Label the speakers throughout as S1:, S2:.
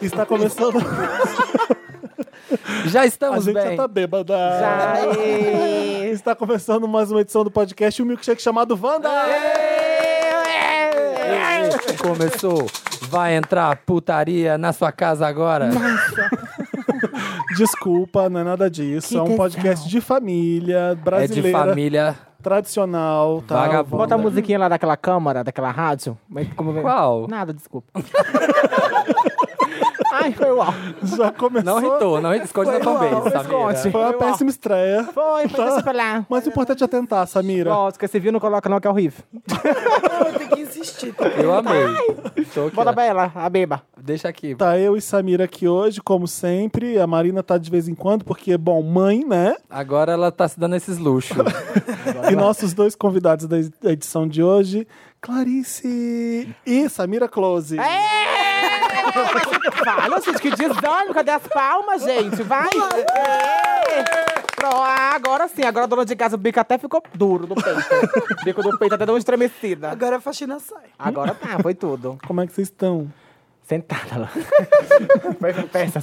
S1: Está começando.
S2: Já
S1: A
S2: estamos
S1: gente
S2: bem.
S1: já tá bêbada.
S3: Aê!
S1: Está começando mais uma edição do podcast, um milkshake chamado Wanda.
S3: É.
S2: Começou. Vai entrar putaria na sua casa agora.
S1: Desculpa, não é nada disso.
S3: Que
S1: é um
S3: tesão.
S1: podcast de família
S2: É de
S1: brasileira,
S2: família.
S1: tradicional. Tá?
S2: Vagabundo.
S3: Bota a
S2: Wanda.
S3: musiquinha lá daquela câmara, daquela rádio. Mas como-
S2: Qual?
S3: Nada, desculpa. Ai, foi uau.
S1: Já começou.
S2: Não irritou, não esconde da tua vez,
S3: esconde.
S1: Foi uma
S2: Samira.
S3: Foi, ó.
S1: péssima estreia.
S3: Foi,
S4: Tá.
S3: foi deixa pra lá.
S1: Mas o importante é tentar, Samira.
S3: Ó, se quer se viu, não coloca não, que é horrível.
S4: Tem que insistir.
S2: Eu amei. Tô aqui,
S3: Bota
S4: é?
S2: ó.
S3: pra ela, a beba.
S2: Deixa aqui.
S1: Tá eu e Samira aqui hoje, como sempre. A Marina tá de vez em quando, porque, bom, mãe, né?
S2: Agora ela tá se dando esses luxos.
S1: E nossos dois convidados da ed- da edição de hoje, Clarice e Samira
S3: É.
S1: Close.
S3: Fala, gente, que desânimo. Cadê as palmas, gente? Vai. É. Pronto, ah, agora sim, agora a dona de casa, o bico até ficou duro do peito. O bico do peito até deu uma estremecida.
S4: Agora a faxina sai.
S3: Agora tá, foi tudo.
S1: Como é que vocês estão?
S3: Sentada lá. Foi uma peça.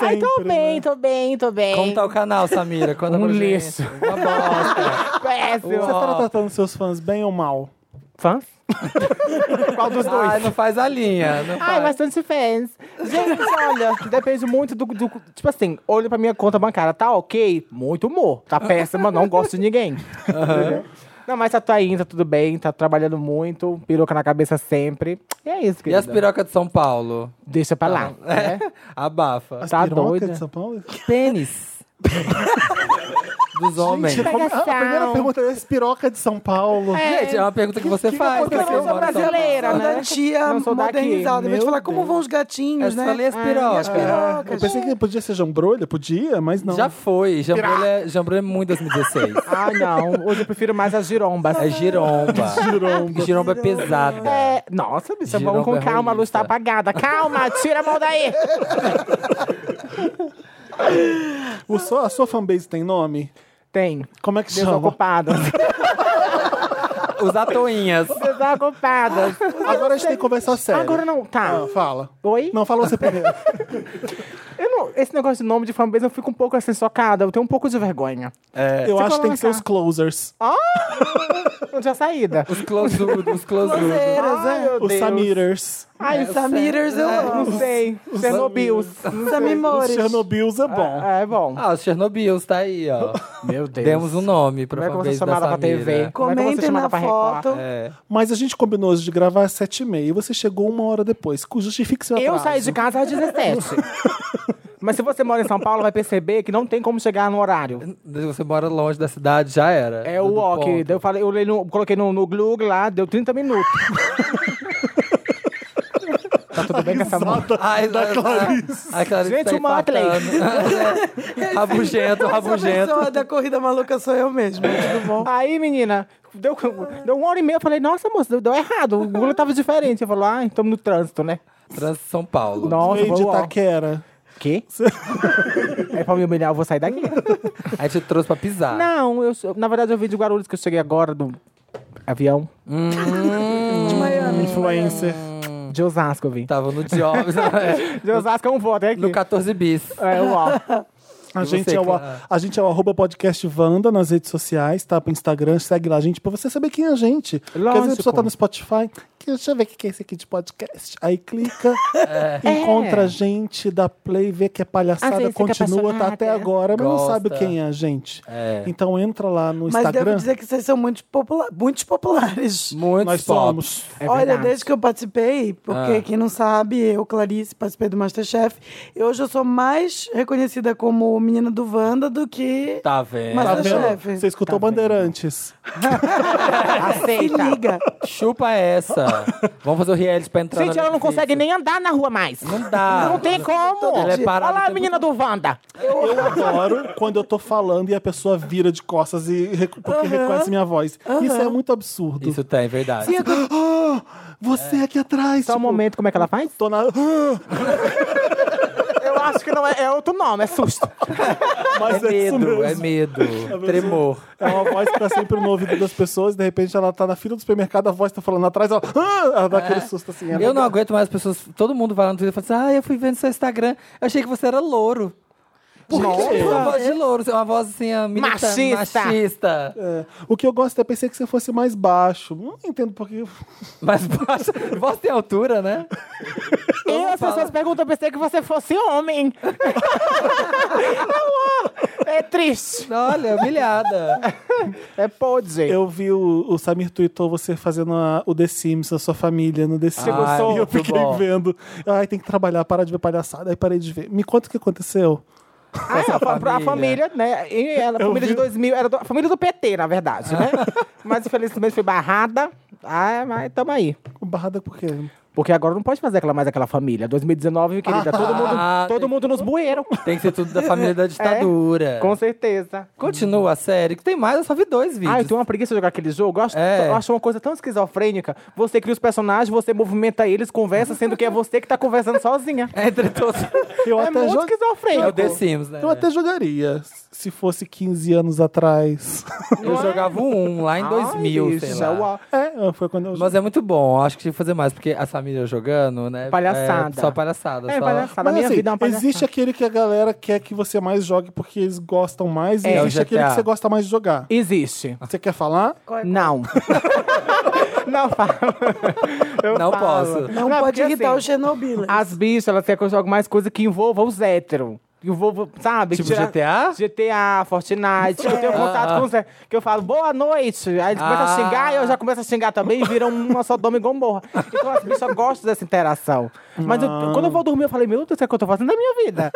S3: Ai, tô
S1: Sempre,
S3: bem,
S1: né?
S3: tô bem, tô bem.
S2: Como tá o canal, Samira? Conta
S3: Um
S2: pra gente.
S3: lixo.
S2: Uma bosta.
S3: Péssimo.
S1: Você tá
S2: Ó.
S1: tratando seus fãs bem ou mal?
S3: Fãs? Qual dos dois?
S2: Ai, não faz a linha. Não
S3: Ai,
S2: faz.
S3: bastante fãs. Gente, olha, depende muito do, do- Tipo assim, olho pra minha conta bancária, tá ok? Muito humor. Tá péssima, não gosto de ninguém. Entendeu? Não, mas tá tá indo, tá tudo bem, tá trabalhando muito, peruca na cabeça sempre. E é isso,
S2: E
S3: querida.
S2: as Ah. pirocas de São Paulo?
S3: Deixa pra lá. né?
S2: Abafa.
S1: As
S3: Tá
S1: pirocas
S3: doida.
S1: de São Paulo?
S2: Pênis. Dos homens.
S1: Gente, como- a primeira pergunta é as piroca de São Paulo.
S2: Gente, é uma pergunta que você faz.
S3: Porque eu
S2: porque
S3: não sou
S2: moro em São
S3: brasileira,
S4: Sou
S3: né?
S4: da tia
S3: Não sou daqui.
S4: modernizada. Em vez
S1: Meu
S4: de falar como
S1: Deus.
S4: vão os gatinhos,
S2: Eu
S4: né?
S2: falei as
S4: Ah, e
S2: pirocas.
S4: as
S1: Eu
S4: pirocas.
S1: pensei que podia ser jambrolha, podia, mas não.
S2: Já foi. Jambrulho é, jambrulho é muito 2016.
S3: Ah, não. Hoje eu prefiro mais as girombas.
S2: É giromba.
S1: Giromba.
S2: Giromba é pesada.
S3: É, nossa, bicha,
S2: Giromba
S3: vamos com calma, a luz tá
S2: rolista.
S3: apagada. Calma, tira a mão daí.
S1: O só- a sua fanbase tem nome?
S3: Tem.
S1: Como é que chama?
S3: Desocupadas.
S2: Os atoinhas.
S3: Desocupadas.
S1: Agora a gente tem que conversar sério.
S3: Agora não, tá.
S1: Ah, fala.
S3: Oi?
S1: Não, fala você primeiro.
S3: Eu não, esse negócio de nome de fanbase eu fico um pouco assim socada, eu tenho um pouco de vergonha.
S1: Eu acho que tem que ser
S3: colocar.
S1: os closers.
S3: Não tinha é saída.
S2: Os closudos. Os closudos.
S4: Cruzeiras, é.
S3: meu É,
S1: Os Samirers.
S3: Ai, Ah,
S4: Os Samirers
S2: É.
S4: eu
S3: não
S4: amo.
S3: sei. Chernobyls.
S4: Os
S1: Os
S4: Samimores.
S1: Chernobyls é bom.
S3: É, é bom. Ah,
S2: Ah, os Chernobyls, tá aí, ó.
S3: Meu Deus.
S2: Demos um nome pra
S3: Como é que eu vou ser
S2: fanbase da
S3: chamada pra
S2: Samira.
S3: TV? Como é que eu vou ser
S4: Comentem
S3: chamada
S4: na
S3: pra Record?
S4: foto.
S2: É.
S1: Mas a gente combinou hoje de gravar às 7h30 e você chegou uma hora depois. Cu- Justifique seu
S3: Eu
S1: um atraso.
S3: saí de casa às 17. Mas se você mora em São Paulo, vai perceber que não tem como chegar no horário.
S2: Você mora longe da cidade, já era.
S3: É o
S2: Do
S3: walk.
S2: ponto.
S3: Eu, falei, eu olhei no- coloquei no, no Glug lá, deu 30 minutos. tá tudo bem com essa mão?
S2: Ai, da
S1: Clarice.
S2: A, a Clarice
S3: Gente,
S2: tá
S3: uma atleta.
S2: infartando. rabugento,
S4: Essa
S2: rabugento.
S4: pessoa da corrida maluca sou eu mesma. Tudo bom?
S3: Aí, menina, deu, deu uma hora e meia, eu falei, nossa, moça, deu, deu errado. O Google tava diferente. Eu falei, ah, estamos no trânsito, né?
S2: Trans São Paulo.
S3: Nossa,
S1: Veio de
S3: vou ó.
S1: Itaquera.
S3: tá Quê? é pra me humilhar, eu vou sair daqui.
S2: A gente trouxe pra pisar.
S3: Não, eu, sou- na verdade eu vim de Guarulhos, que eu cheguei agora do avião.
S4: De Miami.
S1: Influencer.
S3: De Osasco eu vim.
S2: Tava no Jobs. é,
S3: De Osasco é um voto, é aqui.
S2: no 14 bis.
S3: É, uau.
S1: A
S2: E
S1: gente,
S2: você,
S1: é o,
S2: Clara?
S1: a gente é o arroba podcast Wanda nas redes sociais, tá? Pro Instagram, segue lá a gente pra você saber quem é a gente. Porque às vezes a
S3: Lógico.
S1: pessoa tá no Spotify, que, deixa eu ver o que que é esse aqui de podcast. Aí clica,
S2: É.
S1: encontra a gente, dá play, vê que é
S3: Às
S1: palhaçada,
S3: vezes fica
S1: continua, tá até
S3: apaixonada.
S1: agora, mas não
S2: Gosta.
S1: sabe quem é a gente.
S2: É.
S1: Então entra lá no
S4: Mas devo
S1: Instagram.
S4: dizer que vocês são muito popula muitos populares.
S2: Muitos
S1: Nós
S2: pops.
S1: somos.
S3: É
S4: Olha,
S3: verdade.
S4: desde que eu participei, porque
S2: Ah.
S4: quem não sabe, eu, Clarice, participei do Masterchef. E hoje eu sou mais reconhecida como menina do Wanda do que.
S2: Tá vendo?
S4: Mas
S1: Tá
S4: Olha,
S1: vendo?
S4: chefe.
S1: Você escutou
S2: Tá
S1: Bandeirantes.
S4: Se
S3: Aceita.
S4: liga.
S2: Chupa essa. Vamos fazer o reality pra entrar
S3: Gente,
S2: na
S3: ela não
S2: Netflix.
S3: consegue nem andar na rua mais.
S2: Não dá.
S3: Não tem como.
S2: Ela é parada
S3: Olha
S2: o
S3: lá a
S2: tempo
S3: menina do Wanda.
S1: Eu adoro quando eu tô falando e a pessoa vira de costas e recu- porque reconhece minha voz. Isso é muito absurdo.
S2: Isso tem, é verdade.
S4: Sim, agora-
S2: É.
S1: Ah, você aqui atrás.
S3: Só um
S1: tipo,
S3: momento, como é que ela faz?
S1: Tô na. Ah,
S3: Eu acho acho que não é, é outro nome, é susto.
S1: Mas
S2: É
S1: é, isso
S2: medo,
S1: mesmo.
S2: é medo. Tremor.
S1: É uma voz que tá sempre no ouvido das pessoas, de repente ela tá na fila do supermercado, a voz tá falando atrás, ela, "Ah!" ela dá aquele susto assim. é
S2: Eu não
S1: legal.
S2: aguento mais as pessoas. Todo mundo vai lá no Twitter e fala assim: Ah, eu fui vendo seu Instagram. Eu achei que você era louro. Por
S1: quê?
S2: Uma voz de louro, é uma voz assim, ah, militante,
S3: Machista.
S2: machista.
S1: É. O que eu gosto é pensei que você fosse mais baixo. Não entendo porque.
S2: Mas baixa. voz tem altura, né? Todo
S3: E
S2: mundo
S3: as
S2: fala.
S3: pessoas perguntam, eu pensei que você fosse homem. é triste.
S2: Olha, humilhada.
S3: É podre.
S1: Eu vi o, o Samir tweetou você fazendo a- o The Sims, a sua família no The Sims.
S2: Ai,
S1: e eu
S2: Ah, é muito
S1: fiquei
S2: bom.
S1: vendo. Ai, tem que trabalhar, para de ver palhaçada. Aí parei de ver. Me conta o que aconteceu.
S3: Ah, essa fa- pra- a
S2: família.
S3: família, né? E ela, a família de 2000, era do- a família do PT, na verdade, né? mas infelizmente foi barrada. Ah, mas tamo aí.
S1: Barrada por quê?
S3: Porque agora não pode fazer aquela, mais aquela família. 2019, querida, todo mundo,
S2: Ah,
S3: todo
S2: tem-
S3: mundo nos bueiros.
S2: Tem que ser tudo da família da ditadura.
S3: Com certeza.
S2: É. Continua a série, que tem mais, eu só vi dois vídeos.
S3: Ah, eu tenho uma preguiça de jogar aquele jogo. Eu acho,
S2: É.
S3: eu acho uma coisa tão esquizofrênica. Você cria os personagens, você movimenta eles, conversa, sendo que é você que tá conversando sozinha.
S2: É, Entre todos.
S1: Eu
S3: é
S1: até
S3: muito
S1: joguei.
S3: esquizofrênico.
S2: É o The Sims, né?
S1: Eu até jogaria, se fosse 15 anos atrás.
S2: Eu jogava um lá em 2000,
S3: Ai,
S2: sei
S3: bicho,
S2: lá.
S3: é o-
S1: É, foi quando eu
S2: Mas é muito bom, acho que tinha que fazer mais, porque as famílias jogando, né?
S3: Palhaçada.
S2: É só palhaçada.
S3: É,
S2: só... Tipo
S3: palhaçada. Na
S1: Mas,
S3: minha
S1: assim,
S3: vida é uma palhaçada.
S1: existe aquele que a galera quer que você mais jogue porque eles gostam mais, e
S2: É, o
S1: existe aquele
S2: GTA.
S1: que você gosta mais de jogar.
S3: Existe.
S1: Você quer falar?
S3: Não. não falo. Eu
S2: Não
S3: falo.
S2: posso.
S4: Não, pode
S3: porque,
S4: irritar
S3: assim,
S4: o Chernobyl.
S3: As bichas, elas querem que eu jogue mais coisa que envolva os héteros. Envolva, sabe?
S2: Tipo
S3: Que tira-
S2: GTA?
S3: GTA, Fortnite. Eu tenho
S1: É.
S3: contato
S1: Ah.
S3: com os héteros. Que eu falo, boa noite. Aí eles começam
S2: Ah.
S3: a xingar e eu já começo a xingar também. E viram uma sodoma e gomorra. Então as bichas gostam dessa interação. Mas eu- quando eu vou dormir, eu falei, meu Deus, o que, é que eu tô fazendo da minha vida?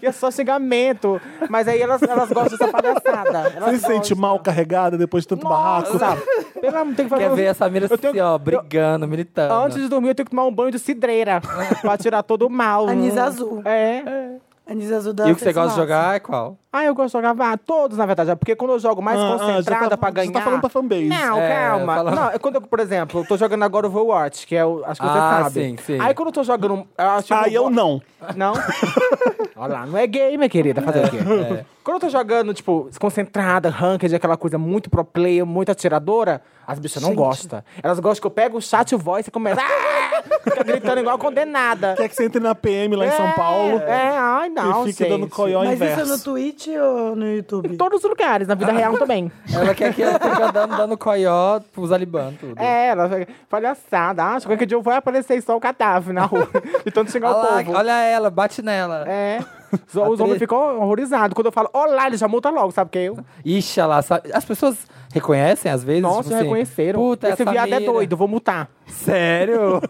S3: e é só xingamento. Mas aí elas, elas gostam dessa palhaçada. Elas
S1: Você se sente
S3: gostam.
S1: mal carregada depois de tanto barraco?
S3: Nossa! Pelo amor, tem que fazer
S2: Quer
S3: uns-
S2: ver as famílias
S3: Eu tenho-
S2: assim, ó,
S3: eu-
S2: brigando, militando.
S3: Antes de dormir, eu tenho que tomar um banho de cidreira pra tirar todo o mal.
S4: Anis azul.
S3: É.
S4: Anis Azul da
S2: E o que você gosta de
S4: Festival.
S2: jogar é qual?
S3: Ah, eu gosto de jogar ah, todos, na verdade. é Porque quando eu jogo mais
S1: Ah, ah,
S3: concentrada
S1: já tá-
S3: pra
S1: já
S3: ganhar.
S1: tá falando pra fanbase.
S3: Não,
S2: É,
S3: calma.
S2: falando-
S3: Não, é quando eu, por exemplo, eu tô jogando agora o Overwatch, que é o. Acho que você
S2: Ah,
S3: sabe.
S2: sim, sim.
S3: Aí quando eu tô jogando. um- Eu acho que
S1: Aí Ah, eu não.
S3: Não? Olha lá, não é gay, minha querida, fazer o quê?
S1: É.
S3: Quando eu tô jogando, tipo, desconcentrada, ranked, aquela coisa muito pro player, muito atiradora, as bichas não gostam. Elas gostam que eu pego o chat e o voice e começa. "Ah!" Fica gritando igual condenada.
S1: Quer que você entre na PM lá em São Paulo
S3: É, é, ai não.
S1: e fique
S3: gente.
S1: dando coió
S4: Mas
S1: inverso.
S4: isso é no Twitch ou no
S3: Em
S4: YouTube?
S3: todos os lugares, na vida
S1: Ah.
S3: real também.
S2: Ela quer que ela fique andando, dando coió pros alibanos, tudo.
S3: É, ela fica palhaçada. Acho que qualquer dia eu vou aparecer só o cadáver na rua. de tanto xingar
S2: olha,
S3: o
S2: lá,
S3: povo.
S2: olha ela, bate nela.
S3: É. Os os homens
S2: treta.
S3: ficam horrorizados. Quando eu falo, olá, eles já multam logo, sabe? Porque
S2: Tipo
S3: eu.
S2: Ixi, olha lá, sabe? as pessoas reconhecem às vezes?
S3: Nossa,
S2: tipo assim,
S3: reconheceram.
S2: Puta,
S3: Esse
S2: essa
S3: viado é
S2: mina."
S3: doido, vou multar.
S2: Sério?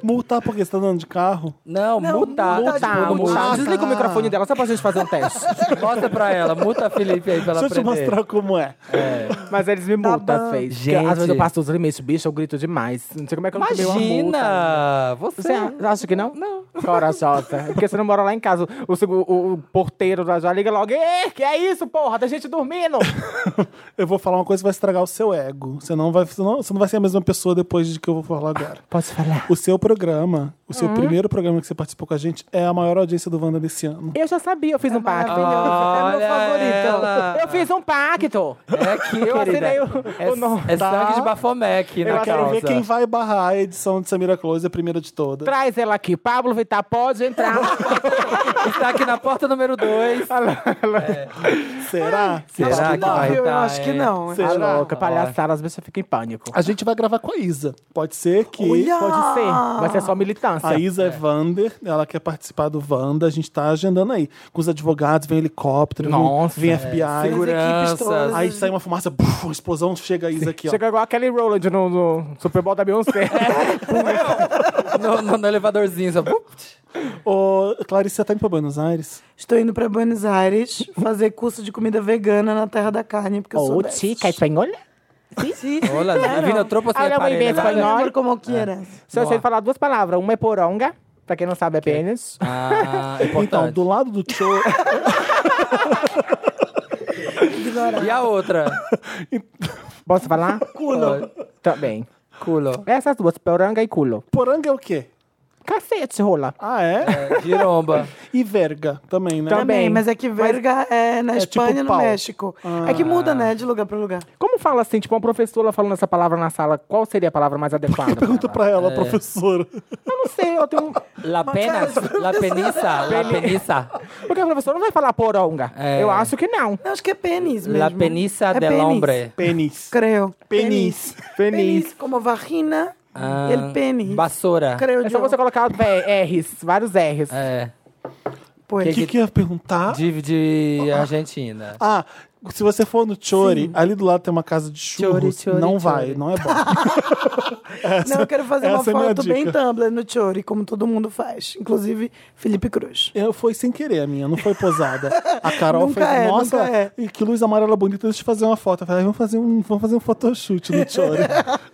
S1: Multar porque você tá andando de carro?
S2: Não,
S4: Não,
S2: mutar.
S4: mutar,
S2: tipo,
S3: Tá,
S2: no
S3: multar.
S2: mutar.
S3: Desliga o microfone dela só pra gente fazer um teste.
S2: Mostra pra ela, muta a Felipe aí pra ela
S1: Deixa eu te
S2: aprender.
S1: mostrar como é.
S3: Mas eles me multam, fez. Porque
S2: Tá Gente.
S3: Às vezes eu passo os limites, bicho, eu grito demais. Não sei como é que eu não tomei uma multa.
S2: Imagina! Você.
S3: Você acha que não? Não. Corajosa. É porque você não mora lá em casa. O, segu- o- o porteiro da já liga logo. Ê, que é isso, porra? Tem gente dormindo.
S1: Eu vou falar uma coisa que vai estragar o seu ego. Você não vai, você não, você não vai ser a mesma pessoa depois de que eu vou falar agora.
S3: Posso falar?
S1: O seu programa, o seu primeiro programa que você participou com a gente, é a maior audiência do Wanda desse ano.
S3: Eu já sabia, eu fiz um pacto.
S4: maravilhoso. é
S2: Olha
S4: meu favorito.
S2: ela.
S3: Eu fiz um pacto.
S2: É aqui,
S3: Eu
S2: querida.
S3: assinei o-
S2: é,
S3: o nome.
S2: é
S1: Tá.
S2: sangue de Bafomé aqui
S1: Eu
S2: na
S1: quero
S2: é causa.
S1: ver quem vai barrar a edição de Samira Close, a primeira de todas.
S3: Traz ela aqui. Pablo Vittar, pode entrar.
S2: Está aqui na porta número 2.
S3: É, tá
S1: Será?
S2: Será
S1: Acho
S4: Acho
S1: que
S4: que
S2: que
S1: dá.
S4: não,
S2: vai
S4: viu? Eu
S2: dar,
S4: acho que
S2: hein?
S4: não.
S1: Sei
S3: Tá
S1: lá.
S3: louca, palhaçada. Às vezes você fica em pânico.
S1: A gente vai gravar com a Isa. Pode ser que.
S4: Olha!
S3: Pode ser. Mas é só
S1: A
S3: militância.
S1: Isa é. Vander, ela quer participar do Wanda, a gente tá agendando aí. Com os advogados, vem helicóptero, vem-
S3: Nossa,
S1: vem,
S3: é.
S1: FBI.
S2: Seguranças.
S1: Aí sai uma fumaça, buf, uma explosão, chega a Isa aqui, ó.
S3: Chega igual a Kelly Rowland no, no Super Bowl da Beyoncé.
S2: É, No, no- no elevadorzinho. Só...
S1: Ô, Clarice, você tá indo pra Buenos Aires?
S4: Estou indo para Buenos Aires fazer curso de comida vegana na Terra da Carne, porque eu sou
S1: Oh,
S3: Ô,
S4: dessas.
S3: chica
S1: tá-
S3: espanhola.
S4: Sí, sí.
S2: Olá, vino tropa
S3: Habla muy bien
S4: Claro,
S3: espanhol.
S2: sem
S4: lembro é como
S1: É.
S4: quieras.
S3: Só sei
S2: Boa.
S3: falar duas palavras. Uma é poronga, pra quem não sabe é pênis.
S2: Ah,
S1: Então,
S2: importante.
S1: do lado do show.
S2: E a outra?
S3: Posso falar?
S2: Culo.
S3: Também.
S2: Culo.
S3: Essas duas, poronga e culo.
S1: Poranga é o quê?
S3: cacete rola.
S1: Ah, é?
S2: Giromba.
S1: E verga também,
S2: Tá.
S1: né?
S3: Também.
S4: Também, mas é que verga é na
S1: É tipo
S4: Espanha e no
S1: pau.
S4: México. É que muda, né, de lugar pra lugar.
S3: Como fala assim, tipo, uma professora falando essa palavra na sala, qual seria a palavra mais adequada?
S1: Pergunta pra
S2: É.
S1: ela, professora.
S3: Eu não sei, eu tenho um...
S2: La pena, la penissa, la penissa.
S3: Porque a professora não vai falar poronga.
S2: É.
S3: Eu acho que não.
S4: Eu acho que é pênis mesmo.
S2: La penissa
S4: É
S2: del
S4: pênis.
S2: hombre.
S1: Pênis.
S4: Creo.
S1: Pênis.
S4: Pênis, como vagina,
S2: Ah,
S4: el é pênis.
S2: Vassoura.
S4: Creo
S3: É
S4: yo.
S3: só você colocar vé, R's, vários R's.
S2: É.
S4: Pois.
S1: O que, que eu ia perguntar?
S2: De, de Argentina.
S1: Ah, se você for no Chori, ali do lado tem uma casa de churros.
S2: Chori, chori,
S1: não
S2: chori.
S1: vai, não é bom. Essa-
S4: Não, eu quero fazer uma
S1: essa é a minha
S4: foto bem
S1: dica.
S4: Tumblr no Chori, como todo mundo faz. Inclusive, Felipe Cruz.
S1: Eu foi sem querer a minha, não foi posada. A Carol
S4: Nunca
S1: fez,
S4: é,
S1: nossa,
S4: nunca é."
S1: e que luz amarela bonita, deixa eu fazer uma foto. Eu falei, "Ah, vamos fazer um, vamos fazer um photoshoot no Chori.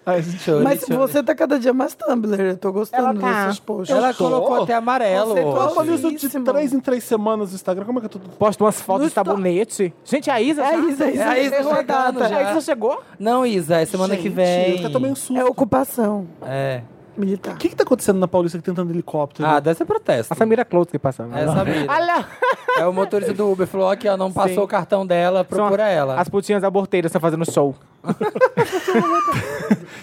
S1: Aí a gente
S2: Chori,
S4: Mas
S2: chori.
S4: você tá cada dia mais Tumblr. Eu tô gostando
S3: Ela tá.
S4: desses posts.
S2: Ela
S1: tô.
S2: colocou até amarelo.
S4: Conceitual,
S1: Eu
S2: hoje.
S1: faço isso de
S4: Belíssimo.
S1: três em três semanas no Instagram. Como é que eu tô
S3: Posta umas fotos
S2: No
S3: de sabonete. Gente, a Isa.
S4: É a
S3: já-
S4: Isa, a Isa,
S2: É a Isa
S4: errou a
S2: chegando
S4: data.
S2: já.
S3: A Isa chegou?
S2: Não, Isa, é semana que
S1: Gente,
S2: vem.
S1: Eu até tomei um susto.
S4: É ocupação
S2: É.
S4: militar.
S1: O que que tá acontecendo na Paulista que tem tanto helicóptero?
S2: Ah, deve ser protesto.
S3: A Samira Close que passava.
S2: É, Samira.
S3: Olha!
S2: É o motorista do Uber falou: aqui, ó, não passou
S3: Sim.
S2: o cartão dela, procura
S3: São a-
S2: ela.
S3: As putinhas aborteiras estão fazendo show.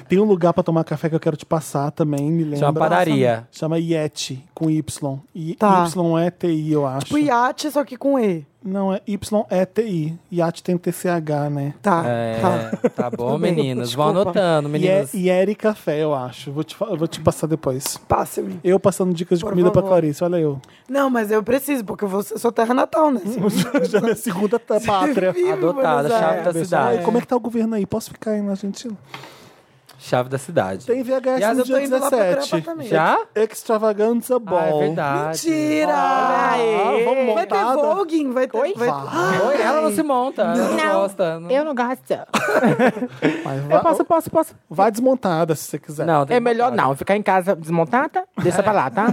S1: Tem um lugar pra tomar café que eu quero te passar também, me lembra.
S2: Chama padaria.
S1: Chama Yeti, com Y. Y
S4: Tá.
S1: é TI, eu acho.
S4: Tipo iate, só que com E.
S1: Não, é Y é TI. Yati tem TCH, né?
S4: Tá,
S2: É, tá
S4: tá.
S2: bom,
S4: Tudo bem,
S2: meninos. Vão
S4: desculpa.
S2: anotando, meninos.
S1: E é Eri Café, eu acho. Vou te, fa- eu vou te passar depois.
S4: Passe-me.
S1: Eu passando dicas de
S4: Por
S1: comida pra
S4: favor.
S1: Clarice, olha eu.
S4: Não, mas eu preciso, porque eu vou ser sou terra natal, né?
S1: Já minha segunda tá- pátria.
S4: Vive
S2: Adotada,
S4: Buenos
S2: chave
S4: Aires.
S2: da
S1: Ai,
S2: cidade.
S1: como é que tá o governo aí? Posso ficar aí na Argentina?
S2: Chave da cidade.
S1: Tem VHS
S2: Yas,
S1: no
S2: eu
S4: Eu tô
S1: dia
S4: indo lá procurar
S1: 17.
S4: apartamento.
S2: Já?
S1: Extravaganza Ball.
S2: Ah, é verdade.
S4: Mentira!
S1: Ah, vamos
S4: Vai ter
S1: montada?
S4: voguing, vai ter...
S3: Oi?
S4: vai-
S1: Vai.
S2: Oi, ela não se monta, ela não, gosta. Não,
S3: não gosto.
S1: Vai,
S3: Eu
S1: vai,
S3: posso, posso, posso.
S1: vai desmontada se você quiser.
S2: não tem
S3: É melhor
S2: vontade.
S3: não, ficar em casa desmontada, deixa pra lá, tá?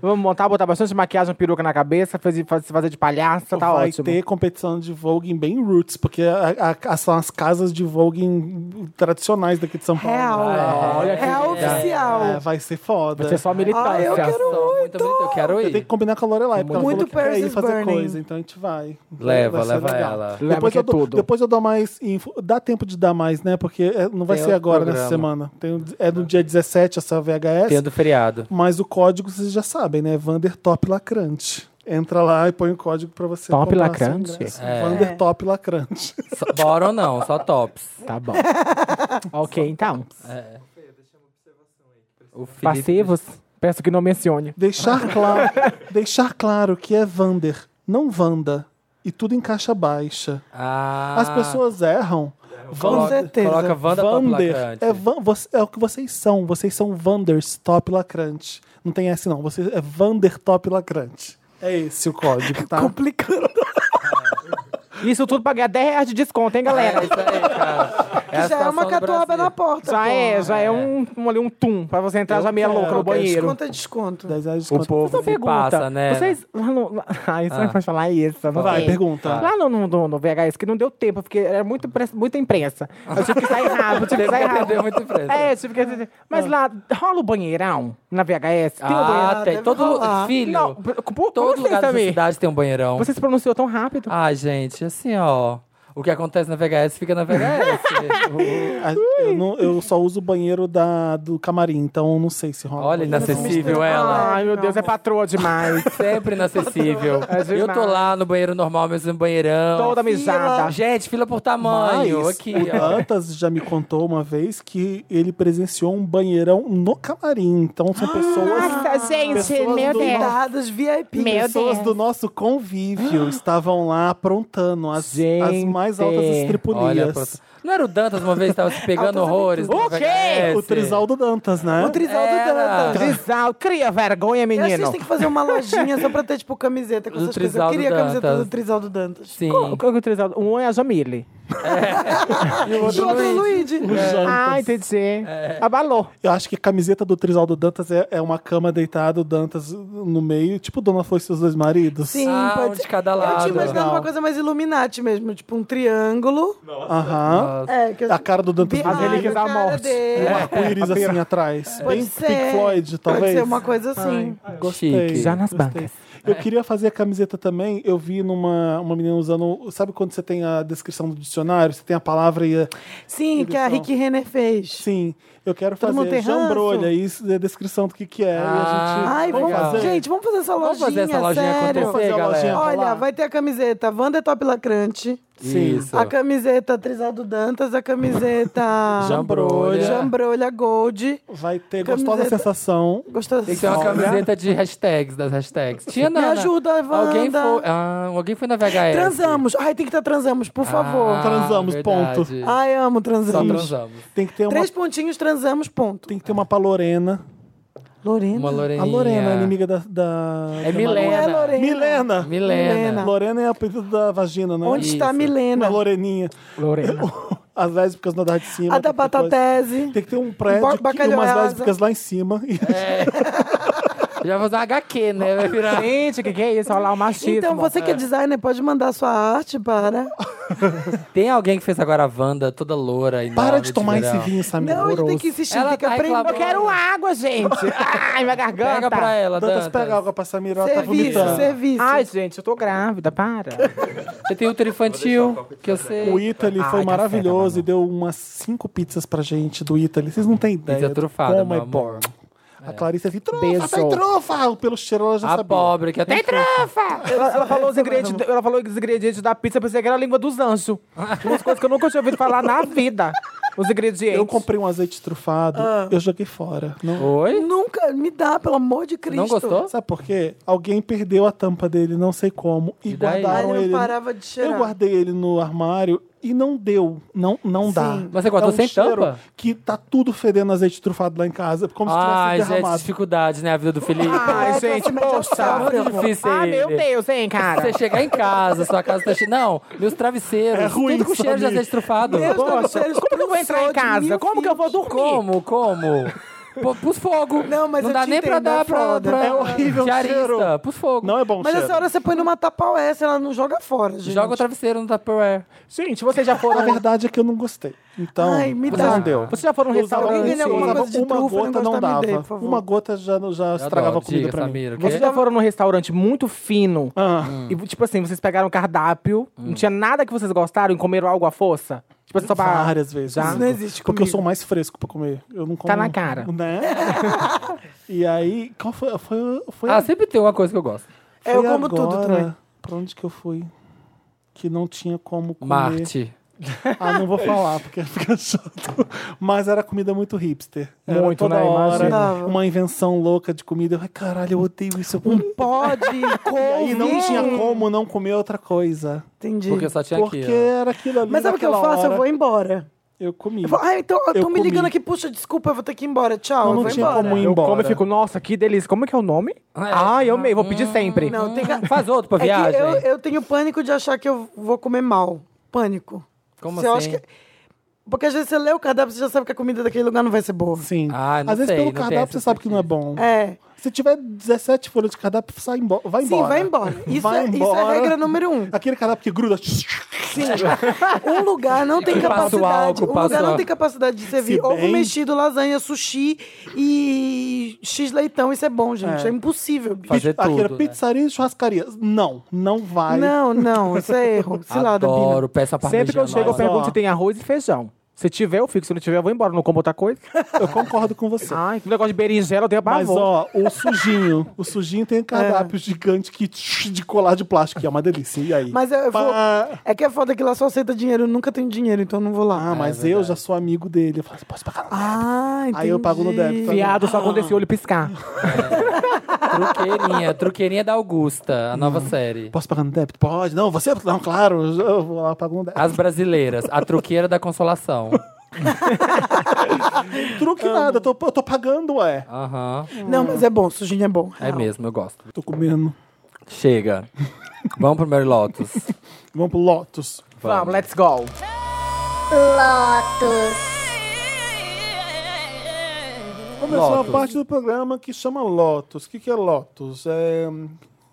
S3: Vamos montar, botar bastante maquiagem, peruca na cabeça, fazer, faz- fazer de palhaça, tá
S1: Então vai
S3: ótimo.
S1: ter competição de voguing bem roots, porque a- a- são as casas de voguing tradicionais daqui de São Paulo.
S4: Real.
S2: Ah,
S3: olha que
S4: Real
S2: legal.
S4: É oficial.
S1: É, vai ser foda.
S3: Vai ser só militância.
S4: Ah, eu quero
S2: Nossa, muito. bonito, então. eu quero
S1: Eu tenho
S2: ir.
S1: que combinar com a Lorelai, porque ela
S4: Muito
S1: falou que quer ir
S4: Paris
S1: fazer
S4: Burning.
S1: coisa, então a gente vai.
S2: Leva,
S1: Vai ser
S2: leva
S1: legal.
S2: ela.
S3: Leva
S1: depois,
S3: que
S1: eu
S3: é
S1: dou,
S3: tudo.
S1: depois eu dou mais info. Dá tempo de dar mais, né? Porque é- não vai
S2: Tem
S1: ser
S2: outro
S1: agora,
S2: programa.
S1: nessa semana. Tem o- é no dia 17 essa VHS,
S2: Tendo feriado.
S1: mas o código vocês já sabem, né? Vander Top Lacrante. Entra lá e põe o código pra você
S3: Top
S1: comprar
S3: Lacrante?
S1: seu ingresso.
S2: É.
S1: Vander Top Lacrante.
S2: Só, bora ou não, só tops.
S3: Tá bom. ok, então.
S2: O Felipe-
S3: Passivos, peço que não mencione.
S1: Deixar claro, deixar claro que é Vander, não Wanda. E tudo em caixa baixa.
S2: Ah,
S1: As pessoas erram.
S4: Com
S2: coloca,
S4: certeza.
S2: Coloca Wanda Top
S1: Vander.
S2: Lacrante.
S1: É, van, você- é o que vocês são. Vocês são Vanders Top Lacrante. Não tem S, não. Você é Vander Top Lacrante. É esse o código, tá?
S4: Complicando.
S3: Isso tudo pra ganhar 10 reais de desconto, hein, galera?
S2: É isso aí, cara. a
S4: Já é
S2: situação
S4: uma
S2: do
S4: catuaba
S2: Brasil.
S4: na porta.
S3: Já
S4: pô.
S3: é, já é um, um, ali um tum pra você entrar
S1: Eu
S3: já meia
S1: quero.
S3: louca no
S1: Qualquer
S3: banheiro.
S4: Desconto é desconto.
S1: Dez reais de
S2: O
S1: desconto.
S2: povo
S3: Uma
S2: se
S3: pergunta.
S2: passa, né?
S3: Vocês. Lá no, lá- ah, isso não pode falar isso. Não
S1: Vai,
S3: sei.
S1: pergunta.
S3: Lá no, no, no- no VHS, que não deu tempo, porque era muito imprensa, muita imprensa. Eu tive que sair rápido, tive que sair
S2: Deve ter
S3: rápido.
S2: muita imprensa.
S3: É, eu tive que atender. Mas lá, rola o banheirão na VHS? Tem um
S2: Ah,
S3: banheirão?
S2: tem. Todo lugar.
S4: rolar.
S2: Filho,
S3: Não, por- por- como
S2: todo
S3: vocês
S2: lugar Ah, da
S3: também?
S2: cidade tem um banheirão.
S3: Você se pronunciou tão rápido.
S2: Ai, gente, assim, ó. O que acontece na VHS fica na VHS.
S1: A- Eu, não- eu só uso o banheiro da, do camarim, então não sei se rola.
S2: Olha,
S4: tá
S2: inacessível ela.
S3: Ai, meu Deus, é patroa demais.
S2: Sempre inacessível.
S3: É demais.
S2: Eu tô lá no banheiro normal, mesmo banheirão.
S3: Toda mijada.
S2: Gente, fila por tamanho.
S1: Mas
S2: aqui,
S1: o
S2: ó.
S1: Dantas já me contou uma vez que ele presenciou um banheirão no camarim. Então
S4: Ah,
S1: são pessoas
S3: Nossa, gente,
S1: pessoas
S3: meu
S1: do-
S3: Deus.
S4: Dados VIP.
S3: Meu
S1: pessoas
S3: Deus.
S1: do nosso convívio estavam lá aprontando as,
S3: Gente.
S1: as mais altas
S2: Olha,
S1: estripunias.
S2: pronto. Não era o Dantas uma vez que tava se pegando horrores? na
S3: O quê?
S2: VHS?
S1: É o Trisaldo Dantas, né?
S4: O Trisal do
S2: Era.
S4: Dantas.
S3: Trisal, cria vergonha,
S4: Eu acho que a
S3: menino.
S4: gente tem É, que fazer uma lojinha só pra ter, tipo, camiseta com
S2: Do
S4: essas coisas.
S2: Trisal
S4: Eu
S2: do
S4: queria a camiseta
S2: Dantas.
S4: do Trisal do Dantas.
S2: Sim.
S3: Qual- qual que é o Trisal? Um é a Jamile.
S2: E o
S4: Do
S2: outro
S4: outro
S2: Luiz.
S4: Luigi. É.
S3: Ah,
S1: Jantas.
S3: entendi. Abalou.
S1: Eu acho que a camiseta do Trisaldo Dantas é, é uma cama deitada, o Dantas no meio, tipo Dona Flor e seus dois maridos.
S4: Sim,
S2: Ah, um
S4: pode
S2: de
S4: ser.
S2: cada
S4: Eu
S2: lado.
S4: tinha imaginado
S1: Não.
S4: uma coisa mais Illuminati mesmo, tipo um triângulo.
S1: Aham.
S2: Nossa.
S4: É, que eu...
S1: A cara do Dantas
S3: As
S1: no meio,
S3: relíquias da
S4: cara
S3: morte.
S4: dele.
S1: um arco-íris assim atrás.
S4: Pode
S1: Bem
S4: ser.
S1: Pink Floyd, talvez.
S4: Pode ser uma coisa assim.
S1: Ah, Gostei.
S2: Chique.
S3: Já nas
S1: gostei.
S3: bancas.
S1: Eu queria fazer a camiseta também. Eu vi numa uma menina usando. Sabe quando você tem a descrição do dicionário? Você tem a palavra e. A...
S4: Sim, que a Rick Renner fez.
S1: Sim, eu quero
S4: Todo mundo
S1: fazer
S4: tem ranço?
S1: jambrolha e isso é a descrição do que, que é. e
S2: Ah,
S1: a
S4: Ai,
S1: gente.
S2: legal.
S4: vamos,
S1: fazer?
S4: gente, vamos fazer essa lojinha,
S2: Vamos fazer essa lojinha
S4: sério.
S1: Vamos fazer
S2: acontecer,
S1: a lojinha. tá
S2: galera.
S1: rolar?
S4: Olha, vai ter a camiseta Wanda é Top Lacrante,
S1: Sim.
S2: Isso.
S4: a camiseta Trisado Dantas, a camiseta
S2: Jambrolha.
S4: Jambrolha Gold.
S1: Vai ter
S4: Camiseta.
S1: gostosa sensação.
S4: Gostou dessa
S2: Tem que ter uma
S4: história?
S2: camiseta de hashtags, das hashtags. Tinha
S4: Me
S2: não.
S4: ajuda, Wanda.
S2: Alguém foi, ah, alguém foi na VHS.
S4: Transamos. Ai, tem que estar transamos, por favor. Ah,
S2: Ah,
S1: Transamos,
S2: verdade.
S1: ponto.
S4: Ai, amo
S2: Só
S4: transamos.
S2: transamos.
S1: Tem que ter uma,
S4: Três pontinhos, transamos, ponto.
S1: tem que ter uma pra Lorena.
S4: Lorena.
S2: Uma Lorena.
S1: A Lorena é inimiga da. da
S2: É
S1: da-
S4: Não é
S2: Milena.
S4: Lorena.
S1: Milena.
S2: Milena.
S4: Milena.
S1: Lorena é o apelido da vagina, né?
S4: Onde está a
S2: Isso.
S1: Uma
S4: Milena?
S1: Loreninha.
S3: Lorena.
S1: As lésbicas na andar de cima.
S4: A da
S1: qualquer coisa.
S4: Batatese.
S1: Tem que ter um prédio
S4: Ba-
S1: que, e umas
S4: bacalhauada.
S1: lésbicas lá em cima. E
S2: É, Já vou usar HQ, né? Vai virar.
S3: Gente, o que, que é isso? Olha lá o machismo.
S4: Então, você que é designer, pode mandar sua arte para.
S2: Tem alguém que fez agora a Wanda toda loura e
S1: para
S2: nova
S1: de tomar esse
S2: verão.
S1: vinho, Samir.
S4: Não, a gente
S1: horroroso.
S4: tem que insistir,
S2: Ah, Ela
S4: tem que
S2: tá
S4: aprender. um
S2: reclamando.
S3: Eu quero água, gente. Ai, minha garganta.
S2: Pega pra ela,
S1: Dantas,
S2: Dantas.
S1: pega água pra Samir, ela tá
S4: Serviço,
S1: vomitando.
S4: serviço.
S3: Ai, gente, eu tô grávida, para.
S2: Você tem útero infantil, que eu sei.
S1: O Italy
S2: Ah,
S3: Ai,
S1: foi
S3: café,
S1: maravilhoso
S3: tá bom.
S1: e deu umas cinco pizzas pra gente do Italy. Vocês não têm ideia. do
S2: trufada,
S1: como é
S2: meu amor.
S1: bom. A Clarice assim, trufa,
S3: Beijo.
S1: tem trufa! Pelo cheiro ela já
S2: A
S1: sabia.
S2: pobre, que até tem trufa!
S3: Ela, ela falou os ingredientes, ela falou os ingredientes da pizza, eu pensei que era a língua dos anjos. Umas coisas que eu nunca tinha ouvido falar na vida. Os ingredientes.
S1: Eu comprei um azeite trufado,
S4: Ah.
S1: eu joguei fora. Não...
S2: Oi?
S4: Nunca me dá, pelo amor de Cristo.
S2: Não gostou?
S1: Sabe por quê? Alguém perdeu a tampa dele, não sei como, e,
S2: E daí?
S4: Ai,
S1: guardaram
S4: ele não
S1: ele. né?
S4: parava de cheirar.
S1: Eu guardei ele no armário e não deu. Não, não dá.
S2: Mas você guardou
S1: é um
S2: sem
S1: cheiro
S2: tampa?
S1: Que tá tudo fedendo azeite trufado lá em casa, como se
S2: Ai,
S1: tivesse
S2: Ah, gente,
S1: derramado.
S2: dificuldade, né? A vida do Felipe.
S4: É,
S3: Ai, gente,
S2: Tá
S3: poxa.
S4: Ah,
S2: muito difícil
S3: Ai, meu
S2: ele.
S3: Deus, hein, cara.
S2: Você chegar em casa, sua casa tá cheia. Não, meus travesseiros.
S1: É ruim,
S2: tudo com cheiro de
S1: sabe?
S2: azeite trufado.
S4: Meus
S2: Como?
S4: travesseiros
S3: Como que eu vou entrar em
S4: precisou de
S3: casa?
S4: mil
S3: Como que eu vou dormir?
S2: Como? Como? Pô, Pros fogo.
S4: Não, mas eu
S2: dá
S4: te
S2: nem pra
S4: entendo, é
S2: dar pra,
S4: foda.
S2: pra.
S1: É horrível o
S2: Diarista,
S1: cheiro.
S2: pros fogo.
S1: Não é bom
S4: Mas
S1: cheiro.
S4: essa hora você põe numa tapa essa, ela não joga fora, gente.
S2: Joga o travesseiro no Tupperware.
S3: Gente, vocês já
S1: A
S3: foram.
S1: verdade é que eu não gostei. Então,
S4: Ai, me
S1: não
S4: dá.
S1: deu.
S3: Vocês já foram um
S1: Eu usava-
S4: Alguém
S3: restaurante.
S4: ganha alguma
S1: eu
S4: coisa
S1: usava
S4: de
S1: uma
S4: trufa,
S1: gota,
S4: não
S1: não
S4: gostava,
S1: dava.
S4: me dê, por favor.
S1: uma gota já, já estragava
S2: adoro.
S1: a comida
S2: Diga,
S1: pra
S2: Samira,
S1: mim.
S2: ok?
S3: Vocês já foram num restaurante muito fino.
S1: Ah,
S3: E, tipo assim, vocês pegaram o cardápio, não tinha nada que vocês gostaram e comeram algo à força? Tipo, só pra...
S1: várias vezes.
S3: Já?
S4: Tá Isso não existe
S1: Porque eu
S4: comigo. Tá
S1: sou mais fresco pra comer. Eu não como,
S3: na cara.
S1: Né? e aí, qual foi? Foi, foi
S2: Ah, sempre tem uma coisa que eu gosto.
S4: É,
S1: foi
S4: eu como tudo né?
S1: agora-
S4: também.
S1: Pra onde que eu fui? Que não tinha como comer.
S2: Marte.
S1: Ah, não vou falar, porque fica chato. Mas era comida muito hipster. Era
S3: Muito,
S1: toda
S3: né?
S1: hora,
S4: Imagino.
S1: uma invenção louca de comida. Eu, ai, caralho, eu odeio isso. Eu um
S4: Pode,
S1: E
S4: couve.
S1: aí não tinha como não comer outra coisa.
S4: Entendi.
S2: Porque só tinha
S1: Porque
S2: aquilo.
S1: era aquilo ali.
S4: Mas sabe o que eu
S1: naquela
S4: faço?
S1: hora.
S4: Eu vou embora.
S1: Eu comi.
S4: Eu falo, ah, então,
S1: Eu
S4: estão me
S1: comi.
S4: ligando aqui, puxa, desculpa, eu vou ter que ir embora. Tchau,
S1: Não,
S4: eu
S1: não
S4: vou
S1: tinha
S4: embora.
S1: como ir
S3: Eu como
S1: embora.
S3: e fico, nossa, que delícia. Como é que é o nome? Ai, eu amei, vou pedir sempre.
S4: Não, tem que...
S2: Faz outro pra
S4: É que
S2: viagem.
S4: eu, eu tenho pânico de achar que eu vou comer mal. Pânico.
S2: Como
S4: Você
S2: assim?
S4: acha que- Porque às vezes você lê o cardápio, você já sabe que a comida daquele lugar não vai ser boa.
S1: Sim.
S2: Ah, não
S1: Às vezes
S2: sei,
S1: pelo
S2: não tem
S1: cardápio
S2: essa
S1: você sabe que não é bom.
S4: É.
S1: Se tiver 17 folhas de cardápio, sai embora. Vai
S4: Sim,
S1: embora.
S4: vai embora. Isso,
S1: Vai
S4: é, isso é
S1: embora.
S4: regra número um.
S1: Aquele cardápio que gruda.
S4: Sim. um lugar não tem
S2: Passa o
S4: capacidade.
S2: álcool,
S4: um
S2: passa
S4: lugar
S2: o
S4: não
S2: álcool.
S4: tem capacidade de servir
S1: Se
S4: ovo
S1: bem-
S4: mexido, lasanha, sushi e X leitão. Isso é bom, gente. É, impossível, bicho.
S2: Fazer
S1: Aquele
S2: tudo, né?
S1: pizzaria e churrascaria. Não, não vai.
S4: Não, não, isso é erro. Cilada, Bina.
S2: Adoro, peço a parmegiana.
S3: Sempre que eu chego, eu
S1: mas, ó.
S3: pergunto se tem arroz e feijão. Se tiver, eu fico. Se não tiver, eu vou embora. Não como outra coisa.
S1: Eu concordo com
S4: Ah,
S1: você.
S3: Ai, que negócio de berinjela, eu tenho
S1: Mas,
S3: pavor.
S1: ó, o sujinho. O sujinho tem um
S4: É.
S1: cardápio gigante que de colar de plástico, que é uma delícia. E aí? Ah,
S4: Mas eu, eu vou.
S1: Pá.
S4: É que é foda que lá só aceita dinheiro. Eu nunca tenho dinheiro, então eu não vou lá.
S1: Ah, mas eu já sou amigo dele. Eu falo assim, posso pagar no débito?
S4: Ah, entendi.
S1: Aí eu pago no débito.
S3: Viado só quando esse olho piscar.
S2: Truqueirinha, truqueirinha da Augusta, a nova série.
S1: Posso pagar no débito? Pode. Não, você? Não, claro. Eu vou lá, pago no débito.
S2: As brasileiras, a truqueira da consolação.
S1: Truque nada. Eu tô, eu tô pagando, ué.
S4: Ah.
S2: Aham.
S4: Não, mas é bom, sujinho é bom.
S2: É mesmo, eu gosto.
S1: Tô comendo.
S2: Chega. Vamos pro Mary Lotus.
S1: Vamos pro Lotus.
S3: Vamos, let's go.
S5: Take Lotus.
S1: Começou
S2: Lotus.
S1: a parte do programa que chama Lotus. O que, que é Lotus? É hum,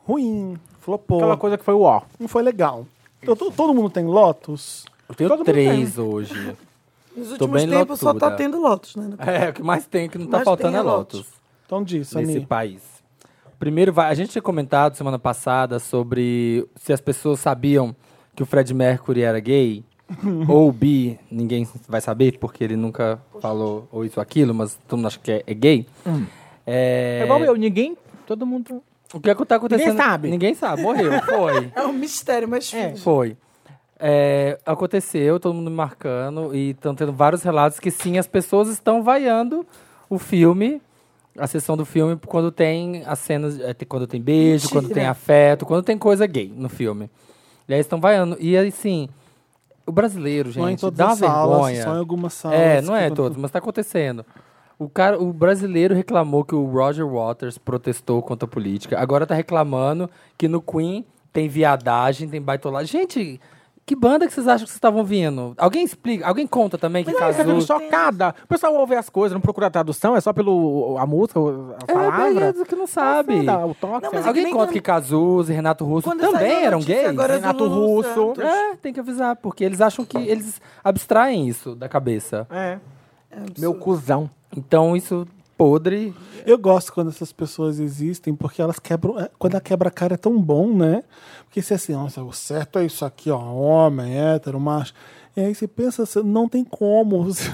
S1: ruim, flopou,
S3: Aquela coisa que foi o ó.
S1: não foi legal. Eu tô- todo mundo tem Lotus?
S2: Eu tenho
S3: Todo mundo
S2: três hoje.
S4: Nos
S2: Tô
S4: últimos
S2: bem
S4: tempos só tá
S2: lotuda.
S4: tendo Lotus, né?
S2: É, o que mais tem, o que não tá
S4: Mas
S2: faltando
S4: tem
S2: é
S4: a
S2: Lotus.
S1: Então diz,
S2: nesse
S1: Ani.
S2: país. Primeiro, vai- a gente tinha comentado semana passada sobre se as pessoas sabiam que o Fred Mercury era gay ou bi, ninguém vai saber porque ele nunca falou ou isso ou aquilo, mas todo mundo acha que é, é gay. É,
S3: É igual eu, ninguém. Todo mundo.
S2: O que é que tá acontecendo?
S3: Ninguém sabe.
S2: Ninguém sabe, morreu, foi.
S4: É um mistério, mas
S3: É.
S4: finge.
S2: Foi. É, aconteceu, todo mundo me marcando e estão tendo vários relatos que sim, as pessoas estão vaiando o filme, a sessão do filme, quando tem as cenas, é, tem- quando tem beijo,
S4: Mentira.
S2: quando tem afeto, quando tem coisa gay no filme. E aí estão vaiando. E assim, o brasileiro, gente,
S1: Não é em todas
S2: dá uma
S1: as salas,
S2: vergonha.
S1: só em algumas salas.
S2: É, não é
S1: que-
S2: todos, mas tá acontecendo. O, cara, o brasileiro reclamou que o Roger Waters protestou contra a política. Agora tá reclamando que no Queen tem viadagem, tem baitolagem. Gente, que banda que vocês acham que vocês estavam vindo? Alguém explica, alguém conta também que
S3: Cara, eu fico
S2: casou.
S3: chocada. O pessoal ouve as coisas, não procura a tradução, é só pelo a música, a palavra.
S2: É, é, que não sabe.
S3: Nada, o toque. sei
S4: Não, mas
S3: lá.
S4: é que
S2: Alguém
S4: nem
S2: conta
S4: quando-
S2: que Cazuza e Renato Russo
S4: Quando saiu
S2: também um
S4: a
S2: eram
S4: notícia
S2: gays.
S4: agora do
S3: Renato
S4: Lulu
S3: Russo.
S4: Santos.
S2: É, tem que avisar, porque eles acham que eles abstraem isso da cabeça.
S3: É. Meu cuzão.
S2: Então isso podre.
S1: Eu gosto quando essas pessoas existem, porque elas quebram. é, Quando a quebra-cara é tão bom, né? Porque se é assim, nossa, o certo é isso aqui, ó, homem, hétero, macho. E aí você pensa, assim, não tem como. Você-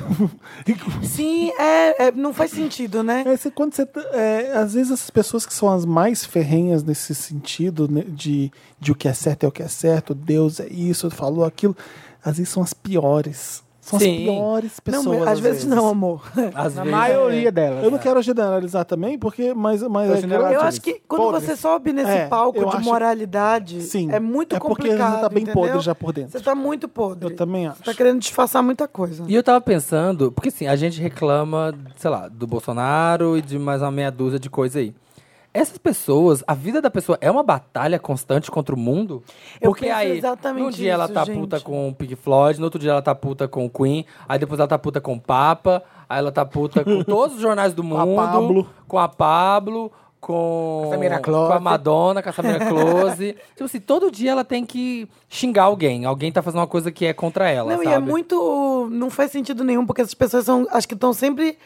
S4: Sim, é, é, não faz sentido, né?
S1: É, você- quando você, tá- é, às vezes essas pessoas que são as mais ferrenhas nesse sentido né, de, de o que é certo é o que é certo, Deus é isso, falou aquilo, às vezes são as piores. São as
S2: Sim.
S1: piores pessoas.
S4: não, mas às vezes, não, amor.
S2: Às
S3: A
S2: vezes.
S3: maioria delas.
S1: Eu não quero generalizar também, porque. Mas, mas
S3: Eu
S1: é
S3: generalizo.
S1: grave.
S4: Eu acho que quando
S1: Podres.
S4: você sobe nesse
S1: É,
S4: palco
S1: eu
S4: de
S1: acho-
S4: moralidade,
S1: Sim.
S4: é muito
S1: É porque
S4: complicado.
S1: você tá bem
S4: entendeu?
S1: podre já por dentro.
S4: Você tá muito podre.
S1: Eu também
S4: Você tá
S1: acho.
S4: querendo disfarçar muita coisa.
S2: E eu tava pensando, porque assim, a gente reclama, sei lá, do Bolsonaro e de mais uma meia dúzia de coisa aí. Essas pessoas, a vida da pessoa é uma batalha constante contra o mundo?
S4: Eu
S2: porque
S4: penso
S2: aí,
S4: exatamente
S2: um dia ela
S4: isso,
S2: tá
S4: gente.
S2: puta com o Pink Floyd, no outro dia ela tá puta com o Queen, aí depois ela tá puta com o Papa, aí ela tá puta com todos os jornais do
S1: a
S2: mundo,
S1: Pablo.
S2: com a Pablo, com,
S3: Samira Close.
S2: com a Madonna, com a Samira Close. tipo assim, todo dia ela tem que xingar alguém. Alguém tá fazendo uma coisa que é contra ela,
S4: não,
S2: sabe?
S4: e é muito. Não faz sentido nenhum, porque essas pessoas são. Acho que estão sempre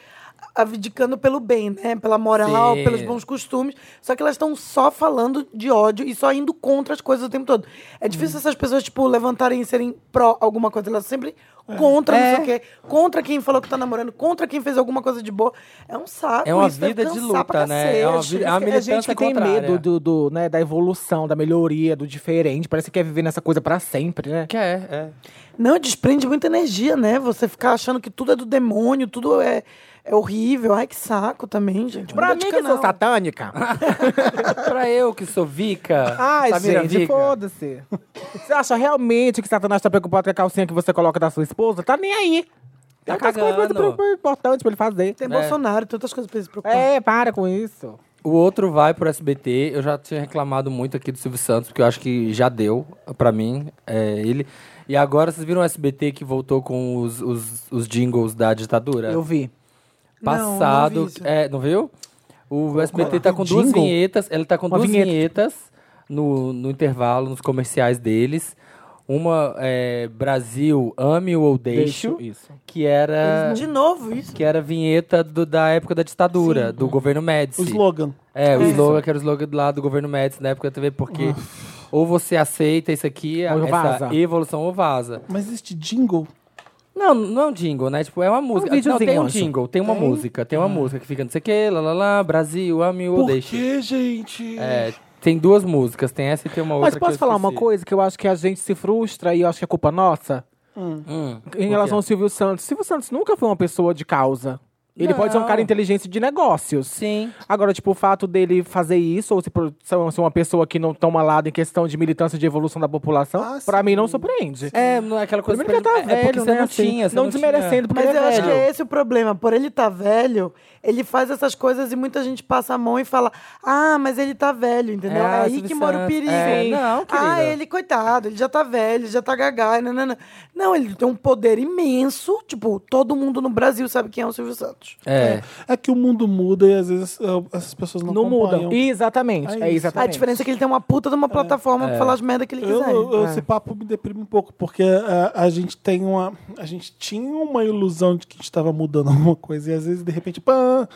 S4: abdicando pelo bem, né? Pela moral,
S2: Sim.
S4: pelos bons costumes. Só que elas estão só falando de ódio e só indo contra as coisas o tempo todo. É difícil
S2: Uhum.
S4: essas pessoas, tipo, levantarem e serem pró alguma coisa. Elas sempre
S2: É.
S4: contra não sei o quê. Contra quem falou que tá namorando, contra quem fez alguma coisa de boa. É um saco.
S2: É uma
S4: isso deve
S2: vida de
S4: cansar
S2: luta,
S4: pra
S2: né? É uma
S4: cacete.
S2: vida- é uma
S3: É gente
S2: militância
S3: que tem
S2: contrária.
S3: medo do, do, né, da evolução, da melhoria, do diferente. Parece que quer viver nessa coisa pra sempre, né?
S2: Que é, é.
S4: Não, desprende muita energia, né? Você ficar achando que tudo é do demônio, tudo é, é horrível. Ai, que saco também, gente.
S3: Pra
S4: Muda
S3: mim é
S4: de
S3: que tá-
S4: canal.
S3: sou satânica.
S2: pra eu que sou Vica.
S3: Ai,
S2: Samira
S3: gente,
S2: Vica.
S3: foda-se. Você acha realmente que Satanás tá preocupado com a calcinha que você coloca da sua esposa? Tá nem aí. Tem
S2: Tá
S3: outras coisas mais
S2: cagando.
S3: pro- importantes pra ele fazer.
S4: Tem Bolsonaro, tem outras coisas pra ele se preocupar.
S3: É, para com isso.
S2: O outro vai pro SBT. Eu já tinha reclamado muito aqui do Silvio Santos, porque eu acho que já deu pra mim, é, ele. E agora vocês viram o SBT que voltou com os, os, os jingles da ditadura?
S3: Eu vi.
S4: Não, não
S2: Passado.
S4: vi isso.
S2: é, não viu? O SBT tá com duas
S3: é? Um Jingle?
S2: vinhetas. Ele tá com
S3: Uma
S2: duas
S3: vinheta.
S2: vinhetas no, no intervalo, nos comerciais deles. Uma é Brasil, ame ou deixo,
S3: Isso.
S2: que era.
S4: De novo isso.
S2: Que era a vinheta do- da época da ditadura, do governo Médici.
S1: O slogan.
S2: É, o slogan, que era o slogan lá do governo Médici na época da TV, porque ou você aceita isso aqui, a-
S3: Ou
S2: essa
S3: vaza.
S2: evolução, ou vaza.
S1: Mas existe jingle?
S2: Não, não é um jingle, né? Tipo, é uma música. não,
S3: videozinho, Ah.
S2: tem um
S3: anjo.
S2: jingle, tem uma música, tem uma música que fica não sei o que, lá, lá, lá, Brasil, ame ou
S1: Por
S2: deixe.
S1: que, gente?
S2: É, tem duas músicas, tem essa e tem uma outra
S3: Mas
S2: que eu
S3: posso falar uma
S2: esqueci.
S3: coisa que eu acho que a gente se frustra e eu acho que é culpa nossa?
S2: Hum,
S3: Em relação ao Silvio Santos. Silvio Santos nunca foi uma pessoa de causa. Ele pode ser um
S2: Não.
S3: cara inteligente de negócios.
S2: Sim.
S3: Agora, tipo, o fato dele fazer isso, ou se pro- ser uma pessoa que não tão malada em questão de militância de evolução da população,
S1: Ah,
S3: pra
S1: sim.
S3: mim não surpreende.
S2: É, não é aquela coisa.
S3: Primeiro que ele tá
S2: é porque
S3: velho,
S2: você
S3: né,
S2: não
S3: assim,
S2: tinha. Você
S3: não
S2: tinha.
S3: desmerecendo, porque
S4: Mas
S3: ele
S4: eu
S3: é
S4: acho que
S3: velho.
S4: é esse o problema. Por ele tá velho, ele faz essas coisas e muita gente passa a mão e fala: Ah, mas ele tá velho, entendeu?
S2: É,
S4: É, aí
S2: Silvio
S4: que mora o
S2: Santos.
S4: perigo.
S2: É, não,
S4: ah,
S2: querida.
S4: ele, coitado, ele já tá velho, já tá gagá. Nanana. Não, ele tem um poder imenso. Tipo, todo mundo no Brasil sabe quem é o Silvio Santos.
S2: É.
S1: É que o mundo muda e às vezes ah, essas pessoas não,
S3: Não
S1: acompanham.
S3: mudam. Exatamente.
S1: É
S3: É,
S1: isso.
S4: A
S3: exatamente.
S4: diferença é que ele tem uma puta de uma plataforma pra falar as merdas que né? ele
S1: Eu-
S4: quiser. É.
S1: eu-
S2: É.
S1: Esse papo me deprime um pouco, porque ah, a, gente tem uma. A gente tinha uma ilusão de que a gente estava mudando alguma coisa, e às vezes, de repente, pá,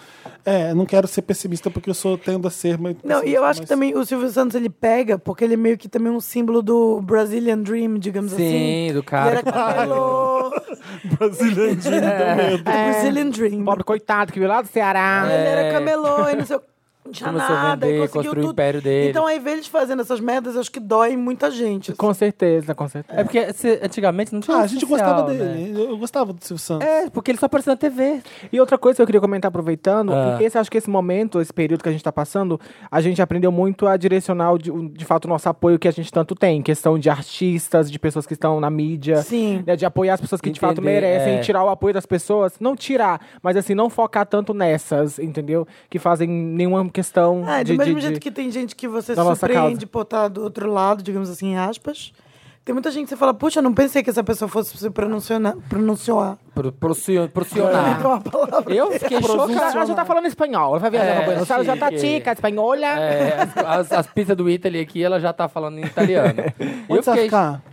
S1: é, não quero ser pessimista porque eu sou tendo a ser, mas.
S4: Não, e eu acho que
S1: mas-
S4: também o Silvio Santos ele pega, porque ele é meio que também um símbolo do Brazilian Dream, digamos
S2: Sim,
S4: assim.
S2: do cara
S4: Ele era
S2: que tá
S4: cabelo.
S1: Brasileiro
S2: É
S1: de medo.
S4: do Brazilian
S2: Um
S4: Dream.
S3: Pobre coitado que veio lá do Ceará.
S4: É. Ele era camelô e não sei o não tinha
S2: É. Começou a
S4: nada, e
S2: vender,
S4: conseguiu
S2: construiu o
S4: tudo.
S2: império dele.
S4: Então aí ver eles fazendo essas merdas, acho que dói em muita gente. assim.
S3: Com certeza, com certeza.
S2: É porque cê- antigamente não tinha.
S1: Ah, a
S2: rede
S1: gente
S2: social,
S1: gostava
S2: né?
S1: dele. Eu gostava do Silvio Santos.
S2: É, porque ele só apareceu na TV.
S3: E outra coisa que eu queria comentar, aproveitando,
S2: Ah.
S3: esse, acho que esse momento, esse período que a gente está passando, a gente aprendeu muito a direcionar, o de, o- de fato, o nosso apoio que a gente tanto tem. em Questão de artistas, de pessoas que estão na mídia.
S4: Sim.
S3: né, de apoiar as pessoas que de fato
S2: Entender,
S3: merecem.
S2: é.
S3: Tirar o apoio das pessoas. Não tirar, mas assim, não focar tanto nessas, entendeu? Que fazem nenhuma questão
S4: É, do
S3: de...
S4: mesmo
S3: de-
S4: jeito
S3: de-
S4: que tem gente que você
S3: da nossa
S4: surpreende
S3: causa.
S4: por estar do outro lado, digamos assim, em aspas. Tem muita gente que você fala, puxa, não pensei que essa pessoa fosse se pronunciar. pronunciar.
S2: Pro, procio- procionar.
S4: É uma palavra.
S2: Eu fiquei chocada.
S3: Ela já tá falando espanhol, ela vai viajar
S2: É,
S3: pra Buenos Aires, ela já tá
S2: chique.
S3: tica, espanhola.
S2: É, as, as, as pizzas do Italy aqui, ela já tá falando em italiano.
S1: Onde
S2: eu
S1: você vai
S2: fiquei.
S1: ficar?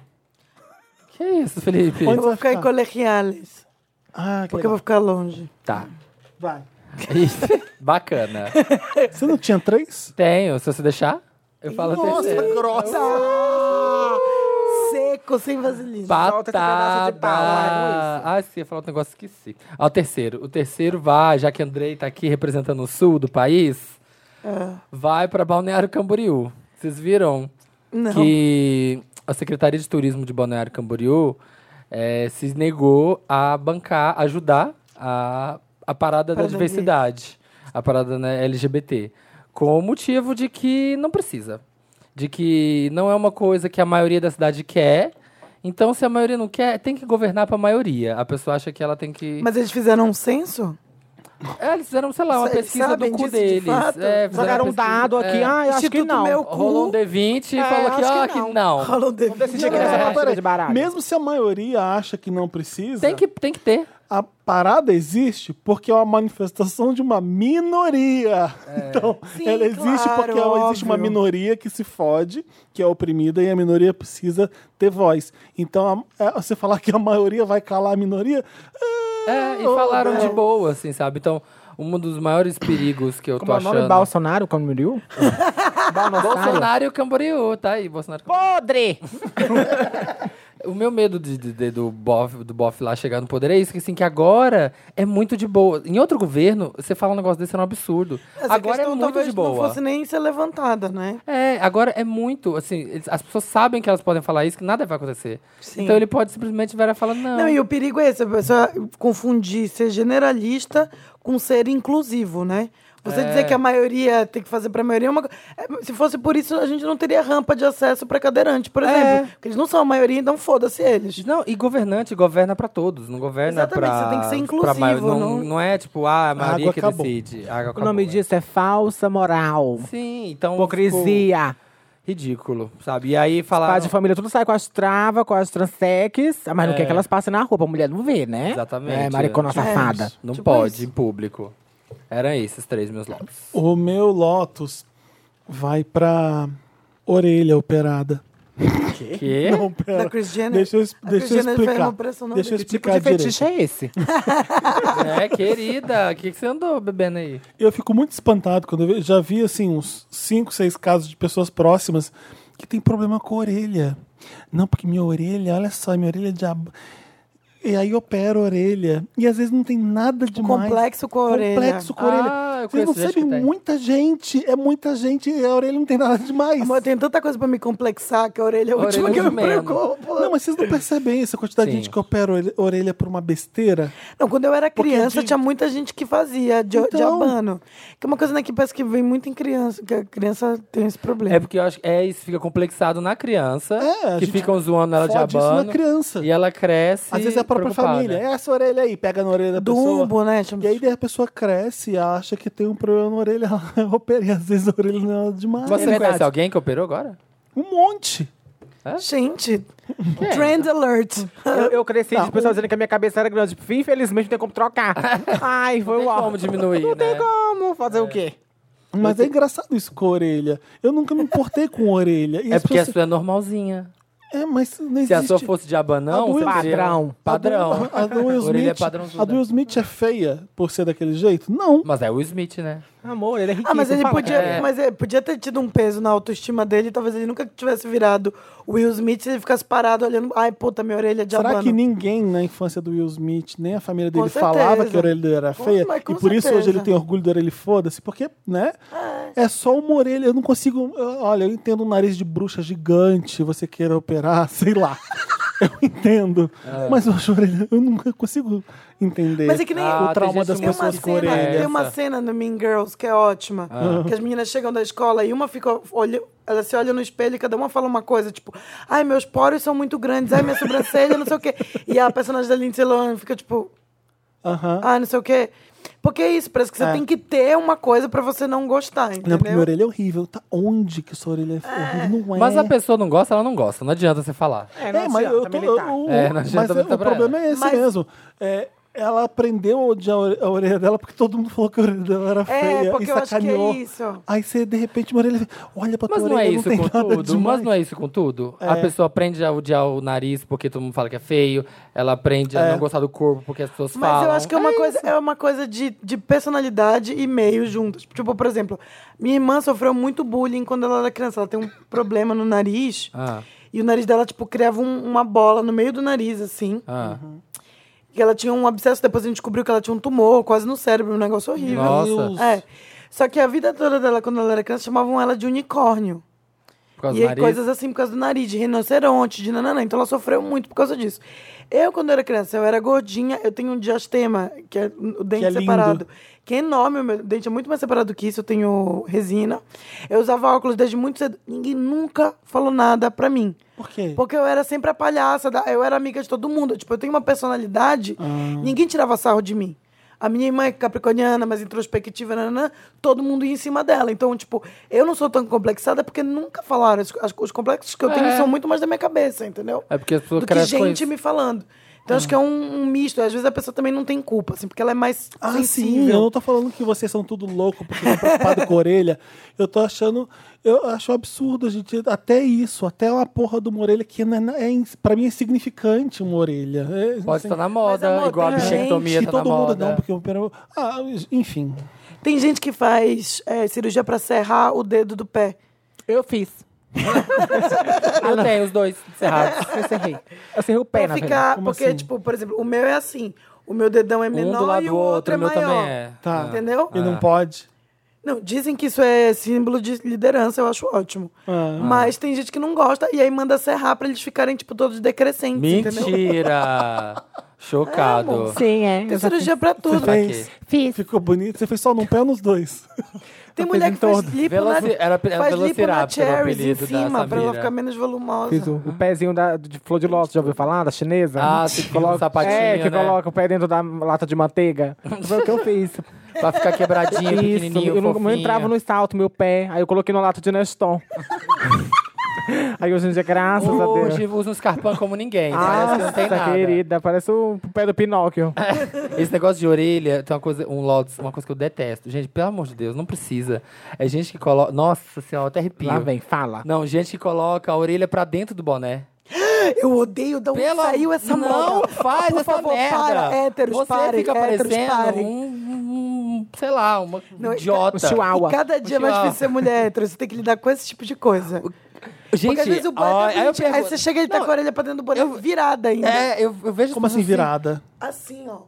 S2: Que isso, Felipe?
S1: Onde-
S4: Eu vou ficar em
S1: Ah.
S4: colegiales,
S1: Ah, que
S4: porque
S1: legal.
S4: eu vou ficar longe.
S2: Tá. É
S1: Vai.
S2: Isso. Bacana.
S1: Você não tinha três?
S2: Tenho, se você deixar, eu falo
S1: Nossa,
S2: terceiro.
S1: grossa!
S4: Seco, sem vaselina.
S3: Solta esse pedaço
S2: Batata.
S3: de pau, lá,
S2: Ah, sim, ia falar um negócio, esqueci. Ah, o terceiro. O terceiro vai, já que Andrei tá aqui representando o sul do país,
S3: Ah.
S2: vai pra Balneário Camboriú. Vocês viram
S4: Não.
S2: que a Secretaria de Turismo de Balneário Camboriú eh, se negou a bancar, ajudar a, a parada da
S4: Parada gay.
S2: diversidade, a parada né, LGBT, com o motivo de que não precisa. De que não é uma coisa que a maioria da cidade quer. Então, se a maioria não quer, tem que governar para a maioria. A pessoa acha que ela tem que.
S4: Mas eles fizeram um censo?
S2: É, eles fizeram, sei lá, uma
S4: Vocês
S2: pesquisa
S4: sabem
S2: do cu
S4: disso de
S2: deles.
S4: fato?
S2: É, fizeram
S3: Jogaram um
S2: pesquisa-
S3: dado aqui,
S2: é.
S3: ah, eu acho que
S4: Instituto
S3: não.
S4: meu-
S2: Rolou um D20 e
S3: É,
S2: falou que,
S3: acho
S2: ah,
S3: que
S2: que
S3: não.
S2: não.
S4: Rolou devido.
S3: decidir aqui nessa
S1: Não,
S3: partida
S1: peraí.
S3: de baralho.
S1: Mesmo se a maioria acha que não precisa,
S2: Tem que, tem que ter.
S1: a parada existe porque é uma manifestação de uma minoria.
S3: É.
S1: Então,
S4: Sim,
S1: ela existe
S4: claro,
S1: porque existe uma
S4: óbvio.
S1: minoria que se fode, que é oprimida, e a minoria precisa ter voz. Então, a- é, você falar que a maioria vai calar a minoria. ah,
S2: É, e
S1: ô,
S2: falaram de
S1: Deus.
S2: boa, assim, sabe? Então, um dos maiores perigos que eu
S3: Como
S2: tô
S3: é o nome?
S2: achando.
S3: Bolsonaro, Camboriú?
S2: Bolsonaro e o Camboriú, tá aí, Bolsonaro.
S3: Podre!
S2: O meu medo de, de- de- do, bof, do bof lá chegar no poder é isso, que assim, que agora é muito de boa. Em outro governo, você fala um negócio desse é um absurdo.
S4: Essa
S2: agora é
S4: questão
S2: muito
S4: talvez
S2: de boa.
S4: não fosse nem ser levantada, né?
S2: É, agora é muito, assim, eles- as pessoas sabem que elas podem falar isso, que nada vai acontecer.
S4: Sim.
S2: Então ele pode simplesmente virar e falar, não.
S4: Não, e o perigo é esse, a pessoa confundir ser generalista com ser inclusivo, né?
S2: É.
S4: Você dizer que a maioria tem que fazer pra maioria é uma coisa. Se fosse por isso, a gente não teria rampa de acesso pra cadeirante, por exemplo. Porque eles não são a maioria, então foda-se eles.
S2: É. Não, e governante governa pra todos, não governa
S4: Exatamente,
S2: pra...
S4: você tem que ser
S2: pra maio-
S4: inclusivo,
S2: Não,
S4: não-
S2: não é tipo, ah, a maioria
S1: água
S2: que
S1: acabou.
S2: decide. A água
S3: O
S2: acabou,
S3: nome
S2: é.
S3: disso é falsa moral.
S2: Sim, então... ficou
S3: Hipocrisia.
S2: Ridículo, sabe? E aí
S3: Os
S2: falaram...
S3: pais de família tudo sai com as travas, com as transex. Ah, Mas não quer que elas passem na rua, pra mulher não ver, né?
S2: Exatamente,
S3: É, maricona
S2: é.
S3: safada.
S2: Não
S4: Tipo
S2: pode,
S4: isso.
S2: em público. Eram esses três meus lobbies.
S1: O meu Lotus vai pra orelha operada.
S2: Que?
S1: Não, pera.
S4: Da Kris Jenner?
S1: Deixa eu,
S4: A Kris
S1: deixa eu
S4: Jenner fez
S1: explicar.
S4: uma pressão na
S1: Deixa eu
S4: orelha.
S3: Que tipo de
S1: explicar direito.
S3: fetiche é esse?
S2: É, querida, o que, que você andou bebendo aí?
S1: eu fico muito espantado quando eu ve- já vi assim uns 5, 6 casos de pessoas próximas que tem problema com a orelha. Não, porque minha orelha, olha só, minha orelha de ab... E aí opera a orelha. E às vezes não tem nada demais.
S4: Tipo, complexo com a orelha.
S1: Complexo com a orelha.
S2: Ah, Ah, eu
S1: Vocês
S2: conheço
S1: não
S2: gente que
S1: sabem
S2: tem.
S1: muita gente. É muita gente. A orelha não tem nada demais.
S4: Amor, tem tanta coisa pra me complexar que a orelha é a
S2: Orelha
S4: última
S2: é
S4: que eu
S2: um
S4: me
S2: medo.
S4: preocupo.
S1: Não, mas vocês não percebem essa quantidade
S2: Sim.
S1: de gente que opera orelha- orelha por uma besteira.
S4: Não, quando eu era
S1: Porque
S4: criança,
S1: de-
S4: tinha muita gente que fazia de, de
S1: Então.
S4: abano. Que é uma coisa né, que parece que vem muito em criança, que a criança tem esse problema.
S2: É porque eu acho que é isso, fica complexado na criança,
S1: É, a
S2: que
S1: gente
S2: ficam zoando ela de
S1: Fode isso
S2: abano,
S1: na criança.
S2: e ela cresce
S1: Às vezes é a própria
S2: preocupada.
S1: família. É essa orelha aí, pega na orelha da pessoa.
S4: Dumbo, né? Chama-
S1: E aí daí a pessoa cresce e acha que tem um problema na orelha, ela opera, e às vezes a orelha não é nada demais.
S2: Você
S4: verdade.
S2: conhece alguém que operou agora?
S1: Um monte.
S4: Gente, trend alert.
S3: Eu, eu cresci de pessoas dizendo que a minha cabeça era grande. Tipo, infelizmente não tem como trocar. Ai, foi
S2: Não tem
S3: uau.
S2: como diminuir,
S3: Não tem
S2: né?
S3: como fazer o quê?
S1: Mas é engraçado isso com a orelha. Eu nunca me importei com a orelha. E
S2: É
S1: as
S2: porque a
S1: pessoas-
S2: sua é normalzinha.
S1: É, mas não
S2: Se
S1: existe.
S2: a sua fosse de abanão, você
S1: Adulto.
S2: teria...
S3: Padrão.
S2: Padrão.
S1: A do, a do Will
S2: Orelha é
S1: Smith,
S2: padrãozuda.
S1: a do Will Smith é feia por ser daquele jeito? Não.
S2: Mas é o Smith, né?
S3: Amor, ele é riquíssimo.
S4: Ah, mas ele
S3: fala.
S4: podia,
S2: É.
S4: mas ele podia ter tido um peso na autoestima dele. Talvez ele nunca tivesse virado o Will Smith se ele ficasse parado olhando. Ai, puta, minha orelha é de
S1: Será
S4: abano.
S1: que ninguém na infância do Will Smith, nem a família
S4: Com
S1: dele, falava
S4: certeza.
S1: que a orelha dele era
S4: Com-
S1: feia?
S4: mas
S1: e
S4: com
S1: por isso hoje
S4: certeza.
S1: ele tem orgulho da orelha e foda-se, porque, né? É só uma orelha. Eu não consigo. eu- Olha, eu entendo um nariz de bruxa gigante, você queira operar, sei lá. Eu entendo.
S2: É.
S1: Mas eu acho a orelha. Eu nunca consigo entender
S4: Mas é que nem- Ah,
S1: o
S2: tem
S1: trauma
S2: gente
S1: das
S2: que-
S4: Tem uma,
S1: pessoas com a
S4: cena,
S1: orelha.
S4: tem uma
S2: Essa.
S4: cena no Mean Girls que é ótima. Que as meninas chegam da escola e uma fica. Olha, ela se olha no espelho e cada uma fala uma coisa, tipo, ai, meus poros são muito grandes, ai, minha sobrancelha, não sei o quê. E a personagem da Lindsay Lohan fica, tipo,
S1: Aham.
S4: ai, não sei o quê. Porque é isso, parece que você tem que ter uma coisa pra você não gostar,
S1: Não,
S4: entendeu?
S1: porque minha orelha é horrível. Tá onde que sua orelha é horrível? Não é.
S2: Mas a pessoa não gosta, ela não gosta. Não adianta você falar.
S3: É, não
S1: É, mas eu
S3: adianta
S1: tô. eu-
S3: militar.
S1: eu-
S2: É, não adianta
S1: mas é-
S2: militar
S1: o
S2: pra
S1: problema é esse
S4: Mas-
S1: mesmo. É, ela aprendeu a odiar a ore- a orelha dela porque todo mundo falou que a orelha dela era feia. e
S4: porque eu acho que é
S1: sacaneou.
S4: isso.
S1: Aí você, de repente, uma orelha. Olha pra tua
S2: Mas não é
S1: orelha,
S2: isso
S1: tem
S2: com
S1: nada
S2: tudo.
S1: demais.
S2: Mas não é isso com tudo. A pessoa aprende a odiar o nariz porque todo mundo fala que é feio. Ela aprende a não gostar do corpo porque as pessoas
S4: Mas
S2: falam.
S4: eu acho que é uma coisa, é uma coisa de, de personalidade e meio juntas. Tipo, por exemplo, minha irmã sofreu muito bullying quando ela era criança. Ela tem um problema no nariz.
S2: Ah.
S4: E o nariz dela, tipo, criava um- uma bola no meio do nariz, assim.
S2: Ah.
S4: E ela tinha um abscesso, depois a gente descobriu que ela tinha um tumor, quase no cérebro, um negócio horrível.
S2: Nossa.
S4: É. Só que a vida toda dela, quando ela era criança, chamavam ela de unicórnio.
S2: Por causa
S4: E
S2: do
S4: aí,
S2: nariz.
S4: coisas assim por causa do nariz, de rinoceronte, de nananã. Então ela sofreu muito por causa disso. Eu, quando era criança, eu era gordinha, eu tenho um diastema, que é o dente
S1: Que é lindo.
S4: separado. Que é enorme, o meu dente é muito mais separado que isso, eu tenho resina. Eu usava óculos desde muito cedo. Ninguém nunca falou nada pra mim.
S1: Por quê?
S4: Porque eu era sempre a palhaça, da- eu era amiga de todo mundo. Tipo, eu tenho uma personalidade,
S1: Ah.
S4: ninguém tirava sarro de mim. A minha irmã é capricorniana, mas introspectiva, nananã, todo mundo ia em cima dela. Então, tipo, eu não sou tão complexada porque nunca falaram. As- as- os complexos que eu tenho
S2: É.
S4: são muito mais da minha cabeça, entendeu?
S2: É porque as pessoas
S4: Do que
S2: crescem com
S4: gente
S2: isso.
S4: me falando. Então,
S2: Ah.
S4: acho que é um, um misto. Às vezes a pessoa também não tem culpa, assim, porque ela é mais
S1: Ah, sim, eu
S4: sensível.
S1: não tô falando que vocês são tudo louco porque estão preocupados com a orelha. Eu tô achando. Eu acho absurdo, gente. Até isso, até uma porra de uma orelha que não é, na- é, ins- pra mim é insignificante uma orelha. É,
S2: Pode
S1: assim,
S2: estar na moda,
S4: Mas, amor,
S2: igual a
S4: tem
S2: bichectomia
S1: que
S2: tá na
S1: é todo mundo
S2: moda.
S1: não, porque eu. pera- Ah, enfim.
S4: Tem gente que faz é, cirurgia pra serrar o dedo do pé.
S3: Eu fiz.
S2: Eu tenho os dois cerrados.
S3: Eu serrei. Eu serrei o pé,
S4: Pra
S3: na
S4: ficar,
S1: Como
S4: porque,
S1: assim?
S4: tipo, por exemplo, o meu é assim. O meu dedão é
S2: Um
S4: menor
S2: do lado
S4: e
S2: do
S4: o outro,
S2: outro,
S4: é
S2: o meu
S4: maior.
S2: também é.
S1: Tá.
S4: Entendeu?
S1: E não pode.
S4: Não, dizem que isso é símbolo de liderança, eu acho ótimo.
S1: Ah.
S4: Mas tem gente que não gosta e aí manda serrar pra eles ficarem, tipo, todos decrescentes, entendeu?
S2: Mentira! Chocado.
S3: Sim, é.
S4: Tem cirurgia pra tudo.
S2: Pra
S1: fez.
S2: quê?
S3: Fiz.
S1: Ficou bonito. Você fez só num pé ou nos dois?
S4: Tem mulher que faz
S1: todo.
S4: lipo na,
S2: Tá Veloci- era- era
S4: faz lipo na
S2: Velociraptor o
S4: cherries em
S2: apelido da
S4: cima pra ela
S2: Samira.
S4: ficar menos volumosa.
S3: Fiz um, o, o pezinho da, de flor de lótus, já ouviu falar? Da chinesa?
S2: Ah, tem que ter um sapatinho,
S3: É, que
S2: né?
S3: coloca o pé dentro da lata de manteiga. Foi o que eu fiz.
S2: Pra ficar quebradinho,
S3: Isso,
S2: pequenininho,
S3: eu não, não
S2: fofinho.
S3: entrava no salto, meu pé. Aí eu coloquei na lata de Neston. aí hoje em dia, graças a Deus.
S2: Hoje usa um escarpão como ninguém. parece que não tem
S3: Nossa,
S2: nada.
S3: querida, parece o pé do Pinóquio.
S2: Esse negócio de orelha, tem uma coisa, um lotus, uma coisa que eu detesto. Gente, pelo amor de Deus, não precisa. É gente que coloca. Nossa senhora, eu até arrepio.
S3: Lá vem, fala.
S2: Não, gente que coloca a orelha pra dentro do boné.
S4: Eu odeio da onde
S2: Pelo-
S4: saiu essa
S2: Não
S4: moda.
S2: faz
S4: Por
S2: essa
S4: favor,
S2: merda.
S4: para, héteros,
S2: Você
S4: parem,
S2: fica
S4: héteros,
S2: parecendo
S4: parem.
S2: um, um- um- sei lá, uma
S4: Não,
S2: idiota.
S3: um chihuahua.
S4: E cada dia é mais
S2: Puxa, ó.
S4: difícil ser mulher hétero. Você tem que lidar com esse tipo de coisa.
S2: Gente,
S4: Porque às vezes o boy
S2: ó,
S4: tá
S2: aí eu
S4: bonitinho, aí
S2: pergunto-
S4: você chega e ele tá
S2: Não,
S4: com a orelha pra dentro do boné,
S2: eu-
S4: virada ainda.
S2: É, eu, eu vejo as
S1: Como assim
S2: pessoas
S1: virada?
S4: Assim, ó.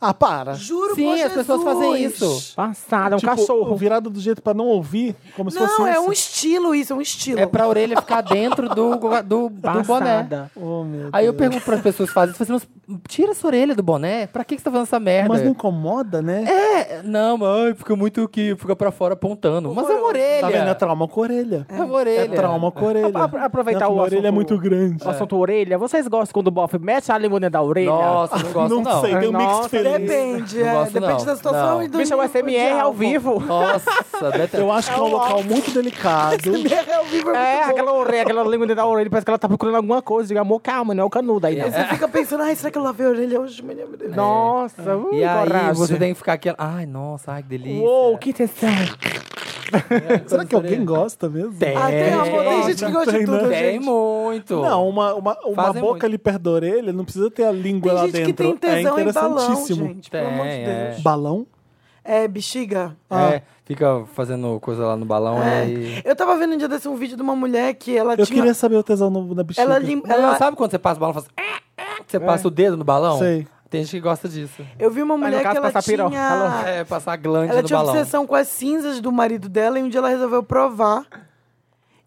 S1: Ah, para.
S4: Juro por
S2: assim. Sim, as pessoas
S4: Jesus.
S2: fazem isso.
S3: Passada, é um
S1: Tipo,
S3: cachorro.
S1: Virado do jeito pra não ouvir, como se fosse
S4: Não, é
S1: isso.
S4: um estilo isso, é um estilo.
S2: É pra orelha ficar dentro do, go- do, do boné.
S3: Passada.
S1: Oh, meu
S2: Aí eu
S1: Deus.
S2: pergunto pras pessoas que fazem isso, eu falo assim, mas tira essa orelha do boné, pra que, que você tá fazendo essa merda?
S1: Mas não incomoda, né? É,
S2: É, não, ai, fica muito que fica pra fora apontando. Mas é uma orelha.
S1: tá vendo? É trauma com orelha.
S2: É uma orelha.
S1: É trauma com orelha.
S3: Apro- aproveitar
S1: Não,
S3: o
S1: Uma orelha é
S3: assunto-
S1: muito grande.
S3: O assunto orelha, vocês gostam quando o bofe mete a língua dentro da orelha?
S2: Nossa, não gosto não.
S1: não, sei, tem um mix
S3: Nossa,
S1: feliz.
S4: Depende,
S2: Não
S4: é,
S2: gosto,
S4: depende
S2: não.
S4: da situação
S2: Não. um
S4: e do
S3: Bicho, é o
S4: nível de
S3: SMR ao
S4: álcool.
S3: vivo.
S2: Nossa, deve
S1: Eu acho que é um local muito delicado.
S4: SMR ao vivo é,
S3: É,
S4: muito bom.
S3: aquela orelha, aquela língua dentro da orelha, parece que ela tá procurando alguma coisa. Diga, amor, calma, não é o canudo aí. não.
S4: Você fica pensando, ai, será que eu lavei a orelha hoje? Meu Deus.
S3: Nossa, ui,
S2: É. E aí
S3: coragem.
S2: você tem que ficar aquela. Ai, nossa, ai, que delícia.
S3: Uou, que tensão.
S1: Será que alguém gosta mesmo?
S2: Tem.
S4: Ah, tem amor, tem
S2: Tem,
S4: gente que gosta de
S1: tem,
S4: tudo,
S1: né?
S2: Tem
S4: gente.
S2: É muito.
S1: Não, uma, uma, uma
S2: Fazem
S1: boca
S2: muito.
S1: ali perto da orelha, não precisa ter a língua
S4: Tem
S1: lá
S4: gente que
S1: dentro.
S4: tem tesão
S1: é
S4: em balão,
S1: interessantíssimo.
S4: gente, pelo amor de
S2: Tem,
S4: Deus.
S1: Balão?
S4: É, bexiga.
S1: Ah.
S2: É, fica fazendo coisa lá no balão, né,
S1: É.
S2: aí.
S4: É. Eu tava vendo um dia desse um vídeo de uma mulher que ela
S1: Eu
S4: tinha...
S1: queria saber o tesão no, na bexiga.
S4: Ela lim...
S2: Não,
S4: ela...
S2: sabe quando você passa o balão e faz. "Ah, ah", Você passa o dedo no balão?
S1: É. Sei.
S2: Tem gente que gosta disso.
S4: Eu vi uma
S3: no
S4: mulher
S3: caso,
S4: que ela
S3: passar pirão.
S4: tinha...
S3: Falou.
S2: É, passar a glande
S4: Ah, Ela
S2: no
S4: tinha
S2: balão.
S4: obsessão com as cinzas do marido dela e um dia ela resolveu provar.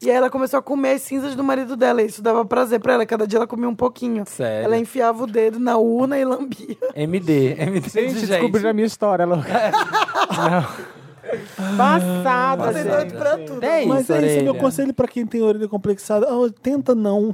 S4: E aí ela começou a comer as cinzas do marido dela. E isso dava prazer pra ela. Cada dia ela comia um pouquinho.
S2: Sério? Tá
S4: Ela enfiava o dedo na urna e lambia.
S2: MD, MD
S3: Gente,
S2: de gente. É.
S3: descobriram a minha história, ela. Não. Passada,
S4: Tem
S2: Passada.
S4: doido
S3: gente.
S4: pra tudo.
S2: Tem
S1: Mas
S2: isso,
S1: é isso, é meu
S2: orelha.
S1: conselho pra quem tem orelha complexada. Ah, tenta não.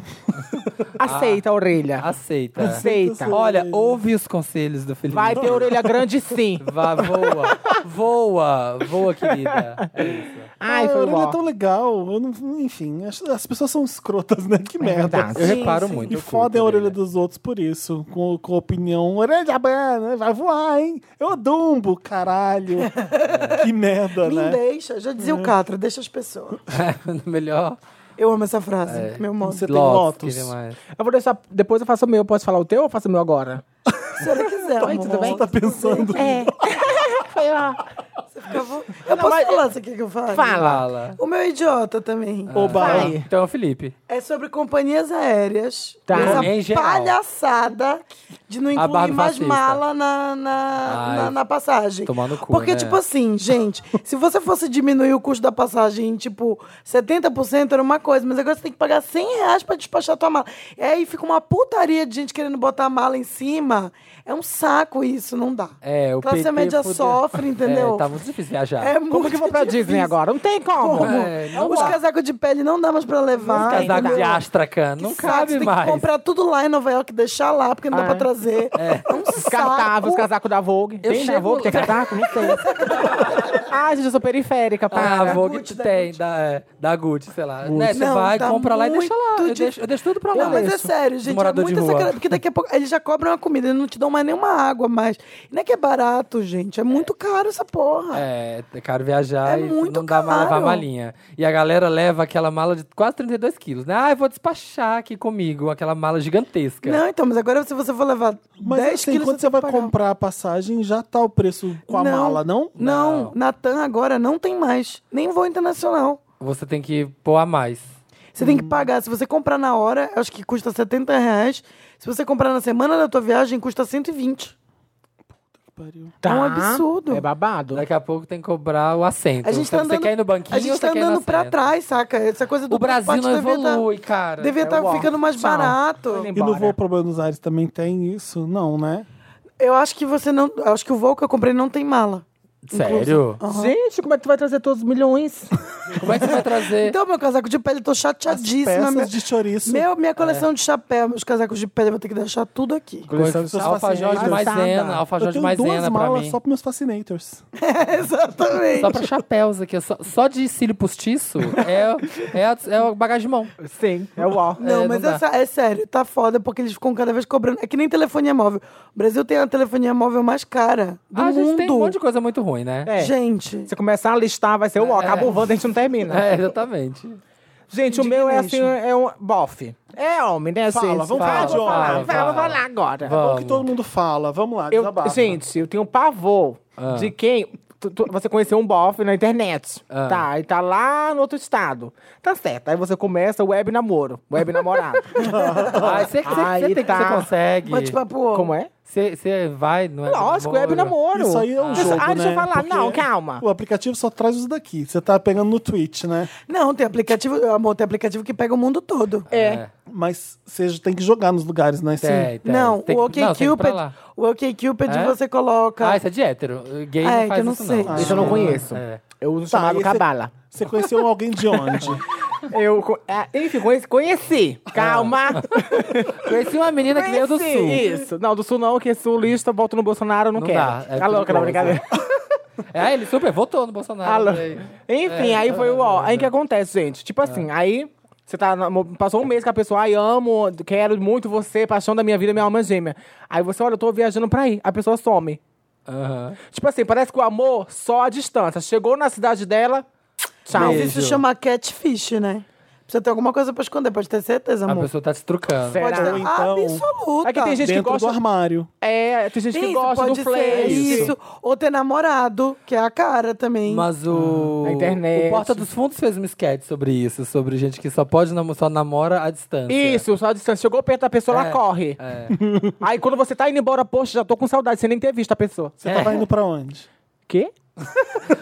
S3: Aceita a orelha.
S2: Aceita.
S3: Aceita.
S2: Olha, ouve os conselhos do Felipe.
S3: Vai ter orelha grande sim.
S2: Vá, voa. voa, voa, querida. É isso.
S3: Ai,
S1: a
S3: foi
S1: orelha é
S3: bom.
S1: tão legal. Eu não- enfim, as, as pessoas são escrotas, né? Que merda.
S3: verdade.
S2: Eu
S4: Sim,
S2: reparo
S4: sim.
S2: muito.
S1: E
S2: eu curto
S1: fodem a orelha dos outros por isso. Com, com opinião. Orelha de abana, vai voar, hein? Eu adumbo, caralho. Que merda,
S4: Me
S1: né?
S4: deixa. Já dizia o Catra, deixa as pessoas.
S2: Melhor.
S4: Eu amo essa frase.
S2: É.
S4: Meu modo.
S1: Você tem
S2: Lotus.
S1: Lotus.
S2: queria mais.
S3: Eu vou deixar. Depois eu faço o meu. Posso falar o teu ou faço o meu agora?
S4: Se ela quiser.
S3: Oi, tudo bem?
S1: Você tá pensando.
S3: É. Foi lá.
S4: Eu, vou- eu posso falar isso aqui que eu falo?
S3: Fala.
S2: Fala.
S4: O meu é idiota também.
S1: Oba.
S3: Vai.
S2: Então, Felipe.
S4: É sobre companhias aéreas.
S3: Tá.
S4: Essa
S2: Em geral.
S4: palhaçada de não incluir
S2: Barbie
S4: mais
S2: fascista.
S4: mala na, na,
S2: Ai,
S4: na- na passagem.
S2: tomar no cu,
S4: Porque,
S2: né?
S4: tipo assim, gente, se você fosse diminuir o custo da passagem em, tipo, 70% era uma coisa, mas agora você tem que pagar 100 reais pra despachar tua mala. E aí fica uma putaria de gente querendo botar a mala em cima. É um saco isso, não dá.
S2: É, o
S4: Classe
S2: PT
S4: média
S2: fudeu.
S4: sofre, entendeu?
S2: É, tá muito difícil viajar.
S4: É
S3: Como que eu vou pra
S4: difícil.
S3: Disney agora? Não tem como.
S2: É, não
S4: Os
S2: dá.
S4: casacos de pele não dá mais pra levar.
S2: Os casacos de
S4: entendeu?
S2: astracan.
S4: Que
S2: Não
S4: saco, você
S2: cabe
S4: tem
S2: mais.
S4: que comprar tudo lá em Nova York, deixar lá, porque não dá
S3: Ah.
S4: pra trazer. É um
S3: Descartável, os
S4: saco.
S3: casacos da Vogue.
S2: Eu
S3: tem da
S2: chego-
S3: Vogue? Tem casaco? Não tem. Ai, gente, eu sou periférica,
S2: Ah,
S3: para.
S2: vou
S4: Gucci,
S2: que
S4: da
S2: tem, da, é, da Gucci, sei lá. Né, você
S4: Não,
S2: vai,
S4: tá
S2: compra lá e deixa lá.
S4: muito
S2: Eu,
S4: de-
S2: deixo, eu deixo tudo pra lá.
S4: Não, mas é
S2: Isso.
S4: sério, gente.
S2: Morador
S4: é
S2: de
S4: muita
S2: rua.
S4: sacanagem. Porque daqui a pouco eles já cobram a comida, eles não te dão mais nenhuma água mais. E não é que é barato, gente. É muito caro essa porra.
S2: É, é caro viajar
S4: É
S2: e
S4: muito
S2: não dá mais
S4: caro.
S2: levar a malinha. E a galera leva aquela mala de quase 32 quilos, né? Ah, eu vou despachar aqui comigo, aquela mala gigantesca.
S4: Não, então, mas agora se você for levar
S1: Mas
S4: 10
S1: assim,
S4: quilos.
S1: quando você
S4: você tem
S1: vai
S4: que pagar.
S1: comprar a passagem, já tá o preço com a
S4: Não.
S1: mala, não?
S4: Não,
S2: Não.
S4: Natan agora não tem mais. Nem voo internacional.
S2: Você tem que pôr a mais.
S4: Você
S2: Hum.
S4: tem que pagar. Se você comprar na hora, acho que custa 70 reais. Se você comprar na semana da tua viagem, custa 120.
S1: Pariu.
S3: Tá.
S4: É um absurdo.
S3: É babado.
S2: Daqui a pouco tem que cobrar o assento.
S4: A gente
S2: Então, você,
S4: tá
S2: você
S4: andando,
S2: quer ir no banquinho
S4: a gente
S2: ou você
S4: tá
S2: quer ir no
S4: andando pra
S2: assento?
S4: trás, saca? Essa coisa do
S2: O Brasil não
S4: transporte devia tá-
S2: evolui, cara.
S4: Devia estar
S3: ó,
S4: ficando mais
S3: tchau.
S4: barato.
S3: Tô indo
S1: E no
S3: Bora.
S1: voo para Buenos Aires também tem isso? Não, né?
S4: Eu acho que você não. eu acho que o voo que eu comprei não tem mala.
S2: Sério?
S3: Gente, como é que tu vai trazer todos os milhões?
S2: Como é que você vai trazer?
S4: Então, meu casaco de pele, eu tô chateadíssima.
S1: Peças
S4: Meu,
S1: de chouriço.
S4: meu- minha
S2: É.
S4: coleção de chapéu, meus casacos de pele, eu vou ter que deixar tudo aqui.
S1: coleção de seus
S2: alfajor de
S1: fascinators.
S2: maisena,
S3: Passada.
S1: Eu
S2: alfajor de
S1: tenho duas
S2: maisena pra
S1: malas
S2: mim.
S1: só para meus fascinators. É
S4: Exatamente.
S2: Só pra chapéus aqui, ó. só, só de cílio postiço é, é, a- é o bagagem de mão.
S3: Sim, é o ó.
S4: Não,
S2: É,
S4: mas
S2: não dá.
S4: essa, é sério, tá foda, porque eles ficam cada vez cobrando. É que nem telefonia móvel. O Brasil tem a telefonia móvel mais cara do
S2: Ah, a
S4: mundo.
S2: gente tem um monte de coisa muito ruim, né?
S3: É.
S4: Gente.
S3: Se começar a listar, vai ser o ó. Acabou o Wanda, a gente não termina.
S2: É, exatamente.
S3: Gente, o meu é assim,
S4: Indignation.
S3: é um bofe. É homem, né,
S1: Fala,
S3: gente?
S1: vamos
S2: falar de
S3: vou
S2: homem.
S3: falar,
S2: Fala.
S3: Fala, vou falar agora.
S1: É o
S2: Vamos.
S1: que todo mundo fala. Vamos lá,
S3: Eu,
S1: desabafa.
S3: gente, eu tenho pavor
S2: Ah.
S3: de quem. tu- tu- você conheceu um bofe na internet,
S2: Ah.
S3: tá? E tá lá no outro estado. Tá certo. Aí você começa o web namoro, web namorado.
S2: Ai, você, você,
S3: Aí
S2: você, tem-
S3: tá.
S2: você consegue.
S4: Bate papo.
S3: Como é?
S2: Você vai, não é?
S3: Lógico, web namoro.
S1: Isso aí é um jogo,
S3: Ah, deixa
S1: né?
S3: eu falar.
S1: Porque
S3: Não, calma.
S1: O aplicativo só traz os daqui. Você tá pegando no Twitch, né?
S4: Não, tem aplicativo, amor, tem aplicativo que pega o mundo todo.
S2: É.
S1: Mas você tem que jogar nos lugares, né? Sim.
S2: Tem, tem.
S4: Não,
S2: Tem
S4: o
S2: que- não, tem que ir pra
S4: OkCupid,
S2: lá.
S4: o OkCupid
S2: É?
S4: você coloca.
S2: Ah, isso é de hétero. Gay
S4: Ah, é
S2: não
S4: que eu
S2: faz
S4: não
S2: isso,
S4: sei.
S2: não.
S3: Isso eu não conheço.
S2: É.
S3: Eu uso o
S1: Tá,
S3: chamado
S1: e cê-
S3: cabala.
S1: Você conheceu alguém de onde?
S3: Eu, co- é, enfim, conheci. conheci. Calma.
S2: Conheci uma menina Ah. que veio do
S3: Conheci,
S2: sul.
S3: Isso. Não, do sul não, que é sulista, boto no Bolsonaro, não,
S2: Não
S3: quero.
S2: dá, é
S3: tá louca, não,
S2: perigoso.
S3: brincadeira.
S2: É, ele super votou no Bolsonaro.
S3: Alô.
S2: Falei.
S3: Enfim,
S2: É,
S3: aí foi o ó.
S2: é,
S3: Aí o que
S2: é.
S3: acontece, gente? Tipo assim, aí você tá. na- Passou um mês com a pessoa, ai, amo, quero muito você, paixão da minha vida, minha alma gêmea. Aí você, olha, eu tô viajando pra aí. A pessoa some.
S2: Aham.
S3: Tipo assim, parece que o amor só à distância. Chegou na cidade dela, tchau.
S4: Mas isso
S2: Beijo.
S4: chama catfish, né? Precisa ter alguma coisa pra esconder, pode ter certeza,
S2: A
S4: amor.
S2: pessoa tá se trucando.
S3: Será?
S4: Pode ter.
S1: Ou então-
S4: Absoluta.
S3: É que tem gente que
S1: Dentro
S3: gosta.
S1: do armário.
S3: É, tem gente
S4: Tem
S3: que
S4: isso,
S3: gosta do
S4: pode ser É
S3: flerte.
S4: Isso. Ou ter namorado, que é a cara também.
S2: Mas o.
S3: Ah, Na internet.
S2: O Porta dos Fundos fez um sketch sobre isso, sobre gente que só pode namo- só namora à distância.
S3: Isso, só a distância. Chegou perto da pessoa, ela
S2: É.
S3: corre.
S2: É.
S3: Aí quando você tá indo embora, poxa, já tô com saudade, sem nem ter visto a pessoa.
S1: Você tava indo pra onde?
S3: Quê?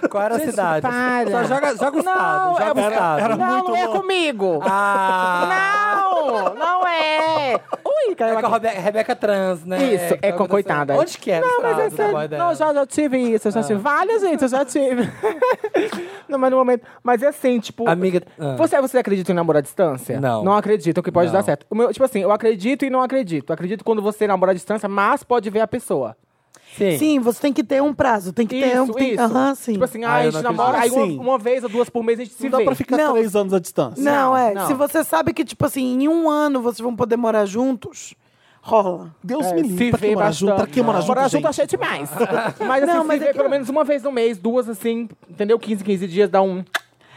S2: Qual era a
S3: Gente,
S2: cidade?
S3: para.
S2: Só joga, joga o estado,
S3: Não,
S2: joga o
S3: é-
S2: estado.
S1: era-
S3: não,
S1: muito
S3: não é
S1: louco.
S3: comigo.
S2: Ah!
S3: Não, não é. Ui,
S2: É
S3: caiu
S2: com a
S3: aqui.
S2: Rebeca, Rebeca Trans, né?
S3: Isso,
S2: Que
S3: é
S2: tá
S3: com-
S2: acontecendo.
S3: coitada.
S2: Onde que é
S3: Não, mas
S2: é
S3: essa, não, já, já tive isso, eu
S2: Ah.
S3: já tive. Várias, gente, eu já tive. não, mas no momento. Mas é assim, tipo.
S2: Amiga, ah.
S3: Você, você acredita em namoro à distância?
S2: Não.
S3: Não acredito que pode
S2: Não.
S3: dar certo. O meu- tipo assim, eu acredito e não acredito. Acredito quando você namora à distância, mas pode ver a pessoa.
S2: Sim.
S4: Sim, você tem que ter um prazo. Tem que ter um.
S3: Isso,
S4: tem-
S3: isso.
S4: Aham, sim.
S3: Tipo assim, ah,
S2: Ah,
S3: a
S2: eu
S3: gente
S2: não
S3: namora, aí
S1: acredito.
S3: uma,
S1: Sim.
S3: uma vez ou duas por mês a gente se
S1: Não dá
S3: vê.
S1: pra ficar
S4: Não.
S1: três anos à distância.
S4: Não,
S3: Não,
S4: é.
S3: não.
S4: Se você sabe que, tipo assim, em um ano vocês vão poder morar juntos, rola.
S1: Deus
S3: É,
S1: me
S3: se
S1: livre. Pra
S3: vê
S1: que morar junto? Pra
S3: bastante.
S1: que morar
S3: Não.
S1: junto,
S3: Morar
S1: gente?
S3: junto achei demais. Mas assim,
S4: Não,
S3: se
S4: mas é
S3: vê
S4: que-
S3: pelo menos uma vez no mês, duas assim, entendeu? 15, 15 dias dá um...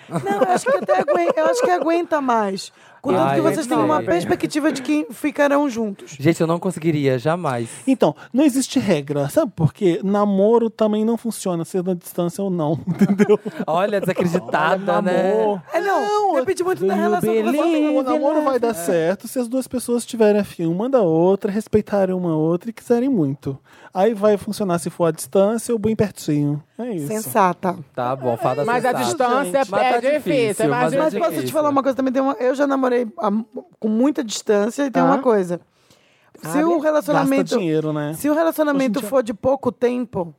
S4: Não, eu acho que até aguenta, eu acho que aguenta mais. Contanto
S2: Ai,
S4: que
S2: eu
S4: vocês têm
S2: sei.
S4: uma perspectiva de que ficarão juntos.
S2: ah. Gente, eu não conseguiria, jamais.
S1: Então, não existe regra, sabe por quê? Namoro também não funciona, sendo à distância ou não, entendeu?
S2: Olha, desacreditada, né?
S4: É, não, depende muito da relação que você tá tem. É.
S1: O namoro vai dar certo se as duas pessoas tiverem afim uma da outra, respeitarem uma outra e quiserem muito. Aí vai funcionar se for à distância ou bem pertinho. É isso.
S4: Sensata.
S2: Tá bom, fada
S3: Mas a
S2: sensata.
S3: distância
S2: Mas
S3: é
S2: tá
S3: difícil, é mais
S2: mas é
S4: Mas posso
S2: difícil.
S4: te falar uma coisa também? Tem uma, eu já namorei ah, com muita distância e tem
S3: Ah.
S4: uma coisa. Se o
S1: Gasta
S4: relacionamento.
S1: dinheiro, né?
S4: Se o relacionamento for de pouco tempo,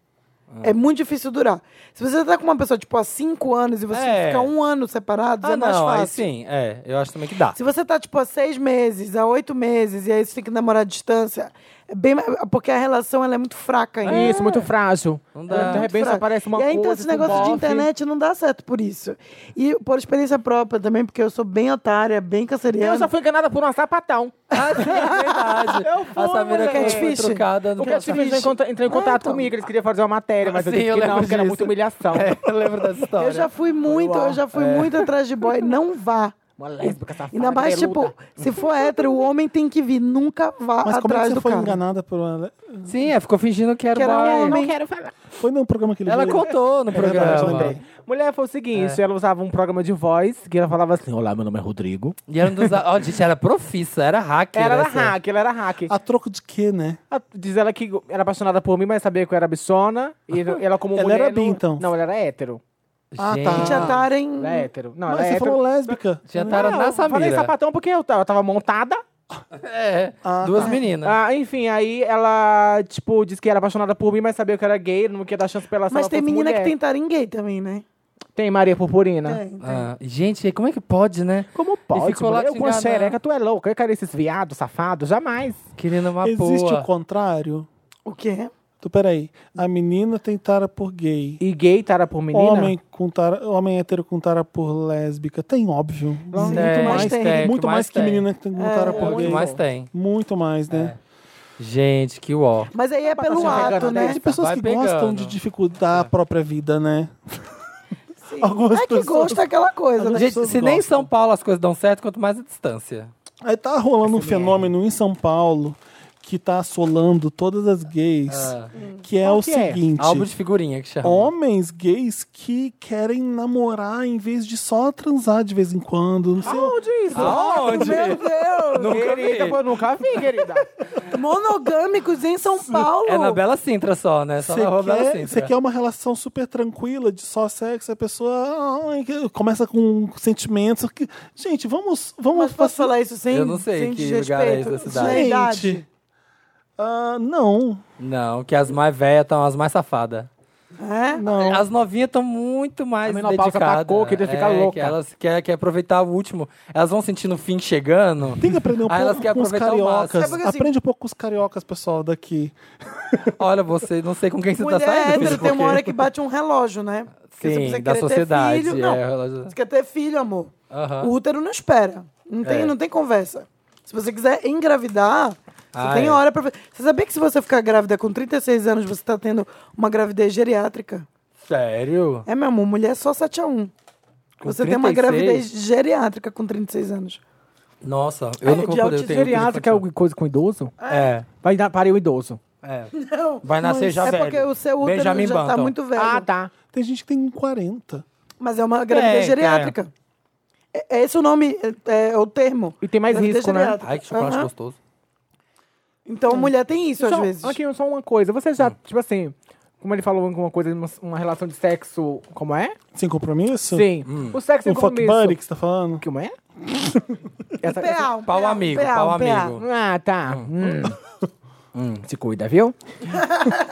S4: é muito difícil durar. Se você tá com uma pessoa, tipo, há cinco anos e você
S2: É.
S4: ficar um ano separados,
S2: Ah,
S4: é mais
S2: não, aí
S4: fácil.
S2: sim, é. Eu acho também que dá.
S4: Se você tá, tipo, há seis meses, há oito meses, e aí você tem que namorar à distância, é bem mais- Porque a relação ela é muito fraca ainda.
S3: Isso, muito frágil.
S2: Não dá.
S3: Ela, Então, De
S2: Muito
S3: repente
S4: fraca.
S3: só aparece uma
S4: Tá, e aí,
S3: coisa...
S4: então, esse
S3: com
S4: negócio de
S3: bofe.
S4: internet não dá certo por isso. E por experiência própria também, porque eu sou bem otária, bem canceriana.
S3: Eu já fui enganada por uma sapatão.
S2: Ah, sim, é verdade.
S3: Eu É fui,
S2: Essa menina que é
S4: moleque.
S2: foi trucada no
S3: O Catfish
S2: passado.
S3: entrou entrou em contato
S4: então.
S3: comigo, eles queriam fazer uma matéria, mas eu
S2: Sim,
S3: disse
S2: eu
S3: que não,
S2: lembro
S3: porque era
S2: disso.
S3: muita humilhação.
S2: É, eu lembro dessa história.
S4: Eu já fui muito, eu já
S3: É.
S4: fui muito atrás de boy. Não vá.
S3: Uma lésbica safada,
S4: Ainda mais,
S3: cabeluda.
S4: tipo, se for hétero, o homem tem que vir. Nunca vá
S1: Mas como é
S4: atrás
S1: que você
S4: do
S1: foi
S4: cara.
S1: enganada por uma...
S2: Sim, é, ficou fingindo que era,
S4: Que era
S2: boy.
S4: um homem.
S3: Não quero falar.
S1: Foi num programa que ele
S2: Ela
S1: veio-
S2: contou no
S1: É verdade, eu
S2: programa.
S1: lembrei.
S3: Mulher foi o seguinte, ela usava um programa de voz que ela falava assim: Olá, meu nome é Rodrigo.
S2: E era um dos. Ó, gente, era profissa, era hacker.
S3: Ela era
S2: essa.
S3: hack, ela era hack.
S1: A troco de quê, né?
S3: Ela- Diz ela que era apaixonada por mim, mas sabia que eu era bichona. E ela, como
S1: Ela
S3: mulher.
S1: era bi,
S3: não-
S1: então.
S3: Não, ela era hétero.
S1: Ah,
S2: Gente,
S1: tá.
S4: Gente, otária, hein?
S3: Ela é hétero. Não,
S1: Mas
S3: ela é
S1: você
S3: hétero.
S1: falou lésbica.
S2: Tinha
S1: né?
S2: tara
S3: Não,
S2: na
S3: eu falei
S2: Samira.
S3: sapatão porque eu tava, eu tava montada.
S2: É,
S1: Ah,
S2: duas
S1: tá.
S2: meninas.
S3: Ah, enfim, aí ela, tipo, disse que era apaixonada por mim, mas sabia que eu era gay, não queria dar chance pra ela se
S4: Mas
S3: ela
S4: tem
S3: fosse
S4: menina
S3: mulher.
S4: que tem taringuei também, né?
S3: Tem Maria Purpurina.
S4: Tem, tem.
S2: Ah, gente, como é que pode, né?
S3: Como pode?
S2: ficou lá
S3: mulher?
S2: te
S3: eu com a
S2: enganando.
S3: xereca, tu é louca. Eu quero esses viados, safados, jamais.
S2: Querendo é uma
S1: Existe
S2: boa.
S1: o contrário?
S4: O quê?
S1: Tu, peraí. A menina tem tara por gay.
S3: E gay, tara por menina?
S1: Homem, com tara, homem hétero com tara por lésbica. Tem, óbvio. muito
S2: Tem,
S1: mais,
S4: tem.
S1: muito mais que
S2: É, tem.
S1: menina que tem com tara por
S2: É, Muito
S1: gay.
S2: mais tem.
S1: Muito mais, né?
S2: É. Gente, que ó.
S4: Mas aí é pelo
S3: tá
S4: ato,
S3: pegando
S4: né?
S3: aí
S1: Tem pessoas
S2: Vai
S1: que
S2: pegando. É.
S1: gostam de dificultar a própria vida, né? Algumas
S4: É que
S1: pessoas-
S4: gosta aquela coisa, né?
S2: Gente,
S1: pessoas
S2: se nem em
S1: gostam.
S2: São Paulo as coisas dão certo, quanto mais a distância.
S1: Aí tá rolando um fenômeno em São Paulo que tá assolando todas as gays,
S2: Ah.
S1: que é
S3: Qual
S1: o
S3: que é?
S1: seguinte.
S2: Álbum de figurinha que chama.
S1: Homens gays que querem namorar em vez de só transar de vez em quando. Não sei.
S3: Onde isso?
S2: Aonde?
S4: Meu Deus!
S2: Ah, Nunca vi.
S3: Querida, pô, nunca vi, querida.
S4: Monogâmicos em São Paulo?
S2: É na Bela Sintra só, né? Só
S1: Você
S2: na rua Bela
S1: quer,
S2: Sintra.
S1: você quer uma relação super tranquila de só sexo, a pessoa ai, que começa com sentimentos. que- Gente, vamos, vamos
S4: Mas posso falar isso sem
S2: Eu não sei
S4: sem
S2: que lugar é esse
S4: desrespeito?
S2: da cidade.
S4: Sem idade.
S1: Gente. Ah, não,
S2: Não, que as mais velhas estão as mais safadas.
S4: É?
S1: não.
S2: As novinhas estão muito mais
S3: A menopausa
S2: dedicadas.
S3: atacou, queria ficar
S2: é,
S3: louca.
S2: Que elas querem quer aproveitar o último. Elas vão sentindo o fim chegando.
S1: Tem que aprender um
S2: Aí elas
S1: pouco
S2: querem
S1: com os
S2: aproveitar o máximo.
S4: É
S1: cariocas.
S4: porque, assim,
S1: Aprende um pouco com os cariocas, pessoal, daqui.
S2: Olha, você não sei com quem você
S4: Mulher
S2: tá saindo.
S4: hétero
S2: filho,
S4: tem uma
S2: porque-
S4: hora que bate um relógio, né? Porque você
S2: Sim,
S4: precisa
S2: da
S4: querer ter
S2: sociedade.
S4: filho.
S2: é,
S4: Não,
S2: elas-
S4: você quer ter filho, amor.
S2: Aham.
S4: O útero não espera. Não tem,
S2: É.
S4: não tem conversa. Se você quiser engravidar,
S2: Ah,
S4: você tem
S2: é.
S4: hora pra. Você sabia que se você ficar grávida com 36 anos, você tá tendo uma gravidez geriátrica?
S2: Sério?
S4: É, meu amor, mulher é só 7 a 1.
S2: Com
S4: você tem uma
S2: 36?
S4: gravidez geriátrica com 36 anos.
S2: Nossa, eu não vou
S3: de
S2: poder. eu
S3: autismo
S2: tenho- um eu tenho
S3: geriátrico é
S2: condição.
S3: alguma coisa com idoso?
S2: É,
S3: Vai dar para o idoso.
S2: é.
S4: Não.
S2: Vai nascer já
S4: é
S2: velho.
S4: porque o seu útero
S2: Benjamin
S4: já tá
S2: Button.
S4: muito velho.
S3: Ah, tá.
S1: Tem gente que tem 40.
S4: Mas é uma
S2: É,
S4: gravidez geriátrica. É, é esse o nome, é, é o termo.
S3: E tem mais
S4: Gravidez
S3: risco, né?
S4: geriátrica.
S2: Ai, que chocolate
S4: Aham.
S2: gostoso.
S4: Então a mulher tem isso às
S3: Só-
S4: vezes.
S3: Aqui, só uma coisa. Você já, tipo assim, como ele falou alguma coisa, uma, uma relação de sexo, como é?
S1: Sem compromisso?
S3: Sim. O sexo
S1: O
S3: em
S1: fuck
S3: compromisso.
S1: buddy que você tá falando?
S3: Como é? Essa- essa-
S4: PA, um
S2: Pau
S4: PA, um
S2: amigo,
S4: PA, um
S2: pau
S4: PA.
S2: amigo.
S3: Ah, tá. Hum. Hum, se cuida, viu?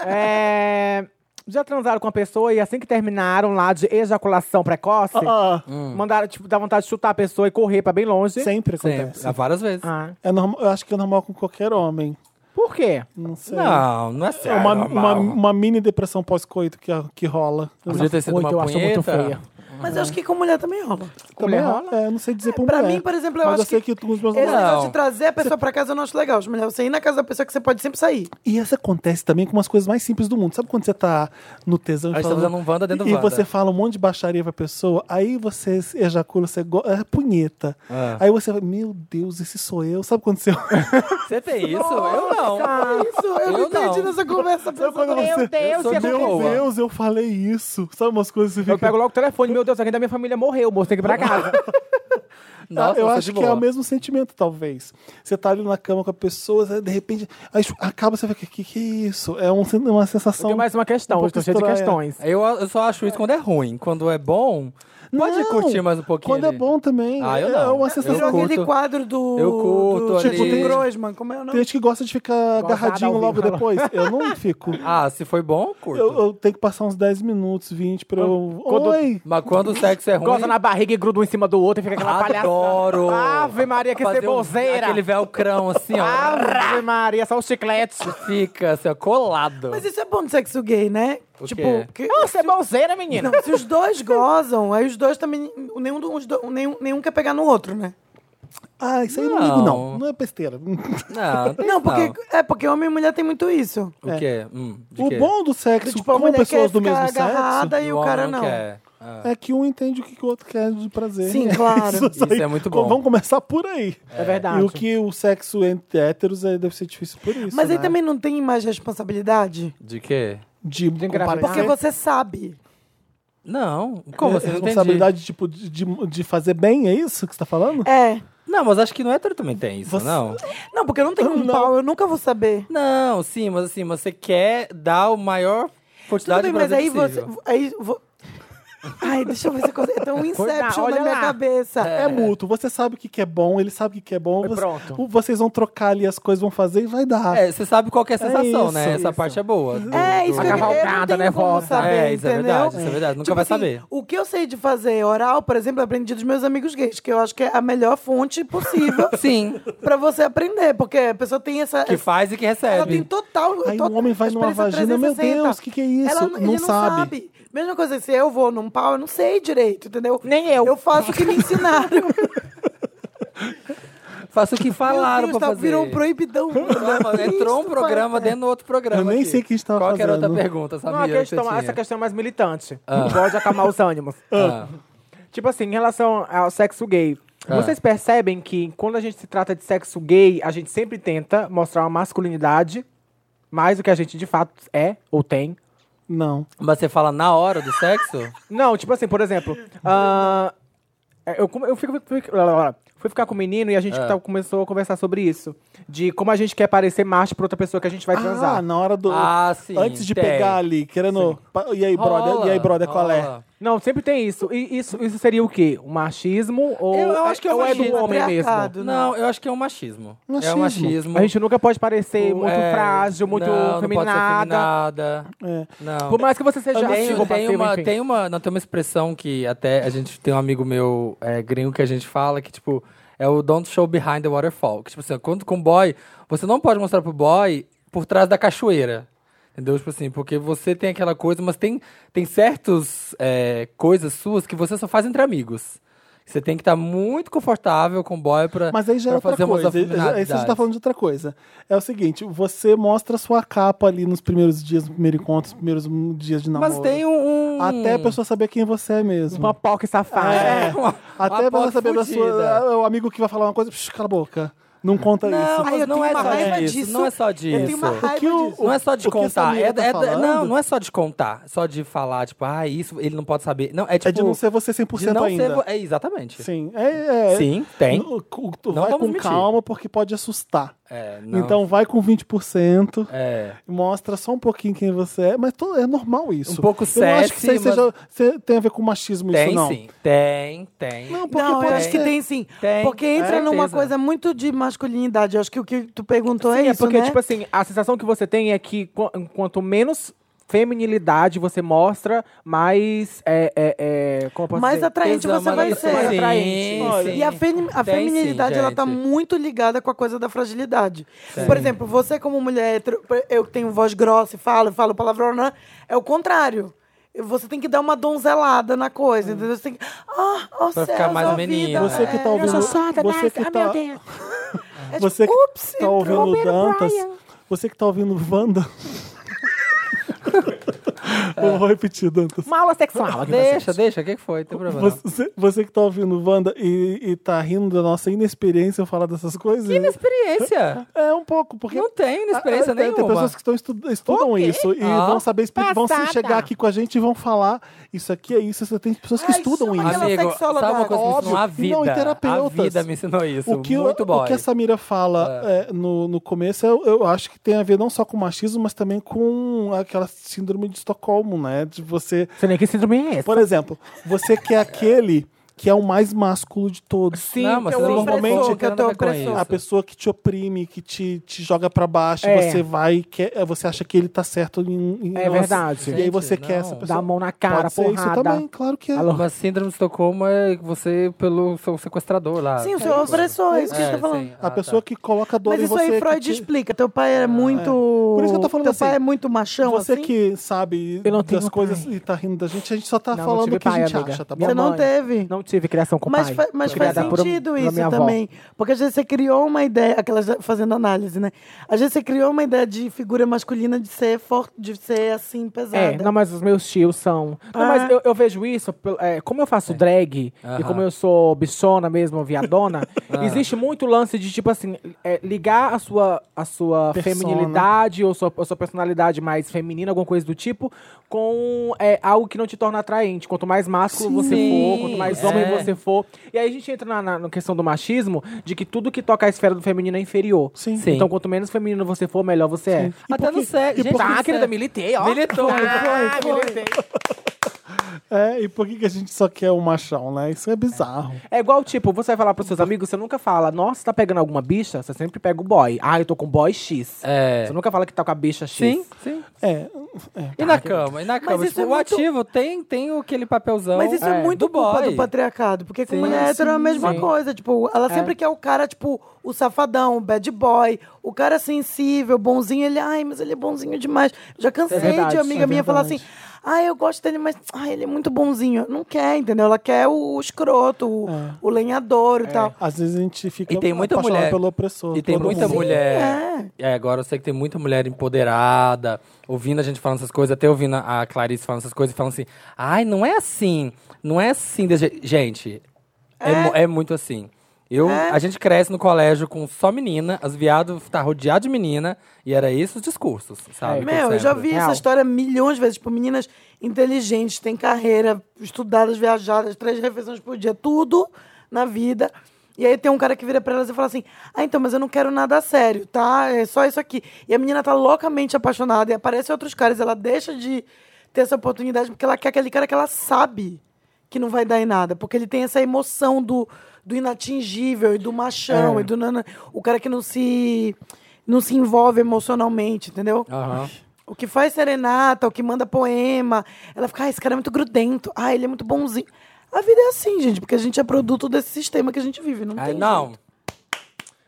S3: É, Já transaram com a pessoa e assim que terminaram lá de ejaculação precoce,
S1: Ah, ah,
S4: Hum.
S3: mandaram, tipo, dá vontade de chutar a pessoa e correr pra bem longe.
S1: sempre acontece.
S2: Sempre. Há várias vezes.
S3: Ah.
S1: É normal, eu acho que é normal com qualquer homem.
S3: Por quê?
S1: Não sei.
S2: Não, não é
S1: É
S2: sério.
S1: uma, uma,
S2: normal.
S1: uma mini depressão pós-coito que, que rola.
S2: Podia ter sido
S3: Oito,
S2: uma
S3: eu acho muito
S2: punheta.
S3: feia.
S4: Mas eu acho que com mulher também rola.
S1: Também
S3: Mulher
S1: rola?
S3: rola?
S1: É, não sei dizer pra
S4: Pra
S1: mulher.
S4: mim, por exemplo, eu
S1: Mas
S4: acho
S1: eu sei que,
S4: que é
S1: os meus
S4: Esse
S1: namorados-
S4: negócio
S2: Não.
S4: de trazer a pessoa pra casa eu não acho legal. As mulheres, você ir na casa da pessoa que você pode sempre sair.
S1: E isso acontece também com umas coisas mais simples do mundo. Sabe quando você tá no tesão e
S2: Aí você tá
S1: falando-
S2: usando um Wanda dentro do
S1: E
S2: Wanda.
S1: você fala um monte de baixaria pra pessoa, aí você se ejacula, você go... é punheta.
S2: Ah.
S1: Aí você fala, meu Deus, esse sou eu. Sabe quando você...
S2: Você tem isso? Eu não.
S4: É Isso, eu, não
S2: Eu não.
S4: entendi nessa conversa.
S1: quando
S4: pensando-
S1: você-
S3: Deus,
S2: sou
S3: que
S2: de
S1: meu
S2: boa.
S1: Deus, eu falei isso. Sabe umas coisas que você
S3: Eu
S1: fica...
S3: pego logo o telefone, meu Deus, alguém da minha família morreu, moço, tem que ir pra casa.
S1: Ah,
S2: Nossa,
S1: eu
S2: você
S1: acho
S2: de
S1: que é
S2: boa.
S1: o mesmo sentimento, talvez. Você tá ali na cama com a pessoa, você, de repente, aí chu- acaba, você fica, que que é isso? É um sen- uma
S3: Eu
S1: sensação.
S3: tenho mais uma questão,
S1: um
S3: eu tô cheio de
S1: pouco estranha.
S3: questões.
S2: Eu, eu só acho isso quando é ruim. Quando é bom, pode
S1: Não,
S2: curtir mais um pouquinho.
S1: Quando é
S2: ali.
S1: bom também.
S2: Ah, eu
S1: É
S2: não.
S1: uma
S2: Eu
S1: sensação.
S4: Virou aquele
S2: curto.
S4: quadro do.
S2: Eu curto
S4: do,
S2: ali.
S4: Tipo, tem Grossman, como é o
S1: Tem
S4: nome?
S1: gente que gosta de ficar
S3: Gozada
S2: um
S1: agarradinho
S3: ao
S1: logo
S3: vivo.
S1: depois. Eu não fico.
S2: Ah, se foi bom, curto.
S1: Eu, eu tenho que passar uns 10 minutos, 20 pra eu.
S3: Quando-
S1: Oi!
S2: Mas quando o sexo é ruim.
S3: Gosta na barriga e gruda um em cima do outro e fica aquela palhaçada.
S2: Adoro.
S3: Ave Maria, que
S2: Fazer um-
S3: ceboseira!
S2: Aquele velcrão assim, ó.
S3: Ave Maria, só o chiclete.
S2: Fica assim, ó, colado.
S4: Mas isso é bom de sexo gay, né?
S2: O
S4: tipo,
S2: quê?
S4: porque-
S3: Ah, ceboseira, menina.
S4: Não, se os dois gozam, aí os dois também. Nenhum, do- os do- nenhum, nenhum quer pegar no outro, né?
S1: Ah, isso aí eu não
S2: Não.
S1: ligo, não. Não é besteira.
S2: Não, tem
S4: Não,
S2: isso,
S4: porque. É, porque homem e mulher tem muito isso.
S2: O quê? Hum, de
S1: O
S2: quê?
S1: bom do sexo
S4: Tipo, a
S1: com
S4: mulher
S1: pessoas
S4: quer
S1: do mesmo
S4: ficar
S1: sexo
S4: agarrada e é o
S2: homem
S4: cara não.
S2: quer. Ah.
S1: é que um entende o que que o outro quer de prazer.
S4: Sim, claro.
S2: Isso é muito bom.
S1: Vamos começar por aí.
S3: É verdade.
S1: E o que o sexo entre héteros é, deve ser difícil por isso.
S4: Mas aí
S1: né?
S4: também não tem mais responsabilidade?
S2: De quê?
S1: De,
S3: engravidar.
S1: comparecer.
S4: Porque você sabe.
S2: Não. Como? assim? Você não entendi.
S1: É, responsabilidade tipo, de, de- de fazer bem, é isso que você tá falando?
S4: É.
S2: Não, mas acho que no hétero também tem isso,
S1: Você-
S2: não?
S4: Não, porque eu não tenho um
S1: Não.
S4: pau, eu nunca vou saber.
S2: Não, sim, mas assim, você quer dar o maior
S4: Tudo
S2: quantidade
S4: bem,
S2: de
S4: mas
S2: prazer
S4: aí você.
S2: é possível.
S4: Aí, vou... Ai, deixa eu ver se eu consigo. É tão Inception
S3: olha
S4: na minha
S3: lá.
S4: cabeça.
S1: É, mútuo. Você sabe o que, que é bom, ele sabe o que, que é bom.
S3: É
S1: você-
S3: pronto.
S1: Vocês vão trocar ali as coisas, vão fazer e vai dar.
S2: É, você sabe qual que é a sensação,
S1: isso,
S2: né? Essa
S1: isso.
S2: parte é boa. do-
S4: É, isso
S2: do-
S4: que eu, eu não
S3: cavalgada,
S4: tenho
S3: né,
S4: como
S3: volta?
S4: saber,
S2: É, isso é
S4: entendeu?
S2: verdade, isso é verdade. Nunca
S4: Tipo
S2: vai
S4: assim,
S2: saber.
S4: O que eu sei de fazer oral, por exemplo, eu aprendi dos meus amigos gays, que eu acho que é a melhor fonte possível
S2: Sim,
S4: pra você aprender, porque a pessoa tem essa...
S2: que faz e que
S4: ela tem
S2: recebe.
S4: total...
S1: Aí
S4: total
S1: um homem vai numa
S4: experiência
S1: vagina, meu
S4: 360.
S1: Deus, o que, que é isso?
S4: Ela,
S1: não,
S4: ele
S1: sabe.
S4: Mesma coisa, se eu vou num pau, eu não sei direito, entendeu?
S3: Nem eu.
S4: Eu faço o que me ensinaram.
S2: Faça o que falaram
S4: Meu Deus,
S2: pra
S4: tá-
S2: fazer.
S4: Virou um proibidão.
S2: Entrou um
S4: Isso,
S2: programa
S4: parece.
S2: dentro do outro programa.
S1: Eu nem
S2: aqui.
S1: sei o que a gente tava
S2: Qual que era
S1: fazendo.
S2: outra pergunta, sabia?
S3: Não, a
S2: que você
S3: questão-
S2: tinha?
S3: essa questão é mais militante. Pode acalmar os ânimos.
S2: Ah.
S3: Tipo assim, em relação ao sexo gay,
S2: É.
S3: Vocês percebem que quando a gente se trata de sexo gay, a gente sempre tenta mostrar uma masculinidade mais do que a gente de fato é ou tem.
S1: Não.
S2: Mas você fala na hora do sexo?
S3: Não, tipo assim, por exemplo, ah, eu, come- eu fico, fui, fui ficar com o menino e a gente
S2: É.
S3: tá- começou a conversar sobre isso. De como a gente quer parecer macho pra outra pessoa que a gente vai
S1: Ah,
S3: transar.
S1: na hora do.
S2: Ah, sim,
S1: Antes de
S2: tem.
S1: pegar ali, querendo. pa- E aí, brother?
S2: Rola,
S1: e aí, brother, qual é?
S2: rola.
S3: Não, sempre tem isso. E isso, isso seria o quê? O machismo ou,
S4: Eu- eu acho que é o
S2: um
S3: ou é do
S4: machismo,
S3: homem mesmo?
S4: patriarcado.
S2: Não, eu acho que é um machismo. É
S1: Machismo.
S2: um machismo.
S3: A gente nunca pode parecer muito
S2: É,
S3: frágil, muito
S2: não, Não pode ser
S3: feminada.
S2: feminada.
S1: É.
S2: Não.
S3: Por mais que você seja
S2: Tem,
S3: ativo,
S2: tem, uma,
S3: enfim.
S2: tem uma. Não, tem uma expressão que até a gente tem um amigo meu é, gringo que a gente fala que, tipo, é o don't show behind the waterfall. Que, tipo assim, quando com boy, você não pode mostrar pro boy por trás da cachoeira. Entendeu? Tipo assim, porque você tem aquela coisa, mas tem, tem certas coisas suas que você só faz entre amigos. Você tem que estar muito confortável com o boy pra,
S1: Mas aí já é outra
S2: pra fazer umas
S1: coisa. Aí aí você já tá
S2: afeminadidades.
S1: falando de outra coisa. É o seguinte, você mostra sua capa ali nos primeiros dias, no primeiro encontro, nos primeiros hum, dias de namoro.
S2: Mas tem um. um-
S1: Até a pessoa saber quem você é mesmo.
S3: Uma pau que safada.
S1: É.
S2: uma-
S1: Até
S2: uma
S1: pra ela
S2: porta
S1: saber da
S2: fudida.
S1: sua. ah, O amigo que vai falar uma coisa, psh, cala a boca. Não conta
S2: Não,
S1: isso.
S4: Ai,
S2: mas
S4: eu
S2: não
S4: tenho
S2: é
S4: uma
S2: só
S4: raiva
S2: disso.
S4: disso.
S2: Não é só
S4: Eu
S2: disso.
S4: tenho uma raiva
S1: que o-
S4: disso.
S2: Não é só
S1: o
S2: de
S1: que essa
S2: contar.
S1: menina
S2: é-
S1: tá
S2: é-
S1: falando-
S2: não, não é só de contar. Só de falar, tipo, ah, isso ele não pode saber. Não, é tipo.
S1: É de não ser você 100%
S2: de não ser
S1: ainda.
S2: vo- é, exatamente.
S1: Sim, é, é-
S2: Sim, tem.
S1: No- cu- tu
S2: Não
S1: vai
S2: vamos
S1: com
S2: mentir.
S1: calma porque pode assustar.
S2: É, não.
S1: Então vai com 20%,
S2: É.
S1: mostra só um pouquinho quem você é, mas to- é normal isso.
S2: Um pouco
S1: Eu não acho que isso aí
S2: sexy,
S1: seja, se- tem a ver com machismo
S2: Tem
S1: isso não.
S2: sim. Tem, tem.
S1: Não, porque
S4: Não, eu
S1: pode
S4: acho
S1: ser.
S4: que tem sim.
S2: Tem,
S4: porque entra
S2: com
S4: numa
S2: é. certeza.
S4: coisa muito de masculinidade. Eu acho que o que tu perguntou
S3: Sim,
S4: é
S3: é
S4: isso,
S3: porque,
S4: né?
S3: tipo assim, a sensação que você tem é que qu- quanto menos feminilidade você mostra, mais. É, é, é, como eu
S1: Tipo assim,
S3: posso
S4: mais
S3: dizer?
S4: atraente
S2: Tesão,
S4: você vai
S2: mas-
S4: ser.
S2: Sim,
S4: atraente.
S2: Olha,
S4: E a, femi- a
S2: tem sim,
S4: feminilidade, ela tá
S2: gente.
S4: muito ligada com a coisa da fragilidade. Por exemplo, você como mulher, hétero, eu que tenho voz grossa e falo, falo palavrão, né? é o contrário. Você tem que dar uma donzelada na
S1: Hum.
S4: coisa, entendeu? Você tem que... Ah, oh,
S2: Pra
S4: céus,
S2: ficar mais
S4: ó
S2: menina,
S4: vida.
S1: Você que
S4: É,
S1: tá ouvindo,
S4: eu sou-
S1: você
S4: Ah,
S1: que tá,
S4: é tipo,
S1: você que
S4: ups,
S1: tá
S4: entrou
S1: ouvindo
S4: Pedro
S1: Dantas,
S4: Bryan.
S1: você que tá ouvindo Wanda. Eu Vou repetir, Dantas.
S3: Uma aula sexual. tipo assim. aqui pra vocês.
S2: Deixa, deixa. O que que foi? Não tem problema. não.
S1: Você, você que tá ouvindo Wanda e, e tá rindo da nossa inexperiência em falar dessas coisas.
S2: Inexperiência.
S1: É um pouco, porque.
S2: Não tem inexperiência
S1: Ah, tem- Tem
S2: nenhuma.
S1: pessoas que estão estu- estudam isso e
S2: Ah.
S1: vão saber, expli- vão se
S3: Passada.
S1: chegar aqui com a gente e vão falar: isso aqui é isso. Você tem pessoas que
S4: Ai,
S1: estudam
S4: chama
S1: isso.
S4: aquela
S2: Amigo, sabe
S4: sexóloga,
S2: uma coisa que me
S1: é óbvio.
S2: ensinou a vida?
S1: Não, e
S2: a
S1: terapeutas.
S2: vida me ensinou isso.
S1: O que, o-
S2: Muito bom.
S1: o que a Samira fala é, no, no começo, eu, eu acho que tem a ver não só com machismo, mas também com aquela síndrome de Estocolmo, né? De você.
S3: Você nem que síndrome é essa.
S1: Por exemplo, você que é aquele que é o mais másculo de todos.
S4: Sim,
S2: Não, mas
S3: É
S4: que eu
S2: você
S4: sou
S1: normalmente-
S4: opressor, que eu
S2: Nada a
S4: tô
S2: ver com
S4: opressor.
S2: isso.
S1: a pessoa que te oprime, que te, te joga pra baixo,
S3: É.
S1: você vai e quer, você acha que ele tá certo em, em-
S3: É verdade.
S1: E aí você
S2: Gente,
S1: quer
S2: não.
S1: essa
S3: Dá
S1: pessoa.
S3: a mão na cara,
S1: Pode ser isso também,
S3: porrada.
S1: claro que é.
S3: Alô?
S2: Mas síndrome de Estocolmo é você pelo seu sequestrador lá.
S4: Sim, eu sou opressor, é isso que eu tô falando.
S1: A pessoa que coloca dor
S4: Mas
S1: em
S4: isso
S1: você.
S4: aí Freud
S1: que te- Ah.
S4: explica. Teu pai era muito.
S1: Por isso que eu tô falando
S4: Teu
S1: assim,
S4: pai é muito machão,
S1: Você
S4: assim?
S1: que sabe
S3: Então, Eu não tenho
S1: das coisas
S3: pai.
S1: e tá rindo da gente, a gente só tá
S3: Não, não
S1: falando
S3: tive
S1: o que
S3: pai,
S1: a gente
S3: amiga.
S1: acha, tá bom?
S4: Você
S3: Minha
S4: não
S3: mãe.
S4: teve.
S3: Não tive criação com
S4: mas
S3: pai.
S4: fa- mas
S3: Fui
S4: faz
S3: criada por-
S4: sentido
S3: pela
S4: isso
S3: minha avó.
S4: também. Porque às vezes você criou uma ideia, aquelas fazendo análise, né? Às vezes você criou uma ideia de figura masculina de ser forte, de ser assim, pesada.
S3: É, não, mas os meus tios são. Não,
S4: Ah.
S3: mas eu, eu vejo isso, pel- é, como eu faço drag
S2: Aham. Ah.
S3: e como eu sou bichona mesmo, viadona, existe muito lance de, tipo assim, é, ligar a sua, a sua
S1: Persona.
S3: feminilidade ou sua, ou sua personalidade mais feminina, alguma coisa do tipo, com é, algo que não te torna atraente. Quanto mais másculo você for, quanto mais
S2: é.
S3: homem você for. E aí a gente entra na, na- na questão do machismo, de que tudo que toca a esfera do feminino é inferior.
S1: Sim.
S2: Sim.
S3: Então, quanto menos feminino você for, melhor você é.
S1: E
S2: Até
S1: por
S2: no
S1: que-
S2: sexo.
S1: e
S2: Gente,
S1: por-
S2: no
S3: Tá, querida,
S2: sexo.
S3: militei, ó.
S2: Militou.
S3: Ah, militei.
S1: É, e por que que a gente só quer o machão, né? Isso é bizarro.
S3: É igual, tipo, você vai falar pros seus amigos, você nunca fala, nossa, tá pegando alguma bicha? Você sempre pega o boy. Ah, eu tô com boy X.
S2: É.
S3: Você nunca fala que tá com a bicha X.
S2: Sim, Ah, sim.
S1: É, é.
S2: E na cama, e na cama.
S4: isso
S2: Tipo,
S4: é
S2: o
S4: muito-
S2: ativo tem, tem aquele papelzão.
S4: Mas isso é,
S2: é,
S4: muito
S2: do
S4: culpa
S2: boy.
S4: do patriarcado, porque com
S2: Sim,
S4: mulher hétero é a mesma
S3: sim. É.
S4: coisa. Tipo, ela sempre quer o cara, tipo, o safadão, o bad boy, o cara sensível, bonzinho. Ele, ai, mas ele é bonzinho demais. Já cansei
S3: É verdade,
S4: de amiga
S3: é
S4: minha falar assim.
S1: verdade.
S4: Ai, eu gosto dele, mas ai, ele é muito bonzinho. Não quer, entendeu? Ela quer o, o escroto, o,
S3: É.
S4: o lenhador e tal.
S1: Às vezes a gente fica
S2: E tem muita
S1: apaixonado
S2: mulher.
S1: pelo opressor.
S2: E tem
S1: todo
S2: muita
S1: mundo.
S2: mulher. É, agora eu sei que tem muita mulher empoderada, ouvindo a gente falando essas coisas, até ouvindo a Clarice falando essas coisas, falando assim: ai, não é assim, não é assim. desse je-". Gente, É, mu- é muito assim. Eu, A gente cresce no colégio com só menina, as viados tá rodeado de menina, e era isso os discursos, sabe?
S4: Meu, eu já vi
S3: Real.
S4: essa história milhões de vezes. Tipo, meninas inteligentes, têm carreira, estudadas, viajadas, três refeições por dia, tudo na vida. E aí tem um cara que vira pra elas e fala assim: Ah, então, mas eu não quero nada sério, tá? É só isso aqui. E a menina tá loucamente apaixonada e aparecem outros caras. Ela deixa de ter essa oportunidade porque ela quer aquele cara que ela sabe que não vai dar em nada. Porque ele tem essa emoção do, do inatingível e do machão
S2: É.
S4: e do nana. O cara que não se. Não se envolve emocionalmente, entendeu?
S2: Aham.
S4: O que faz serenata, o que manda poema. Ela fica, ah, esse cara é muito grudento. Ah, ele é muito bonzinho. A vida é assim, gente, porque a gente é produto desse sistema que a gente vive. Não
S2: Ai,
S4: tem
S2: não.
S4: jeito.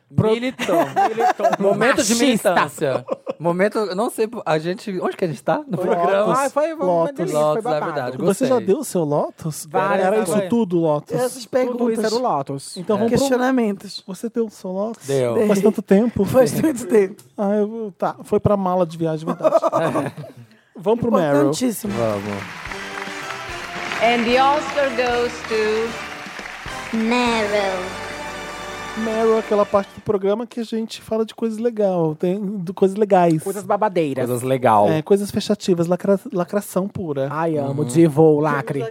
S2: Militou. Momento de militância. Momento, eu não sei, a gente, onde que a gente tá no programa?
S3: Ai, Ah, foi uma
S1: Lotus.
S3: delícia, foi
S2: Lotus, é
S3: babado.
S2: verdade,
S1: Você
S2: gostei.
S1: já deu o seu Lotus?
S3: Várias,
S1: Era isso
S2: várias.
S1: tudo, Lotus.
S4: Essas
S3: Tudo isso
S4: perguntas,
S3: era o Lotus.
S1: Então vamos pro...
S4: questionamentos.
S1: Você deu o seu Lotus?
S2: Deu.
S1: Faz tanto tempo.
S4: Faz muito tempo.
S1: Ah, eu- tá. Foi pra mala de viagem, verdade.
S2: É.
S1: Vamos pro Meryl.
S4: Importantíssimo.
S2: Vamos.
S5: And the Oscar goes to
S6: Meryl.
S1: Meryl é aquela parte do programa que a gente fala de coisas legal, tem, de coisas legais.
S3: Coisas babadeiras.
S2: Coisas legal.
S1: É, coisas fechativas, lacra- lacração pura.
S3: Ai, amo, divou, lacre.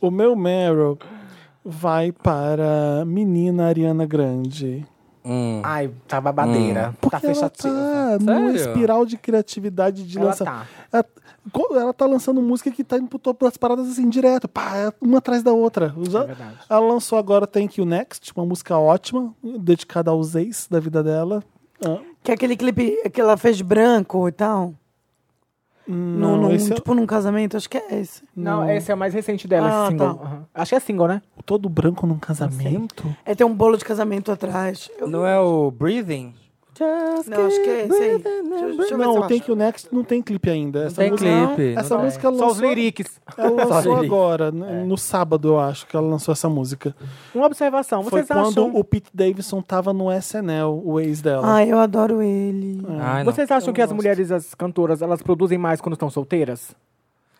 S1: O meu Meryl vai para menina Ariana Grande.
S2: Hum.
S3: Ai, tá babadeira. Tá
S1: Porque ela
S3: fechativo.
S1: tá numa
S2: Sério?
S1: espiral de criatividade de Hum.
S3: Ela
S1: lançar.
S3: tá.
S1: Ela, co- ela tá lançando música que tá indo pro topo das paradas assim, direto, pá, uma atrás da outra. Já-
S3: verdade.
S1: ela lançou agora Thank You Next, uma música ótima, dedicada aos ex da vida dela. Ah,
S4: Que é aquele clipe que ela fez branco e tal.
S1: não,
S4: num, num-
S1: esse é-
S4: tipo, num casamento, acho que é esse.
S3: Não, esse é o mais recente dela, esse
S4: Ah,
S3: single.
S4: tá.
S3: Aham. Acho que é single, né?
S1: todo branco num casamento.
S4: É ter um bolo de casamento atrás. Eu-
S2: Não é o Breathing?
S4: não, acho que é esse aí. Deixa, eu- deixa eu ver se eu
S1: Não,
S4: acho.
S1: Thank You Next não tem clipe ainda. Essa
S2: tem
S1: música,
S2: clipe.
S4: Assim,
S1: Essa
S2: não tem.
S1: música
S3: Só os
S1: lançou,
S3: lyrics.
S1: ela
S2: Só
S1: lançou
S2: lyrics.
S1: agora, né, no sábado, eu acho, que ela lançou essa música.
S3: Uma observação.
S1: Foi
S3: Vocês
S1: quando
S3: acham...
S1: o Pete Davidson tava no SNL, o ex dela.
S4: Ai, eu adoro ele.
S1: Ah,
S4: Ah,
S2: Ai, É, não.
S3: Vocês acham que as mulheres, as cantoras, elas produzem mais quando estão solteiras?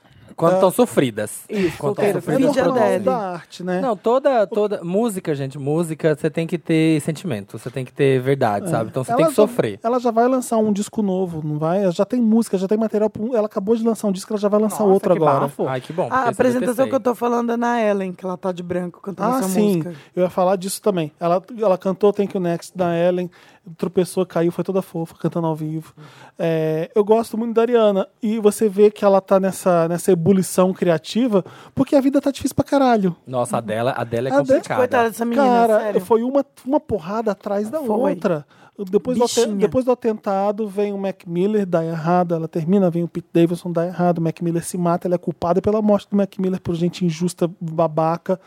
S4: tá-
S3: tá
S2: Quando estão sofridas.
S3: Isso,
S2: Quando tão
S3: solteiras,
S1: é
S2: sofridas.
S4: Video
S1: normal
S4: Daddy.
S1: da arte,
S4: É.
S1: né?
S2: Não, toda, toda. Música, gente, música, você tem que ter sentimento, você tem que ter
S4: É.
S2: verdade, sabe? Então você tem que
S1: já-
S2: sofrer.
S1: ela já vai lançar um disco novo, não vai? Ela já tem música, já tem material. pro- Ela acabou de lançar um disco, ela já vai lançar
S3: Nossa,
S1: outro
S3: que
S1: agora.
S3: bafo.
S2: Ai, que bom. porque
S4: A
S2: esse é eu
S4: apresentação
S2: detestei.
S4: que eu tô falando é na Ellen, que ela tá de branco cantando
S1: Ah,
S4: essa
S1: sim.
S4: música.
S1: Eu ia falar disso também. Ela, ela cantou Thank You Next da Ellen, tropeçou, caiu, foi toda fofa, cantando ao vivo. É, eu gosto muito da Ariana. E você vê que ela tá nessa, nessa ebulição criativa, porque a vida tá difícil pra caralho.
S2: Nossa, a dela, a dela é
S1: A dela-
S2: complicada.
S4: Coitada dessa menina,
S1: Cara,
S4: sério.
S1: foi uma, uma porrada atrás da
S4: Foi.
S1: outra. Depois do, aten-
S4: Bichinha.
S1: depois do atentado, vem o Mac Miller, dá errado, ela termina, vem o Pete Davidson, dá errado, o Mac Miller se mata, ela é culpada pela morte do Mac Miller por gente injusta, babaca.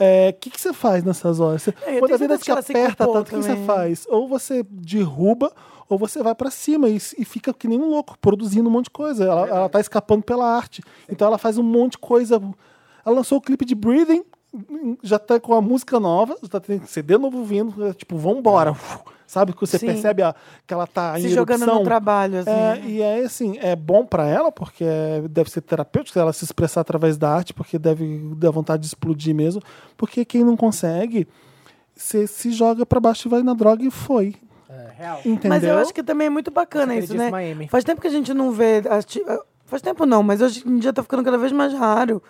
S1: O que, que você faz nessas horas? Você-
S4: É, eu
S1: quando a
S4: tenho
S1: vida
S4: certeza
S1: te
S4: que ela se
S1: aperta
S4: culpou
S1: tanto, o que que você
S4: também.
S1: faz? Ou você derruba, ou você vai pra cima e, e fica que nem um louco, produzindo um monte de coisa. Ela, ela tá escapando pela arte. Então ela faz um monte de coisa. Ela lançou o clipe de Breathing, já tá com a música nova, já tá tendo CD novo vindo, é tipo, vambora. Uf, Sabe que você
S4: É. Sim.
S1: percebe a- que ela tá em
S4: Se jogando
S1: erupção.
S4: no trabalho, assim.
S1: É, e é assim, é bom pra ela, porque é- deve ser terapêutico ela se expressar através da arte, porque deve dar vontade de explodir mesmo. Porque quem não consegue, você se joga pra baixo e vai na droga e foi.
S3: Real.
S1: Entendeu?
S4: Mas eu acho que também é muito bacana
S3: Você
S4: isso,
S3: acredita
S4: né?
S3: em Miami.
S4: Faz tempo que a gente não vê. arti- eh, Faz tempo não, mas hoje em dia tá ficando cada vez mais raro.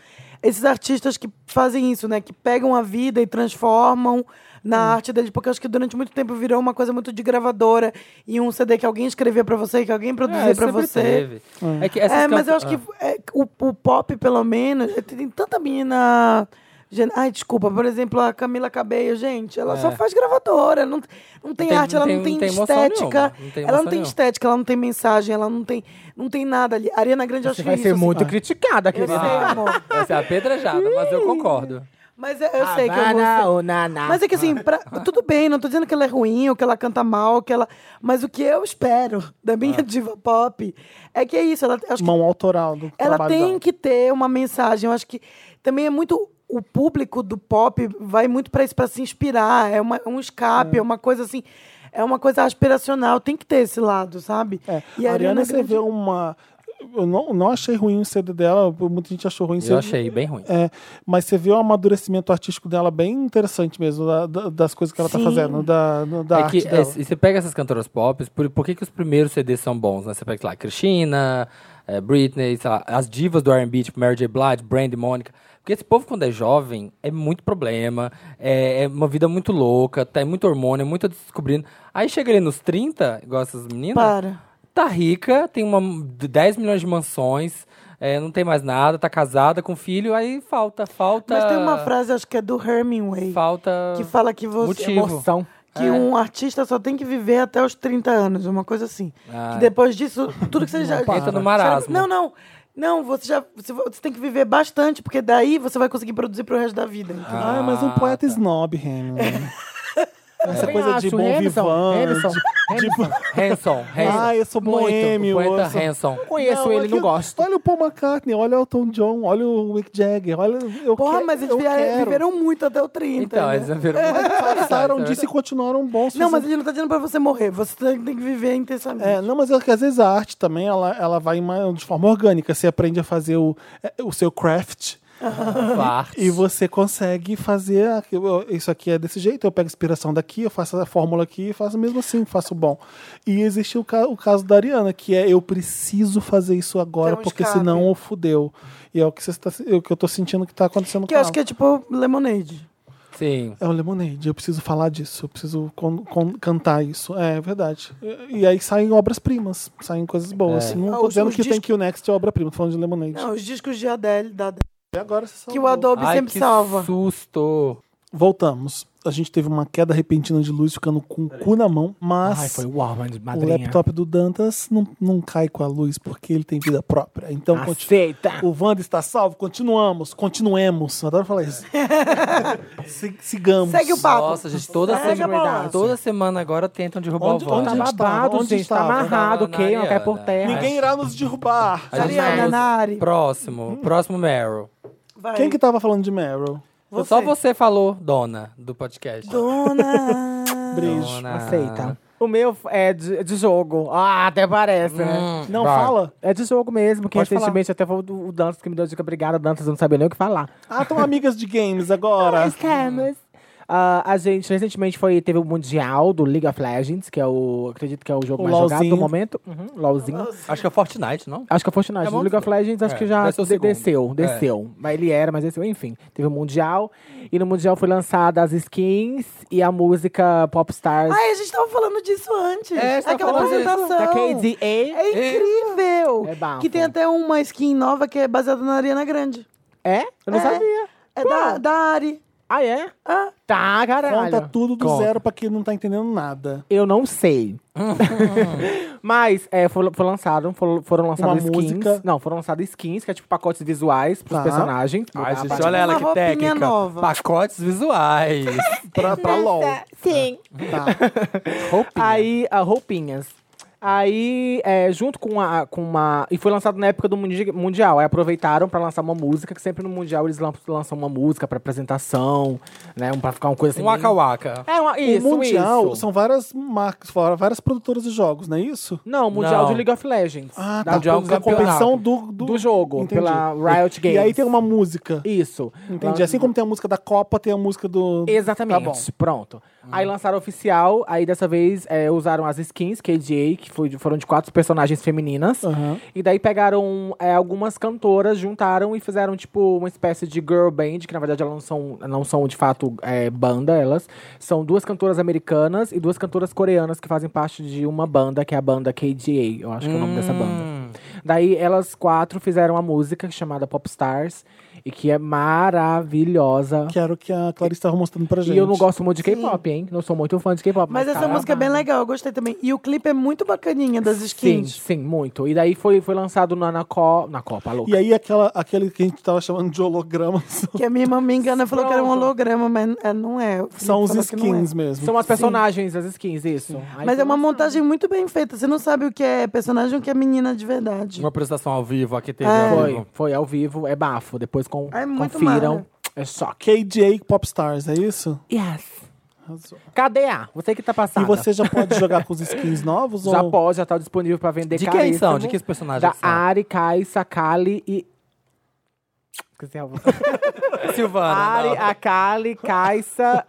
S4: Esses artistas que fazem isso, né? Que pegam a vida e transformam na arte deles, porque eu acho que durante muito tempo virou uma coisa muito de gravadora e um CD que alguém escrevia pra você, que alguém produzia
S2: É,
S4: pra
S2: sempre
S4: você.
S2: teve. É, que essas
S4: É, mas eu
S2: can-
S4: acho que
S2: Ah.
S4: é, o, o pop, pelo menos, é, tem tanta menina. gen- Ai, desculpa, por exemplo, a Camila Cabello, gente, ela só faz gravadora, não, não tem,
S2: tem-
S4: arte, ela
S2: É. não
S4: não
S2: tem-
S4: tem,
S2: não tem emoção
S4: estética,
S2: nenhuma, não tem
S4: ela não
S2: emoção
S4: tem
S2: nenhuma.
S4: estética, ela não tem mensagem, ela não tem, não tem nada ali. A Ariana Grande, eu acho
S3: Você
S4: que
S3: vai
S4: é
S3: ser
S4: isso, assim.
S3: muito criticada,
S4: Eu sei,
S2: Ah.
S3: querida.
S4: amor.
S2: Vai ser apedrejada, é mas eu concordo.
S4: Mas é, eu, eu sei que eu vou ser-
S3: Havana, oh, na, na.
S4: Mas é que assim, pra- tudo bem, não tô dizendo que ela é ruim ou que ela canta mal, que ela. Mas o que eu espero da
S2: Ah.
S4: minha diva pop é que é isso. Ela, acho que
S1: Mão autoral do
S4: Ela
S1: trabalho
S4: tem
S1: dela.
S4: que ter uma mensagem. Eu acho que também é muito. O público do pop vai muito para isso, para se inspirar. É uma- é um escape, é. uma coisa assim. É uma coisa aspiracional. Tem que ter esse lado, sabe?
S1: É. a Ariana, você vê uma. eu não, não achei ruim o CD dela, muita gente achou ruim o CD.
S2: Eu achei bem ruim.
S1: É, mas você vê o amadurecimento artístico dela bem interessante mesmo, da- da- das coisas que ela tá fazendo, da, no- da
S2: É
S1: arte
S2: que, é,
S1: dela.
S2: e você pega essas cantoras pop, por, por que, que os primeiros CDs são bons, né? Você pega, sei lá, Christina, eh, Britney, sei lá, as divas do R&B, tipo Mary J. Blige, Brandy, Monica. Porque esse povo, quando é jovem, é muito problema, é, é uma vida muito louca, tem muito hormônio, é muito descobrindo. Aí chega ali nos 30, igual essas meninas,
S4: Para.
S2: tá rica, tem uma, 10 milhões de mansões, eh, não tem mais nada, tá casada com filho, aí falta, falta...
S4: Mas tem uma frase, acho que é do Hemingway,
S2: Falta...
S4: que fala que você.
S2: Motivo. É.
S3: Emoção.
S4: Que um artista só tem que viver até os 30 anos, uma coisa assim.
S2: Ah,
S4: Que depois disso, tudo que você já.
S2: para. Entra no
S4: Você-
S2: marasmo.
S4: Não, não. Não, você já. Você, você tem que viver bastante, porque daí você vai conseguir produzir pro resto da vida. entendeu?
S1: Ah, mas um
S2: Ah,
S1: poeta
S2: tá.
S1: snob, Hemingway. Essa
S3: Também
S1: coisa de
S3: acho,
S1: bom
S3: Emerson,
S1: vivant,
S3: Emerson,
S4: É
S1: de- de-
S3: Emerson.
S2: Hanson, Hanson.
S1: Ah, eu sou
S2: Muito,
S1: boêmio,
S2: O poeta
S1: eu sou-
S2: Hanson.
S3: Conheço ele,
S1: aqui-
S3: não gosto.
S1: Olha o Paul McCartney, olha o Elton John, olha o Mick Jagger, olha... Eu
S4: Porra,
S1: que-
S4: mas eles
S1: eu
S4: vieram-
S1: quero.
S4: viveram muito até o 30.
S2: Então,
S4: né?
S2: eles viram
S3: Tá,
S2: muito então, é
S1: Passaram
S3: então
S1: disso e
S3: é-
S1: continuaram bons. fazendo-
S4: Não, mas ele não tá dizendo pra você morrer. Você tem tem que viver intensamente.
S1: É, não, mas é que às vezes a arte também ela, ela vai em uma- de forma orgânica. Você aprende a fazer o, é, o seu craft
S2: fartos.
S1: e você consegue fazer aquilo. isso aqui é desse jeito. Eu pego inspiração daqui, eu faço a fórmula aqui e faço mesmo assim, faço bom. E existe o, ca- o caso da Ariana, que é eu preciso fazer isso agora
S4: Tem um
S1: porque
S4: escape.
S1: senão eu fudeu. E é o que, você está, é o que eu tô sentindo que tá acontecendo
S4: Que
S1: com
S4: eu
S1: ela.
S4: acho que é tipo Lemonade.
S2: Sim.
S1: É o Lemonade, eu preciso falar disso, eu preciso con- con- cantar isso. É, é verdade. E, e aí saem obras-primas, saem coisas boas. assim, Não
S4: Ah,
S1: tô
S4: os-
S1: dizendo
S4: os
S1: que tem
S4: discos-
S1: que o Next é obra-prima, tô falando de Lemonade.
S4: Não, os discos de Adele, da Adele,
S1: E agora vocês são
S4: que o
S1: boas.
S4: Adobe
S2: Ai,
S4: sempre
S2: que
S4: salva.
S2: susto.
S1: Voltamos. A gente teve uma queda repentina de luz ficando com o cu na mão, mas
S3: Ai, foi o Warman de
S1: o
S3: madrinha.
S1: laptop do Dantas não, não cai com a luz porque ele tem vida própria. Então, continua.
S3: Aceita.
S1: O Wanda está salvo, continuamos, continuemos. Adoro falar isso. Se- sigamos.
S4: Segue o papo.
S2: Nossa, gente, toda,
S4: Segue a
S2: semana,
S4: balança.
S2: toda semana agora tentam derrubar
S1: Onde-
S2: o voto.
S1: onde
S3: Tá
S1: a gente tava?
S3: babado,
S1: Onde
S3: gente. Tá
S1: estava?
S3: amarrado,
S2: Tava na
S3: ok? Não cai por
S2: Ariana.
S3: terra.
S1: Ninguém irá nos derrubar.
S2: A gente
S4: Ariana
S2: falou-
S4: Nari.
S2: Próximo, próximo Meryl.
S4: Vai.
S1: Quem que tava falando de Meryl?
S2: Só você falou, dona, do podcast.
S4: Dona.
S1: Beijo.
S2: Dona.
S3: Aceita. O meu é de, de jogo. Ah, até parece, né?
S2: Hum,
S1: Não,
S2: vai.
S1: fala.
S3: É de jogo mesmo, que
S1: Pode
S3: recentemente até foi o o Dantas que me deu a dica. Obrigada, Dantas, eu não sabia nem o que falar.
S1: Ah, estão amigas de games agora.
S3: Estamos. Ah, a gente recentemente foi, teve o Mundial do League of Legends, que é o. Acredito que é o jogo
S1: O
S3: mais jogado
S1: LOLzinho.
S3: do momento. Uhum, LOLzinho.
S2: Acho que é Fortnite, não?
S3: Acho que é Fortnite.
S2: É
S3: o League of Legends acho
S2: É,
S3: que já
S2: vai ser o
S3: de-
S2: segundo. É.
S3: desceu, desceu. Mas ele era, mas desceu. Enfim, teve o Mundial. E no Mundial foi lançada as skins e a música Popstars.
S4: Ai, a gente tava falando disso antes.
S2: É, a gente tava
S4: Aquela
S2: falando disso.
S4: apresentação.
S3: da KDA.
S4: É incrível!
S3: É bafo.
S4: que tem até uma skin nova que é baseada na Ariana Grande.
S3: É? Eu não
S4: É.
S3: sabia.
S4: É da, da Ari.
S3: Ah, é?
S4: Ah,
S3: Tá, caralho.
S1: Conta tudo do
S2: Conta.
S1: zero pra quem não tá entendendo nada.
S3: Eu não sei. Mas é, foi, foi lançado, foram, foram lançadas
S1: Uma
S3: skins.
S1: música.
S3: Não, foram lançadas skins, que é tipo pacotes visuais pros
S1: Tá.
S3: personagens.
S2: Ai,
S3: Tá,
S2: Ah, gente,
S3: parte-
S2: olha ela
S4: Uma
S2: que
S4: roupinha
S2: técnica.
S4: nova.
S2: Pacotes visuais.
S1: Pra, pra
S4: é
S1: LOL.
S6: Sim.
S1: Tá.
S2: Roupinha.
S3: Aí, ah, roupinhas. Aí, é, junto com, a, com uma. E foi lançado na época do mundi- Mundial. Aí aproveitaram pra lançar uma música, que sempre no Mundial eles lan- lançam uma música pra apresentação, né? um- Pra ficar uma coisa assim.
S2: Um waka waka.
S3: É, uma, isso,
S1: o Mundial
S3: isso.
S1: são várias marcas, fora- várias produtoras de jogos, não é isso?
S3: Não, Mundial
S2: Não.
S3: de League of Legends.
S1: Ah,
S3: Da-
S1: tá.
S2: Mundial é um
S1: a competição do, do...
S3: do jogo,
S1: Entendi.
S3: pela Riot Games.
S1: E aí tem uma música.
S3: Isso.
S1: Entendi. Assim como tem a música da Copa, tem a música do.
S3: Exatamente.
S1: Tá bom. Hum.
S3: Pronto. Aí lançaram oficial, aí dessa vez é, usaram as skins KDA, que foi- foram de quatro personagens femininas.
S1: Aham.
S3: E daí pegaram é, algumas cantoras, juntaram e fizeram, tipo, uma espécie de girl band, que na verdade elas não são, não são de fato é, banda, elas. São duas cantoras americanas e duas cantoras coreanas que fazem parte de uma banda, que é a banda KDA, eu acho que é o nome
S1: Hum.
S3: dessa banda. Daí elas quatro fizeram a música chamada Popstars, e que é maravilhosa.
S1: Que era o que a Clarice estava mostrando pra gente.
S3: E eu não gosto muito de K-pop, hein? Não sou muito fã de K-pop.
S4: mas essa
S3: tá
S4: música é bem
S3: babado.
S4: legal, eu gostei também. E o clipe é muito bacaninha das
S3: Sim,
S4: skins.
S3: sim, muito. E daí foi, foi lançado na, na, co... na Copa, louca.
S1: E aí aquela, aquele que a gente tava chamando de hologramas
S4: Que a minha irmã me engana falou que era um
S3: Pronto.
S4: holograma, mas é, não é. O Felipe
S1: são os
S4: falou que não é.
S1: skins mesmo.
S3: São as personagens, as skins, isso. Aí
S4: Mas
S3: foi
S4: é uma
S3: lançado.
S4: montagem muito bem feita. Você não sabe o que é personagem ou o que é menina de verdade.
S2: Uma apresentação ao vivo, aqui teve
S4: É.
S2: ao
S3: Foi,
S2: vivo.
S3: foi ao vivo, é bafo. Depois com,
S4: É muito
S3: confiram.
S4: mara.
S3: É choque.
S1: KJ Popstars, é isso?
S3: Yes.
S1: Arrasou.
S3: Cadê a? Você que tá passando.
S1: E você já pode jogar com os skins novos?
S3: já
S1: ou...
S3: pode, já tá disponível pra vender
S2: De quem são?
S3: caríssimo.
S2: De que os personagens
S3: Da
S2: são?
S3: Ari, Kai, Sakali e... Esqueci a voz.
S2: Silvana.
S3: Ari,
S2: não.
S3: Akali, Kaisa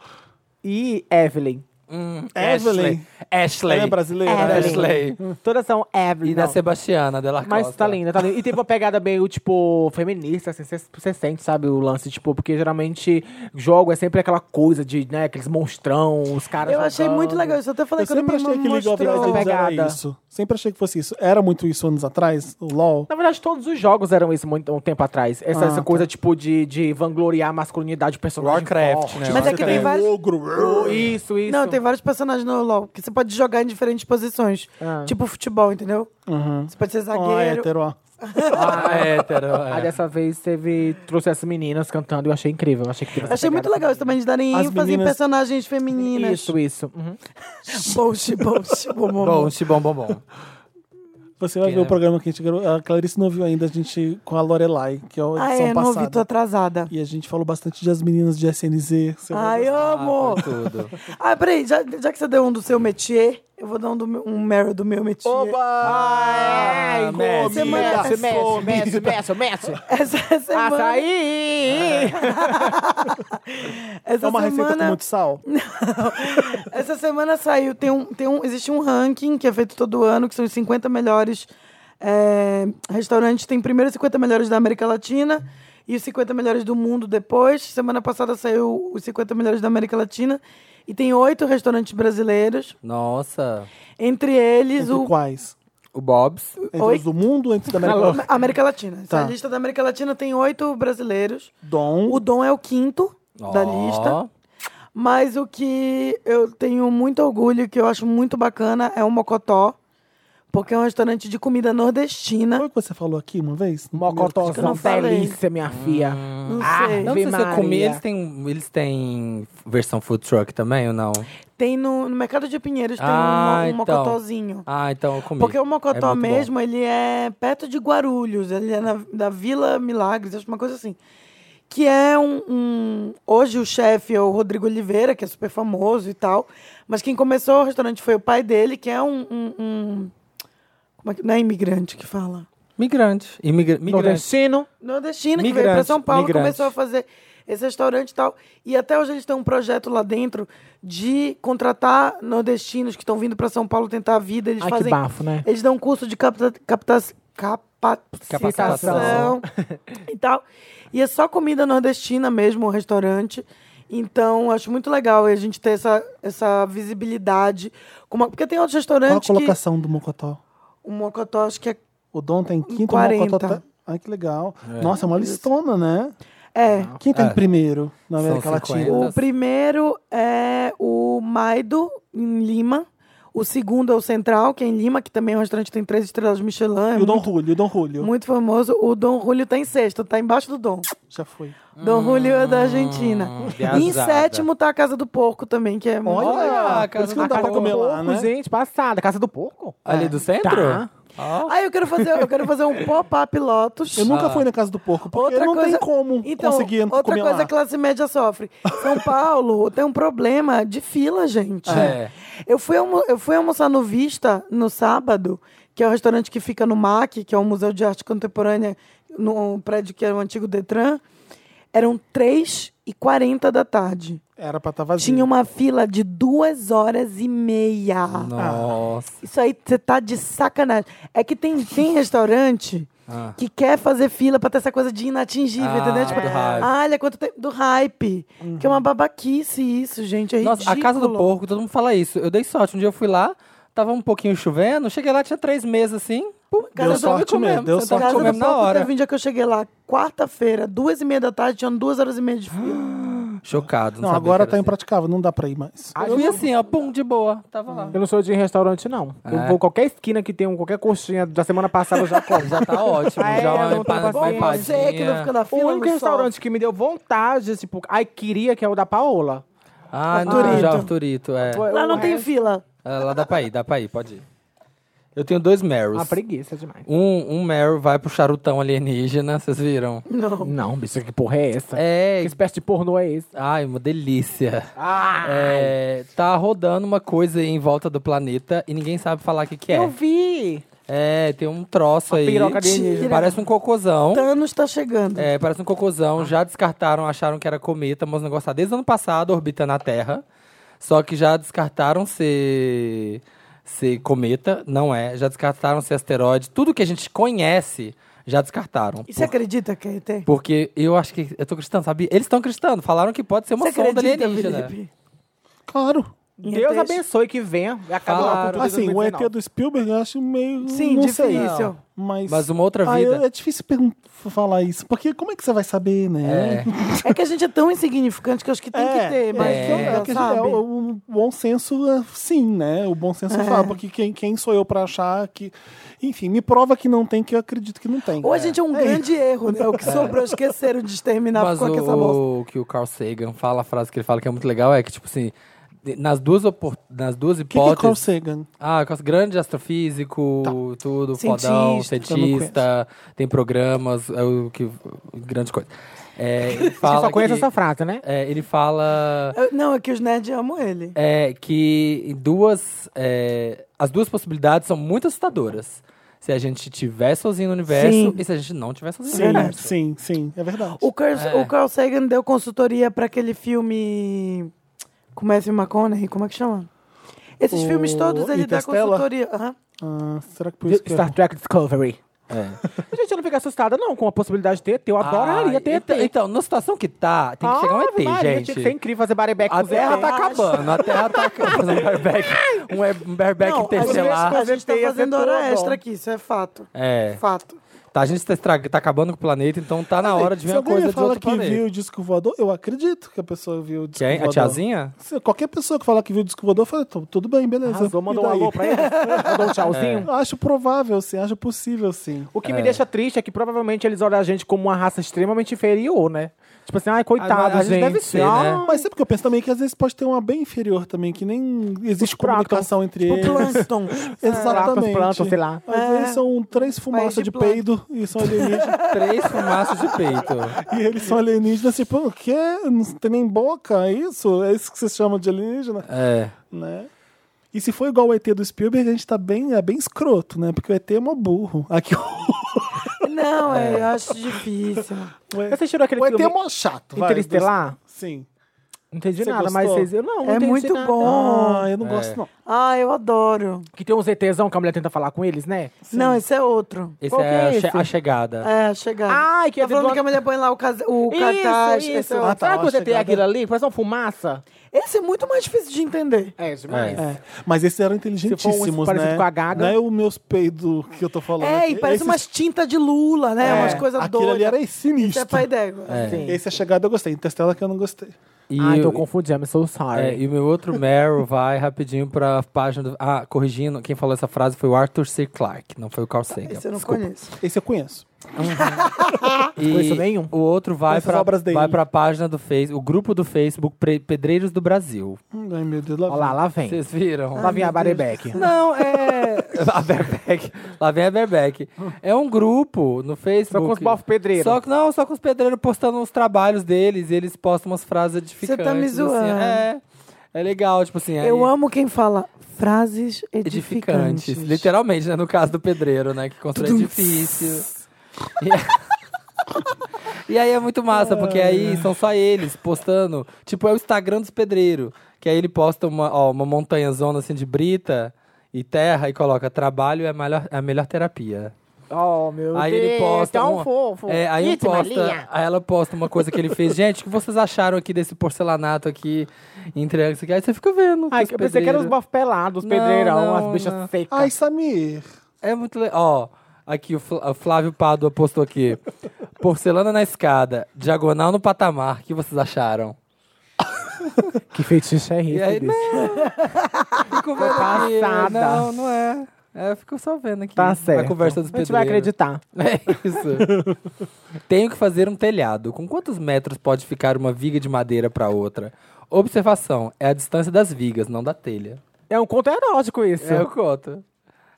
S3: e Evelyn.
S2: Hum,
S1: Evelyn.
S2: Ashley. Ashley.
S1: Ela é brasileira? né?
S3: Evelyn.
S2: Ashley.
S3: Todas são Evelyn.
S2: E da
S3: não.
S2: Sebastiana Della Costa.
S3: Mas tá linda, tá linda. E tem uma pegada meio, tipo, feminista, assim, você sente, sabe, o lance, tipo, porque geralmente jogo é sempre aquela coisa de, né, aqueles monstrão, os caras.
S4: Eu achei
S3: jogando.
S4: muito legal isso. Eu até falei
S1: Eu
S4: quando
S1: sempre
S4: minha
S1: achei
S4: irmã
S1: que League of
S4: mostrou.
S1: Legends era
S3: Pegada.
S1: isso. Sempre achei que fosse isso. Era muito isso anos atrás, o LoL.
S3: Na verdade, todos os jogos eram isso muito um tempo atrás. Essa,
S1: Ah,
S3: essa
S1: tá.
S3: coisa, tipo, de, de vangloriar a masculinidade do personagem.
S2: Warcraft,
S3: forte.
S2: né?
S4: Mas é que tem vários...
S1: Ogro.
S3: Isso, isso.
S4: Não, tem vários personagens no LoL que você pode jogar em diferentes posições.
S3: Ah.
S4: Tipo futebol, entendeu?
S1: Uhum.
S4: Você pode ser
S1: Ó,
S4: zagueiro.
S1: hétero, ó.
S2: Ah, hétero.
S3: Aí
S2: É.
S3: dessa vez teve. Trouxe essas meninas cantando e eu achei incrível. Eu achei que teve essa
S4: Achei muito né?
S3: pegada.
S4: legal isso também, de darem
S1: As
S4: ênfase em
S1: meninas-
S4: personagens femininas.
S3: Isso, isso. Uhum.
S4: Bolche, bolche, bom, tá bom, bom.
S2: Bom, chibom, bom, bom.
S1: Você vai
S2: Que
S1: ver o
S2: é-
S1: programa que a gente gravou. A Clarice não viu ainda, a gente com a Lorelai, que é a edição
S4: Ah, é, não
S1: passada.
S4: ouvi, tô atrasada.
S1: E a gente falou bastante das meninas de SNZ. seu-
S4: Ai, amo!
S2: Ah, tudo.
S4: Ah, peraí, já, já que você deu um do seu métier, eu vou dar um, do meu, um Meryl do meu métier.
S3: Ah,
S2: Ah, Messi.
S3: Messi, Messi,
S1: Comida,
S3: Messi, Messi, Messi.
S4: Essa
S1: Ah,
S4: semana...
S3: Açaí!
S4: Essa
S1: É uma receita com
S4: semana,
S1: muito sal.
S4: Essa semana saiu, tem um, tem um, existe um ranking que é feito todo ano, que são os 50 melhores é, restaurantes. Tem primeiro os 50 melhores da América Latina e os 50 melhores do mundo depois. Semana passada saiu os 50 melhores da América Latina e tem oito restaurantes brasileiros.
S2: Nossa.
S4: Entre eles
S1: Entre
S4: o...
S1: quais?
S2: O Bob's.
S1: Entre
S4: Oi?
S1: os do mundo, entre da América.
S4: América Latina.
S1: Tá.
S4: Essa lista da América Latina tem oito brasileiros.
S1: Dom.
S4: O Dom é o quinto da
S2: Ó.
S4: lista. Mas o que eu tenho muito orgulho, que eu acho muito bacana, é o Mocotó. Porque é um restaurante de comida nordestina.
S1: Foi o que você falou aqui uma vez?
S4: que eu não
S3: Mocotozão,
S4: falei.
S3: delícia, minha filha.
S4: Não sei.
S2: Não
S3: Ave
S2: sei se eu comi.
S3: Maria.
S2: Eles têm, eles têm versão food truck também ou não?
S4: Tem no, no Mercado de Pinheiros, tem
S2: Ah,
S4: um, mo- um
S2: então.
S4: mocotózinho.
S2: Ah, então eu comi.
S4: Porque o Mocotó
S2: É muito bom.
S4: mesmo, ele é perto de Guarulhos, ele é na, da Vila Milagres, acho uma coisa assim. Que é um. um- hoje o chefe é o Rodrigo Oliveira, que é super famoso e tal. Mas quem começou o restaurante foi o pai dele, que é um. um- um- como é que. Não é imigrante que fala.
S2: Migrante. Imigra migrante.
S3: Nordestino.
S4: Nordestina, que veio
S2: Migrante,
S4: pra São Paulo,
S2: migrante.
S4: começou a fazer esse restaurante e tal. E até hoje eles têm um projeto lá dentro de contratar nordestinos que estão vindo pra São Paulo tentar a vida. Eles
S3: Ai, que
S4: fazem.
S3: bafo, né?
S4: Eles dão um curso de capta, capta, capacitação
S2: Capacitação.
S4: e tal. E é só comida nordestina mesmo, o restaurante. Então, acho muito legal a gente ter essa, essa visibilidade. Como- porque tem outros
S1: Qual a
S4: restaurantes que...
S1: colocação do Mocotó?
S4: O Mocotó, acho que é...
S1: O Dom tem quinto, o
S4: 40.
S1: Mocotó tá... Ai, que legal. Nossa, é uma listona, né?
S4: É,
S1: Quem tá
S2: É.
S1: em primeiro na
S2: São
S1: América
S2: 50.
S1: Latina?
S4: O primeiro é o Maido, em Lima. O segundo é o Central, que é em Lima, que também é um restaurante que tem três estrelas Michelin. É
S1: E o Dom
S4: muito,
S1: Julio, o Dom Julio.
S4: muito famoso. O Dom Julio tá em sexto, tá embaixo do Dom.
S1: Já foi.
S4: Dom Julio é
S1: Hum,
S4: da Argentina.
S2: viajada.
S4: E em sétimo tá a Casa do Porco também, que é muito legal.
S2: Olha, a
S1: Por isso
S2: casa
S1: que não
S2: do
S1: dá pra
S2: porco.
S1: comer lá, né?
S3: gente, passada. Casa do Porco.
S2: Ali do centro?
S3: Tá.
S2: Ó.
S4: Ah, eu quero fazer, eu quero fazer um pop-up Lotus.
S1: Eu nunca fui na Casa do Porco, porque
S4: Outra
S1: não
S4: coisa,
S1: tem como
S4: então,
S1: conseguir
S4: Outra
S1: comer
S4: coisa
S1: lá.
S4: que a classe média sofre. São Paulo tem um problema de fila, gente.
S2: É.
S4: Eu, fui almo- eu fui almoçar no Vista no sábado, que é o restaurante que fica no MAC, que é o Museu de Arte Contemporânea, no prédio que era o antigo Detran. Eram 3h40 da tarde.
S1: Era pra estar vazio.
S4: Tinha uma fila de duas horas e meia.
S2: Nossa.
S4: Isso aí, você tá de sacanagem. É que tem, tem restaurante
S2: Ah.
S4: que quer fazer fila pra ter essa coisa de inatingível,
S2: Ah,
S4: entendeu? Tipo,
S2: do hype. Uhum.
S4: olha quanto tempo do hype. Que é uma babaquice isso, gente. É
S2: Nossa, a Casa do
S4: ridículo.
S2: Porco, todo mundo fala isso. Eu dei sorte. Um dia eu fui lá, tava um pouquinho chovendo, cheguei lá, tinha três meses assim. Pum,
S1: Deu
S2: sentava
S1: sorte
S2: comendo,
S1: mesmo, deu
S2: sentava
S1: sorte.
S4: Casa do
S2: comendo na
S4: Porco
S2: hora.
S4: teve um dia que eu cheguei lá, quarta-feira, duas e meia da tarde, tinha duas horas e meia de fila.
S2: Chocado. Não,
S1: Não,
S2: sabia
S1: agora
S2: que
S1: tá
S2: era
S1: impraticável, não dá pra ir mais.
S4: Ah,
S2: assim. Eu fui assim, ó, pum, de boa. Tava lá.
S3: Eu não sou de ir em restaurante, não.
S2: É.
S3: Eu vou em qualquer esquina que tem um, qualquer coxinha da semana passada eu já como.
S2: Já tá ótimo,
S3: É,
S2: já uma
S3: não tá
S2: empa- uma
S3: fazendo.
S2: empadinha.
S4: Você assim, que não fica na
S3: O
S4: fila.
S3: único
S4: no
S3: restaurante que me deu vontade, tipo, ai, queria, que é o da Paola.
S2: Ah, não,
S4: Arturito.
S2: já Arturito, é.
S4: sol. Lá
S3: O
S4: não tem
S3: resto-
S4: fila.
S2: É, Lá dá pra ir, dá pra ir, pode ir. Eu tenho dois Meryls.
S3: Uma preguiça demais.
S2: Um, um Meryl vai pro charutão alienígena, vocês viram?
S3: Não, bicho, que porra é essa?
S2: É.
S3: Que espécie de pornô é esse?
S2: Ai, uma delícia.
S3: Ah!
S2: É, tá rodando uma coisa aí em volta do planeta e ninguém sabe falar o que, que é.
S3: Eu vi!
S2: É, tem um troço aí.
S3: piroca alienígena.
S2: Parece um cocôzão.
S4: Thanos tá chegando.
S2: É, parece um cocôzão. Já descartaram, acharam que era cometa, mas o negócio tá desde o ano passado orbitando a Terra. Só que já descartaram ser, ser cometa, não é. Já descartaram ser asteroide. Tudo que a gente conhece, já descartaram.
S4: E você acredita que é ET?
S2: Porque eu acho que. Eu tô cristão, sabia? Eles estão cristando. Falaram que pode ser uma
S4: Você
S2: sonda
S4: acredita,
S2: alienígena.
S4: Felipe?
S1: Claro.
S3: Deus
S4: ETs.
S3: abençoe que venha. e Acaba
S2: Claro.
S3: lá com tudo em
S1: Assim, o ET
S3: 2019.
S1: do Spielberg eu acho meio.
S4: Sim,
S1: não Sei.
S4: difícil.
S1: Mas,
S2: Mas uma outra
S1: Ah, eu-
S2: vida.
S1: é difícil pergun- falar isso, porque como é que você vai saber, né?
S4: É que a gente é tão insignificante que eu acho que tem que ter, mas
S1: é,
S4: não
S1: é,
S4: dá,
S1: que
S4: sabe?
S1: é o, o bom senso, é, sim, né? O bom
S4: É.
S1: senso fala, porque quem, quem sou eu pra achar que. Enfim, me prova que não tem, que eu acredito que não tem.
S4: Ou a gente é um grande erro, né? O que sobrou, esqueceram de exterminar,
S2: Mas
S4: ficou com essa bosta.
S2: o, o que o Carl Sagan fala, a frase que ele fala que é muito legal é que, tipo assim, de- nas duas, opor- nas duas
S1: O que, que é Carl
S2: hipóteses.
S1: Sagan?
S2: Ah, Carl- grande astrofísico, tudo,
S4: Cientista,
S2: fodão,
S1: eu não
S2: cientista, tem programas, é o que. Grande coisa. É, ele
S3: Você
S2: fala
S3: só conhece
S2: que-
S3: essa frase, né?
S2: é, ele fala.
S4: Eu- Não, é que os nerds amam ele.
S2: é que duas é, as duas possibilidades são muito assustadoras. Se a gente tiver sozinho no universo
S4: Sim.
S2: e se a gente não tiver sozinho no
S1: Sim,
S2: universo.
S1: sim, sim, é verdade.
S4: O, Carl, o Carl Sagan deu consultoria pra aquele filme com Matthew McConaughey, como é que chama? Esses
S1: O
S4: filmes todos ele dá
S1: Interstellar?
S4: consultoria. Aham.
S1: Ah, será que por isso que
S3: Star Trek Discovery.
S2: É.
S3: A gente eu não fica assustada, não, com a possibilidade de ter ET. Eu adoraria
S2: Ah,
S3: ter ET.
S2: então, então, na situação que tá, tem que chegar um
S3: Ave
S2: ET,
S3: Maria, Tinha que ser
S2: gente.
S3: incrível fazer bareback
S2: A
S3: com
S2: Terra
S3: ET.
S2: tá acabando, a Terra tá acabando. Um bareback, um e- um bareback
S4: Não, a gente,
S2: interestelar.
S4: a gente tá
S3: Ia ser
S4: fazendo
S3: tudo
S4: hora
S3: bom.
S4: extra aqui, isso é fato.
S2: É.
S4: Fato.
S2: Tá, a gente tá, estra- tá acabando com o planeta, então tá na hora de
S1: Se
S2: ver uma
S1: alguém
S2: coisa
S1: me
S2: de
S1: fala
S2: outro
S1: que
S2: planeta.
S1: viu o disco voador, eu acredito que a pessoa viu o disco
S2: Quem? A
S1: voador.
S2: tiazinha?
S1: Se qualquer pessoa que falar que viu o disco voador, eu falo, "Tô- tudo bem, beleza.
S3: Arrasou,
S1: E
S3: mandou um
S1: daí?
S3: alô pra ele. Mandou um tchauzinho.
S1: Eu Acho provável, sim, acho possível, sim.
S3: O que me deixa triste é que provavelmente eles olham a gente como uma raça extremamente inferior, né? Tipo assim, ai, coitado,
S2: a
S3: gente.
S2: gente deve ser, né?
S1: Mas sabe o que eu penso também? Que às vezes pode ter uma bem inferior também, que nem existe
S3: Plantons.
S1: comunicação entre
S4: O
S1: eles.
S4: Plankton.
S1: Exatamente.
S3: Plantos, sei lá.
S1: Às
S2: É.
S1: vezes são três
S4: Mas
S1: fumaças
S4: de
S1: de peido e são alienígenas.
S2: Três fumaços de peito.
S1: e eles são alienígenas, tipo, o quê? Não tem nem boca, é isso? É isso que vocês chamam de alienígena?
S2: É.
S1: Né? E se for igual o ET do Spielberg, a gente tá bem, é bem escroto, né? Porque o ET é mó burro. Aqui,
S4: Não, é, eu acho difícil.
S1: o ET,
S3: Vocês tiram aquele
S1: o ET
S3: filme
S1: é mó chato. vai,
S3: Interestelar?
S1: dos- Sim.
S3: Não entendi
S1: Você
S3: nada,
S1: gostou?
S3: mas vocês... Eu não, não
S4: É
S3: entendi
S4: muito
S3: nada.
S4: bom.
S1: Ah, eu não gosto, não.
S4: Ah, eu adoro.
S3: Que tem uns ETzão que a mulher tenta falar com eles, né?
S4: Não, esse é outro.
S2: Esse
S3: Qual que
S2: é, a
S3: é
S2: che- Ah,
S3: esse?
S2: a chegada.
S4: É, chegar.
S3: Ai, que é
S4: tá falando
S3: do-
S4: que a mulher põe lá o, casa... o cartaz.
S3: isso, Ah,
S4: Esse,
S3: isso.
S4: é outro.
S1: tá,
S3: Sabe quando
S1: ó,
S3: você tem
S1: chegada.
S3: aquilo ali? Parece uma fumaça.
S4: Esse é muito mais difícil de entender.
S3: É, demais.
S1: É, mas esses eram
S3: Se for um
S1: inteligentíssimos,
S3: parecido
S1: né?
S3: com a Gaga.
S1: Não é o meus peidos que eu tô falando.
S4: É, e
S1: aqui.
S4: parece
S1: Esses-
S4: umas tintas de Lula, né? Umas coisas
S1: Aquele
S4: doidas.
S1: ali era
S4: Esse é
S1: sinistro.
S4: pai d'égua.
S3: É. Sim.
S1: Esse é chegada eu gostei. Interstellar que eu não gostei.
S2: E
S3: Ai, tô
S2: o-
S3: confundindo, I'm so
S2: É,
S3: sorry.
S2: e o meu outro Meryl vai rapidinho pra página do. Ah, corrigindo, quem falou essa frase foi o Arthur C. Clarke, não foi o Carl Sagan.
S4: Esse eu não
S2: Desculpa.
S4: conheço.
S1: Esse eu conheço.
S2: E
S3: conheço nenhum.
S2: O outro vai
S1: Conheço as
S2: pra,
S1: obras dele.
S2: vai pra página do Face, o grupo do Facebook Pre- Pedreiros do Brasil.
S1: Ai, meu Deus. Lá
S3: Olha lá,
S1: vem.
S3: lá vem.
S2: Vocês viram?
S3: Lá vem a bareback.
S2: Não, é. a Berbeck. Lá vem a Berbeck. É um grupo no Facebook.
S3: Só com os bofos pedreiros.
S2: Só que não, só com os pedreiros postando os trabalhos deles e eles postam umas frases edificantes.
S4: me zoando.
S2: Assim, é. É legal, tipo assim.
S4: Eu
S2: aí-
S4: amo quem fala frases edificantes.
S2: edificantes. Literalmente, né? No caso do pedreiro, né? Que constrói edifício. E, e aí é muito massa, porque aí são só eles postando. Tipo, é o Instagram dos pedreiros. Que aí ele posta uma, ó, uma montanhazona assim de brita e terra e coloca trabalho é a melhor, é a melhor terapia.
S3: Oh, meu
S2: Aí
S3: Deus.
S2: ele posta.
S3: Tão
S2: um-
S3: fofo.
S2: É, aí ele
S3: Ritmo,
S2: posta,
S3: Lia.
S2: aí ela posta uma coisa que ele fez. Gente, o que vocês acharam aqui desse porcelanato aqui? Entre isso aqui? Aí você fica vendo.
S3: Ai,
S2: os
S3: que eu pensei que eram
S2: pedreiros.
S3: os bofos pelados, os
S2: Não,
S3: pedreirão,
S2: não,
S3: as bichas
S2: não.
S3: secas.
S1: Ai, Samir.
S2: É muito legal. Ó, aqui o Fla- o Flávio Pádua postou aqui. Porcelana na escada, diagonal no patamar. O que vocês acharam?
S3: que feitiço é
S2: E
S3: isso,
S2: aí, não. Fico vendo aqui.
S3: passada.
S2: Não, não é. É, eu fico só vendo aqui.
S3: Tá certo.
S2: A conversa dos
S3: A gente vai
S2: pedreiros.
S3: acreditar.
S2: É isso. Tenho que fazer um telhado. Com quantos metros pode ficar uma viga de madeira para outra? Observação: é a distância das vigas, não da telha.
S3: É um conto erótico isso.
S2: É o conto.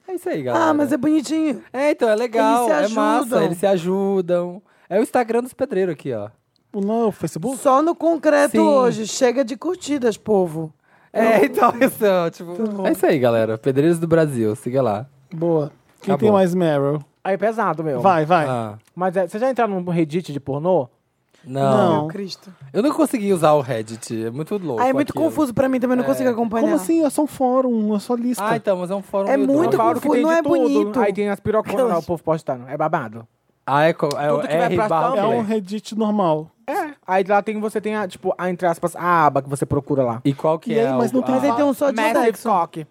S2: É isso aí, galera.
S4: Ah, mas é bonitinho.
S2: É, então, é legal,
S4: Eles se
S2: é massa,
S4: ajudam.
S2: eles se ajudam. É o Instagram dos pedreiros aqui, ó.
S1: Não, o Facebook?
S4: Só no concreto
S2: Sim.
S4: hoje. Chega de curtidas, povo.
S2: É, então, isso, ó, tipo, é isso aí, galera. Pedreiros do Brasil, siga lá.
S1: Boa. Quem
S2: Tá
S1: tem
S2: bom.
S1: mais Meryl?
S3: Aí é pesado, meu.
S1: Vai, vai.
S2: Ah,
S3: Mas é, você já entraram no Reddit de pornô?
S2: não.
S1: Não.
S4: Meu Cristo.
S2: Eu não consegui usar o Reddit, é muito louco.
S4: Ah, é muito
S2: aquilo.
S4: confuso pra mim também, não consigo acompanhar.
S1: Como assim? É só um fórum, é só lista.
S2: Ah, então, mas é um fórum
S4: É
S2: meio
S4: muito
S2: doido.
S3: Falaram que
S4: confuso,
S3: tem
S4: não
S3: de
S4: é
S3: tudo.
S4: bonito.
S3: Aí tem as piroconas lá, o povo postando. É babado.
S2: Ah, é, co- é o
S3: Tudo que vai
S2: R
S3: pra
S2: barra
S1: é
S3: Tumblr.
S1: um
S2: play.
S1: Reddit normal.
S3: É. Aí lá tem, você tem, a, tipo, a, entre aspas, a aba que você procura lá.
S2: E qual que
S1: E
S2: é
S1: aí, mas
S2: o-
S1: não tem-
S4: Mas aí tem um só de
S3: Massive
S4: sexo.
S3: cock.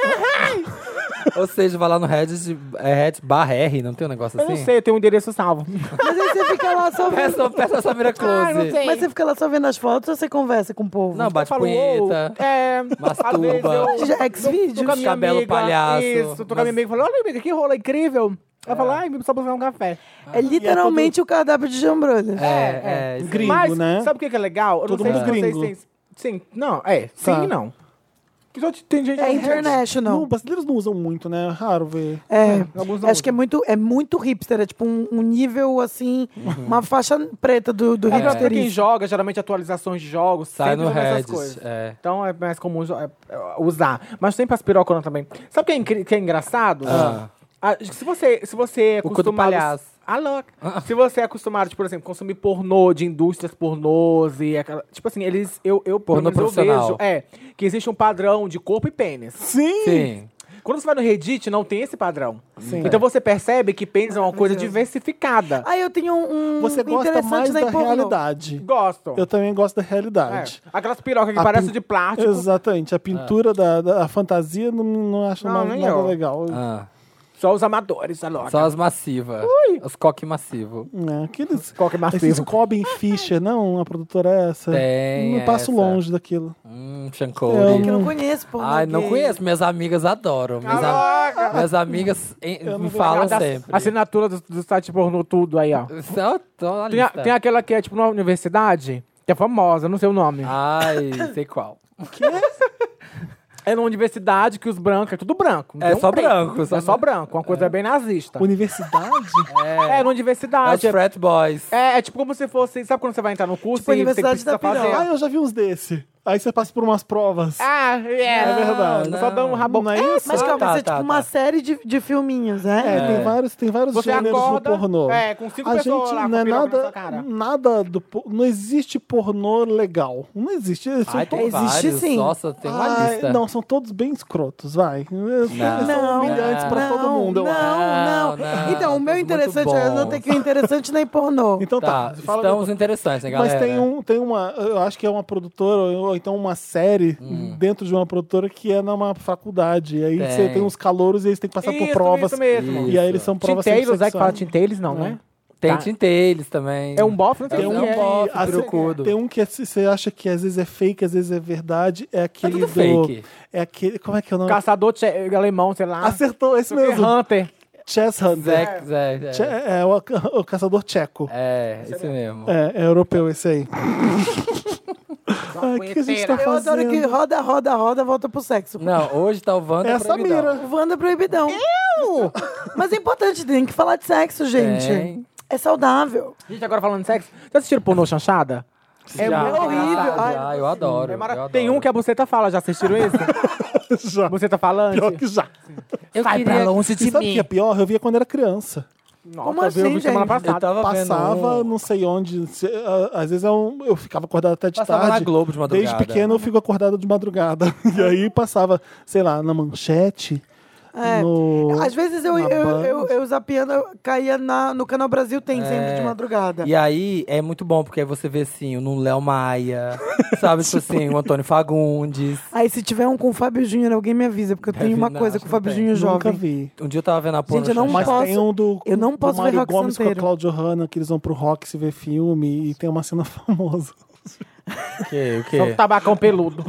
S2: ah, Ou seja, vai lá no Reddit, é Reddit barra R, não tem um negócio
S3: Eu
S2: assim?
S3: não sei, eu tenho um endereço salvo.
S4: Mas aí você fica lá só vendo.
S2: Peça, peça a Samira Close.
S4: Mas você fica lá só vendo as fotos ou você conversa com o povo?
S2: Não, bate Tipo punheta.
S3: "Uou, é,
S2: Masturba.
S3: às vezes eu-
S4: Já é Xvideos.
S3: tô com a minha
S2: Cabelo
S3: amiga,
S2: palhaço,
S3: Isso, tô com a
S2: mas-
S3: minha amiga e falo, olha, amiga, que rola incrível. Ela fala, ai, só buscar um café.
S4: É literalmente o cardápio de jambrolha.
S2: É, é. isso aí.
S1: Gringo,
S3: Mas,
S1: né?
S3: sabe o que que é legal? Eu
S1: Todo
S3: não sei
S1: mundo
S3: se
S1: gringo.
S3: vocês têm... Sim, não, é, sim
S1: Tá.
S3: e não. Que só tem gente...
S4: É
S1: Não,
S4: international.
S1: brasileiros não usam muito, né? É raro ver.
S4: É.
S3: Alguns não
S4: Acho que é muito, é muito hipster. É tipo um, um nível assim, uma faixa preta do, do
S3: É. Pra quem
S4: hipsterismo.
S3: joga, geralmente atualizações de jogos,
S2: Sai
S3: sempre
S2: Tá no
S3: vem essas
S2: Reddit.
S3: coisas.
S2: É.
S3: Então é mais comum jo- é, é, usar. Mas sempre as piroconas também. Sabe o que é, incri- que é engraçado?
S2: Ah.
S3: Ah, se você, se você é
S2: O cu do
S3: acostumado.
S2: palhaço.
S3: Ah, louca. Se você é acostumado, tipo, por exemplo, consumir pornô de indústrias pornôs e aquela. Tipo assim, eles. Eu, eu pelo
S2: Pornô
S3: menos, eu
S2: profissional.
S3: vejo. É. Que existe um padrão de corpo e pênis.
S1: Sim!
S2: Sim.
S3: Quando você vai no Reddit, não tem esse padrão. Então você percebe que pênis é uma coisa diversificada.
S4: Ah, eu tenho um um
S1: Você gosta
S4: interessante
S1: mais
S4: na
S1: da
S4: pornô.
S1: realidade.
S3: Gosto.
S1: Eu também gosto da
S3: É. ah, tipo-
S1: realidade.
S3: Aquelas pirocas que
S1: A
S3: parecem
S1: pin-
S3: de plástico.
S1: Exatamente. A pintura da, da- a fantasia não, não acho
S3: Não,
S1: nada,
S3: nem
S1: nada
S3: eu.
S1: legal.
S2: Ah,
S3: Só os amadores, é a louca.
S2: só as massivas. Os coque massivo.
S1: É, aqueles.
S3: Qual que é massivo?
S1: Esses Cobin Fischer, não, a produtora é essa.
S2: Tem
S1: Não passo
S2: essa.
S1: longe daquilo.
S2: Hum,
S1: Eu
S2: Chancory.
S4: Que eu não conheço, né, pornô.
S2: Ai, não
S4: gay.
S2: conheço. Minhas amigas adoram. Minhas, am- minhas amigas em-
S1: não
S2: me
S1: vou
S2: falam
S3: Cada
S2: sempre.
S3: Assinatura do, do site pornô, tudo aí, ó.
S2: Só tô na
S3: Tem, a-
S2: lista.
S3: tem aquela que é, tipo, numa universidade, que é famosa, não sei o nome.
S2: Ah. Ai, sei qual.
S3: É numa universidade que os brancos, é tudo branco. não
S2: É
S3: tem um
S2: só branco, só
S3: é só branco, uma coisa bem nazista.
S2: Ah.
S1: Universidade?
S3: É, numa
S2: É os
S3: universidade. É,
S2: frat boys.
S3: é, tipo como se fosse, sabe quando você vai entrar no curso
S4: Tipo,
S3: e você
S4: universidade
S3: precisa
S4: da piroca.
S1: ah,
S2: É.
S3: fazer...
S1: eu já vi uns desse. Aí você passa por umas provas.
S3: Ah,
S1: é
S3: é.
S1: verdade.
S3: Só dando um rabão.
S1: Não é isso?
S4: Mas
S2: Ah,
S4: calma,
S2: tá,
S4: isso é
S2: tá,
S4: tipo uma
S2: tá.
S4: série de, de filminhos,
S1: É,
S4: né?
S1: tem vários, tem vários
S3: Você
S1: gêneros
S3: acorda,
S1: no né, pornô.
S3: é, com cinco
S1: a
S3: pessoas
S1: gente
S3: lá com
S1: não é
S3: piroca na sua
S1: nada,
S3: cara.
S1: nada do por- não existe pornô legal. Não existe. Eles são
S2: Ai, tem
S1: todos-
S4: existe
S2: vários.
S4: sim.
S2: Nossa, tem uma
S1: Ai,
S2: lista.
S1: Não, são todos bem escrotos, vai. Eles
S2: Não.
S1: são
S4: Não,
S1: humilhantes pra todo mundo, eu
S4: não,
S1: acho.
S2: Não,
S4: não,
S2: não,
S4: Então, o
S2: tudo
S4: meu
S2: muito
S4: interessante,
S2: bom.
S4: eu notei que o interessante nem pornô.
S1: Então
S2: Tá,
S1: tá. fala
S2: estamos interessantes, né, galera?
S1: Mas tem, um, tem uma, eu acho que é uma produtora, ou ou então uma série dentro de uma produtora que é numa faculdade. E aí
S2: Hum. Tem.
S1: você tem uns calouros e eles têm que passar por
S3: Isso,
S1: provas.
S3: isso mesmo.
S1: E aí eles são provas
S3: Tinteiros, é que fala
S1: sexuais.
S3: tinteiros, não, né?
S2: Tem
S3: Tá.
S2: tintelhos também.
S3: É um bofe, não sei
S2: Tem
S3: o que
S2: um
S3: é.
S2: bofe.
S1: Ah, cê-
S2: pirocudo.
S1: Tem um que se- você acha que às vezes é fake, às vezes é verdade. É aquele
S2: Tá tudo
S1: do.
S2: fake.
S1: É aquele. Como é que é o nome?
S3: Caçador tche- alemão, sei lá.
S2: Assim
S3: É
S1: Acertou, esse mesmo.
S3: Hunter.
S1: Chess Hunter.
S2: Zé, Zé, Zé.
S1: Che- É, o, o caçador tcheco.
S2: É, esse mesmo.
S1: É, é europeu esse aí. Ai, O que, que a gente tá
S4: Eu
S1: fazendo?
S4: adoro que roda, roda, roda, volta pro sexo.
S2: Não, hoje tá o Wanda
S1: É a Samira.
S4: O Wanda é proibidão. Eu! Mas é importante, tem que falar de sexo, gente.
S2: Tem.
S4: É saudável.
S3: Gente, agora falando de sexo, já assistiram pornô chanchada?
S2: É
S4: muito horrível. Ai,
S2: Já, eu adoro.
S3: É mara-
S2: eu adoro.
S3: Tem um que a buceta fala, já assistiram esse?
S1: Já.
S3: buceta falante?
S1: Pior que já.
S2: eu Sai queria... pra longe
S1: E sabe o que é pior? Eu via quando era criança.
S3: Nossa,
S4: Como
S3: eu
S4: assim,
S3: vi semana
S4: gente?
S3: passada.
S2: Eu tava
S1: Passava,
S2: vendo um-
S1: não sei onde. se- a- às vezes é um- eu ficava acordado até de
S2: Passava
S1: tarde.
S2: na Globo de madrugada.
S1: Desde pequeno eu fico acordado de madrugada. E aí passava, sei lá, na manchete.
S4: É.
S1: No...
S4: Às vezes eu,
S1: na
S4: eu, eu,
S1: Band.
S4: eu, zapeando, eu caía na, no Canal Brasil, tem sempre de madrugada.
S2: E aí é muito bom, porque aí você vê assim, o Nuno Léo Maia, sabe, tipo assim, o Antônio Fagundes.
S4: Aí se tiver um com o Fábio Júnior, alguém me avisa, porque eu tenho uma
S2: não,
S4: coisa
S2: acho
S4: com o
S2: que
S4: Fábio
S2: tem.
S4: Júnior
S1: Nunca
S4: jovem.
S1: vi.
S2: Um dia eu tava vendo a porno
S4: Gente, eu não
S1: Mas
S2: chanchada.
S4: posso-
S1: tem um do,
S4: eu não
S1: do
S4: posso ver
S1: Mário
S4: rock
S1: Gomes com a
S4: santeiro.
S1: Cláudio Hanna, que eles vão pro rock se ver filme e tem uma cena famosa.
S2: O quê? O quê?
S3: Só um tabacão peludo.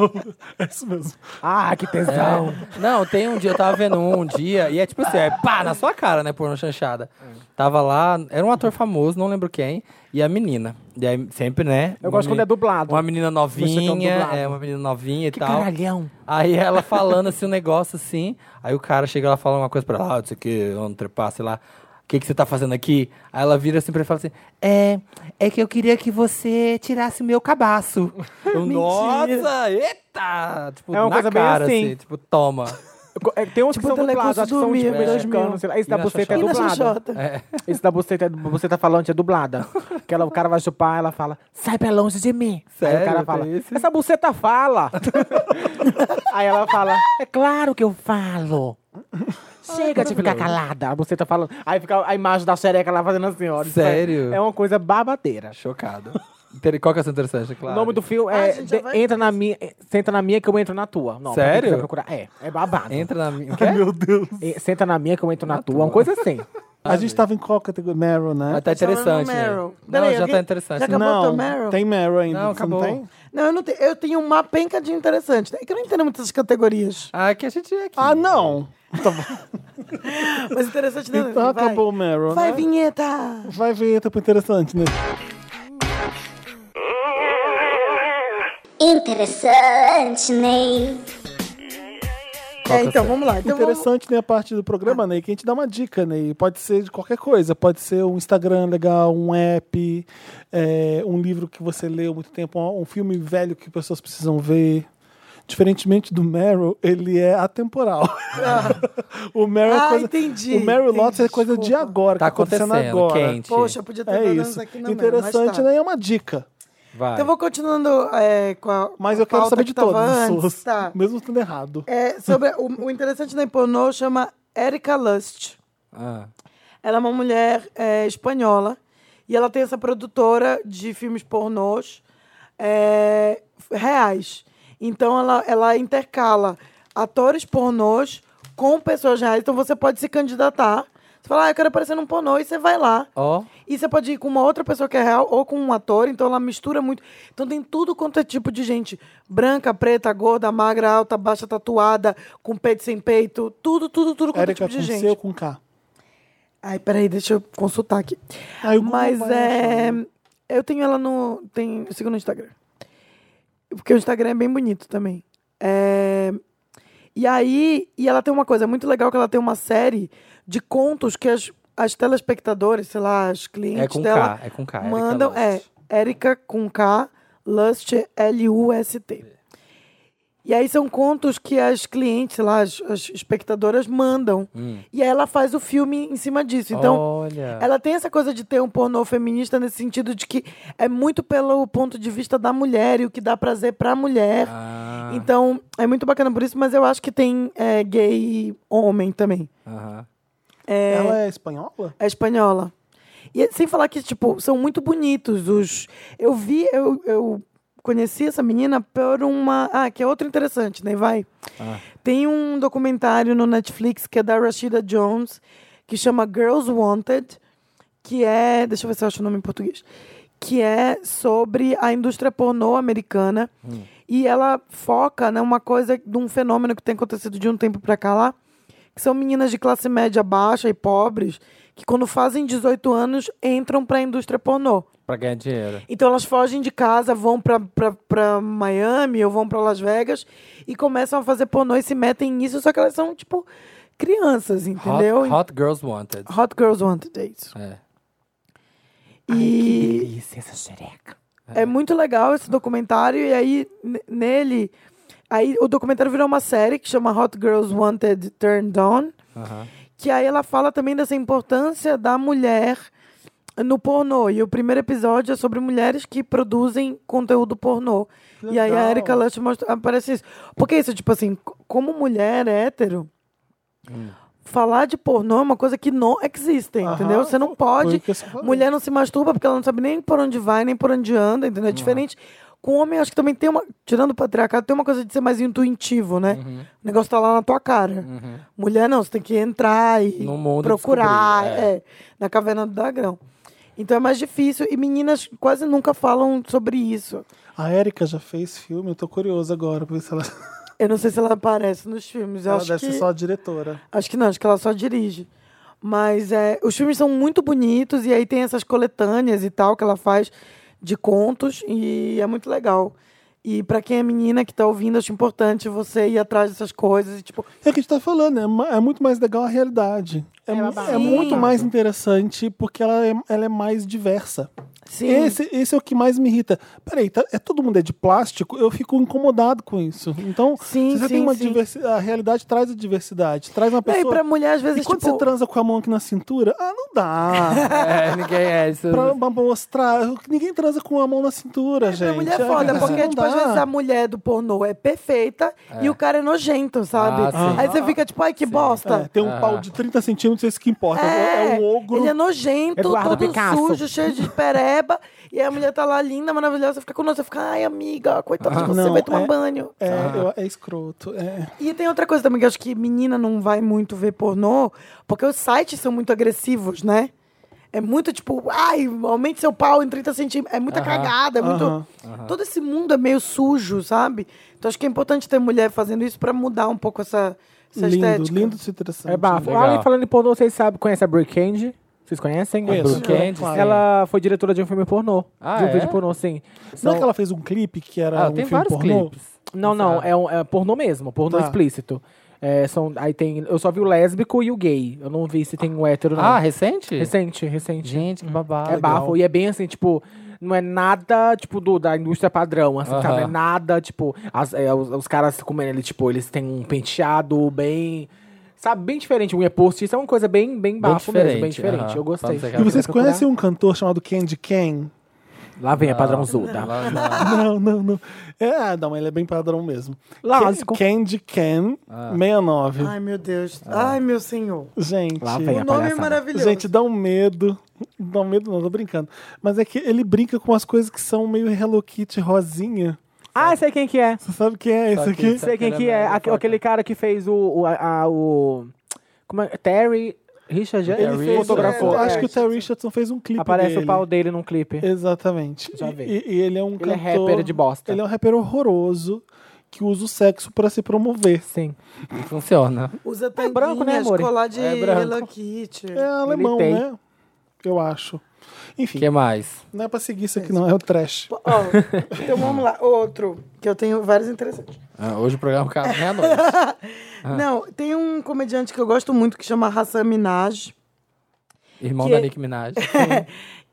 S1: É isso mesmo.
S3: Ah, que tesão.
S2: É. Não, tem um dia, eu tava vendo um, um dia, e é tipo assim, é pá, na sua cara, né, porno chanchada. Tava lá, era um ator famoso, não lembro quem, e a menina. E aí, sempre, né?
S3: Eu
S2: uma
S3: gosto quando
S2: meni-
S3: é dublado.
S2: Uma menina novinha,
S3: dublado.
S2: é, uma menina novinha e
S3: Que
S2: tal.
S3: caralhão.
S2: Aí ela falando assim, um negócio assim, aí o cara chega lá e fala uma coisa pra ela, ah, isso aqui, eu não trepar, sei lá. O que, que você tá fazendo aqui? Aí ela vira assim pra ele e fala assim: É, é que eu queria que você tirasse o meu cabaço. Eu, Nossa, eita! Tipo,
S3: É uma
S2: na
S3: coisa bem
S2: cara,
S3: assim.
S2: Tipo, toma.
S3: É, Tem uns
S4: Tipo,
S3: que são dublados,
S4: Telecurso
S3: acho que são
S4: dormir,
S3: tipo,
S4: é.
S3: mexicanos, sei lá. Esse
S2: né? E
S3: da
S2: na
S3: buceta é
S4: E na
S3: dublado.
S4: xoxota?
S2: É.
S3: Esse da buceta, é- buceta falante é dublada. Que ela, o cara vai chupar, ela fela, sai pra longe de mim. Aí
S2: Sério?
S3: o cara
S2: Tem
S3: fala,
S2: esse?
S3: essa buceta fala. Aí ela fala, é claro que eu falo. Chega de ficar calada. A buceta falando. Aí fica a imagem da xereca lá fazendo assim, ó. Isso é-
S2: Sério?
S3: É uma coisa babadeira.
S2: Chocado. Inter- Qual que é o seu interessante, claro?
S3: O nome do filme
S4: Ah,
S3: é
S4: gente, já
S3: de-
S4: vai-
S3: Entra na minha, Senta na minha que eu entro na tua. Não, pra quem
S2: Sério?
S3: quiser Procurar. É, é babado.
S2: Entra na minha.
S1: Meu Deus.
S3: E- Senta na minha que eu entro na, tua. Uma coisa assim.
S1: A gente tava em qual categoria? Meryl, né?
S2: Mas tá interessante.
S4: no
S2: né?
S4: um Meryl.
S2: Não,
S4: Peraí,
S2: já
S4: aqui-
S2: tá interessante.
S4: já
S2: né?
S4: acabou
S1: não,
S4: teu Meryl?
S1: tem Meryl ainda.
S2: Não,
S1: você não
S2: acabou.
S1: tem?
S4: Não, eu não tenho. Eu tenho um uma penca de interessante. É que eu não entendo muitas categorias.
S2: Ah, que a gente é aqui.
S1: Ah, não. Tá bom.
S4: Mas interessante não.
S1: Então
S4: vai.
S1: acabou o Meryl,
S4: Vai,
S1: né?
S4: vinheta!
S1: Vai ver, tá interessante, né?
S6: Interessante, Ney.
S4: É, então, vamos lá. Então, vamos- Ah.
S1: Interessante, né? A parte do programa, Ney, que a gente dá uma dica, Ney. Pode ser de qualquer coisa. Pode ser um Instagram legal, um app, é, um livro que você leu há muito tempo, um filme velho que pessoas precisam ver. Diferentemente do Meryl, ele é atemporal. o Meryl é
S4: Ah,
S1: coisa,
S4: entendi,
S1: O Meryl
S4: entendi,
S1: Lotus é coisa de
S4: desculpa.
S1: agora,
S2: Tá
S1: que tá acontecendo,
S2: acontecendo,
S1: agora.
S2: quente.
S4: Poxa, eu podia ter
S1: É
S4: dado
S1: isso.
S4: aqui na Meryl, mas
S1: Interessante,
S4: tá.
S1: né? É uma dica.
S2: Vai.
S4: Então eu vou continuando é, com a.
S1: Mas
S4: com a
S1: eu quero
S4: pauta
S1: saber
S4: que
S1: de
S4: tava
S1: todos,
S4: Antes,
S1: Sus.
S4: tá.
S1: mesmo estando errado.
S4: É, sobre, o, o interessante da pornô chama Erika Lust.
S2: Ah.
S4: Ela é uma mulher é, espanhola e ela tem essa produtora de filmes pornôs é, reais. Então ela, ela intercala atores pornôs com pessoas reais. Então você pode se candidatar. Você fala, ah, eu quero aparecer num pornô e você vai lá.
S2: Ó.
S4: E você pode ir com uma outra pessoa que é real ou com um ator, então ela mistura muito. Então tem tudo quanto é tipo de gente. Branca, preta, gorda, magra, alta, baixa, tatuada, com peito sem peito. Tudo, tudo, tudo quanto é
S1: Érica
S4: tipo de
S1: com
S4: gente.
S1: C ou com K?
S4: Ai, peraí, deixa eu consultar aqui.
S1: Aí o Google
S4: Mas
S1: vai
S4: é.
S1: achando.
S4: Eu tenho ela no. Tem, eu sigo no Instagram. Porque o Instagram é bem bonito também. É, E aí, e ela tem uma coisa muito legal que ela tem uma série de contos que as, as telespectadoras, sei lá, as clientes
S2: É com
S4: dela
S2: K, é com K. Erika
S4: mandam. É,
S2: Lust.
S4: Erika com K, Lust, L-U-S-T. E aí são contos que as clientes, sei lá, as, as espectadoras mandam. E aí ela faz o filme em cima disso. Então,
S2: Hum. Olha.
S4: ela tem essa coisa de ter um pornô feminista nesse sentido de que é muito pelo ponto de vista da mulher e o que dá prazer pra mulher.
S2: Ah,
S4: Então, é muito bacana por isso, mas eu acho que tem é, gay homem também.
S2: aham.
S1: Ela é espanhola?
S4: É espanhola. E sem falar que, tipo, são muito bonitos os. Eu vi, eu, eu conheci essa menina por uma. Ah, que é outra interessante, né? Vai. Tem um documentário no Netflix que é da Rashida Jones, que chama Girls Wanted, que é. Deixa eu ver se eu acho o nome em português. Que é sobre a indústria pornô americana. E ela foca numa coisa, num fenômeno que tem acontecido de um tempo pra cá lá, que são meninas de classe média baixa e pobres, que quando fazem 18 anos entram pra indústria pornô.
S2: Pra ganhar dinheiro.
S4: Então elas fogem de casa, vão pra- pra pra Miami ou vão pra Las Vegas e começam a fazer pornô e se metem nisso, só que elas são tipo crianças,
S2: Hot,
S4: entendeu?
S2: Hot Girls Wanted.
S4: Hot Girls Wanted, é isso.
S2: É.
S4: E
S3: Delícia essa xereca.
S4: É muito legal esse documentário. E aí, ne- nele. Aí o documentário virou uma série que chama Hot Girls Wanted Turned On.
S2: Aham.
S4: Que aí ela fala também dessa importância da mulher no pornô. E o primeiro episódio é sobre mulheres que produzem conteúdo pornô. E aí a
S1: legal.
S4: Erika Lush mostra, aparece isso. Porque isso, tipo assim, co- como mulher hétero.
S1: Hum.
S4: Falar de pornô é uma coisa que não existe, entendeu? Você não
S1: Foi
S4: pode.
S1: o que eu só falei.
S4: Mulher não se masturba porque ela não sabe nem por onde vai, nem por onde anda, entendeu? É diferente. Com homem, acho que também tem uma. Tirando o patriarcado, tem uma coisa de ser mais intuitivo, né? O negócio tá lá na tua cara. Mulher não, você tem que entrar e
S2: No mundo
S4: procurar.
S2: descobrir,
S4: é, na caverna do dragão. Então é mais difícil e meninas quase nunca falam sobre isso.
S1: A Erika já fez filme, eu tô curioso agora pra ver se ela,
S4: Eu não sei se ela aparece nos filmes. Eu
S1: ela
S4: acho
S1: deve
S4: que...
S1: ser só a diretora.
S4: Acho que não, acho que ela só dirige. Mas é, os filmes são muito bonitos e aí tem essas coletâneas e tal que ela faz de contos e é muito legal. E pra quem é menina que tá ouvindo, acho importante você ir atrás dessas coisas e tipo,
S1: É o que a gente tá falando, é, ma- é muito mais legal a realidade. É, mu-
S3: babado.
S1: é muito
S4: Sim.
S1: mais interessante porque ela é, ela é mais diversa.
S4: sim,
S1: Esse, esse é o que mais me irrita. Peraí, tá, é, todo mundo é de plástico? Eu fico incomodado com isso. Então,
S4: Sim,
S1: se você
S4: sim,
S1: tem uma
S4: sim.
S1: diversi- a realidade traz a diversidade, traz é uma
S4: Não,
S1: pessoa...
S4: e pra mulher às vezes
S1: E quando
S4: tipo,
S1: você transa com a mão aqui na cintura, ah, não dá.
S2: É, ninguém é isso.
S1: pra, pra mostrar. Ninguém transa com a mão na cintura, gente.
S4: pra mulher é
S1: Ah,
S4: foda, porque
S1: não
S4: tipo, às
S1: dá.
S4: vezes a mulher do pornô é perfeita e o cara é nojento, sabe?
S2: Ah, sim.
S4: aí você fica tipo, ai que bosta.
S1: É, tem um
S2: Ah.
S1: pau de 30 centímetros, isso que importa. É, um ogro.
S4: Ele é nojento,
S3: Eduardo
S4: todo
S3: Picasso.
S4: sujo, cheio de pereba. e aí a mulher tá lá linda, maravilhosa. Você fica com nojo, você fica, ai, amiga, coitada de você,
S1: Não,
S4: vai tomar
S1: é-
S4: banho.
S1: É, eu- é escroto. É.
S4: E tem outra coisa também que eu acho que menina não vai muito ver pornô, porque os sites são muito agressivos, né? É muito tipo, ai, aumente seu pau em 30 centímetros. É muita cagada, é muito.
S1: aham,
S4: Todo esse mundo é meio sujo, sabe? Então acho que é importante ter mulher fazendo isso pra mudar um pouco essa, essa
S1: lindo,
S4: estética.
S1: lindo se interessante.
S3: É bafo.
S2: Legal.
S3: Olha, falando em pornô, vocês sabem, conhecem a Brie Candy? Vocês conhecem?
S1: Conheço.
S3: A Brooke Candy,
S1: Claro.
S3: sim. Ela foi diretora de um filme pornô.
S2: Ah,
S3: de um
S2: é?
S3: vídeo pornô, sim.
S1: Não é
S3: São-
S1: que ela fez um clipe que era
S2: Ah,
S1: um
S2: tem
S1: filme
S2: vários
S1: pornô?
S2: clipes.
S3: Não, não, é, um, é pornô mesmo, pornô
S1: Tá.
S3: explícito. É, são, aí tem, eu só vi o lésbico e o gay. Eu não vi se tem o hétero, não.
S2: Ah,
S1: é?
S2: recente?
S3: recente, recente.
S2: Gente,
S1: Hum.
S2: que babado.
S3: é bafo. E é bem assim, tipo, não é nada, tipo, do, da indústria padrão, assim,
S2: Aham.
S3: sabe? Não é nada, tipo, as- é, os, os caras comendo ele, tipo, eles têm um penteado bem. Sabe, bem diferente. Unha post, isso é uma coisa bem, bem bafo mesmo, bem
S2: diferente,
S3: diferente.
S2: aham.
S3: Eu gostei.
S2: Vamos
S1: E
S2: pegar.
S1: vocês
S3: Vai procurar.
S1: conhecem um cantor chamado Candy Ken?
S3: Lá vem a padrãozuda.
S2: Lá,
S4: Ah.
S2: lá.
S1: Não, não, não. É, ah, não, ele é bem padrão mesmo.
S3: Lógico.
S1: Ken- Candy Ken 69.
S4: Ai, meu Deus.
S1: Ah.
S4: Ai, meu senhor.
S1: Gente.
S3: Lá vem a
S4: O nome é
S3: palhaçada.
S4: maravilhoso.
S1: Gente, dá um medo. Dá um medo, não, tô brincando. Mas é que ele brinca com as coisas que são meio Hello Kitty rosinha.
S3: Ah, sei quem que é.
S1: Você sabe quem é esse
S2: Só que
S1: aqui?
S2: isso
S3: Sei quem que é.
S2: Caramelo,
S3: Aque- Aquele cara que fez o. o, a- a- o como é? Terry Richard
S1: Ele
S2: Terry
S1: fez-
S3: fotografou.
S1: eu Acho
S3: É.
S1: que o Terry Richardson fez um clipe
S3: Aparece
S1: dele.
S3: o pau dele num clipe.
S1: Exatamente.
S3: Já
S1: E-
S3: vi.
S1: E, e ele é um
S3: Ele é
S1: cantor...
S3: rapper de bosta.
S1: Ele é um rapper horroroso que usa o sexo pra se promover.
S3: Sim.
S2: Funciona.
S4: Usa tanguinha,
S3: branco, né, amor?
S4: colar de
S2: É branco.
S4: Hello Kitty.
S1: É alemão,
S3: tem.
S1: né? Eu acho. Enfim,
S2: O que mais?
S1: não é pra seguir isso aqui não, é o trash.
S4: Ó, então vamos lá. Outro, que eu tenho vários interessantes.
S2: Ah, hoje o programa acaba meia-noite.
S4: Não, tem um comediante que eu gosto muito que chama Hassan Minaj,
S2: Irmão
S4: Que-
S2: da Nick Minaj.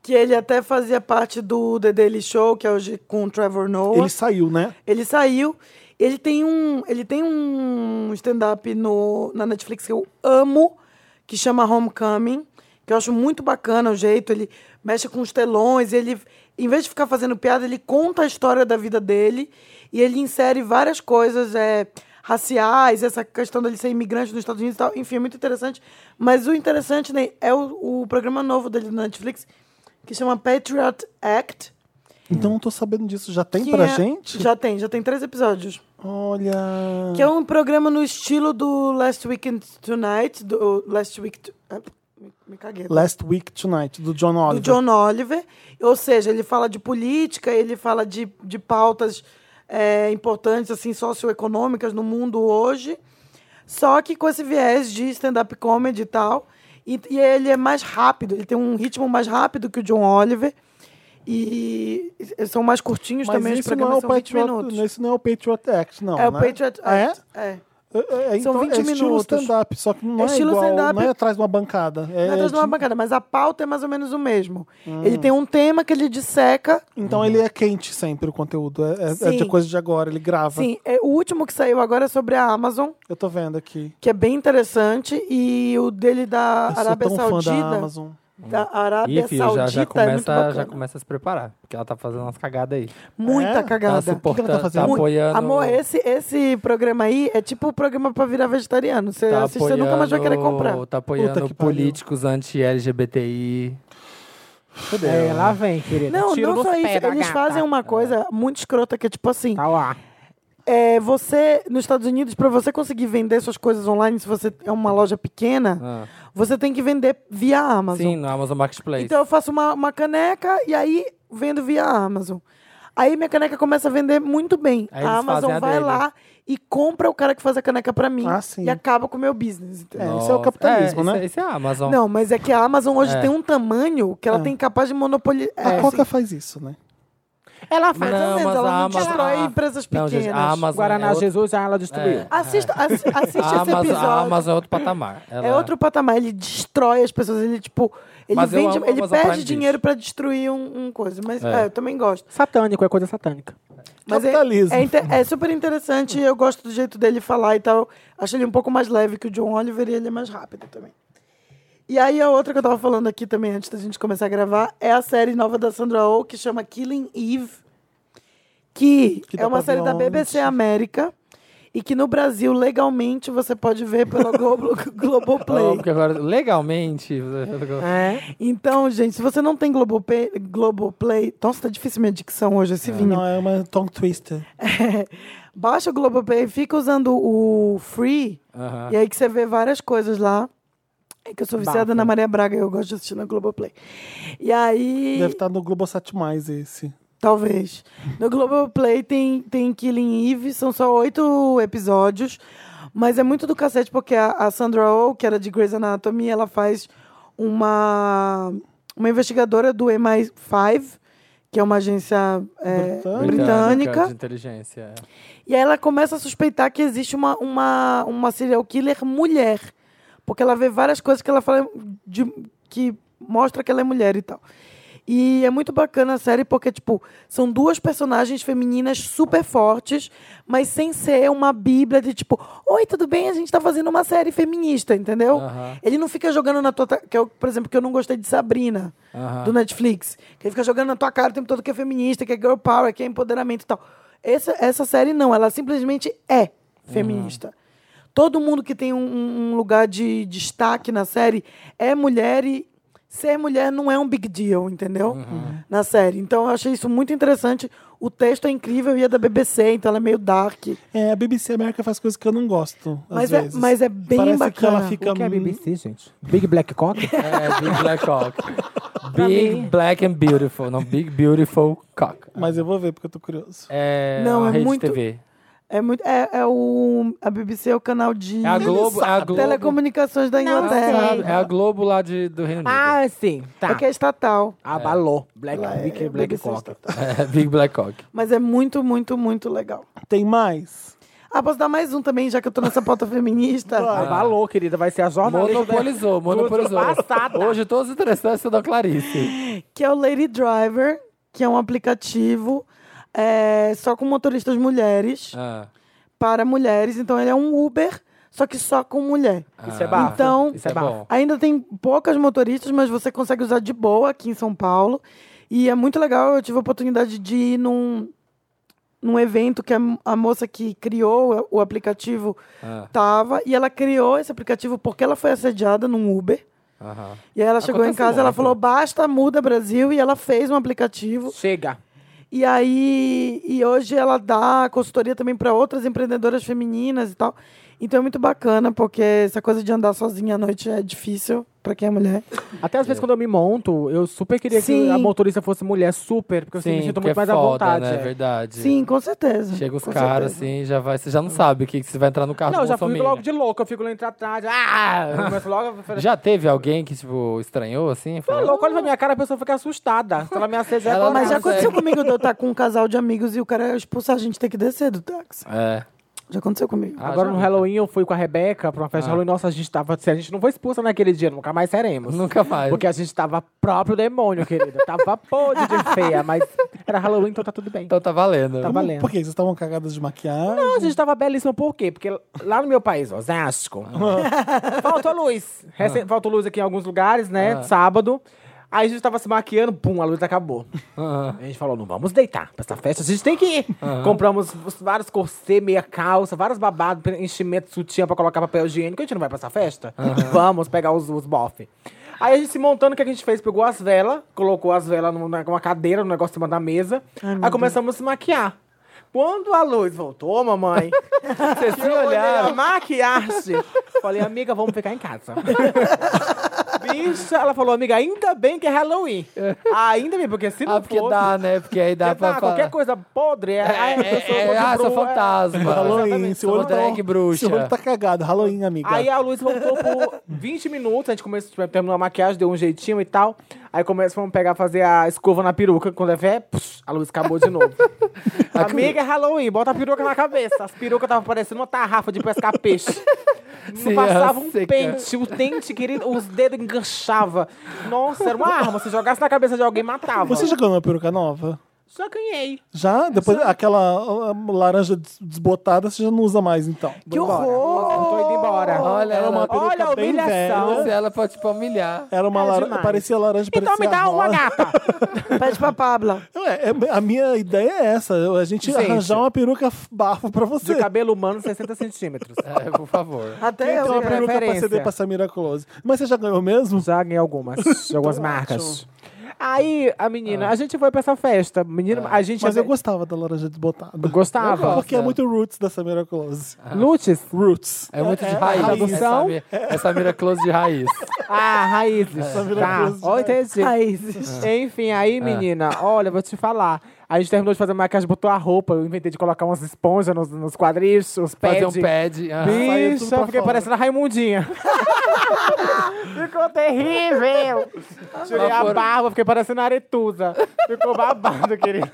S4: que ele até fazia parte do The Daily Show, que é hoje com o Trevor Noah.
S1: Ele saiu, né?
S4: Ele saiu. Ele tem um, ele tem um stand-up no, na Netflix que eu amo, que chama Homecoming, que eu acho muito bacana o jeito. Ele mexe com os telões, ele, em vez de ficar fazendo piada, ele conta a história da vida dele e ele insere várias coisas é, raciais, essa questão dele ser imigrante nos Estados Unidos e tal. Enfim, é muito interessante. Mas o interessante, né, é o, o programa novo dele na Netflix, que chama Patriot Act.
S1: Então não tô sabendo disso. Já tem
S4: que
S1: pra
S4: é-
S1: gente?
S4: Já tem, já tem três episódios.
S1: Olha...
S4: Que é um programa no estilo do Last Weekend Tonight, do Last Week... To- Ah, me- Me caguei.
S1: Last Week Tonight, do John
S4: do
S1: Oliver.
S4: John Oliver. Ou seja, ele fala de política, ele fala de, de pautas é, importantes, assim, socioeconômicas no mundo hoje. Só que com esse viés de stand-up comedy e tal. E, e ele é mais rápido, ele tem um ritmo mais rápido que o John Oliver. E e são mais curtinhos
S1: Mas
S4: também, os
S1: isso não, é
S4: programas
S1: o
S4: são 20
S1: Patriot,
S4: minutos.
S1: isso não é o Patriot Act, não,
S4: é o
S1: né?
S4: Patriot
S1: Ah,
S4: Act. é.
S1: É, é, é,
S4: São
S1: então,
S4: 20
S1: é estilo
S4: minutos.
S1: stand-up, só que não
S4: É
S1: é,
S4: estilo
S1: igual,
S4: stand-up.
S1: não é atrás de uma bancada. É,
S4: Não é atrás de uma
S1: de-
S4: bancada, mas a pauta é mais ou menos o mesmo.
S2: Hum.
S4: Ele tem um tema que ele disseca.
S1: Então ele é quente sempre, o conteúdo. É, é- é de
S4: Sim.
S1: coisa de agora, ele
S2: Ah,
S1: grava.
S4: Sim, é, o último que saiu agora é sobre a Amazon,
S1: Eu tô vendo aqui.
S4: que é bem interessante. E o dele da
S1: Eu
S4: Arábia
S1: sou tão
S4: Saudita.
S1: fã da Amazon.
S4: da Arábia
S2: Ih, filho, já,
S4: Saudita
S2: já,
S4: é muito
S2: começa,
S4: bacana.
S2: já começa a se preparar. Porque ela tá fazendo umas cagadas aí.
S4: Muita
S1: É?
S2: Tá
S4: cagada.
S1: O que que ela tá
S2: suportando, tá,
S1: fazendo?
S2: apoiando.
S4: Amor, esse, esse programa aí é tipo o programa pra virar vegetariano. Você
S2: tá
S4: assiste, você nunca mais vai querer
S2: apoiando-
S4: comprar.
S2: Tá
S1: Puta
S2: apoiando
S1: que pariu.
S2: políticos anti-LGBTI.
S3: É, lá vem, querida.
S4: Não,
S3: Tiro
S4: não
S3: nos
S4: só
S3: pés
S4: isso.
S3: da
S4: Eles
S3: gata.
S4: um fazem uma coisa muito escrota que é tipo é assim.
S3: Tá lá.
S4: é, você, nos Estados Unidos, para você conseguir vender suas coisas online, se você é uma loja pequena,
S2: Ah.
S4: você tem que vender via Amazon.
S2: Sim, no Amazon Marketplace.
S4: Então eu faço uma, uma caneca e aí vendo via Amazon. Aí minha caneca começa a vender muito bem.
S2: Aí
S4: a
S2: eles
S4: Amazon
S2: fazem a
S4: vai
S2: dele.
S4: lá e compra o cara que faz a caneca pra mim
S1: Ah, sim.
S4: e acaba com o meu business. entendeu?
S1: É, isso é o capitalismo,
S2: Nossa.
S1: né?
S2: É, Isso é a Amazon.
S4: Não, mas é que a Amazon hoje tem um tamanho que ela
S1: É.
S4: tem capaz de monopolizar.
S1: a Coca faz isso, né?
S4: Ela faz
S2: Não,
S4: não,
S2: mas
S4: ela
S2: a
S4: não
S2: Amazon-
S4: destrói
S2: a-
S4: empresas
S2: Não,
S4: pequenas.
S2: gente, a Amazon
S3: Guaraná
S2: é outro-
S3: Jesus, ah, ela destruiu.
S2: É.
S4: Assista, assi- assiste
S2: A
S4: esse
S2: Amazon,
S4: episódio.
S2: a Amazon é outro patamar. Ela-
S4: É outro patamar, ele destrói as pessoas, ele tipo, ele
S2: Mas eu
S4: vende,
S2: amo
S4: ele
S2: Amazon Prime
S4: perde
S2: Video.
S4: dinheiro pra destruir um, um coisa, mas
S2: É.
S4: é, eu também gosto.
S3: Satânico, é coisa satânica.
S4: Mas é-
S1: Capitalismo.
S4: É, inte- é super interessante, eu gosto do jeito dele falar e tal. Acho ele um pouco mais leve que o John Oliver e ele é mais rápido também. E aí a outra que eu tava falando aqui também, antes da gente começar a gravar, é a série nova da Sandra Oh, que chama Killing Eve, que,
S1: Que dá
S4: é uma
S1: pra
S4: série
S1: ver
S4: da BBC América e que no Brasil, legalmente, você pode ver pela Globo, Globoplay.
S2: Oh, porque agora, legalmente.
S3: É.
S4: Então, gente, se você não tem Globoplay, Globoplay nossa, tá difícil minha dicção hoje, esse vinho.
S1: Não, é uma tongue twister.
S4: Baixa o Globoplay, fica usando o Free,
S1: Ah.
S2: Aham.
S4: e aí que você vê várias coisas lá. É que eu sou viciada
S3: Bafo.
S4: na Maria Braga e eu gosto de assistir na Globoplay. E aí,
S1: Deve estar no Globosat Mais esse.
S4: talvez. No Globoplay tem, tem Killing Eve, são só oito episódios. Mas é muito do cacete, porque a, a Sandra Oh, que era de Grey's Anatomy, ela faz uma, uma investigadora do MI5, que é uma agência é,
S1: Britânica.
S4: britânica.
S2: De inteligência. é.
S4: E aí ela começa a suspeitar que existe uma, uma, uma serial killer mulher. Porque ela vê várias coisas que ela fala de- que mostra que ela é mulher e tal. E é muito bacana a série porque, tipo, são duas personagens femininas super fortes, mas sem ser uma bíblia de tipo, oi, tudo bem? A gente tá fazendo uma série feminista, entendeu?
S2: Aham.
S4: Ele não fica jogando na tua. ta- Que eu, por exemplo, que eu não gostei de Sabrina,
S2: Aham.
S4: do Netflix. Que ele fica jogando na tua cara o tempo todo que é feminista, que é girl power, que é empoderamento e tal. Essa, essa série não, ela simplesmente é feminista. Todo mundo que tem um- um, um lugar de destaque na série é mulher e ser mulher não é um big deal, entendeu? Na série. Então eu achei isso muito interessante. O texto é incrível e é da BBC, então ela é meio dark.
S1: É, a BBC América faz coisas que eu não gosto. às
S4: Mas é-
S1: vezes.
S4: mas é bem
S1: Parece que
S4: bacana.
S1: ela
S4: O
S1: fica.
S3: O que é BBC, gente? Big Black Cock?
S2: É, Big Black Cock. Big Black and Beautiful. Não, Big Beautiful Cock.
S1: Mas eu vou ver porque eu tô curioso.
S2: É
S4: Não,
S2: uma
S4: é
S2: rede
S4: muito-
S2: TV.
S4: É muito. É, é o. A BBC é o canal de
S2: É a Globo. É a Globo.
S4: telecomunicações da Inglaterra.
S2: É a Globo lá de, do Reino Unido.
S3: ah, sim. Tá.
S4: É que é estatal.
S3: Abalou. Black, Big
S4: é
S3: Black
S4: BBC
S3: Cock.
S2: É, Big Black Cock.
S4: Mas é muito, muito, muito legal.
S1: Tem mais?
S4: Ah, posso dar mais um também, já que eu tô nessa pauta feminista? Ah.
S3: Abalou, Ah, querida. Vai ser a jornalista. né?
S2: Monopolizou, monopolizou.
S3: Passada.
S2: Hoje todos os interessantes são da Clarice.
S4: Que é o Lady Driver, que é um aplicativo é, só com motoristas mulheres,
S2: Ah,
S4: para mulheres. Então ele é um Uber, só que só com mulher.
S3: Isso é bafo.
S4: Então-
S3: Isso é
S2: tá
S3: bafo.
S4: Ainda tem poucas motoristas, mas você consegue usar de boa aqui em São Paulo. E é muito legal, eu tive a oportunidade de ir num, num evento que a, a moça que criou o aplicativo
S2: Ah.
S4: tava. E ela criou esse aplicativo porque ela foi assediada num Uber.
S2: Aham.
S4: E aí ela chegou em
S2: Acontece
S4: casa, ela
S2: muito.
S4: falou, basta, muda Brasil. E ela fez um aplicativo.
S3: Chega.
S4: E aí, e hoje ela dá consultoria também para outras empreendedoras femininas e tal. Então é muito bacana, porque essa coisa de andar sozinha à noite é difícil para quem é mulher.
S3: Até às vezes quando eu me monto, eu super queria que
S4: Sim.
S3: a motorista fosse mulher, super, porque eu sempre me sinto
S2: porque
S3: muito
S2: é
S3: mais
S2: foda,
S3: à vontade.
S2: né? É
S3: é.
S2: verdade.
S4: Sim, com certeza.
S2: Chega os
S4: com
S2: caras
S4: certeza.
S2: assim, já vai, você já não sabe o que, que você vai entrar no carro
S3: Não,
S2: do
S3: eu já fui
S2: Bolsonaro.
S3: logo de louco, eu fico lá entrar atrás. Ah! Eu começo logo. a-
S2: Já teve alguém que, tipo, estranhou assim?
S3: Tá
S2: Falou,
S3: louco, olha pra minha cara, a pessoa fica assustada. Se ela me acesa,
S2: Ela
S3: ela
S4: Mas já
S2: Não sei.
S4: aconteceu comigo de eu estar com um casal de amigos e o cara expulsar a gente ter que descer do táxi.
S2: É.
S4: Já aconteceu comigo.
S2: Ah,
S3: Agora
S2: já
S3: no
S2: vi,
S3: Halloween eu fui com a Rebeca pra uma
S2: Ah.
S3: festa de Halloween. Nossa, a gente tava. Se a gente não foi expulsa naquele dia, nunca mais seremos.
S2: Nunca mais.
S3: Porque a gente tava próprio demônio, querida. Tava podre de feia, mas era Halloween, então tá tudo bem.
S2: Então tá valendo.
S3: Tá valendo.
S1: Por quê? Vocês estavam cagadas de maquiagem?
S3: Não, a gente tava belíssima, por quê? Porque lá no meu país, Osasco,
S2: Ah.
S3: faltou luz. Recen- Faltou luz aqui em alguns lugares, né? Sábado. Aí a gente tava se maquiando, pum, a luz acabou.
S2: Aham.
S3: A gente falou, não vamos deitar pra essa festa, a gente tem que ir. Compramos os- vários corset, meia calça, vários babados, enchimento, sutiã pra colocar papel higiênico. A gente não vai pra essa festa? Vamos pegar os, os bofe. Aí a gente se montando, o que a gente fez? Pegou as velas, colocou as velas numa, numa cadeira, num negócio em cima da mesa. aí começamos a se maquiar. Quando a luz voltou, mamãe, vocês se
S2: ah,
S3: olharam, maquiar-se. Falei, amiga, vamos ficar em casa. Bicha, ela falou, amiga, ainda bem que é Halloween. ainda bem, porque se não
S7: Ah, porque
S3: fosse-
S7: dá, né? Porque aí dá
S3: Porque
S7: pra
S3: dá,
S7: falar.
S3: qualquer coisa podre, é,
S7: É,
S3: ai, a pessoa
S7: é, é,
S3: tá de
S7: ah, sou
S3: broa, é.
S7: fantasma.
S1: Halloween, seu
S7: Sou
S1: olho,
S7: drag
S1: tá,
S7: bruxa.
S1: seu olho tá cagado. Halloween, amiga.
S3: Aí a luz voltou por 20 minutos, a gente começou, tipo, terminou a maquiagem, deu um jeitinho e tal. Aí começamos a pegar, fazer a escova na peruca, quando é vé, pus, a luz acabou de novo. Amiga, é Halloween, bota a peruca na cabeça. As perucas estavam parecendo uma tarrafa de pescar peixe. Não
S7: Sim,
S3: passava
S7: eu
S3: um
S7: sei,
S3: pente, o dente, querido, os dedos enganchava. Nossa, era uma arma, se jogasse na cabeça de alguém, matava.
S1: Você já ganhou uma peruca nova?
S3: Só ganhei.
S1: Já? Depois aquela ah, laranja des- desbotada, você já não usa mais, então.
S4: Que horror!
S3: Eu tô indo embora. é
S7: Olha,
S1: Era uma
S7: ela,
S1: peruca
S3: Olha a
S1: bem
S3: humilhação.
S1: velha.
S7: se ela pode tipo, humilhar.
S1: Era uma
S3: É
S1: laranja.
S3: demais.
S1: Parecia laranja,
S3: Então me
S1: parecia
S3: dá uma
S1: rosa.
S3: gata.
S4: Pede pra Pabla.
S1: Ué, é- a minha ideia é essa. eu- A gente,
S3: Gente.
S1: arranjar uma peruca f- bafo pra você.
S3: De cabelo humano, 60 centímetros. Então,
S7: É, por favor.
S1: Quem
S4: Até
S1: tem uma
S3: tenho-
S4: eu.
S1: peruca pra
S3: referência.
S1: ceder pra Samira Close. Mas você já ganhou mesmo?
S3: Já ganhei algumas, de algumas marcas. Ah. Aí, a menina, a gente foi pra essa festa. Menina, a gente...
S1: Mas eu gostava da laranja desbotada.
S3: Ah. gostava.
S1: Porque é muito roots da Samira Close.
S3: Lutes?
S1: Roots.
S7: É muito de raiz.
S2: assim,
S1: raiz.
S7: Essa, mi- essa mira close de raiz.
S3: Ah, raízes.
S1: Samira
S3: Tá,
S1: Cruz.
S3: ó, entendi.
S4: Raízes.
S3: Enfim, aí, menina, olha, vou te falar. A gente terminou de fazer maquiagem, botou a roupa. Eu inventei de colocar umas esponjas nos, nos quadris, os
S7: Fazer
S3: pads.
S7: um pad.
S2: ah,
S7: aham.
S1: Saiu tudo
S3: Bicha,
S1: pra
S3: eu fiquei
S1: fora.
S3: parecendo a Raimundinha. Ficou terrível. Tirei
S7: Mas
S3: a
S7: foram-
S3: barba, fiquei parecendo a Aretusa. Ficou babado, querido.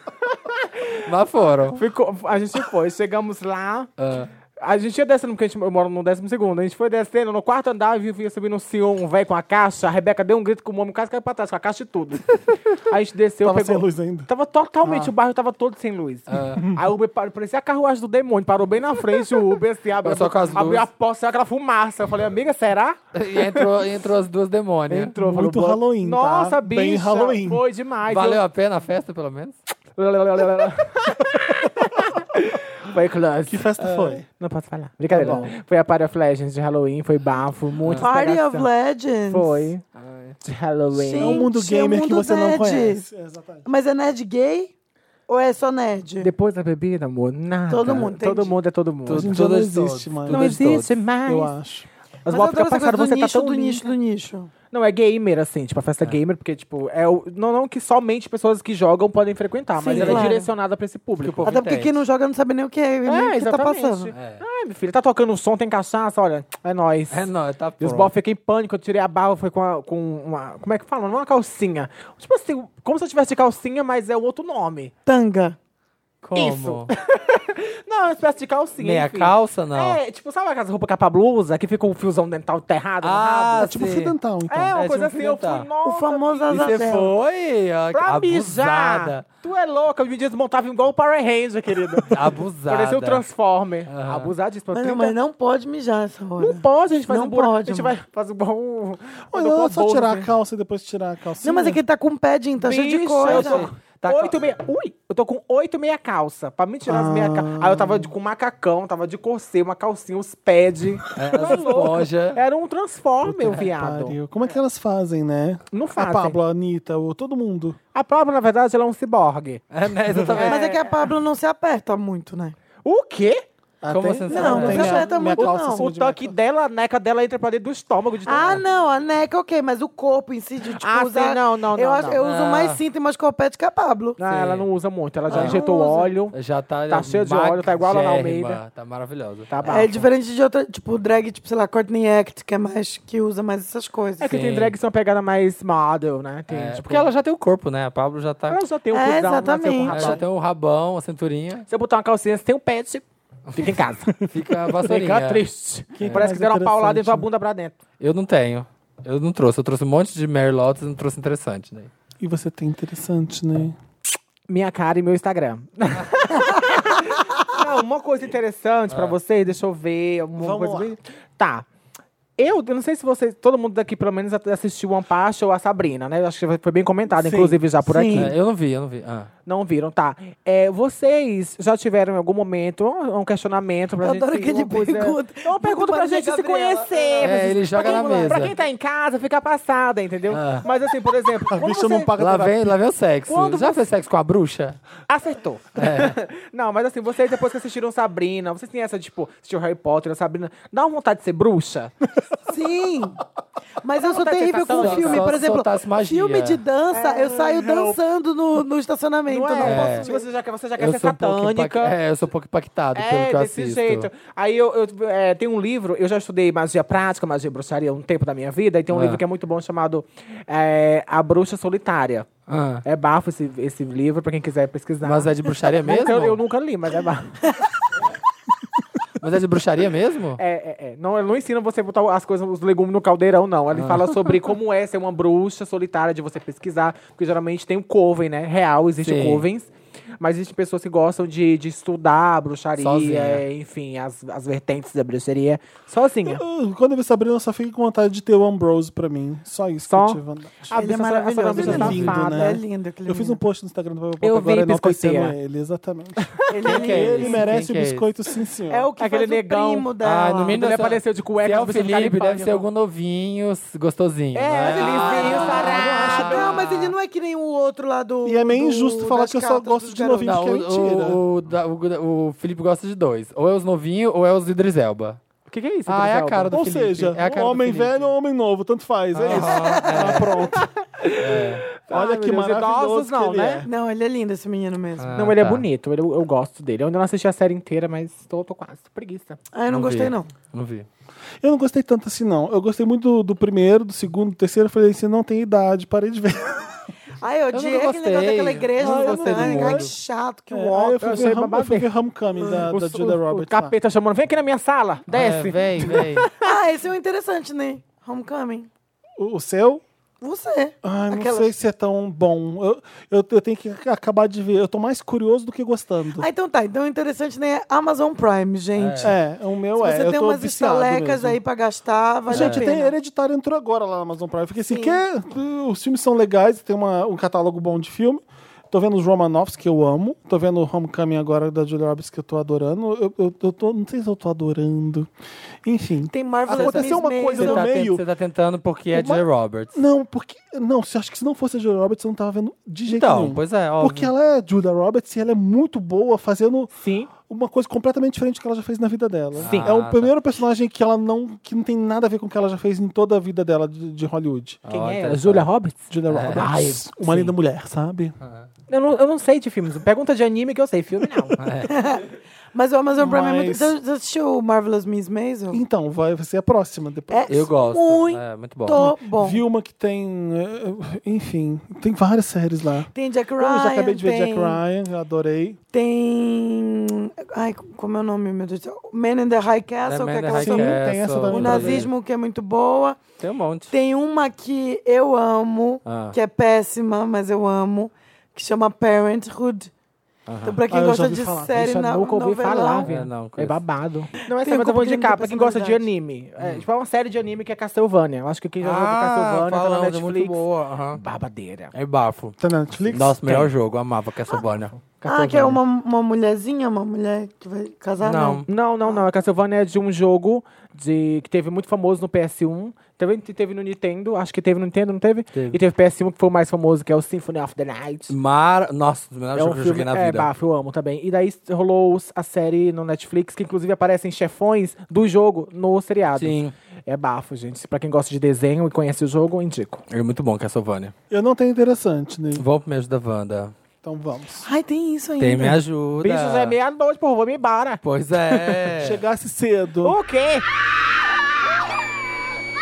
S7: Mas foram.
S3: Ficou, a gente foi, chegamos lá.
S7: Ah.
S3: A gente ia descendo, porque a gente, eu moro no décimo segundo. A gente foi descendo no quarto andar e vi- vinha subindo um senhor, um velho com a caixa. A Rebeca deu um grito com o homem, quase caiu pra trás, com a caixa e tudo. Aí a gente desceu,
S1: Tava
S3: pegou.
S1: sem luz ainda.
S3: Tava
S4: Ah.
S3: totalmente, o bairro tava todo sem luz. Aí o Uber parou, parecia a carruagem do demônio. Parou bem na frente, o Uber assim, abriu,
S7: Só com as
S3: abriu a
S7: luzes.
S3: porta, saiu aquela fumaça. Eu falei, amiga, será?
S7: E entrou, entrou as duas demônias.
S3: Entrou,
S1: Muito
S3: "Boa."
S1: Halloween, tá?
S3: Nossa, bicha,
S1: Bem Halloween.
S3: foi demais.
S7: Valeu a pena a festa, pelo menos?
S3: Eu- Foi classe.
S1: Que Tá festa foi?
S3: Não posso falar. Brincadeira. foi a Party of Legends de Halloween, foi bafo, muito
S4: Party of
S3: Ah, pegação.
S4: Legends.
S3: Foi. De Halloween.
S1: É um mundo
S4: Gente, é um
S1: gamer que
S4: mundo
S1: você não
S4: nerd.
S1: conhece. É, Exatamente.
S4: Mas é nerd gay? Ou é só nerd?
S3: Depois da bebida, amor, nada.
S4: Todo mundo,
S3: Todo
S4: entendi.
S3: mundo é todo mundo.
S1: Hoje em
S7: Tudo-
S1: dia não
S7: todas-
S1: existe
S7: todos.
S1: mais.
S7: Tudo
S3: Não
S7: de
S3: existe
S7: todos.
S3: mais.
S1: é Eu acho.
S3: As
S4: Mas eu
S3: bolas ficam
S4: adoro essa
S3: passando, você
S4: coisa do
S3: tá
S4: nicho,
S3: tão
S4: do
S3: lindo.
S4: nicho, do nicho.
S3: Não, é gamer, assim, tipo, a festa gamer, porque, tipo, é o... não, não que somente pessoas que jogam podem frequentar, mas
S4: Sim,
S3: ela
S4: claro.
S3: é direcionada pra esse público.
S7: Que o povo-
S4: Até porque
S7: Entende.
S4: quem não joga não sabe nem o que é, nem o
S3: É,
S4: que tá
S3: exatamente.
S4: passando.
S7: É.
S3: Ai, meu filho, tá tocando um som, tem cachaça, olha, é nóis.
S7: É, não, tá
S3: E os
S7: pronto.
S3: bof fiquei em pânico, eu tirei a barba, foi com, a- com uma. Como é que fala? Não é uma calcinha. Tipo assim, como se eu tivesse de calcinha, mas é o outro nome.
S4: Tanga.
S7: Como?
S3: Isso. Não, é uma espécie de calcinha.
S7: Meia
S3: enfim.
S7: calça, não?
S3: É, tipo, sabe aquelas roupas capa blusa que fica um fiozão dental enterrado
S7: Ah,
S3: no
S1: É
S3: rabo?
S1: tipo
S7: sim.
S1: fio dental, então.
S3: é, uma
S7: é,
S3: coisa
S7: tipo
S3: assim, eu fui,
S7: dental.
S4: O
S3: nossa,
S7: E
S4: famoso
S7: você
S4: Azadel.
S7: foi ó,
S3: pra mijar.
S7: abusada.
S3: Tu é louca, eu me desmontava igual o Power Ranger, querido.
S7: Abusada.
S3: Parecia o Transformer.
S7: Aham.
S3: Abusadíssimo.
S4: Mas, não,
S3: 30
S4: mas não pode mijar essa hora.
S3: Não pode, a gente faz
S4: Não
S3: um buraco.
S4: pode,
S3: a gente
S4: mano.
S3: vai fazer um bom. né?
S1: Olha, não é só
S7: né?
S1: tirar a calça e depois tirar a calcinha.
S4: Não, mas é que ele tá com um padding, tá cheio de
S3: Bicha,
S4: coisa.
S3: eu tô com
S7: Tá com-
S3: oito meia... Ui, eu tô com oito meia calça. Pra me tirar as meia calça. Aí eu tava de, com um macacão, tava de corset, uma calcinha, os pads.
S7: as é, esponja.
S3: Era um transformer, o viado.
S1: Pariu. Como é que elas fazem, né?
S3: Não
S1: A
S3: fazem.
S1: Pablo, a Anitta, o- todo mundo.
S3: A Pablo, na verdade, ela é um ciborgue.
S7: É, né, exatamente.
S4: Mas é que a Pablo não se aperta muito, né?
S3: O quê?
S1: Ah,
S7: Como
S1: tem-
S7: assim,
S1: Não,
S7: Samira?
S1: tem
S7: Não,
S1: minha,
S4: tá
S1: minha
S4: muito
S1: calça
S4: não.
S1: acima
S3: O
S1: de minha
S3: toque dela, a neca dela entra pra dentro do estômago de
S4: Ah,
S3: tanto-
S4: não, a neca ok, mas o corpo em si de tipo,
S3: É. Ah, sim,
S4: usar...
S3: não, não,
S4: eu
S3: não,
S4: acho-
S3: não.
S4: Eu uso
S7: Ah.
S4: mais cinto e mais copete que a Pablo.
S3: Ah,
S7: Sim.
S3: ela não usa muito. Ela já
S7: Ah.
S3: injetou
S4: Não usa.
S3: óleo.
S7: Já tá...
S3: Tá cheio de óleo, tá igual a Lana
S7: magérrima,
S3: Almeida.
S7: Tá maravilhosa.
S3: Tá bom.
S4: É diferente de outra, tipo, drag, tipo, sei lá, Courtney Act, que é mais, que usa mais essas coisas.
S3: É que tem
S7: Sim.
S3: drag que são pegada mais model, né? Tem,
S7: É,
S3: tipo,
S7: porque ela já tem o corpo, né? A Pablo já tá...
S3: ela já tem um
S4: É,
S3: cuzão, nasceu com
S4: exatamente.
S7: Ela
S3: rabão.
S7: já tem o rabão, a cinturinha.
S3: Se eu botar uma calcinha, você tem um pet, fica em casa.
S7: Fica a
S3: Fica
S7: vassourinha.
S3: triste.
S1: Quem
S3: Parece
S1: é mais
S3: que deram uma paulada e
S1: interessante,
S3: veio a bunda pra dentro.
S7: Eu não tenho. Eu não trouxe. Eu trouxe um monte de Mary Lotus e não trouxe interessante, né?
S1: E você tem interessante, né?
S3: Minha cara e meu Instagram. Não, uma coisa interessante pra vocês, deixa eu ver. Uma
S1: Vamos
S3: coisa
S1: lá.
S3: bem- Tá. Eu, eu não sei se vocês, todo mundo daqui pelo menos assistiu One Punch ou a Sabrina, né? Eu acho que foi bem
S1: Sim.
S3: comentado, inclusive, já por
S4: Sim.
S2: É.
S3: aqui.
S7: É, eu não vi, eu não vi. Ah.
S3: Não viram, tá. É, vocês já tiveram em algum momento um, um questionamento pra
S4: Eu
S3: gente?
S4: adoro que
S3: uma
S4: ele
S3: coisa-
S4: pergunta.
S3: É uma pergunta pra
S4: Manda
S3: gente se
S4: Gabriela.
S3: conhecer.
S4: É,
S3: pra gente-
S7: ele joga
S3: pra quem,
S7: na mesa.
S3: Pra quem tá em casa, fica passada, entendeu?
S7: Ah.
S3: Mas assim, por exemplo...
S1: A
S3: quando
S1: bicha
S3: você
S1: não paga
S7: Lá
S1: nada.
S7: vem, lá vem o sexo.
S3: Quando
S7: Já fez sexo com a bruxa?
S3: Acertou.
S7: É.
S3: não, mas assim, vocês depois que assistiram Sabrina, vocês têm essa, tipo, assistiu Harry Potter, Sabrina, dá uma vontade de ser bruxa?
S4: Sim. Mas eu sou
S3: Vontade de
S4: terrível com
S3: sensação.
S4: filme.
S7: Só
S4: Por exemplo,
S7: soltasse magia.
S4: filme de dança,
S1: É.
S4: eu saio dançando no, no estacionamento. Não,
S3: é?
S4: posso-
S3: Tipo, você já quer, você já quer
S7: Eu
S3: ser
S7: sou, um pouco impacta-
S3: satânica.
S7: é, eu sou um pouco impactado pelo que eu
S3: desse
S7: assisto.
S3: jeito. Aí eu, eu, é, tem um livro, eu já estudei magia prática, magia e bruxaria um tempo da minha vida, e tem um
S7: Ah.
S3: livro que é muito bom chamado é, A Bruxa Solitária.
S7: Ah,
S3: É bafo esse, esse livro, pra quem quiser pesquisar.
S7: Mas é de bruxaria mesmo?
S3: Nunca- eu, nunca li, mas é bafo.
S7: Mas é de bruxaria mesmo?
S3: É, é, é. Não, ele não ensina você a botar as coisas, os legumes no caldeirão, não.
S7: Ah.
S3: Ele fala sobre como é ser uma bruxa solitária de você pesquisar, porque geralmente tem um coven, né? Real, existe
S7: Sim.
S3: covens. Mas existem pessoas que gostam de, de estudar a bruxaria,
S7: Sozinha.
S3: é, enfim, as, as vertentes da bruxaria sozinha.
S1: Eu- Uh, Quando eu vi Sabrina, eu só fiquei com vontade de ter o Ambrose pra mim. Só isso
S3: Só?
S1: que eu tive vontade.
S3: A
S4: Ele é
S3: bicha só- essa tá
S4: maravilhoso.
S3: bicha
S1: Ele é lindo,
S3: safada.
S1: né?
S4: É lindo aquele
S1: Eu fiz um
S4: menino.
S1: post no Instagram do Papel Pop
S3: Eu
S1: agora
S3: vi,
S1: enaltecendo
S3: biscoiteira.
S1: ele, exatamente.
S4: Ele é
S7: Quem que é
S1: ele
S7: esse?
S1: merece
S7: Quem
S1: o
S7: que é
S1: biscoito, sim, senhor.
S4: É o que
S3: Aquele
S4: faz
S3: negão.
S4: o primo dela.
S7: Ah, no mínimo
S3: Ele
S7: dessa-
S3: apareceu de cueca,
S7: Se é o
S3: você fica
S7: Felipe,
S3: limpando.
S7: deve ser algum novinho, gostosinho.
S3: um né? É,
S7: né?
S2: Ah,
S3: felizinho, sarado.
S4: Não, mas ele não é que nem o outro lá do.
S1: E é meio
S4: do-
S1: injusto falar
S4: das
S1: que eu só
S4: cartas
S1: gosto
S4: dos
S1: de novinho.
S4: garotos.
S7: Não,
S1: Finge que é mentira.
S7: o, o, o, da- o- o Felipe gosta de dois. Ou é os novinhos, ou é os Idris Elba.
S3: O que, que é isso?
S7: Ah, é a
S3: Griselda?
S7: cara do
S1: Ou
S7: Felipe.
S1: seja, um
S7: é a cara do
S1: homem
S7: Felipe.
S1: velho ou homem novo, tanto faz, é isso.
S7: Aham,
S1: Tá pronto. Olha
S3: Ah,
S1: que
S3: meu Deus,
S1: maravilhoso
S3: idosos
S1: que
S3: não,
S1: ele
S3: né?
S4: Não, ele é lindo, esse menino mesmo.
S7: Ah,
S3: Não, ele é
S7: tá.
S3: bonito, ele- eu gosto dele. Eu ainda não assisti a série inteira, mas tô, tô quase, tô preguiça.
S4: Ah, eu
S7: Não
S4: não
S7: vi.
S4: gostei, não.
S7: Não vi.
S1: é. Eu não gostei tanto assim, não. Eu gostei muito do, do primeiro, do segundo, do terceiro. Eu falei assim, não tem idade, parei de ver.
S4: Ai, Ah, eu
S7: nunca
S4: odiei aquele
S7: gostei.
S4: negócio daquela igreja
S7: Ah, eu não
S4: do
S7: gostei do
S4: Titanic. Ai,
S7: mundo.
S4: que chato, que
S1: É,
S4: uó.
S1: aí eu fui ver,
S3: achei
S1: Hum- eu fui
S3: babadeiro.
S1: ver Homecoming da,
S3: O-
S1: da
S3: o-
S1: Julia
S3: O
S1: Roberts. tá. lá.
S3: capeta chamando, vem aqui na minha sala, desce.
S7: É, vem, vem.
S4: Ah, esse é o interessante, né? Homecoming.
S1: O, o seu?
S4: Você.
S1: Ai, não
S4: Aquela-
S1: sei se é tão bom. Eu, eu, eu tenho que acabar de ver. Eu tô mais curioso do que gostando.
S4: Ah, então tá. Então o interessante, né? é Amazon Prime, gente.
S1: É, o meu
S4: Se
S1: é.
S4: você
S1: eu
S4: tem
S1: tô
S4: umas
S1: viciado
S4: estalecas
S1: mesmo.
S4: aí pra gastar, vale
S1: É, Gente,
S4: a pena.
S1: tem Hereditário entrou agora lá na Amazon Prime. Eu Fiquei assim,
S4: Sim.
S1: que os filmes são legais, tem uma- um catálogo bom de filme. Tô vendo os Romanovs, que eu amo. Tô vendo o Homecoming agora da Julia Roberts, que eu tô adorando. Eu, eu- eu tô, não sei se eu tô adorando. Enfim.
S4: Tem Marvel
S1: Aconteceu uma coisa
S7: Você
S1: no
S7: tá,
S1: meio.
S7: tent- você tá tentando porque é
S1: Uma-
S7: Jay Roberts.
S1: Não, porque. Não, se acho que se não fosse a Julia Roberts, eu não tava vendo de jeito
S7: Então,
S1: nenhum.
S7: pois é, óbvio.
S1: Porque ela é Julia Roberts e ela é muito boa fazendo
S3: Sim.
S1: uma coisa completamente diferente do que ela já fez na vida dela.
S7: Sim.
S1: É o
S7: Ah, tá.
S1: primeiro personagem que ela não. que não tem nada a ver com o que ela já fez em toda a vida dela de, de Hollywood.
S3: Quem
S7: Ó,
S3: é?
S7: interessante.
S3: Julia Roberts?
S1: Julia
S7: É,
S1: Roberts.
S3: Ai,
S1: Ah, é uma
S3: sim.
S1: linda mulher, sabe?
S7: Ah.
S3: Eu não, eu não sei de filmes. Pergunta de anime que eu sei, filme não.
S4: Mas o Amazon Prime é muito...
S1: Mas-
S4: Você você assistiu o Marvelous Miss Maisel?
S1: Então, vai ser a próxima depois.
S4: É
S7: Eu gosto.
S1: né?
S4: Muito
S7: É, muito bom.
S4: bom.
S1: Vi uma que tem. eh, Enfim, tem várias séries lá.
S4: Tem Jack
S1: Eu
S4: Ryan,
S1: já acabei de ver
S4: tem...
S1: Jack Ryan, eu adorei.
S4: Tem... Ai, como é o nome, meu Deus do céu? Man in the High
S7: É, Man
S4: Castle, que é
S7: in the
S4: aquela
S7: High
S1: Sim,
S4: sobre
S1: tem essa
S7: Castle,
S1: também.
S4: o
S1: Castle.
S4: nazismo, que é muito boa.
S7: Tem um monte.
S4: Tem uma que eu amo,
S7: Ah.
S4: que é péssima, mas eu amo, que chama Parenthood. Então, pra quem
S1: Ah, eu já
S4: gosta
S1: ouvi
S4: de
S1: falar.
S4: série
S3: Isso eu
S4: na Ah,
S3: nunca ouvi
S4: novelão,
S3: falar,
S7: É,
S3: viu?
S7: não,
S3: É
S7: Chris.
S3: babado. Não, essa
S4: Tem um
S3: coisa eu vou
S4: pouquinho de
S3: indicar pra quem gosta de
S4: personalidade.
S3: anime. É, tipo, é uma série de anime que é Castlevania. Eu acho que quem já jogou
S7: Hum. Ah,
S3: Castlevania tá na
S7: falando, é muito
S3: Netflix.
S7: boa. aham.
S3: Babadeira.
S7: É bafo.
S1: Tá na Netflix?
S7: Nossa, melhor jogo. Amava Castlevania.
S4: Ah, que é uma, uma mulherzinha, uma mulher que vai casar? Não.
S7: Ah, Não.
S3: Não, não, não. A Castlevania é de um jogo de, que teve muito famoso no PS1. Também te- teve no Nintendo. Acho que teve no Nintendo, não teve?
S7: Teve.
S3: E teve PS1 que foi o mais famoso, que é o Symphony of the Night.
S7: Mar... Nossa, o melhor
S3: É um
S7: jogo que eu
S3: filme,
S7: joguei na
S3: é,
S7: vida.
S3: bafo, eu amo também. E daí rolou os- a série no Netflix, que inclusive aparecem chefões do jogo no seriado.
S7: Sim.
S3: É bafo, gente. Pra quem gosta de desenho e conhece o jogo, eu indico.
S7: É muito bom Castlevania.
S1: Eu não tenho interessante, né?
S7: Vamos pro Me Ajuda Wanda.
S1: Então vamos.
S4: Ai, tem isso ainda.
S7: Tem Me Ajuda.
S3: Bicho, já é meia-noite, por favor, me para.
S7: Pois é.
S1: Chegasse cedo.
S3: O quê?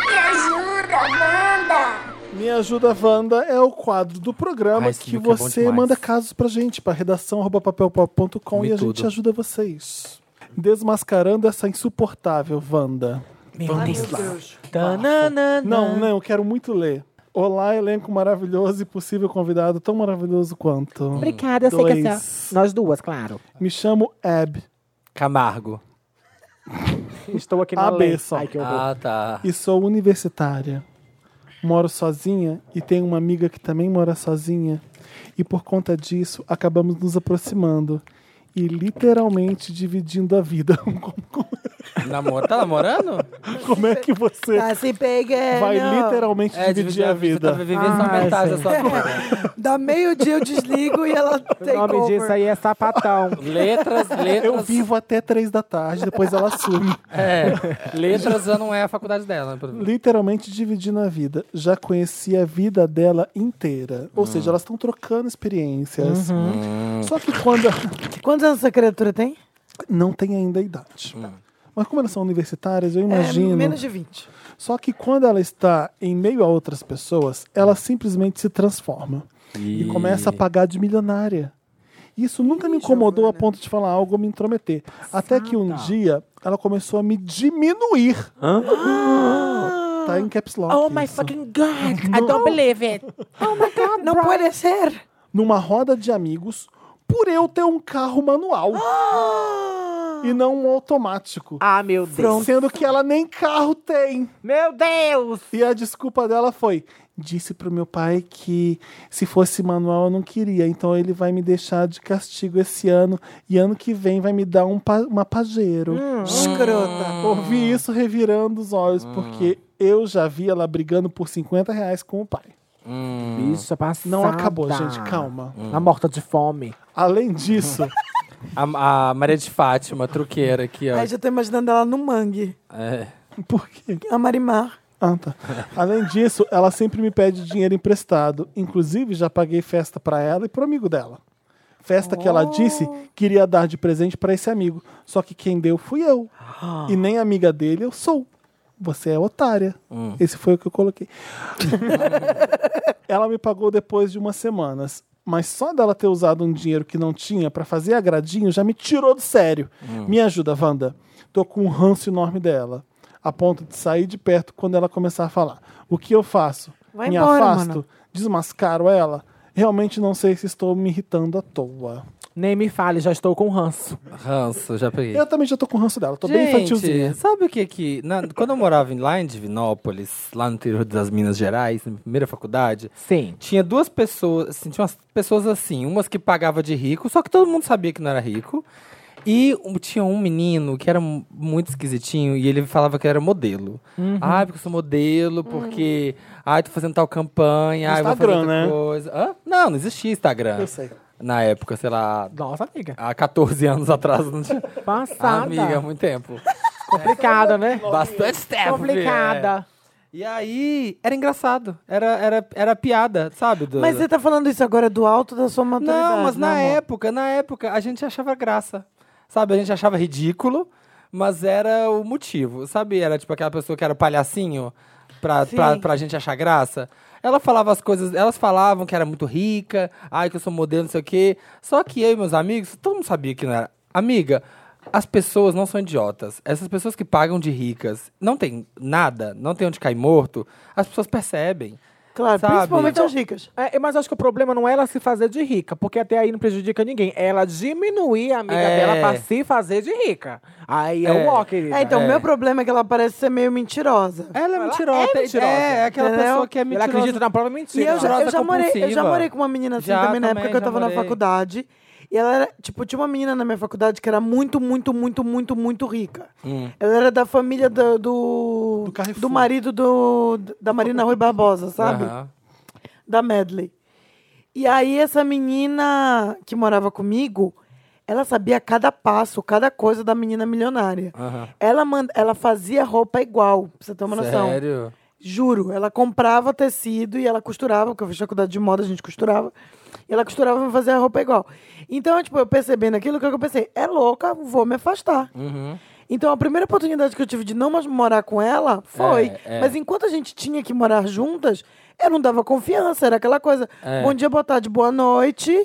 S6: Me ajuda, Amanda!
S1: Me Ajuda Wanda é o quadro do programa
S7: Oh! Ai, esse
S1: que
S7: filme que é bom
S1: você
S7: demais.
S1: manda casos pra gente, pra redação@papelpop.com
S7: Comi
S1: e a gente
S7: tudo.
S1: ajuda vocês. Desmascarando essa insuportável Wanda.
S4: Meu Deus.
S1: Não, não, eu quero muito ler. Olá, elenco maravilhoso e possível convidado tão maravilhoso quanto.
S3: Obrigada, eu sei que é
S1: Dois.
S3: só- Nós duas, claro.
S1: Me chamo Ab
S7: Camargo.
S3: Estou aqui na
S1: A
S3: lei.
S1: benção.
S3: Ai, que horror.
S7: Ah, tá.
S1: e sou universitária. Moro sozinha e tenho uma amiga que também mora sozinha. E por conta disso, acabamos nos aproximando e literalmente dividindo a vida. Como- como-
S2: Namor... Tá namorando?
S1: Como é que você
S4: Tá se pegando.
S1: vai literalmente É,
S7: É,
S1: dividir a
S2: Você tá
S1: vida?
S2: vivendo só metade da sua vida.
S4: Dá meio-dia eu desligo e ela
S3: O
S4: tem
S3: nome
S4: cover.
S3: disso aí é sapatão.
S2: Letras, letras.
S1: Eu vivo até três da tarde, depois ela assume.
S2: É, letras já não é a faculdade dela. né, pelo visto.
S1: Literalmente dividindo a vida. Já conheci a vida dela inteira.
S4: Hum.
S1: Ou seja, elas estão trocando experiências.
S4: Uhum.
S1: Só que quando.
S4: Quantos anos essa criatura tem?
S1: Não tem ainda a idade. Mas como elas são universitárias, eu imagino.
S4: É, menos de 20.
S1: Só que quando ela está em meio a outras pessoas, ela simplesmente se transforma e, começa a pagar de milionária. Isso nunca me incomodou a ponto de falar algo ou me intrometer. Até que um dia ela começou a me diminuir. Tá em caps lock.
S4: Oh my
S1: isso.
S4: fucking god, I don't believe it. Oh my god, não pode ser.
S1: Numa roda de amigos por eu ter um carro manual e não um automático.
S3: Ah, meu Deus.
S1: Sendo que ela nem carro tem.
S3: Meu Deus!
S1: E a desculpa dela foi: disse pro meu pai que se fosse manual eu não queria, então ele vai me deixar de castigo esse ano e ano que vem vai me dar um pa uma pajeiro.
S4: Hum. Ah. Escrota.
S1: Ouvi isso revirando os olhos, porque eu já vi ela brigando por 50 reais com o pai.
S2: é
S3: Bicha passada.
S1: Não acabou, gente, calma.
S2: Hum.
S3: Tá morta de fome.
S1: Além disso,
S2: A, a Maria de Fátima, truqueira aqui, ó.
S4: Aí já tô imaginando ela no mangue. é
S2: É.
S1: por quê?
S4: A Marimar.
S1: Ah, tá. Além disso, ela sempre me pede dinheiro emprestado. Inclusive, já paguei festa pra ela e pro amigo dela. Festa que ela disse que iria dar de presente pra esse amigo. Só que quem deu fui eu. E nem amiga dele eu sou. Você é otária. Esse foi o que eu coloquei. ela me pagou depois de umas semanas. Mas só dela ter usado um dinheiro que não tinha pra fazer agradinho já me tirou do sério. Me ajuda, Wanda. Tô com um ranço enorme dela. A ponto de sair de perto quando ela começar a falar. O que eu faço?
S4: Vai
S1: me
S4: embora,
S1: afasto?
S4: mano.
S1: Desmascaro ela? Realmente não sei se estou me irritando à toa.
S3: Nem me fale, já estou com ranço.
S2: Ranço, já peguei.
S1: Eu também já tô com ranço dela. Tô bem
S2: Gente,
S1: infantilzinha.
S2: Sabe o que que. na- quando eu morava em- lá em Divinópolis, lá no interior das Minas Gerais, na primeira faculdade,
S3: Sim.
S2: tinha duas pessoas, assim, tinha umas pessoas assim, umas que pagava de rico, só que todo mundo sabia que não era rico. E um- tinha um menino que era mu- muito esquisitinho e ele falava que era modelo.
S1: Uhum.
S2: Ah, porque eu sou modelo, porque. ah, tô fazendo tal campanha, ah, eu vou fazer
S1: Instagram,
S2: outra
S1: né?
S2: coisa. Hã? Não, não existia Instagram.
S1: Eu sei.
S2: Na época, sei lá,
S3: Nossa, amiga.
S2: há 14 anos atrás não tinha.
S3: Passada.
S2: Amiga, há muito tempo.
S3: Complicada, né?
S2: Bastante tempo. é.
S3: Complicada.
S2: E aí, era engraçado. Era, era, era piada, sabe? do-
S4: Mas você tá falando isso agora do alto da sua maturidade.
S2: Não, mas
S4: né,
S2: na
S4: amor?
S2: época, na época, a gente achava graça. Sabe, a gente achava ridículo, mas era o motivo. Sabe, era tipo aquela pessoa que era palhacinho pra,
S4: Sim.
S2: pra, pra gente achar graça. Ela falava as coisas, elas falavam que era muito rica, ai, que eu sou modelo, não sei o quê. Só que eu e meus amigos, todo mundo sabia que não era. Amiga, as pessoas não são idiotas. Essas pessoas que pagam de ricas, não tem nada, não tem onde cair morto, as pessoas percebem.
S4: Claro,
S2: sabe?
S4: principalmente as ricas.
S3: É, mas acho que o problema não é ela se fazer de rica, porque até aí não prejudica ninguém. É ela diminuir a amiga
S2: É.
S3: dela pra se fazer de rica. Aí é,
S2: É.
S3: o ó, querida.
S4: É, então, o meu problema é que ela parece ser meio mentirosa.
S2: Ela é mentirosa.
S3: é mentirosa.
S2: É, é aquela
S4: Entendeu?
S2: pessoa que é
S3: Ela
S2: mentirosa.
S3: acredita na própria
S4: E
S3: mentira.
S4: eu já, eu,
S2: Mentirosa
S4: já morei, eu já
S2: compulsiva.
S4: morei com uma menina assim
S2: Já,
S4: também na
S2: também,
S4: época que eu
S2: já
S4: tava na
S2: morei.
S4: faculdade. E ela era, tipo, tinha uma menina na minha faculdade que era muito, muito, muito, muito, muito rica.
S2: Hum.
S4: Ela era da família do, do,
S1: Do Carrefour.
S4: do marido do, da Marina Rui Barbosa, sabe?
S2: Aham.
S4: da Medley. E aí, essa menina que morava comigo, ela sabia cada passo, cada coisa da menina milionária.
S2: Ah.
S4: Ela, mand... ela fazia roupa igual, pra você ter uma noção.
S2: Sério?
S4: Juro, ela comprava tecido e ela costurava, porque eu fiz faculdade de moda, a gente costurava. E ela costurava e fazia a roupa igual. Então, tipo, eu percebendo aquilo, o que eu pensei? É louca, vou me afastar.
S2: Uhum.
S4: Então, a primeira oportunidade que eu tive de não mais morar com ela foi.
S2: É, é.
S4: Mas enquanto a gente tinha que morar juntas, eu não dava confiança, era aquela coisa.
S2: É.
S4: Bom dia, boa tarde, boa noite.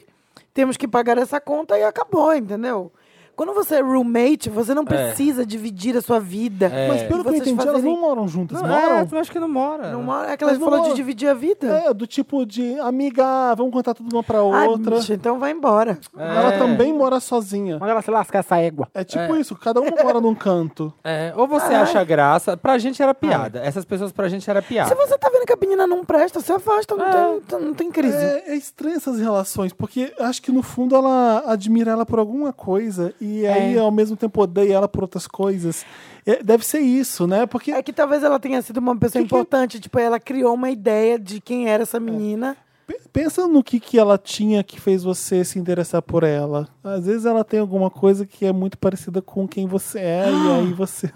S4: Temos que pagar essa conta e acabou, entendeu? Quando você é roommate, você não precisa dividir a sua vida.
S1: Mas pelo que eu
S4: Vocês
S1: entendi, elas
S4: fazerem-
S1: não moram juntas,
S2: É,
S1: moram?
S2: tu acha que não mora.
S4: Não mora- é que ela
S1: Mas não
S4: falou de
S1: mora.
S4: dividir a vida.
S1: É, do tipo de amiga, vamos contar tudo uma pra
S4: Ah,
S1: outra.
S4: bicha, então vai embora.
S1: Ela também mora sozinha.
S3: Manda ela se lascar essa égua.
S1: É tipo isso, cada uma mora num canto.
S2: É, ou você acha graça. Pra gente era piada. Essas pessoas pra gente era piada.
S4: Se você tá vendo que a menina não presta, se afasta, não, tem, t- não tem crise.
S1: É, é estranho essas relações, porque acho que no fundo ela admira ela por alguma coisa e aí ao mesmo tempo odeia ela por outras coisas. É, deve ser isso, né? Porque
S4: É que talvez ela tenha sido uma pessoa
S1: Que que-
S4: importante. Tipo, ela criou uma ideia de quem era essa menina. É
S1: P- Pensa no que, que ela tinha que fez você se interessar por ela. Às vezes ela tem alguma coisa que é muito parecida com quem você é, e aí você.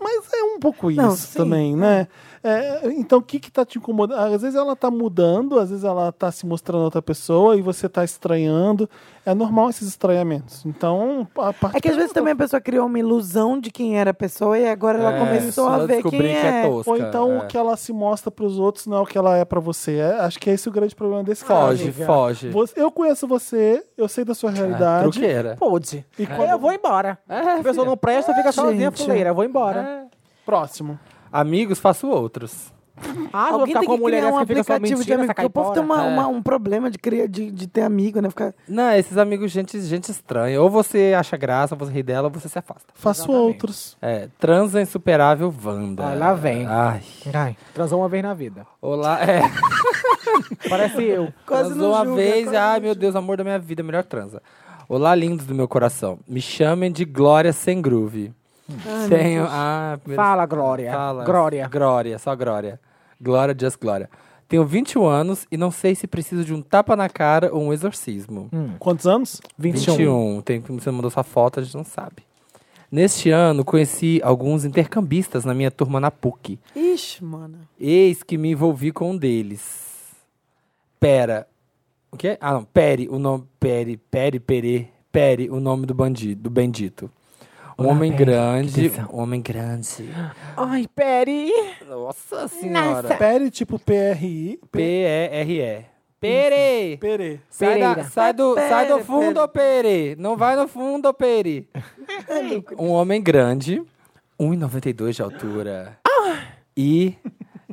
S1: Mas é um pouco isso
S4: Ah! Oh. Não, sim.
S1: também, né? É, então o que, que tá te incomodando? Às vezes ela tá mudando, às vezes ela tá se mostrando outra pessoa e você tá estranhando. É normal esses estranhamentos. Então, a parte.
S4: É que às vezes também a pessoa criou uma ilusão de quem era a pessoa e agora ela
S2: É,
S4: começou
S2: só
S4: a ver
S2: descobri
S4: quem
S2: que é
S4: é.
S2: tosco.
S1: Ou então
S2: é.
S1: o que ela se mostra pros outros não é o que ela é pra você. É, acho que é esse o grande problema
S4: Ah,
S1: desse caso.
S2: Foge, foge.
S1: Você- eu conheço você, eu sei da sua
S2: É,
S1: realidade.
S2: truqueira.
S3: Pode.
S1: E
S2: É.
S3: E
S1: quando-
S3: Eu vou embora. a pessoa não presta, fica sozinha,
S4: gente.
S3: fuleira. Eu vou embora.
S2: É.
S1: Próximo.
S2: Amigos, faço outros.
S3: Ah, eu vou
S4: Alguém
S3: ficar
S4: tem
S3: com
S4: que
S3: a mulher
S4: criar um
S3: dessa que fica só
S4: aplicativo de
S3: mentindo,
S4: amigo.
S3: essa
S4: Porque o povo tem
S3: caipora.
S4: uma-
S2: É.
S4: uma- um problema de, criar, de, de ter amigo, né? Ficar...
S2: Não, esses amigos, gente, gente estranha. Ou você acha graça, ou você ri dela, ou você se afasta.
S1: Faço outros.
S2: É, transa insuperável Wanda.
S3: Ah, lá vem.
S2: Ai.
S3: Ai, transou uma vez na vida.
S2: Olá, é.
S3: Parece eu.
S4: Quase
S2: Transou
S4: não
S2: uma
S4: julga,
S2: vez,
S4: quase
S2: ai
S4: não
S2: meu Deus, amor da minha vida, melhor transa. Olá, lindos do meu coração. Me chamem de Glória Sem Groove. Tenho. Ah, primeiro-
S3: Fala, Glória.
S2: Fala.
S3: Glória.
S2: Glória, só Glória. Glória, just Glória. Tenho 21 anos e não sei se preciso de um tapa na cara ou um exorcismo.
S4: Hum,
S1: Quantos anos?
S3: 21.
S2: Tem, você mandou sua foto, a gente não sabe. Neste ano, conheci alguns intercambistas na minha turma na PUC.
S4: Ixi, mano.
S2: Eis que me envolvi com um deles. Pera. O quê? Ah, não. Pere, o nome. Pere, Pere, Pere. Pere, o nome do bandido, do bendito. Um homem grande. Um homem grande.
S3: Ai, peri.
S2: Nossa senhora.
S1: Pere, tipo PRI. P-
S2: P-E-R-E. Pere!
S1: Pere.
S2: Sai, da,
S3: Pereira.
S2: sai, do, sai do
S4: Pere,
S2: fundo, Pere! Não vai no fundo, Pere! Um homem grande, 1,92 de altura.
S3: Ah!
S2: E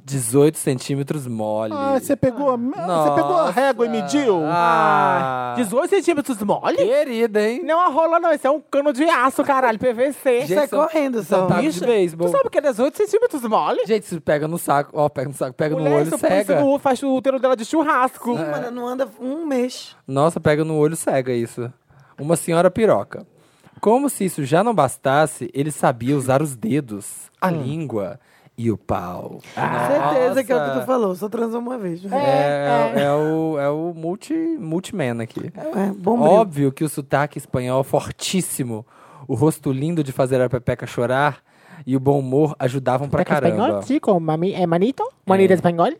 S2: 18 centímetros mole.
S1: Ah, você pegou, a- você pegou a régua e mediu?
S2: Ah,
S3: 18 centímetros mole?
S2: querida, hein?
S3: Não é uma rola, não. Isso é um cano de aço, caralho. PVC.
S2: Gente,
S4: sai correndo,
S2: são
S4: só.
S2: tacos de
S4: Ixi,
S2: beisebol.
S3: é- Tu sabe o que é 18 centímetros mole?
S2: Gente, isso pega no saco, ó, pega no saco, pega no
S3: Mulher,
S2: olho,
S3: isso põe isso
S2: cega. É.
S3: no- faz o útero dela de churrasco.
S4: Sim, mano, não anda um mês.
S2: Nossa, pega no olho, cega isso. Uma senhora piroca. Como se isso já não bastasse, ele sabia usar os dedos, a língua e o pau.
S4: Certeza que é o que
S2: Nossa.
S4: tu falou, só transou uma vez.
S2: É, é, é o, é o multi, multiman aqui.
S4: É, bom brilho.
S2: Óbvio que o sotaque espanhol é fortíssimo, o rosto lindo de fazer a Pepeca chorar e o bom humor ajudavam
S3: É
S2: pra caramba.
S3: chico, mami, é manito? Manito espanhol?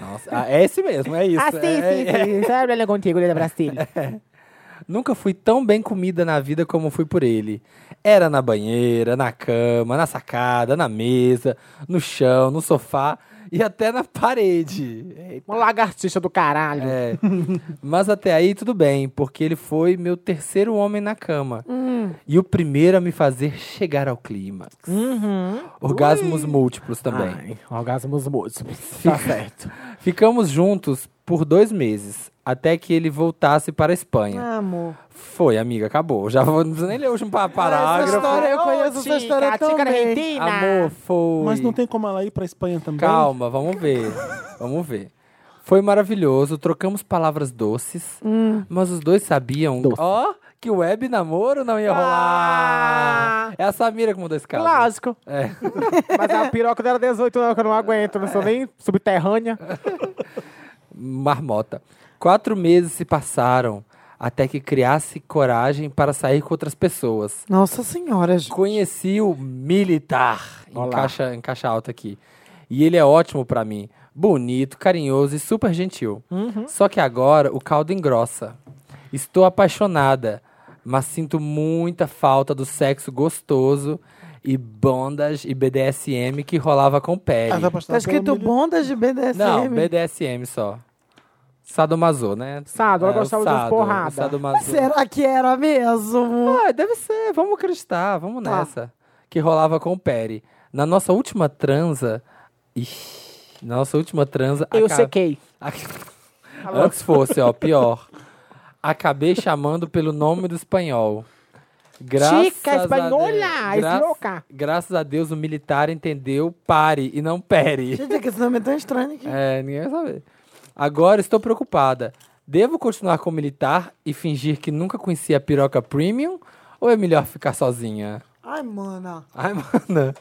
S2: Nossa, ah, é esse mesmo, é isso.
S3: Ah, sim,
S2: é-
S3: sim,
S2: é-
S3: sim. Sabe falar contigo é de Brasil.
S2: Nunca fui tão bem comida na vida como fui por ele. Era na banheira, na cama, na sacada, na mesa, no chão, no sofá e até na parede. Eita.
S3: Uma lagartixa do caralho.
S2: É. Mas até aí tudo bem, porque ele foi meu terceiro homem na cama. E o primeiro a me fazer chegar ao clímax. Orgasmos múltiplos também.
S3: Ai, orgasmos múltiplos.
S2: Tá certo. Ficamos juntos por dois meses, até que ele voltasse para a Espanha.
S4: Ah, amor.
S2: Foi, amiga, acabou. Já vou, não precisa nem ler o último pa- parágrafo.
S4: história eu conheço essa história também.
S2: Amor, foi.
S1: Mas não tem como ela ir pra Espanha também?
S2: Calma, vamos ver. vamos ver. Foi maravilhoso, trocamos palavras doces, mas os dois sabiam, ó, que o web namoro não ia rolar. É a Samira que mudou esse caso.
S3: Lógico.
S2: É.
S3: Mas a piroca dela é 18 anos, que eu não aguento. Não sou nem subterrânea.
S2: Marmota. Quatro meses se passaram até que criasse coragem para sair com outras pessoas.
S4: Nossa senhora, gente.
S2: Conheci o militar. Em caixa, em caixa alta aqui. E ele é ótimo pra mim. Bonito, carinhoso e super gentil.
S3: Uhum.
S2: Só que agora o caldo engrossa. Estou apaixonada, mas sinto muita falta do sexo gostoso e bondas e BDSM
S3: tá
S2: que rolava com pele.
S1: Ah, tá apaixonada
S4: Tá escrito
S1: pelo
S4: bondas de BDSM.
S2: Não, BDSM só. Sadomaso, né?
S3: Sado, ela
S2: o
S3: gostava de umas
S2: sado,
S3: porrada. é
S2: o Sadomaso.
S4: Será que era mesmo?
S2: Ah, deve ser, vamos acreditar, vamos
S4: Tá.
S2: nessa. Que rolava com o Perry. Na nossa última transa. Ixi, na nossa última transa.
S3: Eu
S2: aca-
S3: sequei.
S2: a- Antes fosse, ó, pior. Acabei chamando pelo nome do espanhol. Graças
S3: Chica espanhola,
S2: a Deus,
S3: es louca.
S2: Graças a Deus o militar entendeu pare e não pere.
S4: Gente, é que esse nome é tão estranho que.
S2: É, ninguém vai saber. Agora estou preocupada. Devo continuar com o militar e fingir que nunca conhecia a piroca premium? Ou é melhor ficar sozinha?
S4: Ai, mana.
S2: Ai, mana.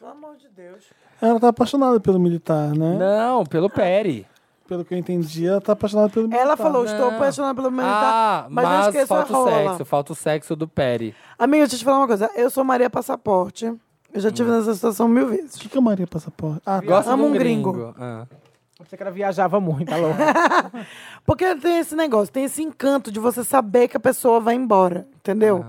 S4: Pelo amor de Deus.
S1: Ela tá apaixonada pelo militar, né?
S2: Não, pelo Perry.
S1: Pelo que eu entendi, ela tá apaixonada pelo militar.
S4: Ela falou, estou
S2: Não.
S4: apaixonada pelo militar,
S2: Ah,
S4: mas, não
S2: mas,
S4: esqueça
S2: falta
S4: a
S2: o
S4: rola.
S2: sexo. Falta o sexo do Perry.
S4: Amiga, deixa eu te falar uma coisa. Eu sou Maria Passaporte. Eu já
S2: Hum.
S4: tive nessa situação mil vezes.
S1: O que, que é Maria Passaporte? Ah,
S2: Gosta
S4: Amo
S2: de um
S4: um
S2: gringo.
S4: gringo.
S2: Ah.
S3: Eu pensei que ela viajava muito, tá louco.
S4: Porque tem esse negócio, tem esse encanto de você saber que a pessoa vai embora, entendeu?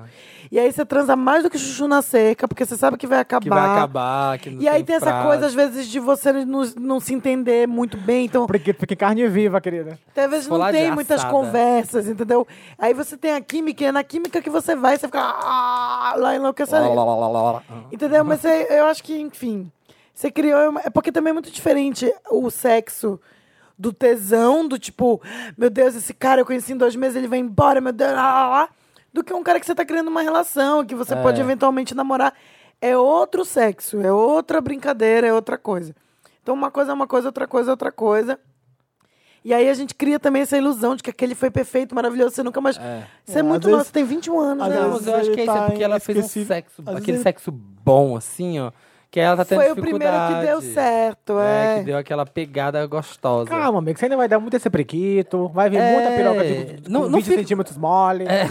S4: E aí você transa mais do que chuchu na seca, porque você sabe que vai acabar.
S2: Que vai acabar. Que não
S4: E aí tem essa
S2: prazo.
S4: coisa, às vezes, de você não, não se entender muito bem. Então,
S3: Porque fica em carne viva, querida.
S4: Até às vezes não tem
S2: Esfoladiaçada.
S4: muitas conversas, entendeu? Aí você tem a química, e é na química que você vai, você fica ah, lá enlouquecendo.
S2: Lá, lá, lá, lá, lá, lá. Ah.
S4: Entendeu? Mas você- eu acho que, enfim, você criou. Uma... É porque também é muito diferente o sexo do tesão, do tipo, meu Deus, esse cara eu conheci em dois meses, ele vai embora, meu Deus, lá, lá, lá", do que um cara que você tá criando uma relação, que você pode eventualmente namorar. É outro sexo, é outra brincadeira, é outra coisa. Então, uma coisa é uma coisa, outra coisa é outra coisa. E aí a gente cria também essa ilusão de que aquele foi perfeito, maravilhoso, você nunca mais. Você é,
S1: É, às
S4: muito
S1: vezes-
S4: novo, você tem 21 anos,
S1: às
S4: né?
S2: Não,
S1: vezes
S2: mas eu acho
S1: ele
S2: que é isso.
S1: tá
S2: É porque ela fez um
S1: inesquecível.
S2: sexo,
S1: Às vezes
S2: aquele
S1: ele-
S2: sexo bom, assim, ó. Que ela tá tendo
S4: Foi o primeiro
S2: dificuldade.
S4: que deu certo,
S2: É,
S4: é.
S2: que deu aquela pegada gostosa.
S3: Calma, amigo, você ainda vai dar muito esse prequito. Vai vir
S2: É.
S3: muita piroca de, de
S2: Não-
S3: com
S2: não
S3: 20
S2: fica-
S3: centímetros mole.
S2: É.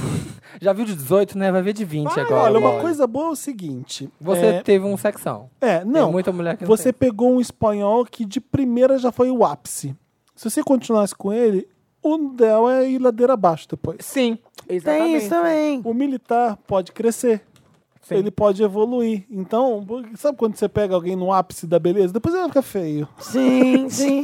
S2: Já viu de 18, né? Vai ver de 20 agora.
S1: tá. Olha, uma
S2: mole.
S1: coisa boa é o seguinte.
S2: Você
S1: é,
S2: teve um sexão.
S1: é, não.
S2: Tem muita mulher que não
S1: Você pegou um espanhol que de primeira já foi o ápice. Se você continuasse com ele, o Del é ir ladeira abaixo depois.
S3: Sim,
S4: Tem
S3: exatamente.
S4: isso também.
S1: O militar pode crescer.
S3: Sim.
S1: Ele pode evoluir. Então, sabe quando você pega alguém no ápice da beleza? Depois ele fica feio.
S4: Sim, sim.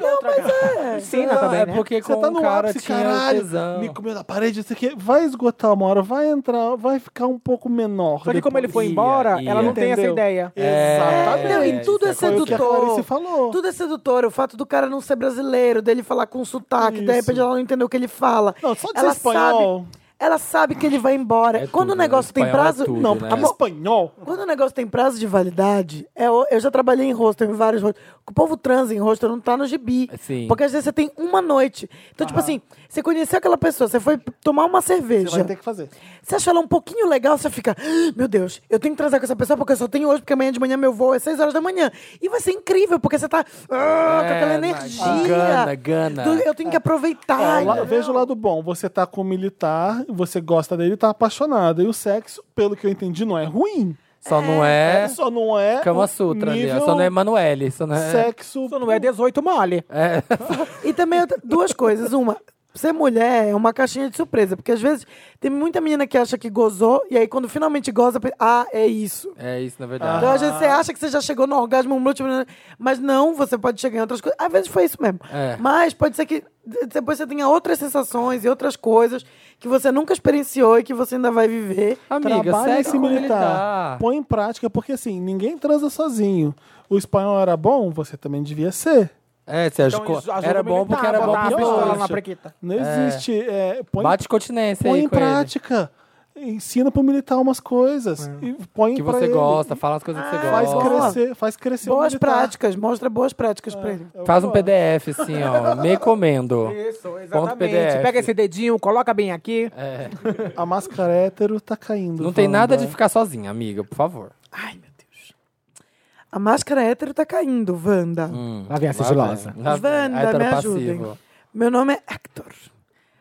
S4: Não, mas é.
S3: Ensina
S2: Não,
S3: também,
S2: é
S3: né?
S2: porque
S1: Você
S2: com
S1: tá
S2: um
S1: no
S2: cara
S1: ápice,
S2: tinha
S1: caralho,
S2: tesão.
S1: um me comeu na parede, isso aqui vai esgotar uma hora, vai entrar, vai ficar um pouco menor.
S3: Só que como ele foi
S2: Ia,
S3: embora,
S2: ia.
S3: ela não tem essa
S1: Entendeu?
S3: ideia.
S1: Exatamente.
S4: Não, e tudo é
S1: Foi o que a Clarice
S4: sedutor.
S1: falou.
S4: Tudo é sedutor. O fato do cara não ser brasileiro, dele falar com sotaque, de
S1: Isso.
S4: repente ela não entendeu o que ele fala.
S1: Não, só de ser
S4: ela
S1: espanhol.
S4: Sabe, ela sabe que ele vai embora.
S2: É
S4: Quando
S2: tudo,
S4: o negócio
S2: né?
S4: tem
S2: Espanhol é
S4: prazo.
S2: tudo,
S1: Não,
S2: né?
S1: a espanhol.
S4: Quando o negócio tem prazo de validade, é o- eu já trabalhei em rosto, em vários rostos. O povo transa em rosto, não tá no gibi.
S2: Sim.
S4: Porque às vezes você tem uma noite. Então, tipo assim, você conheceu aquela pessoa, você foi tomar uma cerveja.
S1: Você vai ter que fazer.
S4: Você acha ela um pouquinho legal, você fica, "Ah, meu Deus, eu tenho que transar com essa pessoa porque eu só tenho hoje, porque amanhã de manhã meu voo é 6 horas da manhã. E vai ser incrível, porque você tá ah, com aquela
S2: É,
S4: energia.
S2: gana, gana.
S4: do- eu tenho que aproveitar.
S1: É, lá-
S4: entendeu?
S1: veja o lado bom. Você tá com o militar, você gosta dele, tá apaixonado. E o sexo, pelo que eu entendi, não é ruim.
S2: Só não é.
S1: Só não é.
S2: Cama
S1: o
S2: Sutra ali, ó.
S1: nível
S2: Só não é Emanuele. Só não é.
S1: Sexo.
S3: Não é 18 mole.
S2: É.
S4: E também outra- duas coisas. Uma, ser mulher é uma caixinha de surpresa, porque às vezes tem muita menina que acha que gozou, e aí quando finalmente goza, pensa, ah, é isso.
S2: é isso, na
S4: Então,
S2: verdade.
S4: às vezes, você acha que você já chegou no orgasmo múltiplo, né? mas não, você pode chegar em outras coisas. Às vezes foi isso mesmo.
S2: É.
S4: Mas pode ser que de- depois você tenha outras sensações e outras coisas que você nunca experienciou e que você ainda vai viver.
S2: Amiga,
S1: trabalha
S2: sexo
S1: esse militar.
S2: militar.
S1: Põe em prática, porque assim, ninguém transa sozinho. O espanhol era bom, você também devia ser.
S2: É, Sérgio.
S3: Então, isso ajuda
S2: era
S3: o
S2: bom
S3: militar
S2: porque
S3: a
S2: era bom
S3: botar
S2: pro
S3: a pistola
S2: povo.
S3: na prequita.
S1: Não existe. é, põe
S2: Bate continência
S1: põe
S2: aí
S1: em
S2: com ele.
S1: prática. Ensina pro militar umas coisas. E põe
S2: É. Que
S1: pra
S2: você
S1: ele.
S2: gosta, fala as coisas que você
S1: Faz
S2: gosta.
S4: crescer.
S1: crescer, faz
S2: é
S1: crescer
S4: Boas
S1: o
S2: né?
S1: militar.
S4: práticas, mostra boas práticas pra ele.
S2: Faz um PDF, assim, ó. Me comendo.
S3: Isso,
S2: PDF.
S3: exatamente. Pega esse dedinho, coloca bem aqui.
S2: É.
S1: A máscara hétero tá caindo.
S2: Não tem
S1: Wanda.
S2: nada de ficar sozinha, amiga, por favor.
S4: Ai, meu Deus. A máscara hétero tá caindo, Wanda.
S2: Hum,
S3: Lá vem
S2: né?
S3: a sigilosa.
S2: Lá vem.
S4: Wanda, me
S2: Heteropassivo.
S4: ajudem. Oh, Meu nome é Hector.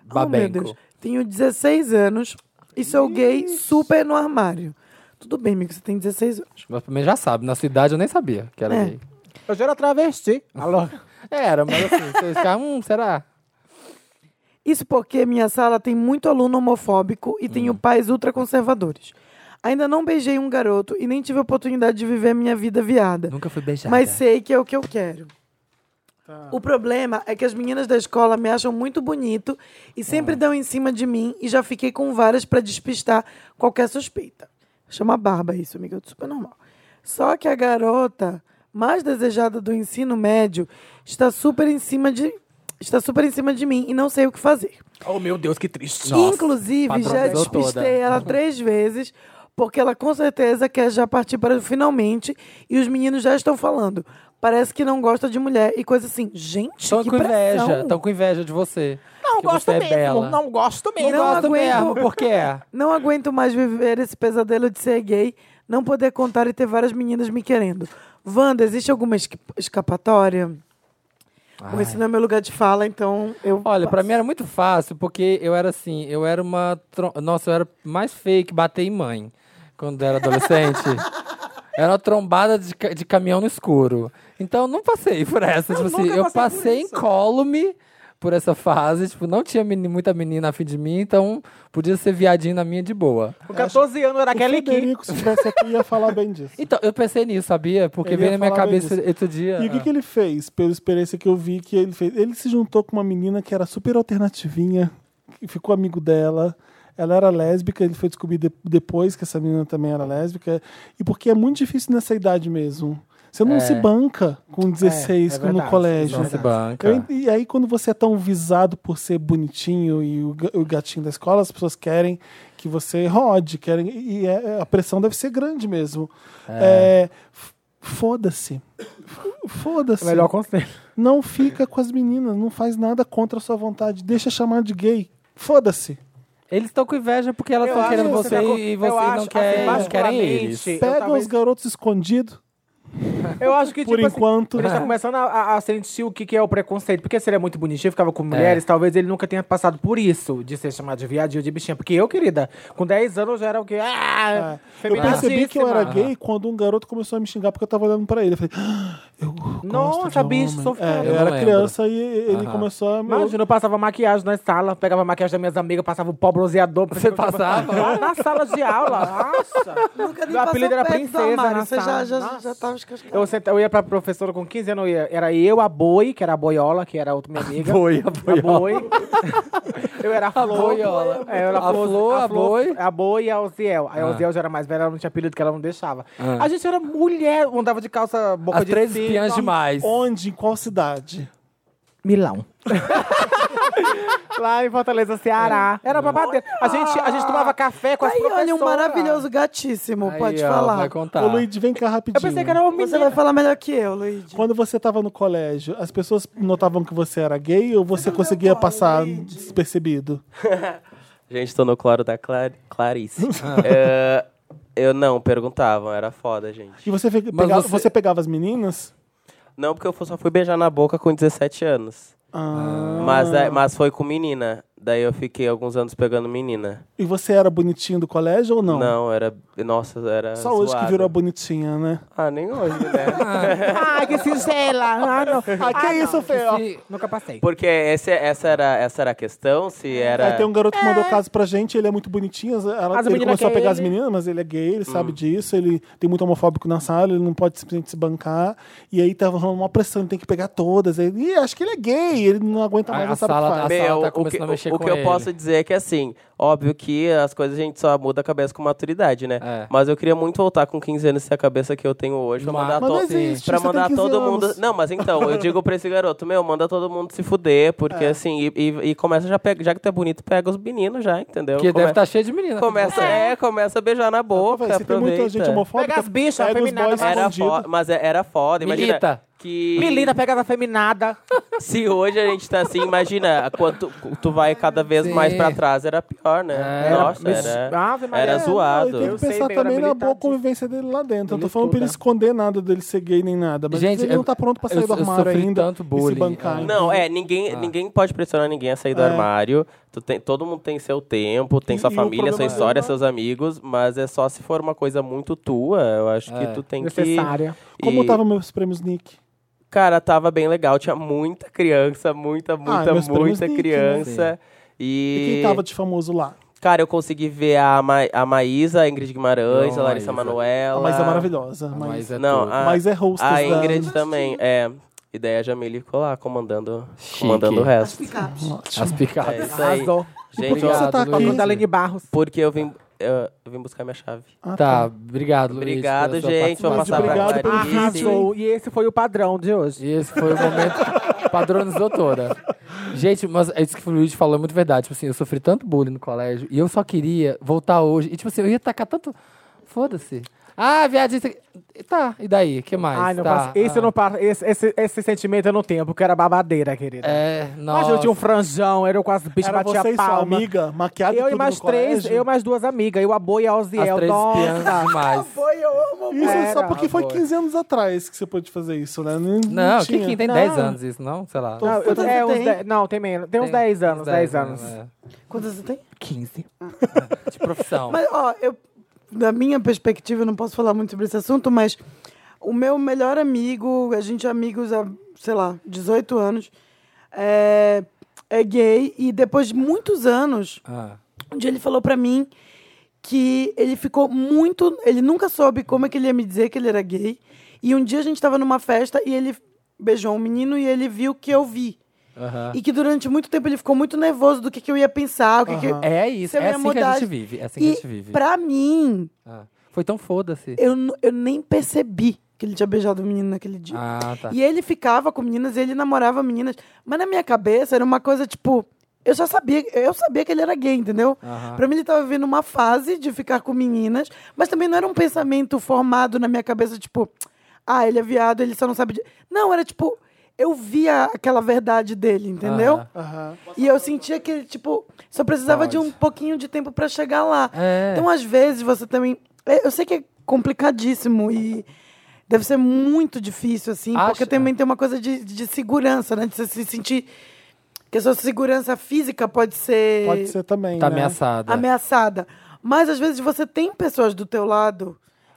S2: Babenco.
S4: Tenho 16 anos e sou gay super no armário. Tudo bem, amigo, você tem 16 anos.
S2: Mas também já sabe. Na cidade eu nem sabia que era
S4: É.
S2: gay.
S3: Eu já era travesti. Alô?
S2: Era, mas assim, vocês ficaram, hum, será?
S4: Isso porque minha sala tem muito aluno homofóbico e tenho pais ultraconservadores. Ainda não beijei um garoto e nem tive a oportunidade de viver minha vida viada.
S2: Nunca fui beijada.
S4: Mas sei que é o que eu quero. O problema é que as meninas da escola me acham muito bonito e sempre dão em cima de mim e já fiquei com várias pra despistar qualquer suspeita. Chama barba isso, amiga, é super normal. Só que a garota mais desejada do ensino médio está super em cima de está super em cima de mim e não sei o que fazer.
S3: Oh, meu Deus, que triste.
S4: Inclusive, já
S2: padronizou toda.
S4: despistei ela três vezes, porque ela com certeza quer já partir para o finalmente e os meninos já estão falando. Parece que não gosta de mulher e coisa assim. Gente,
S2: Estão
S4: que
S2: com inveja,
S4: pressão.
S2: estão com inveja de você.
S3: Não
S2: que
S3: gosto
S2: você é
S3: mesmo,
S2: bela.
S3: não gosto
S2: Não
S3: mesmo.
S4: Não
S2: gosto
S4: aguento.
S2: mesmo, porque é.
S4: Não aguento mais viver esse pesadelo de ser gay, não poder contar e ter várias meninas me querendo. Wanda, existe alguma esca- escapatória? Bom, esse não é meu lugar de fala, então eu.
S2: Olha, pra
S4: passo.
S2: mim era muito fácil, porque eu era assim, eu era uma. tro- Nossa, eu era mais feio que bater em mãe quando era adolescente. Era uma trombada de, ca- de caminhão no escuro. Então eu não passei por essa. tipo assim, eu passei incólume por essa fase. Tipo, não tinha meni- muita menina a fim de mim, então podia ser viadinho na minha de boa.
S3: Com 14 anos
S1: O
S3: era aquele que.
S1: Federico, se estivesse aqui, ia falar bem disso.
S2: Então, eu pensei nisso, sabia? Porque
S1: Ele
S2: veio
S1: ia
S2: na minha
S1: falar bem
S2: cabeça
S1: disso.
S2: outro dia.
S1: E o que, que ele fez, pela experiência que eu vi que ele fez? Ele se juntou com uma menina que era super alternativinha, que ficou amigo dela. Ela era lésbica, ele foi descobrir de- depois que essa menina também era lésbica. E porque é muito difícil nessa idade mesmo. Você não se banca com 16
S3: é
S1: com- no
S3: verdade,
S1: colégio.
S2: não se banca.
S1: Eu en- e aí, quando você é tão visado por ser bonitinho e o, ga- o gatinho da escola, as pessoas querem que você rode, querem. E é- a pressão deve ser grande mesmo. É, f- Foda-se. F- Foda-se.
S3: É Melhor conselho.
S1: Não fica com as meninas, não faz nada contra a sua vontade. Deixa chamar de gay. Foda-se.
S2: Eles estão com inveja porque elas
S3: Eu
S2: estão
S3: acho
S2: querendo
S3: que
S2: você
S3: tá com-
S2: e
S3: eu
S2: você não
S3: acho,
S2: quer,
S3: assim,
S2: eles querem eles.
S3: particularmente, eu
S1: Pega
S3: talvez-
S1: os garotos escondidos.
S3: Eu acho que,
S1: Por
S3: tipo, assim,
S1: enquanto. né?
S3: ele tá começando a- a, a sentir o que, que é o preconceito. Porque se ele é muito bonitinho, ficava com mulheres, talvez ele nunca tenha passado por isso, de ser chamado de viadinho, de bichinha. Porque eu, querida, com 10 anos eu já era o quê? Ah,
S1: É. Eu percebi que eu era
S3: feminazíssima.
S1: gay quando um garoto começou a me xingar porque eu tava olhando pra ele. Eu falei, "Ah, eu gosto
S3: Nossa,
S1: de
S3: bicho,
S1: homem."
S3: sou fã.
S1: É, eu
S2: Eu não
S1: era
S2: lembro.
S1: criança e ele começou a. eu-
S3: Imagina, eu passava maquiagem na sala, pegava a maquiagem das minhas amigas, passava o pó bronzeador.
S2: Você passava?
S3: Lá na sala de aula, nossa.
S4: Nunca nem
S3: Meu apelido
S4: passou
S3: era
S4: perto do
S3: princesa
S4: armário,
S3: na
S4: Você já,
S3: sala.
S4: já, tá
S3: Nossa.
S4: já tava escascado.
S3: Eu, senta- eu ia pra professora com 15 anos, eu ia- era eu, a Boi, que era a Boiola, que era outra minha amiga.
S2: Boi, a
S3: A Boi. eu era a Flor.
S2: Boiola.
S3: É, eu era
S2: A Flor, a Boi.
S3: A Boi e a Oziel. Aí a Oziel já era mais velha, ela não tinha apelido que ela não deixava. A gente era mulher, andava de calça, boca
S2: As
S3: de
S2: três
S3: sino.
S2: espiãs demais.
S1: Onde? Em qual cidade?
S3: Milão. Lá em Fortaleza, Ceará. Era pra bater. A gente, a gente tomava café com as
S4: Aí,
S3: professoras.
S4: olha, um maravilhoso gatíssimo, pode falar.
S2: Vai contar.
S1: Ô, Luigi, vem cá rapidinho.
S3: Eu pensei que era um
S4: Você
S3: menino.
S4: vai falar melhor que eu, Luigi.
S1: Quando você tava no colégio, as pessoas notavam que você era gay ou você conseguia passar despercebido?
S8: Gente, tô no cloro da Clar- Clarice.
S1: Ah.
S8: É, eu não, perguntavam, era foda, gente.
S1: E você, fe- pegava,
S2: você-
S1: você... pegava as meninas?
S8: Não, porque eu fu- só fui beijar na boca com 17 anos.
S1: Ah.
S8: Mas, da- mas foi com menina. Daí eu fiquei alguns anos pegando menina.
S1: E você era bonitinho do colégio ou não?
S8: Não, era. Nossa, era.
S1: Só hoje que
S8: zoado.
S1: virou Ah. a bonitinha, né?
S8: Ah, nem hoje, né?
S3: Ai, que singela. Ah, não.
S1: Ah, que isso, Fê?
S2: Se-
S3: Nunca passei.
S8: Porque esse, essa, era, essa era a questão, se era.
S1: Aí tem um garoto que mandou caso pra gente, ele é muito bonitinho. as- Ela,
S3: As
S1: ele
S3: meninas
S1: começou a
S3: querem
S1: pegar as
S3: ele.
S1: meninas, mas ele é gay, ele
S2: Hum.
S1: sabe disso, ele tem muito homofóbico na sala, ele não pode simplesmente se bancar. E aí tava rolando uma pressão, ele tem que pegar todas. Aí, Ih, acho que ele é gay, ele não aguenta mais,
S2: A-
S1: não
S2: a
S1: sabe o
S2: sala-
S1: que faz.
S2: a sala-
S8: Meu,
S2: tá
S8: o que,
S2: começando a mexer
S8: o- o
S2: com
S8: que eu
S2: ele.
S8: posso dizer é que assim, óbvio que as coisas a gente só muda a cabeça com maturidade, né?
S2: É.
S8: Mas eu queria muito voltar com 15 anos se a cabeça que eu tenho hoje pra
S2: Mas-
S8: mandar,
S1: Mas não
S8: to-
S1: existe,
S8: pra
S1: você tem
S8: mandar
S1: 15
S8: todo
S1: anos.
S8: mundo. Não, mas então, eu digo pra esse garoto, meu, manda todo mundo se fuder, porque
S2: É.
S8: assim, e, e- e começa já pega, já que tu é bonito, pega os meninos já, entendeu?
S2: Porque deve tá
S8: Come-
S2: estar cheio de menina.
S8: Começa, é. começa a beijar na boca,
S1: Véi, se tem muita gente
S8: aproveita.
S1: homofóbica,
S3: Pega as bichas,
S1: pega os
S3: afeminada,
S1: boys
S3: vai-
S8: Era
S1: escondidos.
S8: foda, mas é- era foda, imagina
S2: tá Milita.
S8: que
S3: Menina pegava feminada.
S8: se hoje a gente tá assim, imagina, quanto tu vai cada vez
S2: Sim.
S8: mais pra trás, era pior, né?
S2: Era-
S8: Nossa,
S2: mas-
S8: era...
S3: Ave Maria.
S8: Era
S1: É,
S8: zoado.
S1: não, e tem
S3: Eu
S1: que
S3: sei,
S1: pensar
S3: bem, eu era
S1: também na boa
S3: militante.
S1: convivência dele lá dentro. Eu não tô
S3: Ele
S1: falando pra ele
S3: estuda.
S1: esconder nada dele ser gay nem nada. Mas
S2: Gente,
S1: ele não
S2: eu-
S1: tá pronto pra sair
S2: eu-
S1: do
S2: eu
S1: armário
S2: sofri
S1: ainda e se
S2: tanto bullying.
S1: bancar.
S8: Não, é, ninguém, ninguém pode pressionar ninguém a sair do
S1: Ah, É.
S8: armário. Tu tem, todo mundo tem seu tempo, tem
S1: E-
S8: sua
S1: e o
S8: família, sua
S1: problema-
S8: história, seus amigos, mas é só se for uma coisa muito tua, eu acho
S2: É.
S8: que tu tem
S3: Necessária.
S8: que.
S1: Como
S8: e-
S1: tava meus prêmios Nick?
S8: Cara, tava bem legal, tinha muita criança, muita, muita,
S1: Ah, meus primos
S8: muita
S1: Nick, né?
S8: criança.
S1: E
S8: E,
S1: quem tava de famoso lá?
S8: cara, eu consegui ver a, Ma a Maísa, a Ingrid Guimarães,
S2: Não,
S8: a Larissa
S2: Maísa.
S8: Manoela.
S1: Mas é maravilhosa. Mas,
S2: Mas é
S8: Não,
S2: tudo.
S8: Ah, a-
S1: mas é hostess
S8: A
S1: da-
S8: Ingrid Ah, também, é. E daí a Jamile ficou lá comandando, comandando o resto.
S4: Picapes.
S2: As
S8: É
S2: picapes.
S8: isso aí.
S3: Arrasou.
S8: Gente,
S1: Por que
S8: ó,
S1: você tá
S2: Ah, Obrigado,
S1: aqui?
S2: Luiz.
S3: Da Lene Barros.
S8: porque eu vim, eu, eu vim buscar minha chave.
S1: Ah,
S2: Tá, obrigado, Luiz.
S8: Obrigado,
S2: pela sua
S8: gente. Vou
S1: Mas
S8: passar
S1: obrigado
S8: pra
S1: pelo
S8: Clarice.
S1: vídeo.
S3: Arrasou. E esse foi o padrão de hoje.
S2: E esse foi o momento padronizou toda. Gente, mas é isso que o Luiz falou é muito verdade. Tipo assim, eu sofri tanto bullying no colégio e eu só queria voltar hoje. E tipo assim, eu ia tacar tanto. Foda-se. Ah, viadinho. isso aqui- Tá, e daí? que mais?
S3: Ai, não
S2: tá,
S3: passa.
S2: ah.
S3: Esse, eu não passa. Esse, esse, esse sentimento eu não tenho, porque era babadeira, querida.
S2: É, não.
S3: Mas eu tinha um franjão, era com as bichas,
S1: Era
S3: batia
S1: você e sua
S3: é palma.
S1: amiga, maquiada e
S3: eu e
S1: tudo
S3: mais
S1: no
S3: três,
S1: colégio?
S3: eu e mais duas amigas. Eu, a Boi e a
S2: As
S3: Oziel.
S2: três
S3: Nossa.
S2: espiãs demais.
S4: Foi, eu amo.
S1: Isso é só
S3: Era,
S1: porque foi
S2: amor.
S1: 15 anos atrás que você pôde fazer isso, né? Não,
S2: Não, que,
S1: tinha.
S2: que tem
S1: Não.
S2: 10 anos isso, não? Sei lá.
S3: Não, eu,
S4: Quantos
S3: é,
S4: você
S3: uns
S4: tem?
S3: dez- não, tem menos. Tem uns 10 anos, 10 anos.
S2: né?
S4: Quantas você tem?
S3: 15.
S2: É, De profissão.
S4: Mas, ó, eu, da minha perspectiva, eu não posso falar muito sobre esse assunto, mas o meu melhor amigo, a gente é amigos há, sei lá, 18 anos, é, é gay e depois de muitos anos,
S2: Ah,
S4: um dia ele falou pra mim que ele ficou muito. Ele nunca soube como é que ele ia me dizer que ele era gay. E um dia a gente tava numa festa e ele beijou um menino e ele viu que eu vi.
S2: aham.
S4: E que durante muito tempo ele ficou muito nervoso do que, que eu ia pensar, o que, que eu-
S2: É isso,
S4: se eu
S2: é
S4: ia
S2: assim que
S4: mudar-
S2: a gente vive. É assim que a
S4: E
S2: gente vive.
S4: pra mim,
S2: Ah, Foi tão foda-se.
S4: eu, n- eu nem percebi que ele tinha beijado o menino naquele dia.
S2: Ah, tá.
S4: E ele ficava com meninas e ele namorava meninas. Mas na minha cabeça era uma coisa tipo. Eu já sabia, eu sabia que ele era gay, entendeu? Pra mim ele tava vivendo uma fase de ficar com meninas, mas também não era um pensamento formado na minha cabeça, tipo, ah, ele é viado, ele só não sabe. De... Não, era tipo, eu via aquela verdade dele, entendeu?
S1: Aham.
S4: E eu sentia que ele, tipo, só precisava de um pouquinho de tempo pra chegar lá.
S2: É.
S4: Então, às vezes, você também. é, Eu sei que é complicadíssimo e deve ser muito difícil, assim,
S2: Acha-
S4: porque também tem uma coisa de, de segurança, né? De você se sentir. Que a sua segurança física pode ser,
S1: Pode ser também,
S2: Tá
S1: né?
S2: ameaçada.
S4: ameaçada. Mas, às vezes, você tem pessoas do teu lado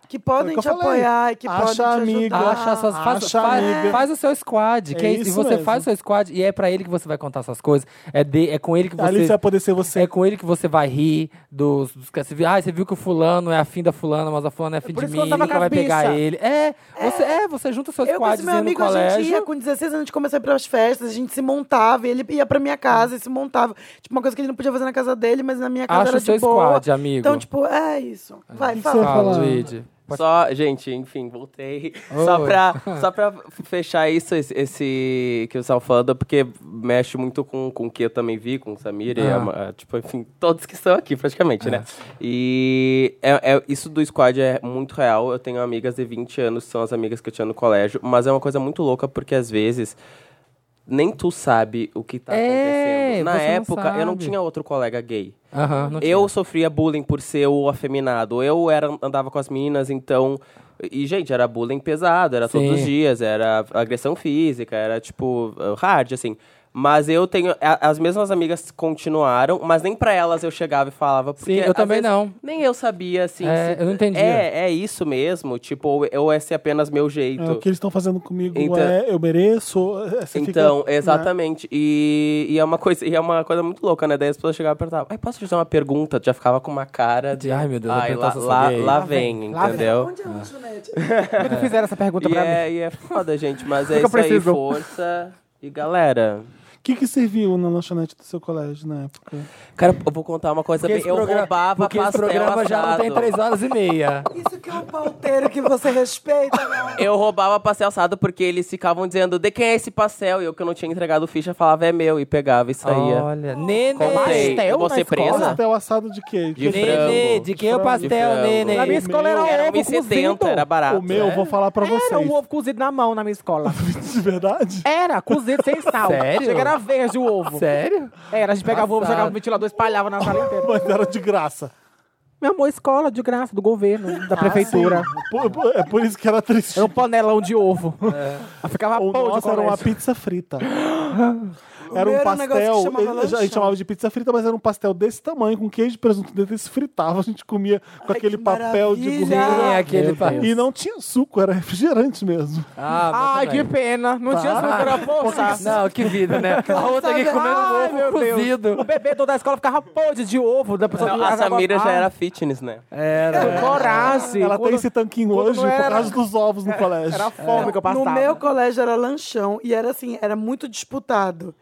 S4: que podem
S1: que eu
S4: te
S1: falei.
S4: apoiar e que
S1: Acha
S4: podem te
S1: amiga.
S4: ajudar.
S2: Acha suas, faz,
S1: Acha
S2: faz-
S1: amiga.
S2: faz o seu squad,
S1: É
S2: que é isso. E
S1: isso
S2: você
S1: mesmo.
S2: faz o seu squad e é pra ele que você vai contar suas coisas. É, de, é com ele que
S1: Ali você
S2: você.
S1: vai poder ser você. Ah,
S2: É com ele que você vai rir dos, dos ca- você viu- Ah, você viu que o fulano é afim da fulana, mas a fulana é afim
S3: por
S2: de
S3: isso
S2: mim,
S3: que eu tava
S2: nunca
S3: com
S2: vai
S3: as
S2: pegar
S3: bichas.
S2: ele. É, você é, você junta o seu
S4: Eu com
S2: squad
S4: esse meu
S2: no
S4: amigo, a gente ia
S2: colégio.
S4: com 16 anos, a gente começou a ir pras festas, a gente se montava, e ele ia pra minha casa e se montava. Tipo, uma coisa que ele não podia fazer na casa dele, mas na minha casa
S2: Acha
S4: era
S2: o seu
S4: de boa.
S2: squad, amigo.
S4: Então, tipo, é isso. Vai,
S1: você
S4: fala.
S1: fala?
S2: Fala,
S1: falar.
S2: Luigi.
S8: Só, gente, enfim, voltei. Só pra, só pra fechar isso, esse, esse que eu estava falando, porque mexe muito com, com o que eu também vi, com o Samir, e
S2: Ah. É.
S8: a Ma- a- tipo, enfim, todos que estão aqui, praticamente, né? E é, é- isso do squad é muito real. Eu tenho amigas de 20 anos, são as amigas que eu tinha no colégio, mas é uma coisa muito louca, porque às vezes. Nem tu sabe o que tá
S2: É,
S8: acontecendo. Na
S2: você não
S8: época, eu não
S2: sabe.
S8: tinha outro colega gay.
S2: Aham, não tinha.
S8: Eu sofria bullying por ser o afeminado. Eu era, andava com as meninas, então. E, gente, era bullying pesado, era todos os
S2: Sim.
S8: dias, era agressão física, era tipo hard, assim. Mas eu tenho. a- As mesmas amigas continuaram, mas nem pra elas eu chegava e falava. Porque,
S2: Sim, eu
S8: às
S2: também
S8: vezes,
S2: não.
S8: Nem eu sabia, assim.
S2: É, eu não entendia.
S8: É, é isso mesmo, tipo, ou, ou esse é apenas meu jeito.
S1: É, o que eles estão fazendo comigo
S8: Então-
S1: é eu mereço. é, você fica-
S8: Então,
S1: né?
S8: exatamente. E, e é uma coisa, e é uma coisa muito louca, né? Daí as pessoas chegavam e perguntavam, ai, posso te fazer uma pergunta? Já ficava com uma cara de.
S2: De, ai, meu Deus,
S8: ai,
S2: apertar
S8: lá,
S2: essa
S8: lá,
S2: gay.
S8: lá vem,
S3: Lá vem.
S8: entendeu?
S4: Onde é a lanchonete?
S3: Por que fizeram essa pergunta
S8: E
S3: pra mim?
S8: é, e é foda, gente, mas é
S3: Nunca
S8: isso aí,
S3: precisou.
S8: força. E galera,
S1: O que, que serviu na lanchonete do seu colégio na época?
S8: cara, eu vou contar uma coisa.
S2: Porque
S8: bem.
S2: esse
S8: Eu
S2: programa-
S8: roubava
S2: porque esse
S8: pastel
S2: programa já não tem
S8: assado.
S2: três horas e meia.
S4: Isso que é o pauteiro que você respeita, não.
S8: Eu roubava pastel assado porque eles ficavam dizendo de quem é esse pastel? E eu que eu não tinha entregado ficha falava é meu e pegava e saía.
S2: Olha, Nene,
S8: Contei.
S3: pastel
S8: Vou
S3: na
S8: ser
S3: escola?
S8: presa?
S1: Pastel assado de quê?
S8: De
S1: Que-
S8: frango.
S2: Nene, de quem é o pastel,
S8: frango.
S2: Nene?
S3: Na minha escola era
S8: Era
S3: ovo
S8: 1,70,
S3: cozido.
S8: era barato.
S1: O meu,
S8: né?
S1: vou falar pra
S3: Era
S1: vocês.
S3: um ovo cozido na mão na minha escola.
S1: De verdade?
S3: Era, cozido sem sal.
S2: Sério?
S3: Chega era verde o ovo.
S2: Sério?
S3: Era, a gente pegava o ovo,
S2: Passado.
S3: jogava no ventilador, espalhava na sala inteira.
S1: Mas era de graça.
S3: Meu amor, escola de graça, do governo,
S2: Ah,
S3: da
S4: Ah,
S3: prefeitura.
S1: Por- por- é por isso que era triste.
S2: É.
S3: Era um panelão de ovo. Eu ficava
S1: Ou
S3: pão de
S1: nossa, era uma
S3: colégio.
S1: pizza frita. Era um
S4: meu era um negócio que
S1: pastel.
S4: chamava
S1: ele- a gente
S4: lanchão.
S1: chamava de pizza frita, mas era um pastel desse tamanho, com queijo e presunto dentro. Eles fritavam, a gente comia com
S4: Ai,
S1: aquele
S4: que
S1: papel de
S4: maravilha!
S1: gourmet.
S2: É aquele
S9: Meu
S2: pa-
S9: Deus.
S1: E não tinha suco, era refrigerante mesmo.
S2: Ah,
S3: Ai,
S2: mas
S3: que
S2: também.
S3: pena. Não tinha suco era forçar.
S2: Não, que vida, né? A outra aqui
S4: Sabe-
S2: comendo
S3: Ai,
S2: um ovo
S3: meu Deus. O
S2: cozido.
S3: bebê toda a escola ficava podre de ovo. Da pessoa
S8: Não, a Samira já era fitness, né?
S2: Era.
S3: Coragem.
S1: Ela tem
S3: Quando-
S1: esse tanquinho
S3: quando
S1: hoje
S3: não
S1: por
S3: era-
S1: causa dos ovos no colégio.
S3: Era a
S2: É.
S3: fome que eu passava.
S4: No meu colégio era lanchão e era assim, era muito disputado.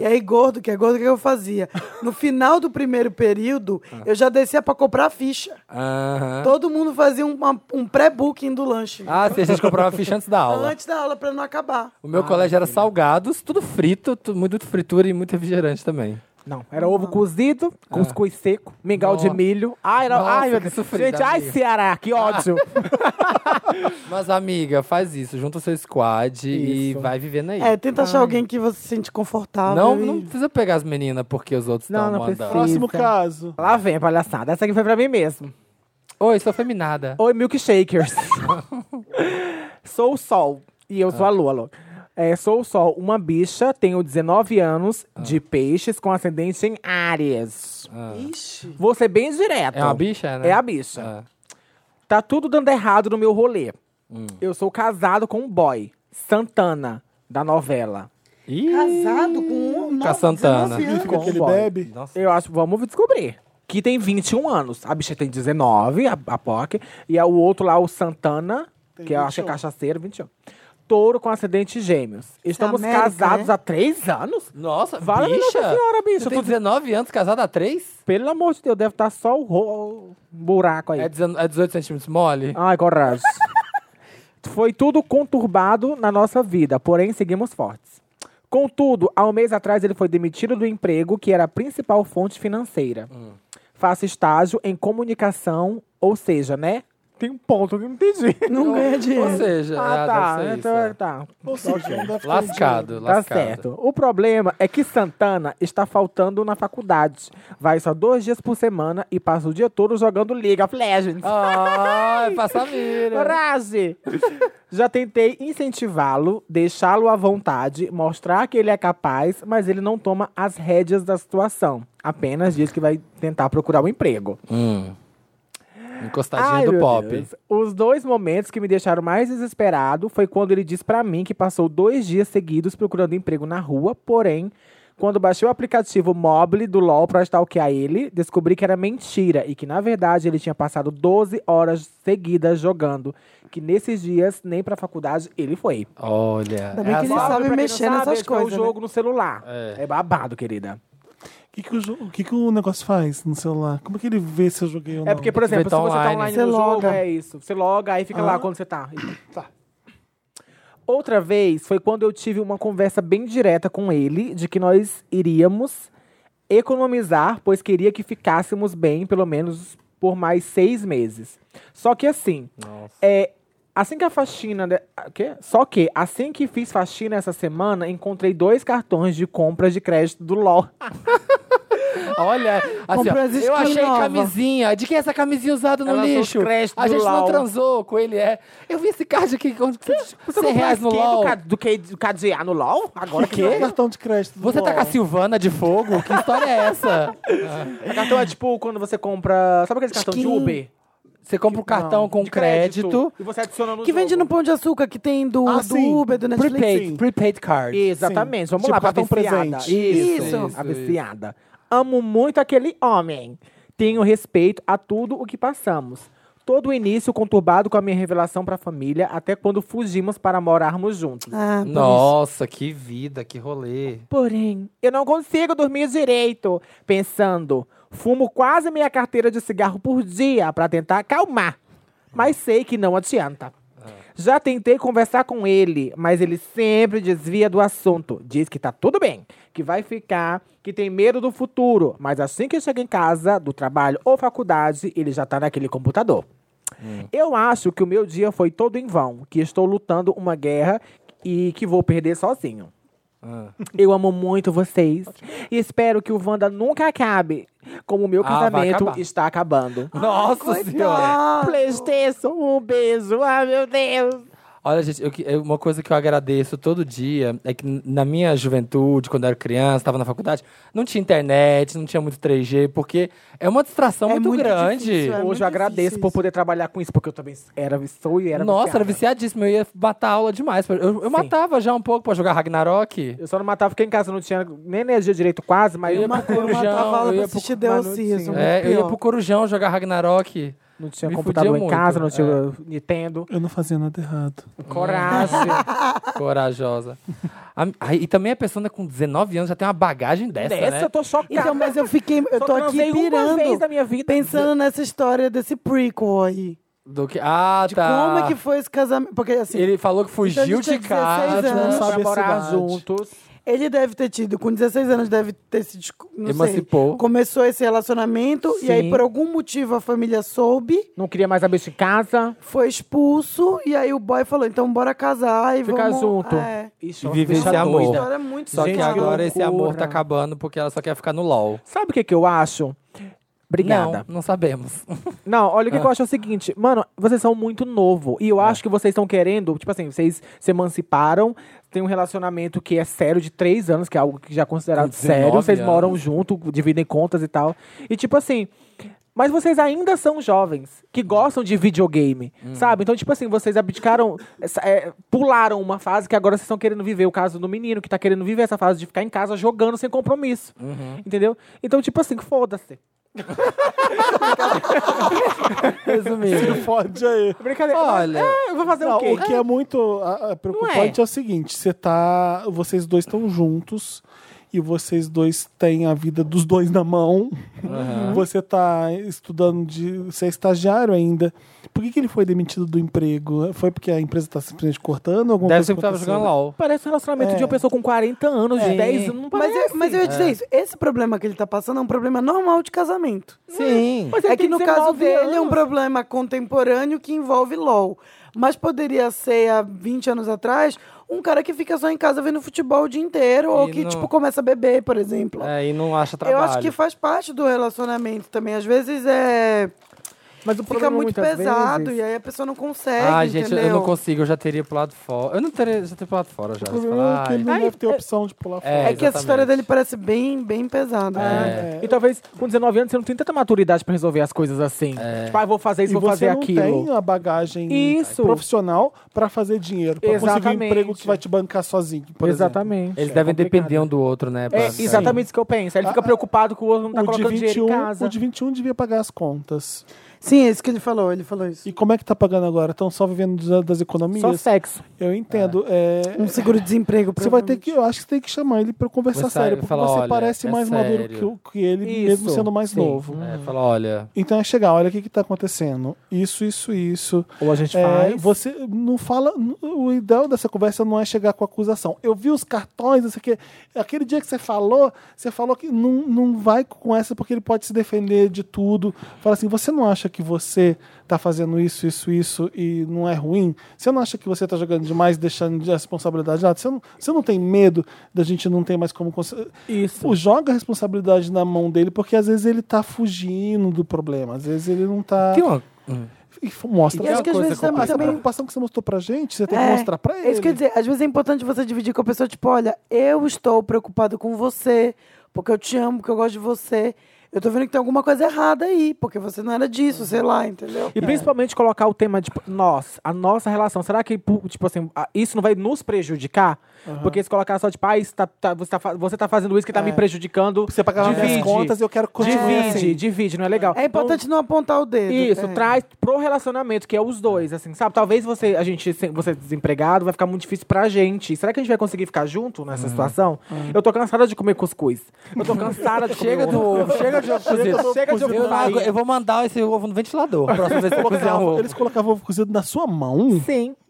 S4: E aí, gordo, que é gordo, o que eu fazia? No final do primeiro período, eu já descia pra comprar a ficha.
S2: Aham.
S4: Todo mundo fazia um, uma- um pré-booking do lanche.
S2: É. Ah, sim, a gente comprava ficha antes da aula.
S4: Antes da aula, pra não acabar.
S2: O meu colégio era salgados, tudo frito, tu- muito fritura e muito refrigerante também.
S3: Não, era ovo cozido, cuscuz seco, mingau de
S2: Ah. Nossa.
S3: milho. Ai, era...
S2: Nossa,
S3: ai meu
S2: que
S3: Deus.
S2: sofrida,
S3: Gente, ai,
S2: amiga.
S3: Ceará, que ódio.
S2: Mas, amiga, faz isso, junta o seu squad e
S3: Isso.
S2: vai vivendo aí.
S4: É, tenta achar alguém que você se sente confortável.
S2: não,
S4: e-
S2: não precisa pegar as meninas porque os outros
S3: Não,
S2: estão
S3: não
S2: mandando.
S3: precisa.
S1: Próximo
S3: Eita.
S1: caso.
S3: Lá vem a palhaçada. Essa aqui foi pra mim mesmo.
S2: Oi, sou feminada.
S3: Oi, milkshakers. sou o Sol. E eu sou
S2: Ah.
S3: a Lua, Lua. É, sou o Sol, uma bicha, tenho 19 anos,
S2: Ah.
S3: de peixes com ascendente em Áries.
S4: Ixi.
S3: Vou ser bem direto.
S2: É uma bicha, né?
S3: É a bicha.
S2: Ah.
S3: Tá tudo dando errado no meu rolê.
S2: Hum.
S3: Eu sou casado com um boy, Santana, da novela.
S2: Ih,
S4: Casado com um.
S2: Com a Santana.
S1: Significa
S3: Com
S1: que ele
S3: boy.
S1: bebe?
S2: Nossa.
S3: Eu acho, vamos descobrir. Que tem 21 anos. A bicha tem 19, a, a POC. E a- o outro lá, o Santana,
S1: Tem
S3: que eu acho que é
S1: 21.
S3: cachaceiro, 21. Touro com acidente gêmeos.
S2: é
S3: Estamos
S4: América,
S3: casados
S4: né?
S3: há três anos?
S2: Nossa,
S3: Vale a
S2: bicha?
S3: Nossa Senhora, bicha,
S2: Você
S3: eu
S2: tem
S3: tô-
S2: 19 anos, casada há 3?
S3: Pelo amor de Deus, deve estar só o, ro- o buraco aí. Ah,
S2: É, 19 é 18 centímetros mole?
S3: Ai, coragem. Foi tudo conturbado na nossa vida, porém seguimos fortes. Contudo, há um mês atrás ele foi demitido do emprego que era a principal fonte financeira.
S2: Hum.
S3: Faço estágio em comunicação, ou seja, né? Tem um ponto que eu não entendi.
S4: Não ganha
S2: Ou
S4: dinheiro.
S2: seja, ah,
S3: é. tá.
S2: deve ser
S3: Então,
S2: isso,
S3: tá.
S1: Ou seja, não deve
S2: é.
S1: ter
S2: Lascado,
S3: Tá
S2: lascado.
S3: certo. O problema é que Santana está faltando na faculdade. Vai só dois dias por semana e passa o dia todo jogando League of
S2: Ah,
S3: Legends.
S2: Ai, passa a mira.
S3: Coragem! Já tentei incentivá-lo, deixá-lo à vontade, mostrar que ele é capaz, mas ele não toma as rédeas da situação. Apenas diz que vai tentar procurar um emprego.
S2: Hum. Encostadinha
S3: Ai,
S2: do
S3: meu
S2: pop.
S3: Deus. Os dois momentos que me deixaram mais desesperado foi quando ele disse pra mim que passou dois dias seguidos procurando emprego na rua, porém, quando baixei o aplicativo mobile do LOL pra stalkear ele, descobri que era mentira e que, na verdade, ele tinha passado 12 horas seguidas jogando. Que nesses dias, nem pra faculdade ele foi.
S2: Olha.
S4: Ainda bem que
S3: Mobile,
S4: ele sabe
S3: pra quem não
S4: mexer
S3: É, sabe,
S4: nessas
S3: é tipo, é
S4: coisas.
S3: o
S4: né?
S3: jogo no celular.
S2: É.
S3: é babado, querida.
S1: O que, que o, jo- o que que o negócio faz no celular? Como é que ele vê se eu joguei ou não?
S3: É porque, por exemplo, se
S2: Vai tá
S3: você tá
S2: online.
S3: online
S4: Você
S3: no jogo,
S4: loga.
S3: é isso. Você loga, aí fica
S1: Ah.
S3: lá quando você tá. Tá. Outra vez foi quando eu tive uma conversa bem direta com ele de que nós iríamos economizar, pois queria que ficássemos bem, pelo menos por mais seis meses. Só que assim,
S2: Nossa.
S3: é, assim que a faxina. de- a- quê? Só que, assim que fiz faxina essa semana, encontrei dois cartões de compras de crédito do LOL.
S2: Olha, assim, ó,
S4: Comprou as
S2: eu
S4: skins
S2: achei
S4: nova.
S2: camisinha. De quem é essa camisinha usada no
S3: Ela usou
S2: lixo?
S3: os créditos
S2: A
S3: do
S2: gente não
S3: LOL. né?
S2: transou com ele, é. Eu vi esse card aqui, onde que você...
S3: Você
S2: 100
S3: comprou
S2: reais no
S3: skin
S2: LOL.
S3: Do, ca- do, que- do KDA no LOL? Agora
S1: Olha
S3: que
S1: que
S3: não.
S1: é o cartão de crédito. do
S2: Você tá
S1: LOL.
S2: com a Silvana de fogo? Que história é essa?
S3: É cartão é tipo quando você compra. Sabe aquele cartão de
S4: Skin.
S3: Uber?
S2: Você compra um cartão com
S3: De
S2: crédito.
S3: E você adiciona no
S4: Que vende no
S3: jogo.
S4: Pão de Açúcar, que tem do,
S1: Ah,
S4: do
S1: sim.
S4: Uber, do Netflix.
S2: Prepaid,
S1: Sim.
S2: prepaid card.
S3: Exatamente. Vamos
S1: Tipo
S3: lá, pra
S1: cartão
S3: viciada.
S1: presente.
S3: Isso,
S4: Isso.
S3: A viciada. Amo muito aquele homem. Tenho respeito a tudo o que passamos. Todo o início conturbado com a minha revelação pra família, até quando fugimos para morarmos juntos.
S4: Ah, por
S2: Nossa, que vida, que rolê.
S3: Porém, eu não consigo dormir direito. Pensando, fumo quase meia carteira de cigarro por dia pra tentar acalmar. Mas sei que não adianta. Já tentei conversar com ele, mas ele sempre desvia do assunto. Diz que tá tudo bem, que vai ficar, que tem medo do futuro. Mas assim que chega em casa, do trabalho ou faculdade, ele já tá naquele computador. Eu acho que o meu dia foi todo em vão, que estou lutando uma guerra e que vou perder sozinho.
S2: Ah.
S3: Eu amo muito vocês e espero que o Wanda nunca acabe, como o meu
S2: Ah, vai
S3: casamento
S2: acabar.
S3: está acabando.
S2: Nossa
S4: Coitado.
S2: senhora.
S3: Playstation, um beijo, ai meu Deus.
S2: Olha, gente, eu que- é uma coisa que eu agradeço todo dia é que n- na minha juventude, quando eu era criança, estava na faculdade, não tinha internet, não tinha muito 3G, porque é uma distração
S4: É
S2: muito,
S4: muito
S2: grande.
S4: difícil, é.
S3: Hoje
S4: muito
S3: eu agradeço
S4: difícil
S3: por
S4: isso.
S3: poder trabalhar com isso, porque eu também era, sou e era
S2: Nossa, era
S3: viciada.
S2: viciadíssimo. Eu ia matar aula demais. Eu, eu matava já um pouco pra jogar Ragnarok.
S3: Eu só não matava porque em casa não tinha nem energia direito quase, mas
S2: Eu
S3: eu
S2: ia
S4: Uma
S2: pro
S4: eu
S2: Corujão,
S4: matava aula
S2: eu
S4: pra
S2: ia pro
S4: assistir
S3: Manu-
S4: Delcis.
S3: sim.
S2: É, eu ia pro Corujão jogar Ragnarok.
S3: não tinha
S2: me
S3: computador
S2: fudia
S3: em casa, não
S2: muito,
S3: tinha Nintendo.
S1: Eu não fazia nada errado.
S3: Coragem.
S2: Corajosa. A- aí- e também a pessoa né, com 19 anos já tem uma bagagem dessa,
S3: Dessa
S2: né?
S3: eu tô chocada.
S4: Então, mas eu fiquei. Eu
S3: Só
S4: tô aqui
S3: transei uma vez da
S4: pirando.
S3: minha vida.
S4: Pensando nessa história desse prequel aí.
S2: Do que, ah,
S4: De
S2: tá.
S4: como é que foi esse casamento. Porque assim, ele,
S2: Ele falou que
S4: Então a
S2: fugiu
S4: gente tinha
S2: de
S4: 16
S2: casa.
S4: anos.
S1: Não
S3: pra
S1: sabe a
S3: morar
S1: cidade.
S3: juntos.
S4: deve ter tido, com 16 anos, deve ter se. discu- Não
S2: Emancipou.
S4: Sei, começou esse relacionamento e
S2: Sim.
S4: aí, por algum motivo, a família soube,
S3: Não queria mais a bicha em casa.
S4: foi expulso e aí o boy falou: então bora casar e
S3: Ficar
S4: vamos.
S3: junto.
S4: É.
S3: Ixi,
S2: E
S3: ó,
S2: viver
S3: bicha
S2: esse amor.
S3: doida.
S4: História muito
S2: Só que
S3: Gente, que
S2: agora esse amor
S3: loucura.
S2: tá acabando porque ela só quer ficar no LOL.
S3: Sabe o que, que eu acho? Obrigada.
S2: Não, não sabemos.
S3: Não, olha o
S2: Ah.
S3: que eu acho é o seguinte, mano, vocês são muito novo. E
S2: É.
S3: eu acho que vocês estão querendo, tipo assim, vocês se emanciparam, tem um relacionamento que é sério de três anos, que é algo que já é
S2: Com
S3: considerado
S2: 19
S3: sério. Vocês
S2: anos.
S3: moram junto, dividem contas e tal. E tipo assim. Mas vocês ainda são jovens que gostam de videogame,
S2: Hum.
S3: sabe? Então, tipo assim, vocês abdicaram, essa- é, pularam uma fase que agora vocês estão querendo viver. O caso do menino que tá querendo viver essa fase de ficar em casa jogando sem compromisso.
S2: Uhum.
S3: Entendeu? Então, tipo assim, foda-se.
S1: Você pode aí.
S3: Brincadeira.
S2: Olha.
S3: É, eu vou fazer
S1: Não,
S3: o quê?
S1: que é muito ah, ah, preocupante é. o seguinte: você tá. Vocês dois estão juntos e vocês dois têm a vida dos dois na mão. Você tá estudando de. Você é estagiário ainda. Por que, que ele foi demitido do emprego? Foi porque a empresa tá simplesmente cortando? Alguma
S2: Deve
S1: coisa
S2: ser que tava
S1: aconteceu?
S2: jogando LOL.
S3: Parece um relacionamento
S1: É.
S3: de uma pessoa com 40 anos, de
S2: É.
S3: 10 anos, não
S4: Mas,
S3: parece.
S4: eu- mas é eu ia dizer isso: esse problema que ele tá passando é um problema normal de casamento.
S2: Sim.
S3: Mas ele
S4: É que
S3: tem
S4: no caso
S3: 19
S4: dele é um
S3: anos.
S4: problema contemporâneo que envolve LOL. Mas poderia ser há 20 anos atrás um cara que fica só em casa vendo futebol o dia inteiro ou
S2: E
S4: que,
S2: não-
S4: tipo, começa a beber, por exemplo.
S2: É, e não acha trabalho.
S4: Eu acho que faz parte do relacionamento também. Às vezes é.
S2: um
S3: Mas o
S4: Fica
S3: problema
S4: muito
S3: muitas
S4: pesado
S3: vezes- é-
S4: e aí a pessoa não consegue.
S2: Ai, gente,
S4: entendeu?
S2: eu não consigo, eu já teria pulado fora. Eu não teria, já teria pulado fora já.
S1: O
S2: Você
S1: problema
S2: fala,
S1: é que ele não
S2: ai,
S1: deve ter opção de pular fora.
S2: É,
S4: É, que essa
S2: exatamente.
S4: história
S2: É.
S4: dele parece bem, bem pesada. né?
S3: E talvez com 19 anos você não tem tanta maturidade pra resolver as coisas assim. Tipo, ah, eu vou fazer isso,
S1: E
S3: vou
S1: você
S3: fazer
S1: não
S3: aquilo.
S1: tem a bagagem
S3: Isso.
S1: profissional pra fazer dinheiro, pra conseguir um
S3: Exatamente.
S1: emprego que vai te bancar sozinho. por exemplo.
S3: Exatamente.
S2: eles
S3: É
S2: devem
S3: complicado.
S2: depender um do outro, né? pra
S3: É
S2: sair.
S3: exatamente isso que eu penso. Aí Ele fica preocupado que o outro não tá
S1: o, de
S3: colocando dinheiro
S1: 21,
S3: em casa.
S1: o de 21 devia pagar as contas.
S4: Sim, é isso que ele falou. Ele falou isso.
S1: E como é que tá pagando agora? Estão só vivendo da- das
S3: Só
S1: economias?
S3: sexo.
S1: Eu entendo. é,
S4: Um seguro-desemprego.
S1: você vai ter
S4: provavelmente.
S1: que. Eu acho que você tem que chamar ele pra conversar
S2: Você
S1: sério,
S2: vai
S1: porque
S2: falar,
S1: você
S2: "Olha,
S1: parece
S2: é
S1: mais
S2: sério."
S1: maduro que, que ele,
S3: Isso,
S1: mesmo sendo mais
S3: sim.
S1: novo.
S2: É, fala, olha,
S1: Então é chegar, olha o que, que tá acontecendo. Isso, isso, isso.
S3: Ou a gente
S1: É,
S3: faz.
S1: Você não fala. O ideal dessa conversa não é chegar com acusação. Eu vi os cartões, não sei o quê. Aquele dia que você falou, você falou que não, não vai com essa porque ele pode se defender de tudo. Fala assim: você não acha que você tá fazendo isso, isso, isso e não é ruim? Você não acha que você tá jogando demais, deixando de responsabilidade de lado? Você não, você não tem medo da gente não ter mais como. cons-
S3: Isso.
S1: Pô, joga a responsabilidade na mão dele, porque às vezes ele tá fugindo do problema, às vezes ele não tá.
S2: tem uma...
S1: E é f- mostra.
S4: E acho que às vezes
S1: Essa
S4: também-
S1: preocupação que você mostrou pra gente, você tem que
S4: É,
S1: mostrar pra ele.
S4: É isso que eu ia dizer. Às vezes é importante você dividir com a pessoa, tipo, olha, eu estou preocupado com você, porque eu te amo, porque eu gosto de você. Eu tô vendo que tem alguma coisa errada aí, porque você não era disso, sei lá, entendeu?
S3: E principalmente colocar o tema, tipo, nós, a nossa relação. Será que, pu- tipo assim, a- isso não vai nos prejudicar? Porque se colocar só, tipo, ah, isso tá, tá- você, tá, fa- você tá fazendo isso que tá me prejudicando.
S1: Você pagava minhas contas e eu quero continuar
S3: divide,
S1: assim.
S3: divide, não é legal.
S4: É importante não apontar o dedo.
S3: Então, isso,
S4: É.
S3: traz pro relacionamento, que é os dois, assim, sabe? Talvez você, a gente, sem- você é desempregado, vai ficar muito difícil pra gente. Será que a gente vai conseguir ficar junto nessa
S2: Uhum.
S3: situação? Eu tô cansada de comer cuscuz. Eu tô cansada de comer
S2: Chega do ovo, chega de ovo cozido.
S3: Chega de ovo
S2: Eu, não agu-
S3: cozido.
S2: eu vou mandar esse ovo no ventilador. Próxima vez que eu cozinhar um ovo.
S1: Eles colocavam ovo cozido na sua mão?
S3: Sim.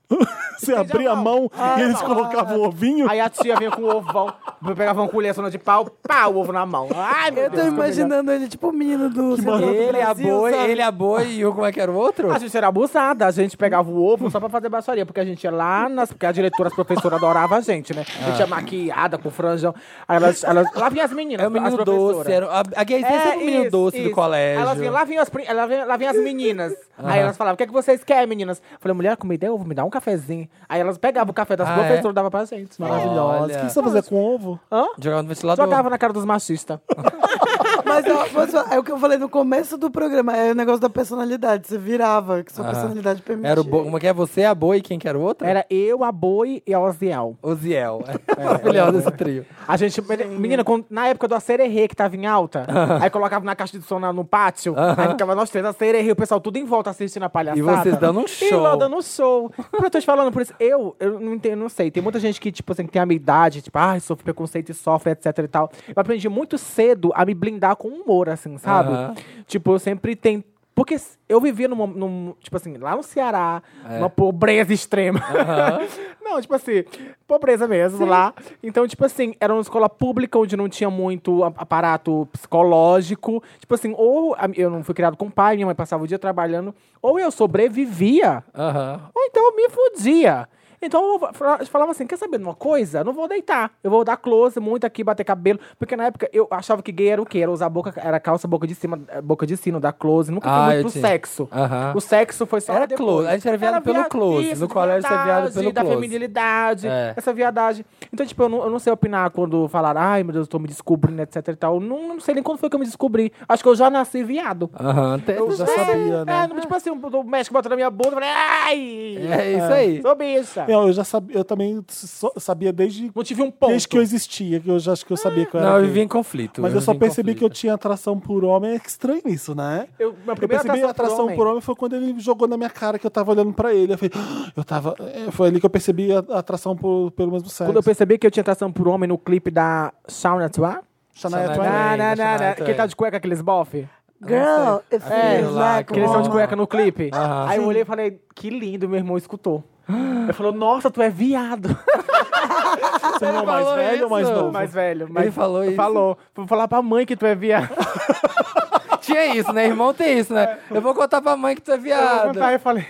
S1: Você abria a mão e eles colocavam o ovinho?
S3: Aí a tia vinha com o ovão, pegava uma colher zona de pau, pá, o ovo na mão. Ai, meu
S4: Eu tô
S3: Deus.
S4: imaginando ele tipo o menino do. Central do
S2: Ele, a
S4: Brasil,
S2: boi,
S4: sabe?
S2: ele, a boi e o como é que era o outro?
S3: A gente era abusada, a gente pegava o ovo só pra fazer baixaria, porque a gente ia lá nas. Porque a diretora, as professoras adoravam a gente, né? A gente ia maquiada com franjão. Aí elas, elas, lá vinham as meninas.
S2: É o menino
S3: as
S2: doce.
S3: professoras.
S2: Era, a, a gayzinha é, sempre o menino
S3: isso,
S2: doce do
S3: isso.
S2: colégio.
S3: Elas vinham, lá vinham as, pri- ela vinha- lá vinham as meninas. Aí elas falavam, o que, é que vocês querem, meninas? Eu falei, mulher, comida é ovo, me dá um cafezinho. Aí elas pegavam o café das
S2: Ah,
S3: professoras e davam pra gente.
S1: Maravilhosa.
S2: Olha.
S1: O que você vai fazer com ovo?
S2: Jogava no ventilador.
S3: Jogava na cara dos machistas.
S4: Mas ó, mas, ó, é o que eu falei no começo do programa, é o negócio da personalidade. Você virava, que sua personalidade permitia.
S2: Ah, Era o bo... Como é que é você, a Boi, quem que era o outro?
S3: Era eu, a Boi e a Oziel.
S2: Oziel. Maravilhoso esse trio.
S3: A gente, menina, quando- na época do Acererê, que tava em alta, aí colocava na caixa de som na- no pátio, aí ficava nós três, Acererê, o pessoal tudo em volta assistindo a palhaçada.
S2: E vocês dando um
S3: é, E
S2: show.
S3: lá dando um show. Por isso eu tô te falando, por isso, eu, eu não entendo, não sei. Tem muita gente que, tipo assim, que tem a minha idade, tipo, ai, sofre preconceito e sofre, etc e tal. Eu aprendi muito cedo a me blindar com humor, assim, sabe?
S2: Aham.
S3: Tipo, eu sempre tenho... Porque eu vivia num, num- tipo assim, lá no Ceará, uma pobreza extrema. não, tipo assim, pobreza mesmo lá. Então, tipo assim, era uma escola pública onde não tinha muito a- aparato psicológico. Tipo assim, ou a- eu não fui criado com pai, minha mãe passava o dia trabalhando, ou eu sobrevivia,
S2: Aham.
S3: ou então eu me fudia. Então eu fa- falava assim, quer saber de uma coisa? Não vou deitar. Eu vou dar close muito aqui, bater cabelo. Porque na época eu achava que gay era o quê? Era usar boca, era calça, boca de cima, eh, boca de sino, dar close. Nunca
S2: Ah, eu
S3: fui muito pro
S2: tinha.
S3: sexo.
S2: Aham.
S3: O sexo foi só
S2: Era
S3: depois.
S2: close. A gente era viado pelo close. No
S3: de
S2: colégio, você é viado
S3: viadagem,
S2: pelo
S3: da
S2: close.
S3: feminilidade,
S2: É.
S3: essa viadagem. Então, tipo, eu não, eu não sei opinar quando falar, ai meu Deus, eu tô me descobrindo, etc e tal. Eu Não, não sei nem quando foi que eu me descobri. Acho que eu já nasci viado.
S2: Aham. Tem-
S3: Eu
S1: já sabia, né?
S3: É, não, tipo assim, o médico botou na minha bunda, eu falei, ai!
S2: É isso aí.
S3: Sou bicha.
S1: Eu, eu já sabia, eu também so- sabia desde,
S3: Não tive um Tá. ponto.
S1: desde que eu existia, que eu já acho que eu sabia que eu era.
S2: Não, eu
S1: gay.
S2: vivi em conflito.
S1: Mas eu só
S2: vivi em
S1: percebi que eu
S2: conflito.
S1: tinha atração por homem. É estranho isso, né?
S3: Eu- minha
S1: Eu
S3: primeira
S1: percebi a atração por homem foi quando ele jogou na minha cara que eu tava olhando pra ele. Eu falei, "Ah", eu tava. é, Foi ali que eu percebi a a atração por- pelo mesmo sexo.
S3: Quando eu percebi que eu tinha atração por homem no clipe da Shauna Twain.
S1: Shania
S2: Shania
S1: Twain.
S2: Twain. da
S3: Na, na,
S2: Shania
S3: na, na.
S2: Twain.
S3: Quem tá de cueca, aqueles bofe?
S4: Girl, it
S2: assim.
S3: É,
S4: feels like
S3: que eles estão de
S4: woman.
S3: cueca no clipe. Aí eu olhei e falei, que lindo, meu irmão escutou. Ele falou, nossa, tu é viado.
S1: Você não é o mais
S2: falou
S1: velho ou mais
S2: isso?
S1: novo?
S3: mais velho. Mas
S2: falou isso?
S3: Falou. Vou falar pra mãe que tu é viado.
S2: Tinha isso, né? Irmão tem isso, né? Eu vou contar pra mãe que tu é
S3: Eu
S2: viado.
S3: falei, eu falei,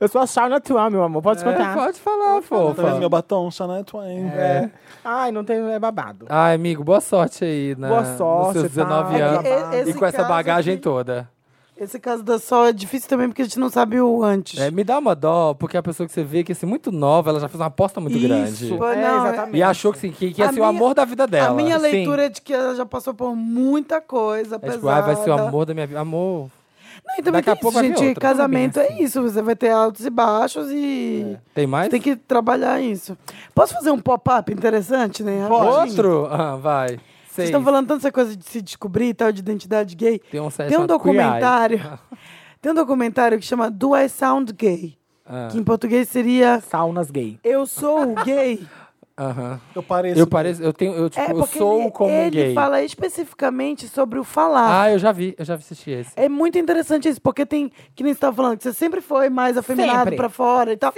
S3: eu sou a Shauna Twain, meu amor, pode
S2: É,
S3: escutar.
S2: pode falar,
S1: Tá vendo meu
S2: fofa.
S1: batom? Shania Twain. É.
S3: Ai, não tem, é babado.
S2: Ai, amigo, boa sorte aí, né?
S3: Boa sorte,
S2: Nos seus 19
S3: tá?
S2: anos.
S4: É, é,
S2: E com essa
S4: caso
S2: bagagem
S4: aqui-
S2: toda.
S4: Esse caso da Sol é difícil também porque a gente não sabe o antes.
S2: É, me dá uma dó, porque a pessoa que você vê que assim, muito nova, ela já fez uma aposta muito grande.
S4: Pô,
S3: É,
S4: não,
S3: exatamente.
S2: E achou que, assim, que, que ia
S4: A
S2: ser o
S4: minha-
S2: amor da vida dela.
S4: A minha
S2: Sim.
S4: leitura é de que ela já passou por muita coisa
S2: É
S4: pesada.
S2: tipo, ah, vai ser o amor da minha vida. Amor.
S4: Não, e também
S2: Daqui a
S4: tem
S2: pouco
S4: isso,
S2: vai vir
S4: gente,
S2: outra.
S4: casamento
S2: assim.
S4: é isso. Você vai ter altos e baixos e
S2: Tem mais?
S4: tem que trabalhar isso. Posso fazer um pop-up interessante, né? Rapidinho?
S2: Outro? Ah, vai.
S4: Vocês
S2: Sei.
S4: estão falando tanto essa coisa de se descobrir e tal, de identidade gay.
S2: Tem um site
S4: Tem um
S2: chamado Queer Eye.
S4: documentário. Tem um documentário que chama Do I Sound Gay?
S2: Ah,
S4: Que em português seria
S3: Saunas gay.
S4: Eu Sou Gay.
S2: aham.
S1: Eu assim. pareço.
S2: Eu pareço, eu tenho, eu, tipo,
S4: É,
S2: eu
S4: porque
S2: sou
S4: ele,
S2: como um
S4: ele
S2: gay.
S4: fala especificamente sobre o falar.
S2: Ah, eu já vi, eu já assisti esse.
S4: É muito interessante isso, porque tem, que nem você tava falando, que você sempre foi mais afeminado
S3: Sempre.
S4: pra fora e tal.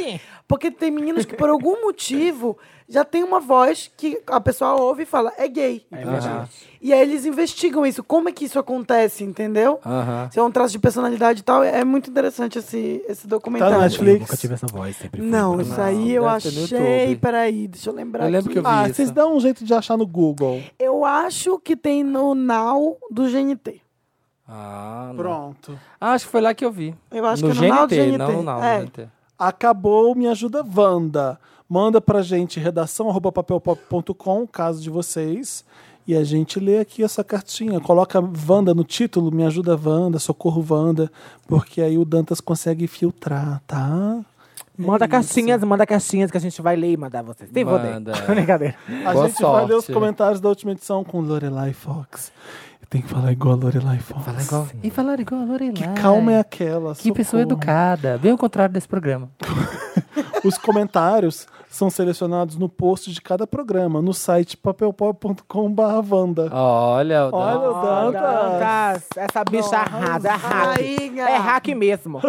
S4: Porque tem meninos que, por algum motivo, já tem uma voz que a pessoa ouve e fala, é gay.
S2: verdade.
S4: E aí eles investigam isso, como é que isso acontece, entendeu?
S2: Aham.
S4: Se é um traço de personalidade e tal, é muito interessante esse, esse documentário.
S1: Tá na Netflix? Nunca tive
S3: essa voz, sempre
S4: Não, isso aí eu
S2: deve ser no
S4: achei.
S2: YouTube.
S4: Peraí, deixa eu lembrar.
S2: Eu lembro que
S4: aqui.
S2: eu vi
S1: Ah,
S2: isso.
S1: vocês dão um jeito de achar no Google.
S4: Eu acho que tem no Now do GNT.
S2: Ah, não.
S1: Pronto.
S2: Ah, acho que foi lá que eu vi.
S4: Eu acho
S2: no
S4: que é no Now do
S2: GNT,
S4: GNT.
S2: não, não,
S4: É.
S2: no né, GNT.
S1: Acabou, me ajuda, Wanda. Manda pra gente redação arroba papelpop.com, caso de vocês. E a gente lê aqui essa cartinha. Coloca Wanda no título, me ajuda, Wanda, socorro, Wanda. Porque aí o Dantas consegue filtrar, tá?
S3: Manda caixinhas, manda caixinhas que a gente vai ler e mandar vocês. Tem poder.
S2: Manda.
S3: Brincadeira.
S1: A
S2: Boa
S1: gente vai ler os
S2: sorte.
S1: comentários da última edição com Lorelai Fox. Tem que falar igual a Lorelai Fox.
S2: E falar igual a Lorelai.
S1: Que calma é aquela?
S2: Que pessoa
S1: Socorro.
S2: educada. Bem ao contrário desse programa.
S1: Os comentários são selecionados no post de cada programa, no site papelpop.com/vanda.
S2: Olha, o Dan-
S1: Olha o Dantas.
S3: Dantas, essa bicha errada, é hack.
S4: Rainha.
S3: É hack mesmo.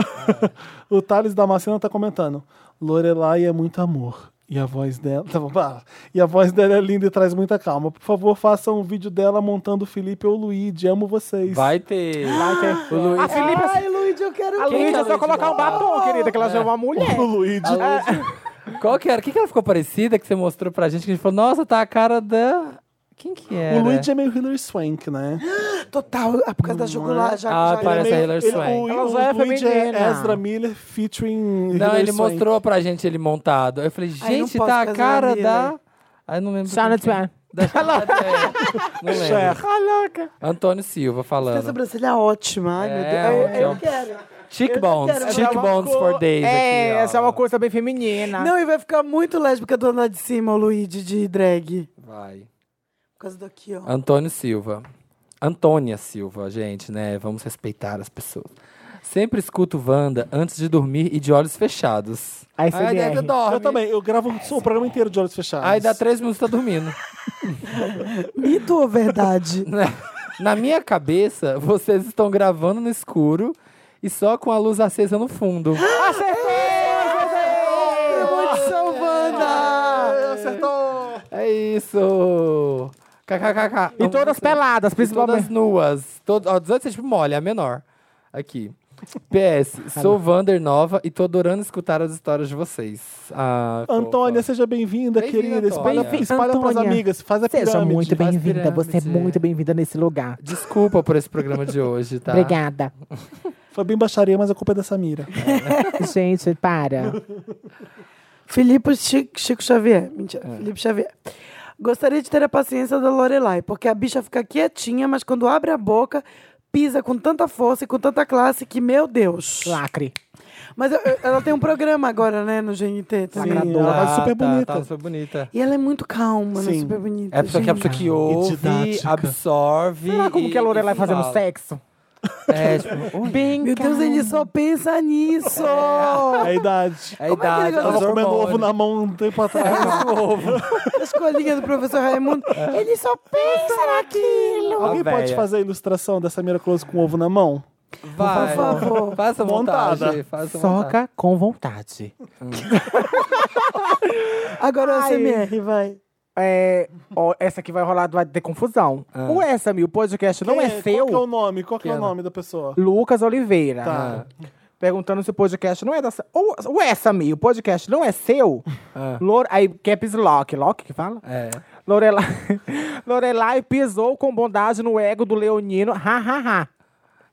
S1: O Thales Damasceno tá comentando. Lorelai é muito amor. E a voz dela. Tá bom, pá. E a voz dela é linda e traz muita calma. Por favor, façam um vídeo dela montando o Felipe ou o Luigi. Amo vocês.
S2: vai ter. Vai ter. O Luiz.
S3: A Felipe,
S4: Ai, Luigi, eu quero
S3: a
S4: ver.
S3: Luísa é só colocar um batom, querida, que ela já é uma mulher.
S1: O Luigi.
S2: Qual que era? O que, que ela ficou parecida que você mostrou pra gente? Que a gente falou, nossa, tá a cara da. Quem que era?
S1: O Luigi é meio Hillary Swank, né?
S4: Total, é por causa da jugular. Já,
S2: Ah,
S4: já
S2: parece
S1: Ele é
S2: a
S1: meio-
S2: Hillary
S1: ele-
S2: Swank.
S1: o-
S3: Ela
S1: o
S3: já é
S1: Luigi é
S3: feminina.
S1: Ezra Miller featuring
S2: Não,
S1: Hillary
S2: ele
S1: Swank.
S2: mostrou pra gente ele montado. Aí eu falei,
S4: Ai, não
S2: gente,
S4: posso
S2: tá a
S4: casar
S2: cara
S4: nele.
S2: da... Aí eu não lembro.
S3: Charlotte
S2: quem que é.
S3: Swan.
S2: Da Charlotte Swan. Não lembro.
S3: Caraca.
S2: Antônio Silva
S4: Essa
S2: falando.
S4: sobrancelha é ótima. Ai,
S2: É,
S4: meu Deus. Eu, eu
S2: ótimo.
S4: quero.
S2: Cheekbones,
S4: quero-
S3: Essa é uma
S2: cheekbones
S3: cor-
S2: for days
S3: É,
S2: aqui, ó.
S3: essa é uma coisa bem
S2: Tá.
S3: feminina.
S4: Não, e vai ficar muito lésbica do lado de cima, o Luigi, de drag.
S2: Vai.
S4: Por causa daqui, ó.
S2: Antônio Silva. Antônia Silva, gente, né? Vamos respeitar as pessoas. Sempre escuto Wanda antes de dormir e de olhos fechados.
S3: Aí
S2: Ai, Débora,
S3: você
S2: dorme.
S1: Eu também, eu gravo o programa inteiro de olhos fechados.
S2: Aí dá três minutos tá dormindo.
S4: Mito ou verdade?
S2: né? Na minha cabeça, vocês estão gravando no escuro e só com a luz acesa no fundo.
S4: Premonição,
S1: Ah,
S4: Wanda!
S2: É isso! KKKK.
S3: E
S2: E
S3: todas peladas,
S2: todas
S3: principalmente.
S2: nuas. Todo, ó, 18 é tipo mole, é a menor. Aqui. PS, sou Vander Nova e tô adorando escutar as histórias de vocês. Ah, fofa.
S1: Antônia, seja bem-vinda,
S2: Bem-vinda,
S1: querida. Espalha,
S2: Antônia.
S1: espalha pras
S3: Antônia,
S1: amigas, faz a
S3: Seja
S1: pirâmide.
S3: muito
S2: faz
S3: bem-vinda. Você é
S2: pirâmide.
S3: muito bem-vinda nesse lugar.
S2: Desculpa por esse programa de hoje, tá?
S3: Obrigada.
S1: Foi bem baixaria, mas a culpa é da Samira.
S3: Gente, para.
S4: Filipe Chico, Chico Xavier. Mentira,
S2: É.
S4: Felipe Xavier. Gostaria de ter a paciência da Lorelai, porque a bicha fica quietinha, mas quando abre a boca, pisa com tanta força e com tanta classe que, meu Deus.
S3: Lacre.
S4: Mas eu- eu- ela tem um programa agora, né, no GNT também.
S1: Sim, ela vai super
S2: tá,
S1: bonita.
S2: Tá super bonita.
S4: E ela é muito calma, né?
S1: Sim.
S4: Super bonita.
S2: É porque a
S4: gente.
S2: pessoa que ouve,
S1: didática.
S2: absorve.
S3: Será como
S2: e-
S3: que a Lorelai
S2: e
S3: fazendo
S2: fala.
S3: sexo?
S2: É, tipo, ui,
S3: Bem
S4: Meu Deus, ele só pensa nisso!
S1: É a idade.
S2: a
S4: Como é que ele
S2: idade.
S4: gosta
S2: os
S1: Tava comendo
S2: hormônios.
S1: ovo na mão um tempo atrás.
S4: As colinhas do professor Raimundo. Ele só pensa naquilo!
S1: Alguém
S2: véia.
S1: pode fazer a ilustração dessa Mira Close com ovo na mão?
S2: Vai,
S4: Por favor.
S2: Faça a
S1: Montada.
S2: montagem. Faça a montagem.
S3: Soca com vontade.
S4: Agora o
S3: Ai.
S4: SMR, vai.
S3: É, ó, essa aqui vai rolar, vai ter confusão. O essa, meu, o podcast não
S1: Quem
S3: é, seu.
S1: Qual que é o nome? Qual que é o
S2: Quem é?
S1: nome da pessoa?
S3: Lucas Oliveira. né?
S1: Tá.
S3: Perguntando se o podcast não é da. Ou, ou essa, meu, o podcast não é seu.
S2: Ah.
S3: Lore- aí, é Caps Lock. Lock que fala?
S2: É.
S3: Lorelai, Lorelai pisou com bondade no ego do Leonino. Ha, ha, ha.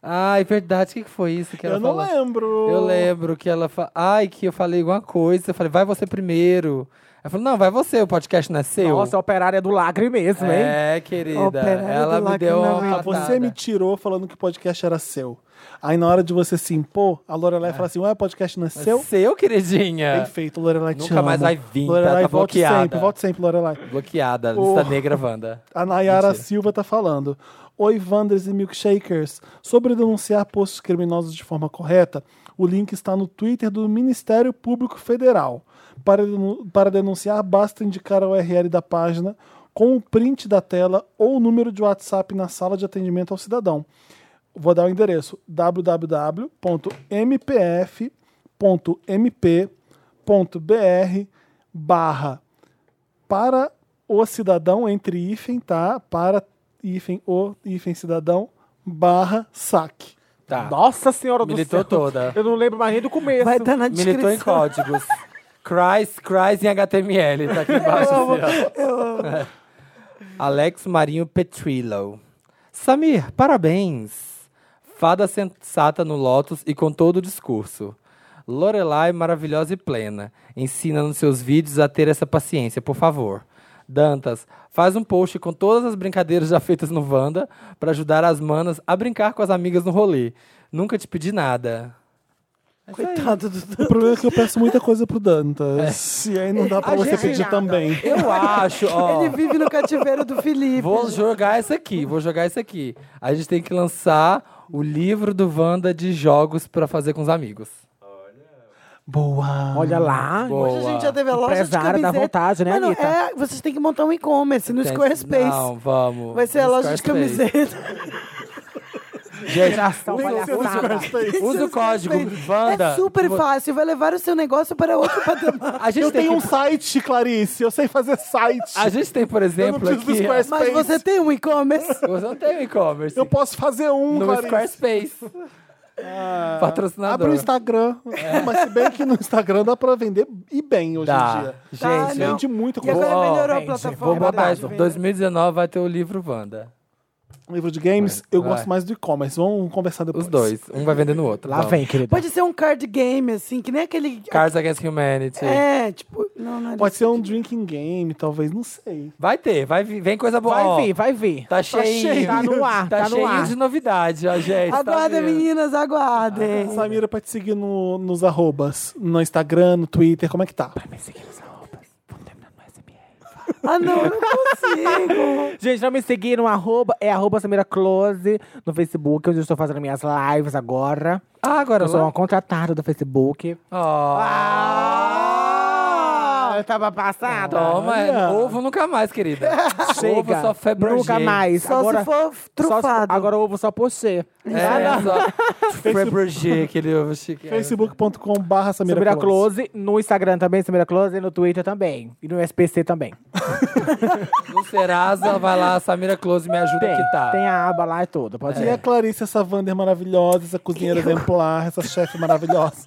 S2: Ai, verdade. O que que foi isso que ela
S1: Eu não
S2: falou?
S1: lembro.
S2: Eu lembro que ela falou. Ai, que eu falei alguma coisa. Eu falei, vai você primeiro. Ela falou, não, vai você, o podcast não é seu.
S3: Nossa, a operária é do lacre mesmo, hein?
S2: é, querida.
S4: Operário
S2: Ela
S4: do
S2: me deu
S4: Lacrimão.
S2: uma.
S1: Ah, você me tirou falando que o podcast era seu. Aí na hora de você se impor, a Lorelai fala assim: Ué, o podcast não é
S2: Seu,
S1: seu?
S2: seu queridinha.
S1: Bem feito, Lorelai te
S2: é. Nunca mais
S1: amo.
S2: vai vir, tá?
S1: Lorelai,
S2: Tá
S1: volte
S2: bloqueada.
S1: sempre, volte sempre, Lorelai.
S2: Bloqueada,
S1: Oh.
S2: lista negra, Wanda.
S1: A Nayara
S2: Mentira.
S1: Silva tá falando. Oi, Wanders e Milkshakers. Sobre denunciar postos criminosos de forma correta, o link está no Twitter do Ministério Público Federal. Para, denu- para denunciar, basta indicar a URL da página com o print da tela ou o número de WhatsApp na sala de atendimento ao cidadão. Vou dar o endereço: www.mpf.mp.br barra para o cidadão, entre hífen, tá? Para hífen, o hífen cidadão, barra saque.
S2: Tá.
S3: Nossa senhora do
S2: Militou
S3: céu.
S2: toda.
S3: Eu não lembro mais nem do começo.
S4: Vai estar na
S2: Militou em
S4: descrição.
S2: códigos. Cries, cries em HTML. Tá aqui embaixo. assim, ó. É. Alex Marinho Petrillo. Samir, parabéns. Fada sensata no Lotus e com todo o discurso. Lorelai, maravilhosa e plena. Ensina nos seus vídeos a ter essa paciência, por favor. Dantas, faz um post com todas as brincadeiras já feitas no Wanda para ajudar as manas a brincar com as amigas no rolê. Nunca te pedi nada. É
S4: Coitado do
S1: O problema é que eu peço muita coisa pro Dantas. E aí não dá pra
S3: A
S1: você
S3: gente-
S1: pedir também.
S2: Eu acho, ó.
S4: Ele vive no cativeiro do Felipe.
S2: Vou jogar isso aqui, vou jogar isso aqui. A gente tem que lançar o livro do Wanda de jogos pra fazer com os amigos.
S1: Boa.
S3: Olha lá.
S2: Boa.
S4: Hoje a gente já teve a loja de
S3: Empresária da
S4: camiseta.
S3: vontade, né,
S4: Mano,
S3: Anitta?
S4: é, vocês têm que montar um e-commerce no
S2: Gente,
S4: Squarespace.
S2: Não, vamos.
S4: Vai ser a
S2: No
S4: loja de
S2: Squarespace.
S4: camiseta.
S2: Gente,
S3: Geração palhaçada.
S2: usa o código Wanda.
S4: É super fácil, vai levar o seu negócio para outro patamar.
S2: A gente
S1: Eu
S2: tem
S1: tenho um
S2: que-
S1: site, Clarice. Eu sei fazer site.
S2: A gente tem, por
S1: eu não
S2: exemplo,
S1: preciso do
S2: aqui...
S1: Squarespace.
S4: Mas você tem um e-commerce?
S2: Você não tem o e-commerce.
S1: Eu posso fazer um,
S2: No
S1: Clarice.
S2: Squarespace.
S1: Abre
S2: Patrocinador. É.
S1: o Instagram. Mas se bem que no Instagram dá pra vender e bem hoje em
S2: Dá.
S1: dia. né?
S4: Tá,
S2: Gente,
S4: não.
S1: Vende muito
S4: E
S1: com
S4: agora
S2: Ó,
S4: melhorou a
S3: gente,
S4: plataforma.
S2: vou botar um,
S4: verdade,
S2: isso.
S4: verdade.
S2: 2019 vai ter o livro Wanda.
S1: livro de games. Eu
S2: Vai.
S1: gosto mais do e-commerce. Vamos conversar depois.
S2: Os dois. Um vai vendendo o outro.
S3: Lá
S2: Vamos.
S3: vem, querida.
S4: Pode ser um card game, assim, que nem aquele.
S2: Cards Against Humanity.
S4: É, tipo. Não, não é
S1: Pode ser um drinking game, talvez, não sei.
S2: Vai ter, vai vir, vem coisa boa. Ó,
S3: Vai vir, vai vir.
S2: Tá cheio.
S3: cheio. Tá no ar,
S2: Tá,
S3: tá no
S2: cheio
S3: ar.
S2: de novidade, ó, gente. tá
S4: Aguardem,
S2: vendo?
S4: meninas, aguardem.
S1: Samira, pra te seguir no- nos arrobas, no Instagram, no Twitter, como é que tá?
S4: Ah, não, eu não consigo.
S3: Gente, não me seguir no arroba, é arroba Samira Close no Facebook, onde eu estou fazendo minhas lives agora.
S2: Ah, agora
S3: Eu sou
S2: lá.
S3: uma contratada do Facebook. um.
S2: Ah,
S3: eu tava passado.
S2: Toma, é
S1: Olha.
S2: ovo nunca mais, querida. Ovo
S3: Chega.
S2: só febrangei.
S3: Nunca mais.
S4: Só
S3: agora,
S4: se for
S3: só se-
S4: trufado.
S3: agora ovo só por você.
S2: É, só febrangei aquele ovo chique.
S1: facebook.com barra Samira,
S3: Samira
S1: Close.
S3: Close. no Instagram também, Samira Close, no Twitter também. E no SPC também.
S2: No Serasa, vai lá, Samira Close, me ajuda
S3: Tem,
S2: que tá.
S3: tem a aba lá e tudo. Pode
S1: E a
S3: ir.
S1: Clarice, essa Wander maravilhosa, essa cozinheira exemplar, essa chefe maravilhosa.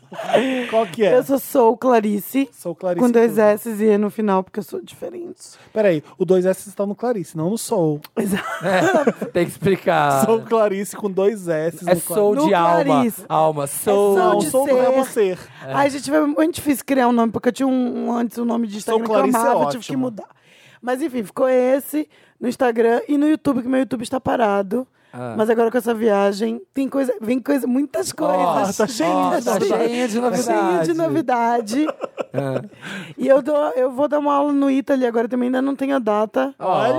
S1: Qual que é?
S4: Eu só sou Clarice.
S1: Sou Clarice.
S4: Com dois
S1: tudo.
S4: S's e E no final, porque eu sou diferente.
S1: Peraí, o dois S está no Clarice, não no Soul.
S2: É, tem que explicar.
S1: Sou Clarice com dois S.
S2: É
S1: no
S2: soul
S4: No
S2: de alma.
S4: Clarice.
S3: É
S2: Alma, soul.
S4: soul
S1: Não,
S4: de
S1: Soul não é você.
S4: Ai, gente, foi muito difícil criar um nome, porque eu tinha um, um antes um nome de Instagram que eu
S1: Clarice é
S4: amava, tive que
S1: ótimo.
S4: mudar. Mas enfim, ficou esse no Instagram e no YouTube, que meu YouTube está parado.
S1: Ah.
S4: Mas agora com essa viagem, tem coisa, vem coisa, muitas coisas.
S1: tá cheio
S2: Ó,
S1: de
S2: tá cheia de novidade.
S4: Cheio de novidade.
S1: É.
S4: E eu, dou, eu vou dar uma aula no Italy agora também, ainda não tenho a data.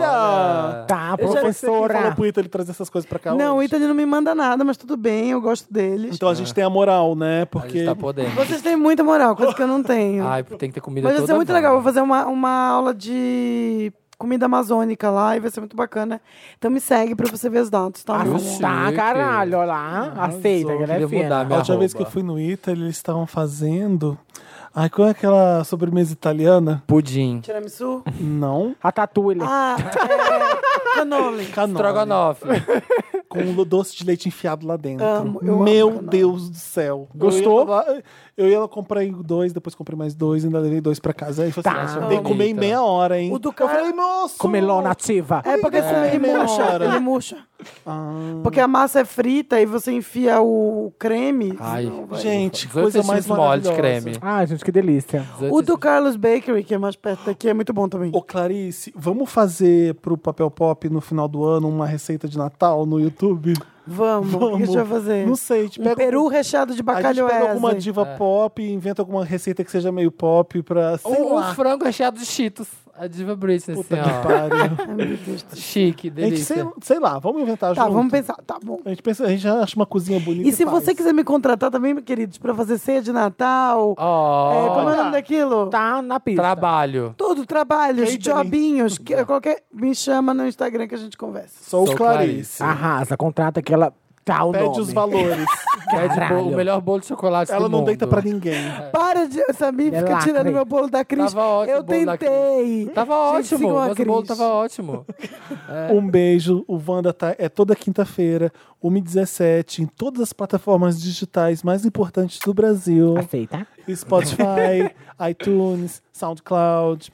S1: Olha!
S3: Tá,
S1: Eu já pensei que ele falou
S3: professora.
S1: pro Ítalo trazer essas coisas pra cá
S4: não, o
S1: hoje.
S4: Italy não me manda nada, mas tudo bem, eu gosto deles.
S1: Então a gente tem a moral, né?
S2: A
S1: Porque
S2: gente tá podendo.
S4: Vocês têm muita moral, coisa que eu não tenho.
S2: Ai, tem que ter comida
S4: Mas vai
S2: toda
S4: ser muito
S2: hora.
S4: legal. Vou fazer uma, uma aula de comida amazônica lá e vai ser muito bacana. Então me segue pra você ver os dados, tá? amor?
S2: Oxi.
S3: Tá,
S2: Chique.
S3: caralho, olha lá. Aceita, que ela é
S2: queria mudar
S3: fina.
S1: a
S2: minha
S1: última vez que
S2: arroba.
S1: eu fui no Italy, eles estavam fazendo. Ai, qual é aquela sobremesa italiana?
S2: Pudim.
S4: Tiramisu?
S1: Não.
S3: A tatu, ele.
S4: Ah, é... Canole.
S1: Canola.
S2: Trogonoff.
S1: Com um doce de leite enfiado lá dentro.
S4: Amo, eu amo
S1: Meu
S4: canola.
S1: Deus do céu.
S3: Gostou?
S1: Eu ia, lá- eu ia lá, comprei dois, depois comprei mais dois, ainda levei dois pra casa. Aí eu falei assim,
S2: Tá.
S1: "Nossa, eu dei que comer em
S2: Eita.
S1: meia hora, hein?
S4: O do
S1: eu
S4: cara-
S1: falei, nossa!
S3: Comelão nativa.
S4: É porque esse ele
S1: meia
S4: murcha.
S1: hora.
S4: Ele murcha.
S1: Ah.
S4: Porque a massa é frita e você enfia o creme.
S2: Ai,
S1: Gente, que
S2: 18
S1: coisa mais
S2: centímetros mole de
S1: maravilhosa.
S2: creme.
S3: Ai, gente, que delícia.
S2: 18
S4: O do Carlos Bakery, que é mais perto daqui, é muito bom também.
S1: Ô Clarice, vamos fazer pro Papel Pop no final do ano uma receita de Natal no YouTube?
S4: Vamos. O que a gente vai fazer?
S1: Não sei, a gente
S4: Um
S1: pega
S4: peru recheado de
S1: A gente
S4: bacalhau.
S1: pega alguma diva
S2: É.
S1: pop e inventa alguma receita que seja meio pop pra. Sei
S2: Um,
S1: lá.
S2: um frango recheado de cheetos. A diva Britney,
S1: Puta que
S2: assim, ó.
S1: pariu.
S2: Chique,
S1: A gente, sei,
S2: delícia.
S1: sei lá, vamos inventar
S4: Tá,
S1: junto.
S4: vamos pensar. Tá bom.
S1: A gente, pensa, a gente já acha uma cozinha bonita.
S4: E se
S1: faz.
S4: você quiser me contratar também, meus queridos, pra fazer ceia de Natal, é,
S2: Ó,
S4: como é o nome daquilo?
S3: Tá na pista.
S2: trabalho.
S4: Todo trabalho, os
S1: Catering.
S4: jobinhos, que- qualquer. Me chama no Instagram que a gente conversa.
S1: Sou,
S2: Sou
S1: Clarice.
S2: Clarice. Ah,
S3: Arrasa, contrata que ela tá o
S1: Tá. Pede
S3: nome.
S1: os valores.
S2: Pede
S3: Caralho.
S2: bolo- É o melhor bolo de chocolate
S1: Ela
S2: do
S1: não
S2: mundo.
S1: deita pra ninguém.
S4: Para de. Samir fica
S3: lacre.
S4: tirando meu bolo da Cris.
S2: Tava ótimo
S4: Eu
S2: o bolo da
S4: tentei.
S2: Tava
S4: Gente, sigam
S2: ótimo,
S4: a
S2: mas o bolo
S4: Cris.
S2: tava ótimo. É.
S1: Um beijo. O Wanda tá, é toda quinta-feira, 1h17, em todas as plataformas digitais mais importantes do Brasil:
S3: Aceita.
S1: Spotify, iTunes, SoundCloud,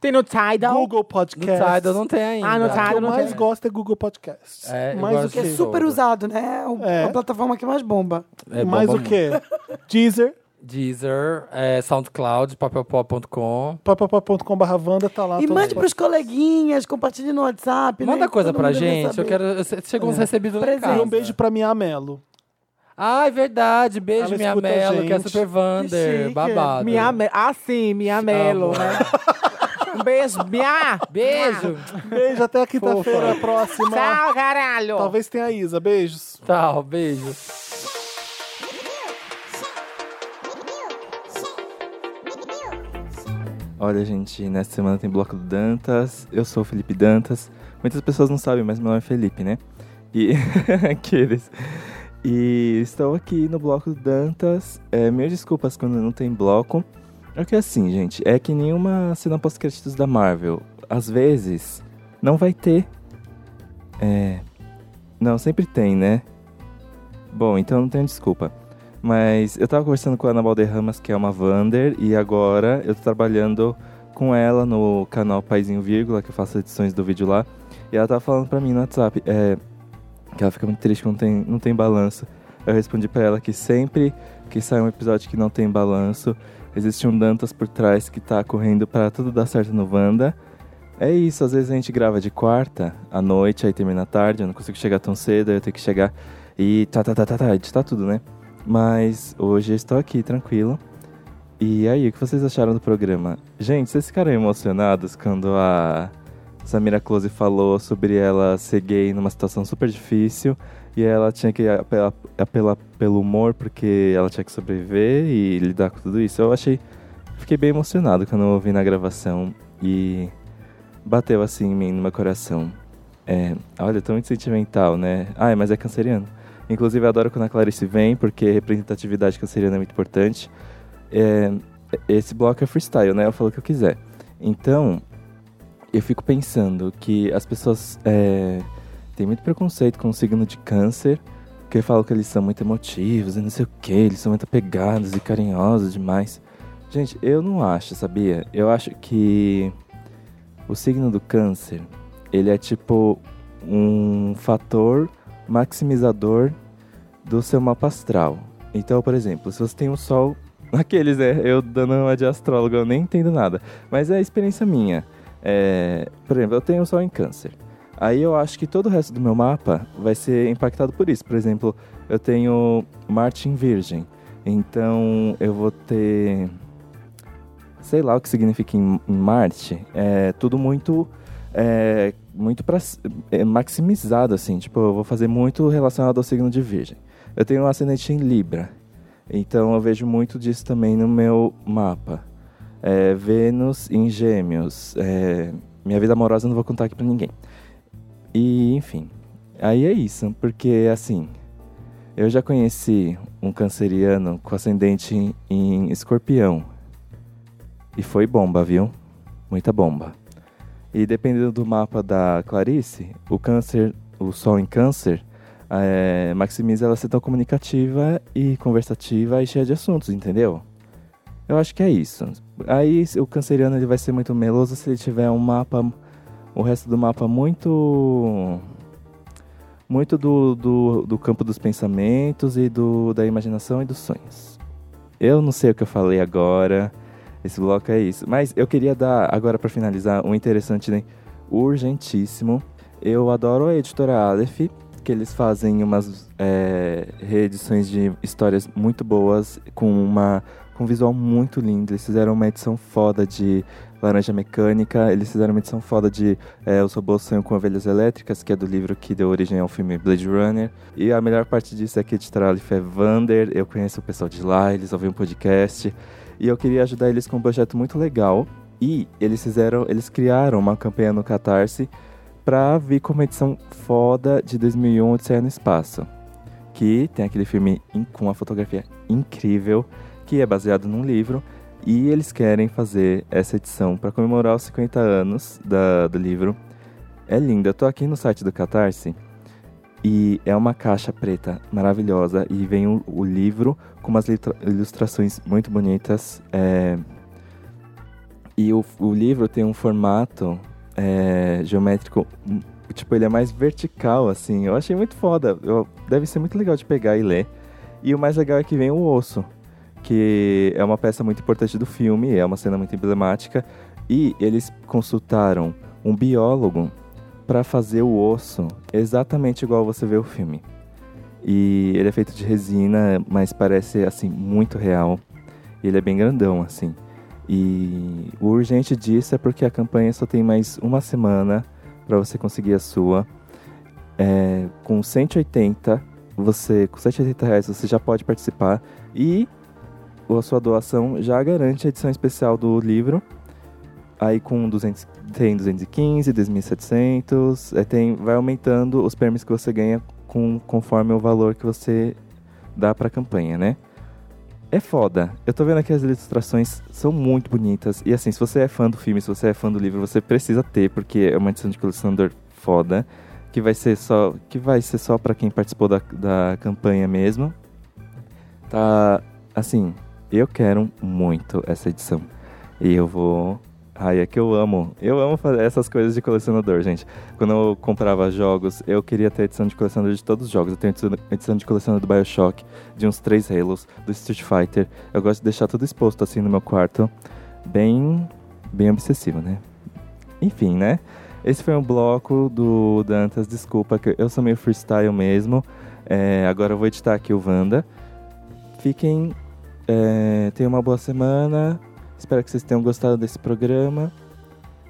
S3: Tem no Tidal.
S4: um
S1: Google
S2: No
S1: Podcast.
S2: Tidal não tem ainda.
S3: Ah, no
S1: O que
S3: Tidal
S1: eu
S3: não
S1: mais
S3: tem.
S1: gosto é Google Podcast.
S2: É, eu
S1: mais
S2: gosto
S1: o
S4: Que é
S1: quê?
S2: Sim.
S4: super usado, né? É o-
S1: É.
S4: a plataforma que mais bomba.
S2: É,
S1: mais
S2: bomba
S1: o quê? Deezer,
S2: muito. Deezer, é, SoundCloud, papelpop.com.
S1: papapá.com.br tá lá.
S4: E
S1: todos
S4: mande
S1: os
S4: pros coleguinhas, compartilhe no WhatsApp. né?
S2: Manda coisa
S4: Todo
S2: pra
S4: mundo vai
S2: gente. Eu
S4: saber. É.
S2: quero. eu sei- Chegou uns recebidos lá em
S4: Presente.
S1: podcasts. E
S2: casa.
S1: um beijo pra Mia Mello.
S2: Ah, é verdade. Beijo,
S1: Ela
S2: minha
S1: escuta a
S2: Melo, que é
S1: gente.
S2: super
S4: Que
S2: Vander.
S4: chique.
S2: Babado.
S3: Minha me... Ah, sim, Minha Melo,
S2: Amo.
S3: né? Um beijo, Minha.
S2: Beijo.
S1: Beijo, até a quinta-feira próxima.
S3: Tchau, caralho.
S1: Talvez tenha a Isa. Beijos.
S2: Tchau, beijo.
S10: Olha, gente, nessa semana tem bloco do Dantas. Eu sou o Felipe Dantas. Muitas pessoas não sabem, mas meu nome é Felipe, né? E aqueles. E estou aqui no bloco do Dantas. É, mil desculpas quando não tem bloco. É que assim, gente, é que nenhuma cena pós-créditos da Marvel. Às vezes, não vai ter. É. Não, sempre tem, né? Bom, então não tenho desculpa. Mas eu tava conversando com a Ana Balderramas, que é uma Vander, e agora eu tô trabalhando com ela no canal Paizinho Vírgula, que eu faço edições do vídeo lá. E ela tava falando pra mim no WhatsApp é, que ela fica muito triste quando tem, não tem balanço. Eu respondi pra ela que sempre que sai um episódio que não tem balanço, existe um Dantas por trás que tá correndo pra tudo dar certo no Wanda. É isso, às vezes a gente grava de quarta à noite, aí termina à tarde, eu não consigo chegar tão cedo, aí eu tenho que chegar e tá, tá, tá, tá, tá, editar tudo, né? Mas hoje eu estou aqui, tranquilo. E aí, o que vocês acharam do programa? Gente, vocês ficaram emocionados quando a Samira Close falou sobre ela ser gay numa situação super difícil e ela tinha que apelar, apelar pelo humor porque ela tinha que sobreviver e lidar com tudo isso. Eu achei. Fiquei bem emocionado quando eu ouvi na gravação e bateu assim em mim, no meu coração. É, olha, tô muito sentimental, né? Ai, mas é canceriano. Inclusive, eu adoro quando a Clarice vem, porque representatividade canceriana é muito importante. É, esse bloco é freestyle, né? Eu falo o que eu quiser. Então, eu fico pensando que as pessoas é, têm muito preconceito com o signo de câncer, que falam que eles são muito emotivos e não sei o que, eles são muito apegados e carinhosos demais. Gente, eu não acho, sabia? Eu acho que o signo do câncer, ele é tipo um fator maximizador do seu mapa astral. Então, por exemplo, se você tem um sol. Aqueles, né? Eu dando uma de astrólogo, eu nem entendo nada. Mas é a experiência minha. É, por exemplo, eu tenho um sol em câncer. Aí eu acho que todo o resto do meu mapa vai ser impactado por isso. Por exemplo, eu tenho Marte em Virgem. Então eu vou ter. Sei lá o que significa em, em Marte. É tudo muito. É, muito pra, é, maximizado, assim. Tipo, eu vou fazer muito relacionado ao signo de Virgem. Eu tenho um ascendente em Libra. Então eu vejo muito disso também no meu mapa. É, Vênus em Gêmeos. É, minha vida amorosa eu não vou contar aqui pra ninguém. E, enfim. Aí é isso, porque assim. Eu já conheci um canceriano com ascendente em, em escorpião. E foi bomba, viu? Muita bomba. E dependendo do mapa da Clarice, o câncer, o sol em câncer, é, maximiza ela ser tão comunicativa e conversativa e cheia de assuntos, entendeu? Eu acho que é isso. Aí se- o canceriano ele vai ser muito meloso se ele tiver um mapa, o resto do mapa muito, muito do, do, do campo dos pensamentos e do da imaginação e dos sonhos. Eu não sei o que eu falei agora. Esse bloco é isso. Mas eu queria dar agora pra finalizar um interessante, né? urgentíssimo. Eu adoro a editora Aleph, que eles fazem umas é, reedições de histórias muito boas com uma com um visual muito lindo. Eles fizeram uma edição foda de Laranja Mecânica, eles fizeram uma edição foda de é, Os Robôs Sonham com Ovelhas Elétricas, que é do livro que deu origem ao filme Blade Runner. E a melhor parte disso é que a editora Aleph é Vander, eu conheço o pessoal de lá, eles ouvem um podcast. E eu queria ajudar eles com um projeto muito legal. E eles fizeram, eles criaram uma campanha no Catarse pra vir com uma edição foda um de 2001 Odisseia no Espaço. Que tem aquele filme in- com uma fotografia incrível, que é baseado num livro. E eles querem fazer essa edição pra comemorar os 50 anos da- do livro. É linda. Eu tô aqui no site do Catarse e é uma caixa preta maravilhosa. E vem o, o livro com umas litra- ilustrações muito bonitas. é, E o, o livro tem um formato é, geométrico, hum, tipo, ele é mais vertical, assim. Eu achei muito foda. Eu- deve ser muito legal de pegar e ler. E o mais legal é que vem o osso, que é uma peça muito importante do filme, é uma cena muito emblemática. E eles consultaram um biólogo para fazer o osso exatamente igual você vê o filme. E ele é feito de resina, mas parece assim muito real. E ele é bem grandão assim. E o urgente disso é porque a campanha só tem mais uma semana para você conseguir a sua. É, com 180, você com 180 reais você já pode participar e a sua doação já garante a edição especial do livro Aí com 200, tem 215, 2700, é, tem, vai aumentando os prêmios que você ganha com, conforme o valor que você dá pra campanha, né? É foda. Eu tô vendo aqui as ilustrações, são muito bonitas. E assim, se você é fã do filme, se você é fã do livro, você precisa ter, porque é uma edição de colecionador foda, que vai ser só que vai ser só para quem participou da, da campanha mesmo. Tá, assim, eu quero muito essa edição. E eu vou Ai, é que eu amo. Eu amo fazer essas coisas de colecionador, gente. Quando eu comprava jogos, eu queria ter edição de colecionador de todos os jogos. Eu tenho edição- edição de colecionador do Bioshock, de uns três Halos, do Street Fighter. Eu gosto de deixar tudo exposto assim no meu quarto. Bem. bem obsessivo, né? Enfim, né? Esse foi um bloco do Dantas. Desculpa, que eu sou meio freestyle mesmo. É, agora eu vou editar aqui o Wanda. Fiquem. É, tenham uma boa semana. Espero que vocês tenham gostado desse programa.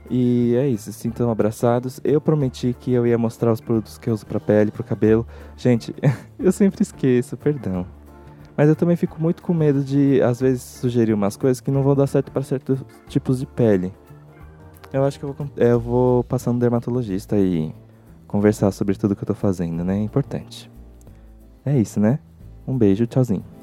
S10: E é isso, sintam abraçados. Eu prometi que eu ia mostrar os produtos que eu uso pra pele, pro cabelo. Gente, eu sempre esqueço, perdão. Mas eu também fico muito com medo de, às vezes, sugerir umas coisas que não vão dar certo pra certos tipos de pele. Eu acho que eu vou, con- é, eu vou passar no dermatologista e conversar sobre tudo que eu tô fazendo, né? É importante. É isso, né? Um beijo, tchauzinho.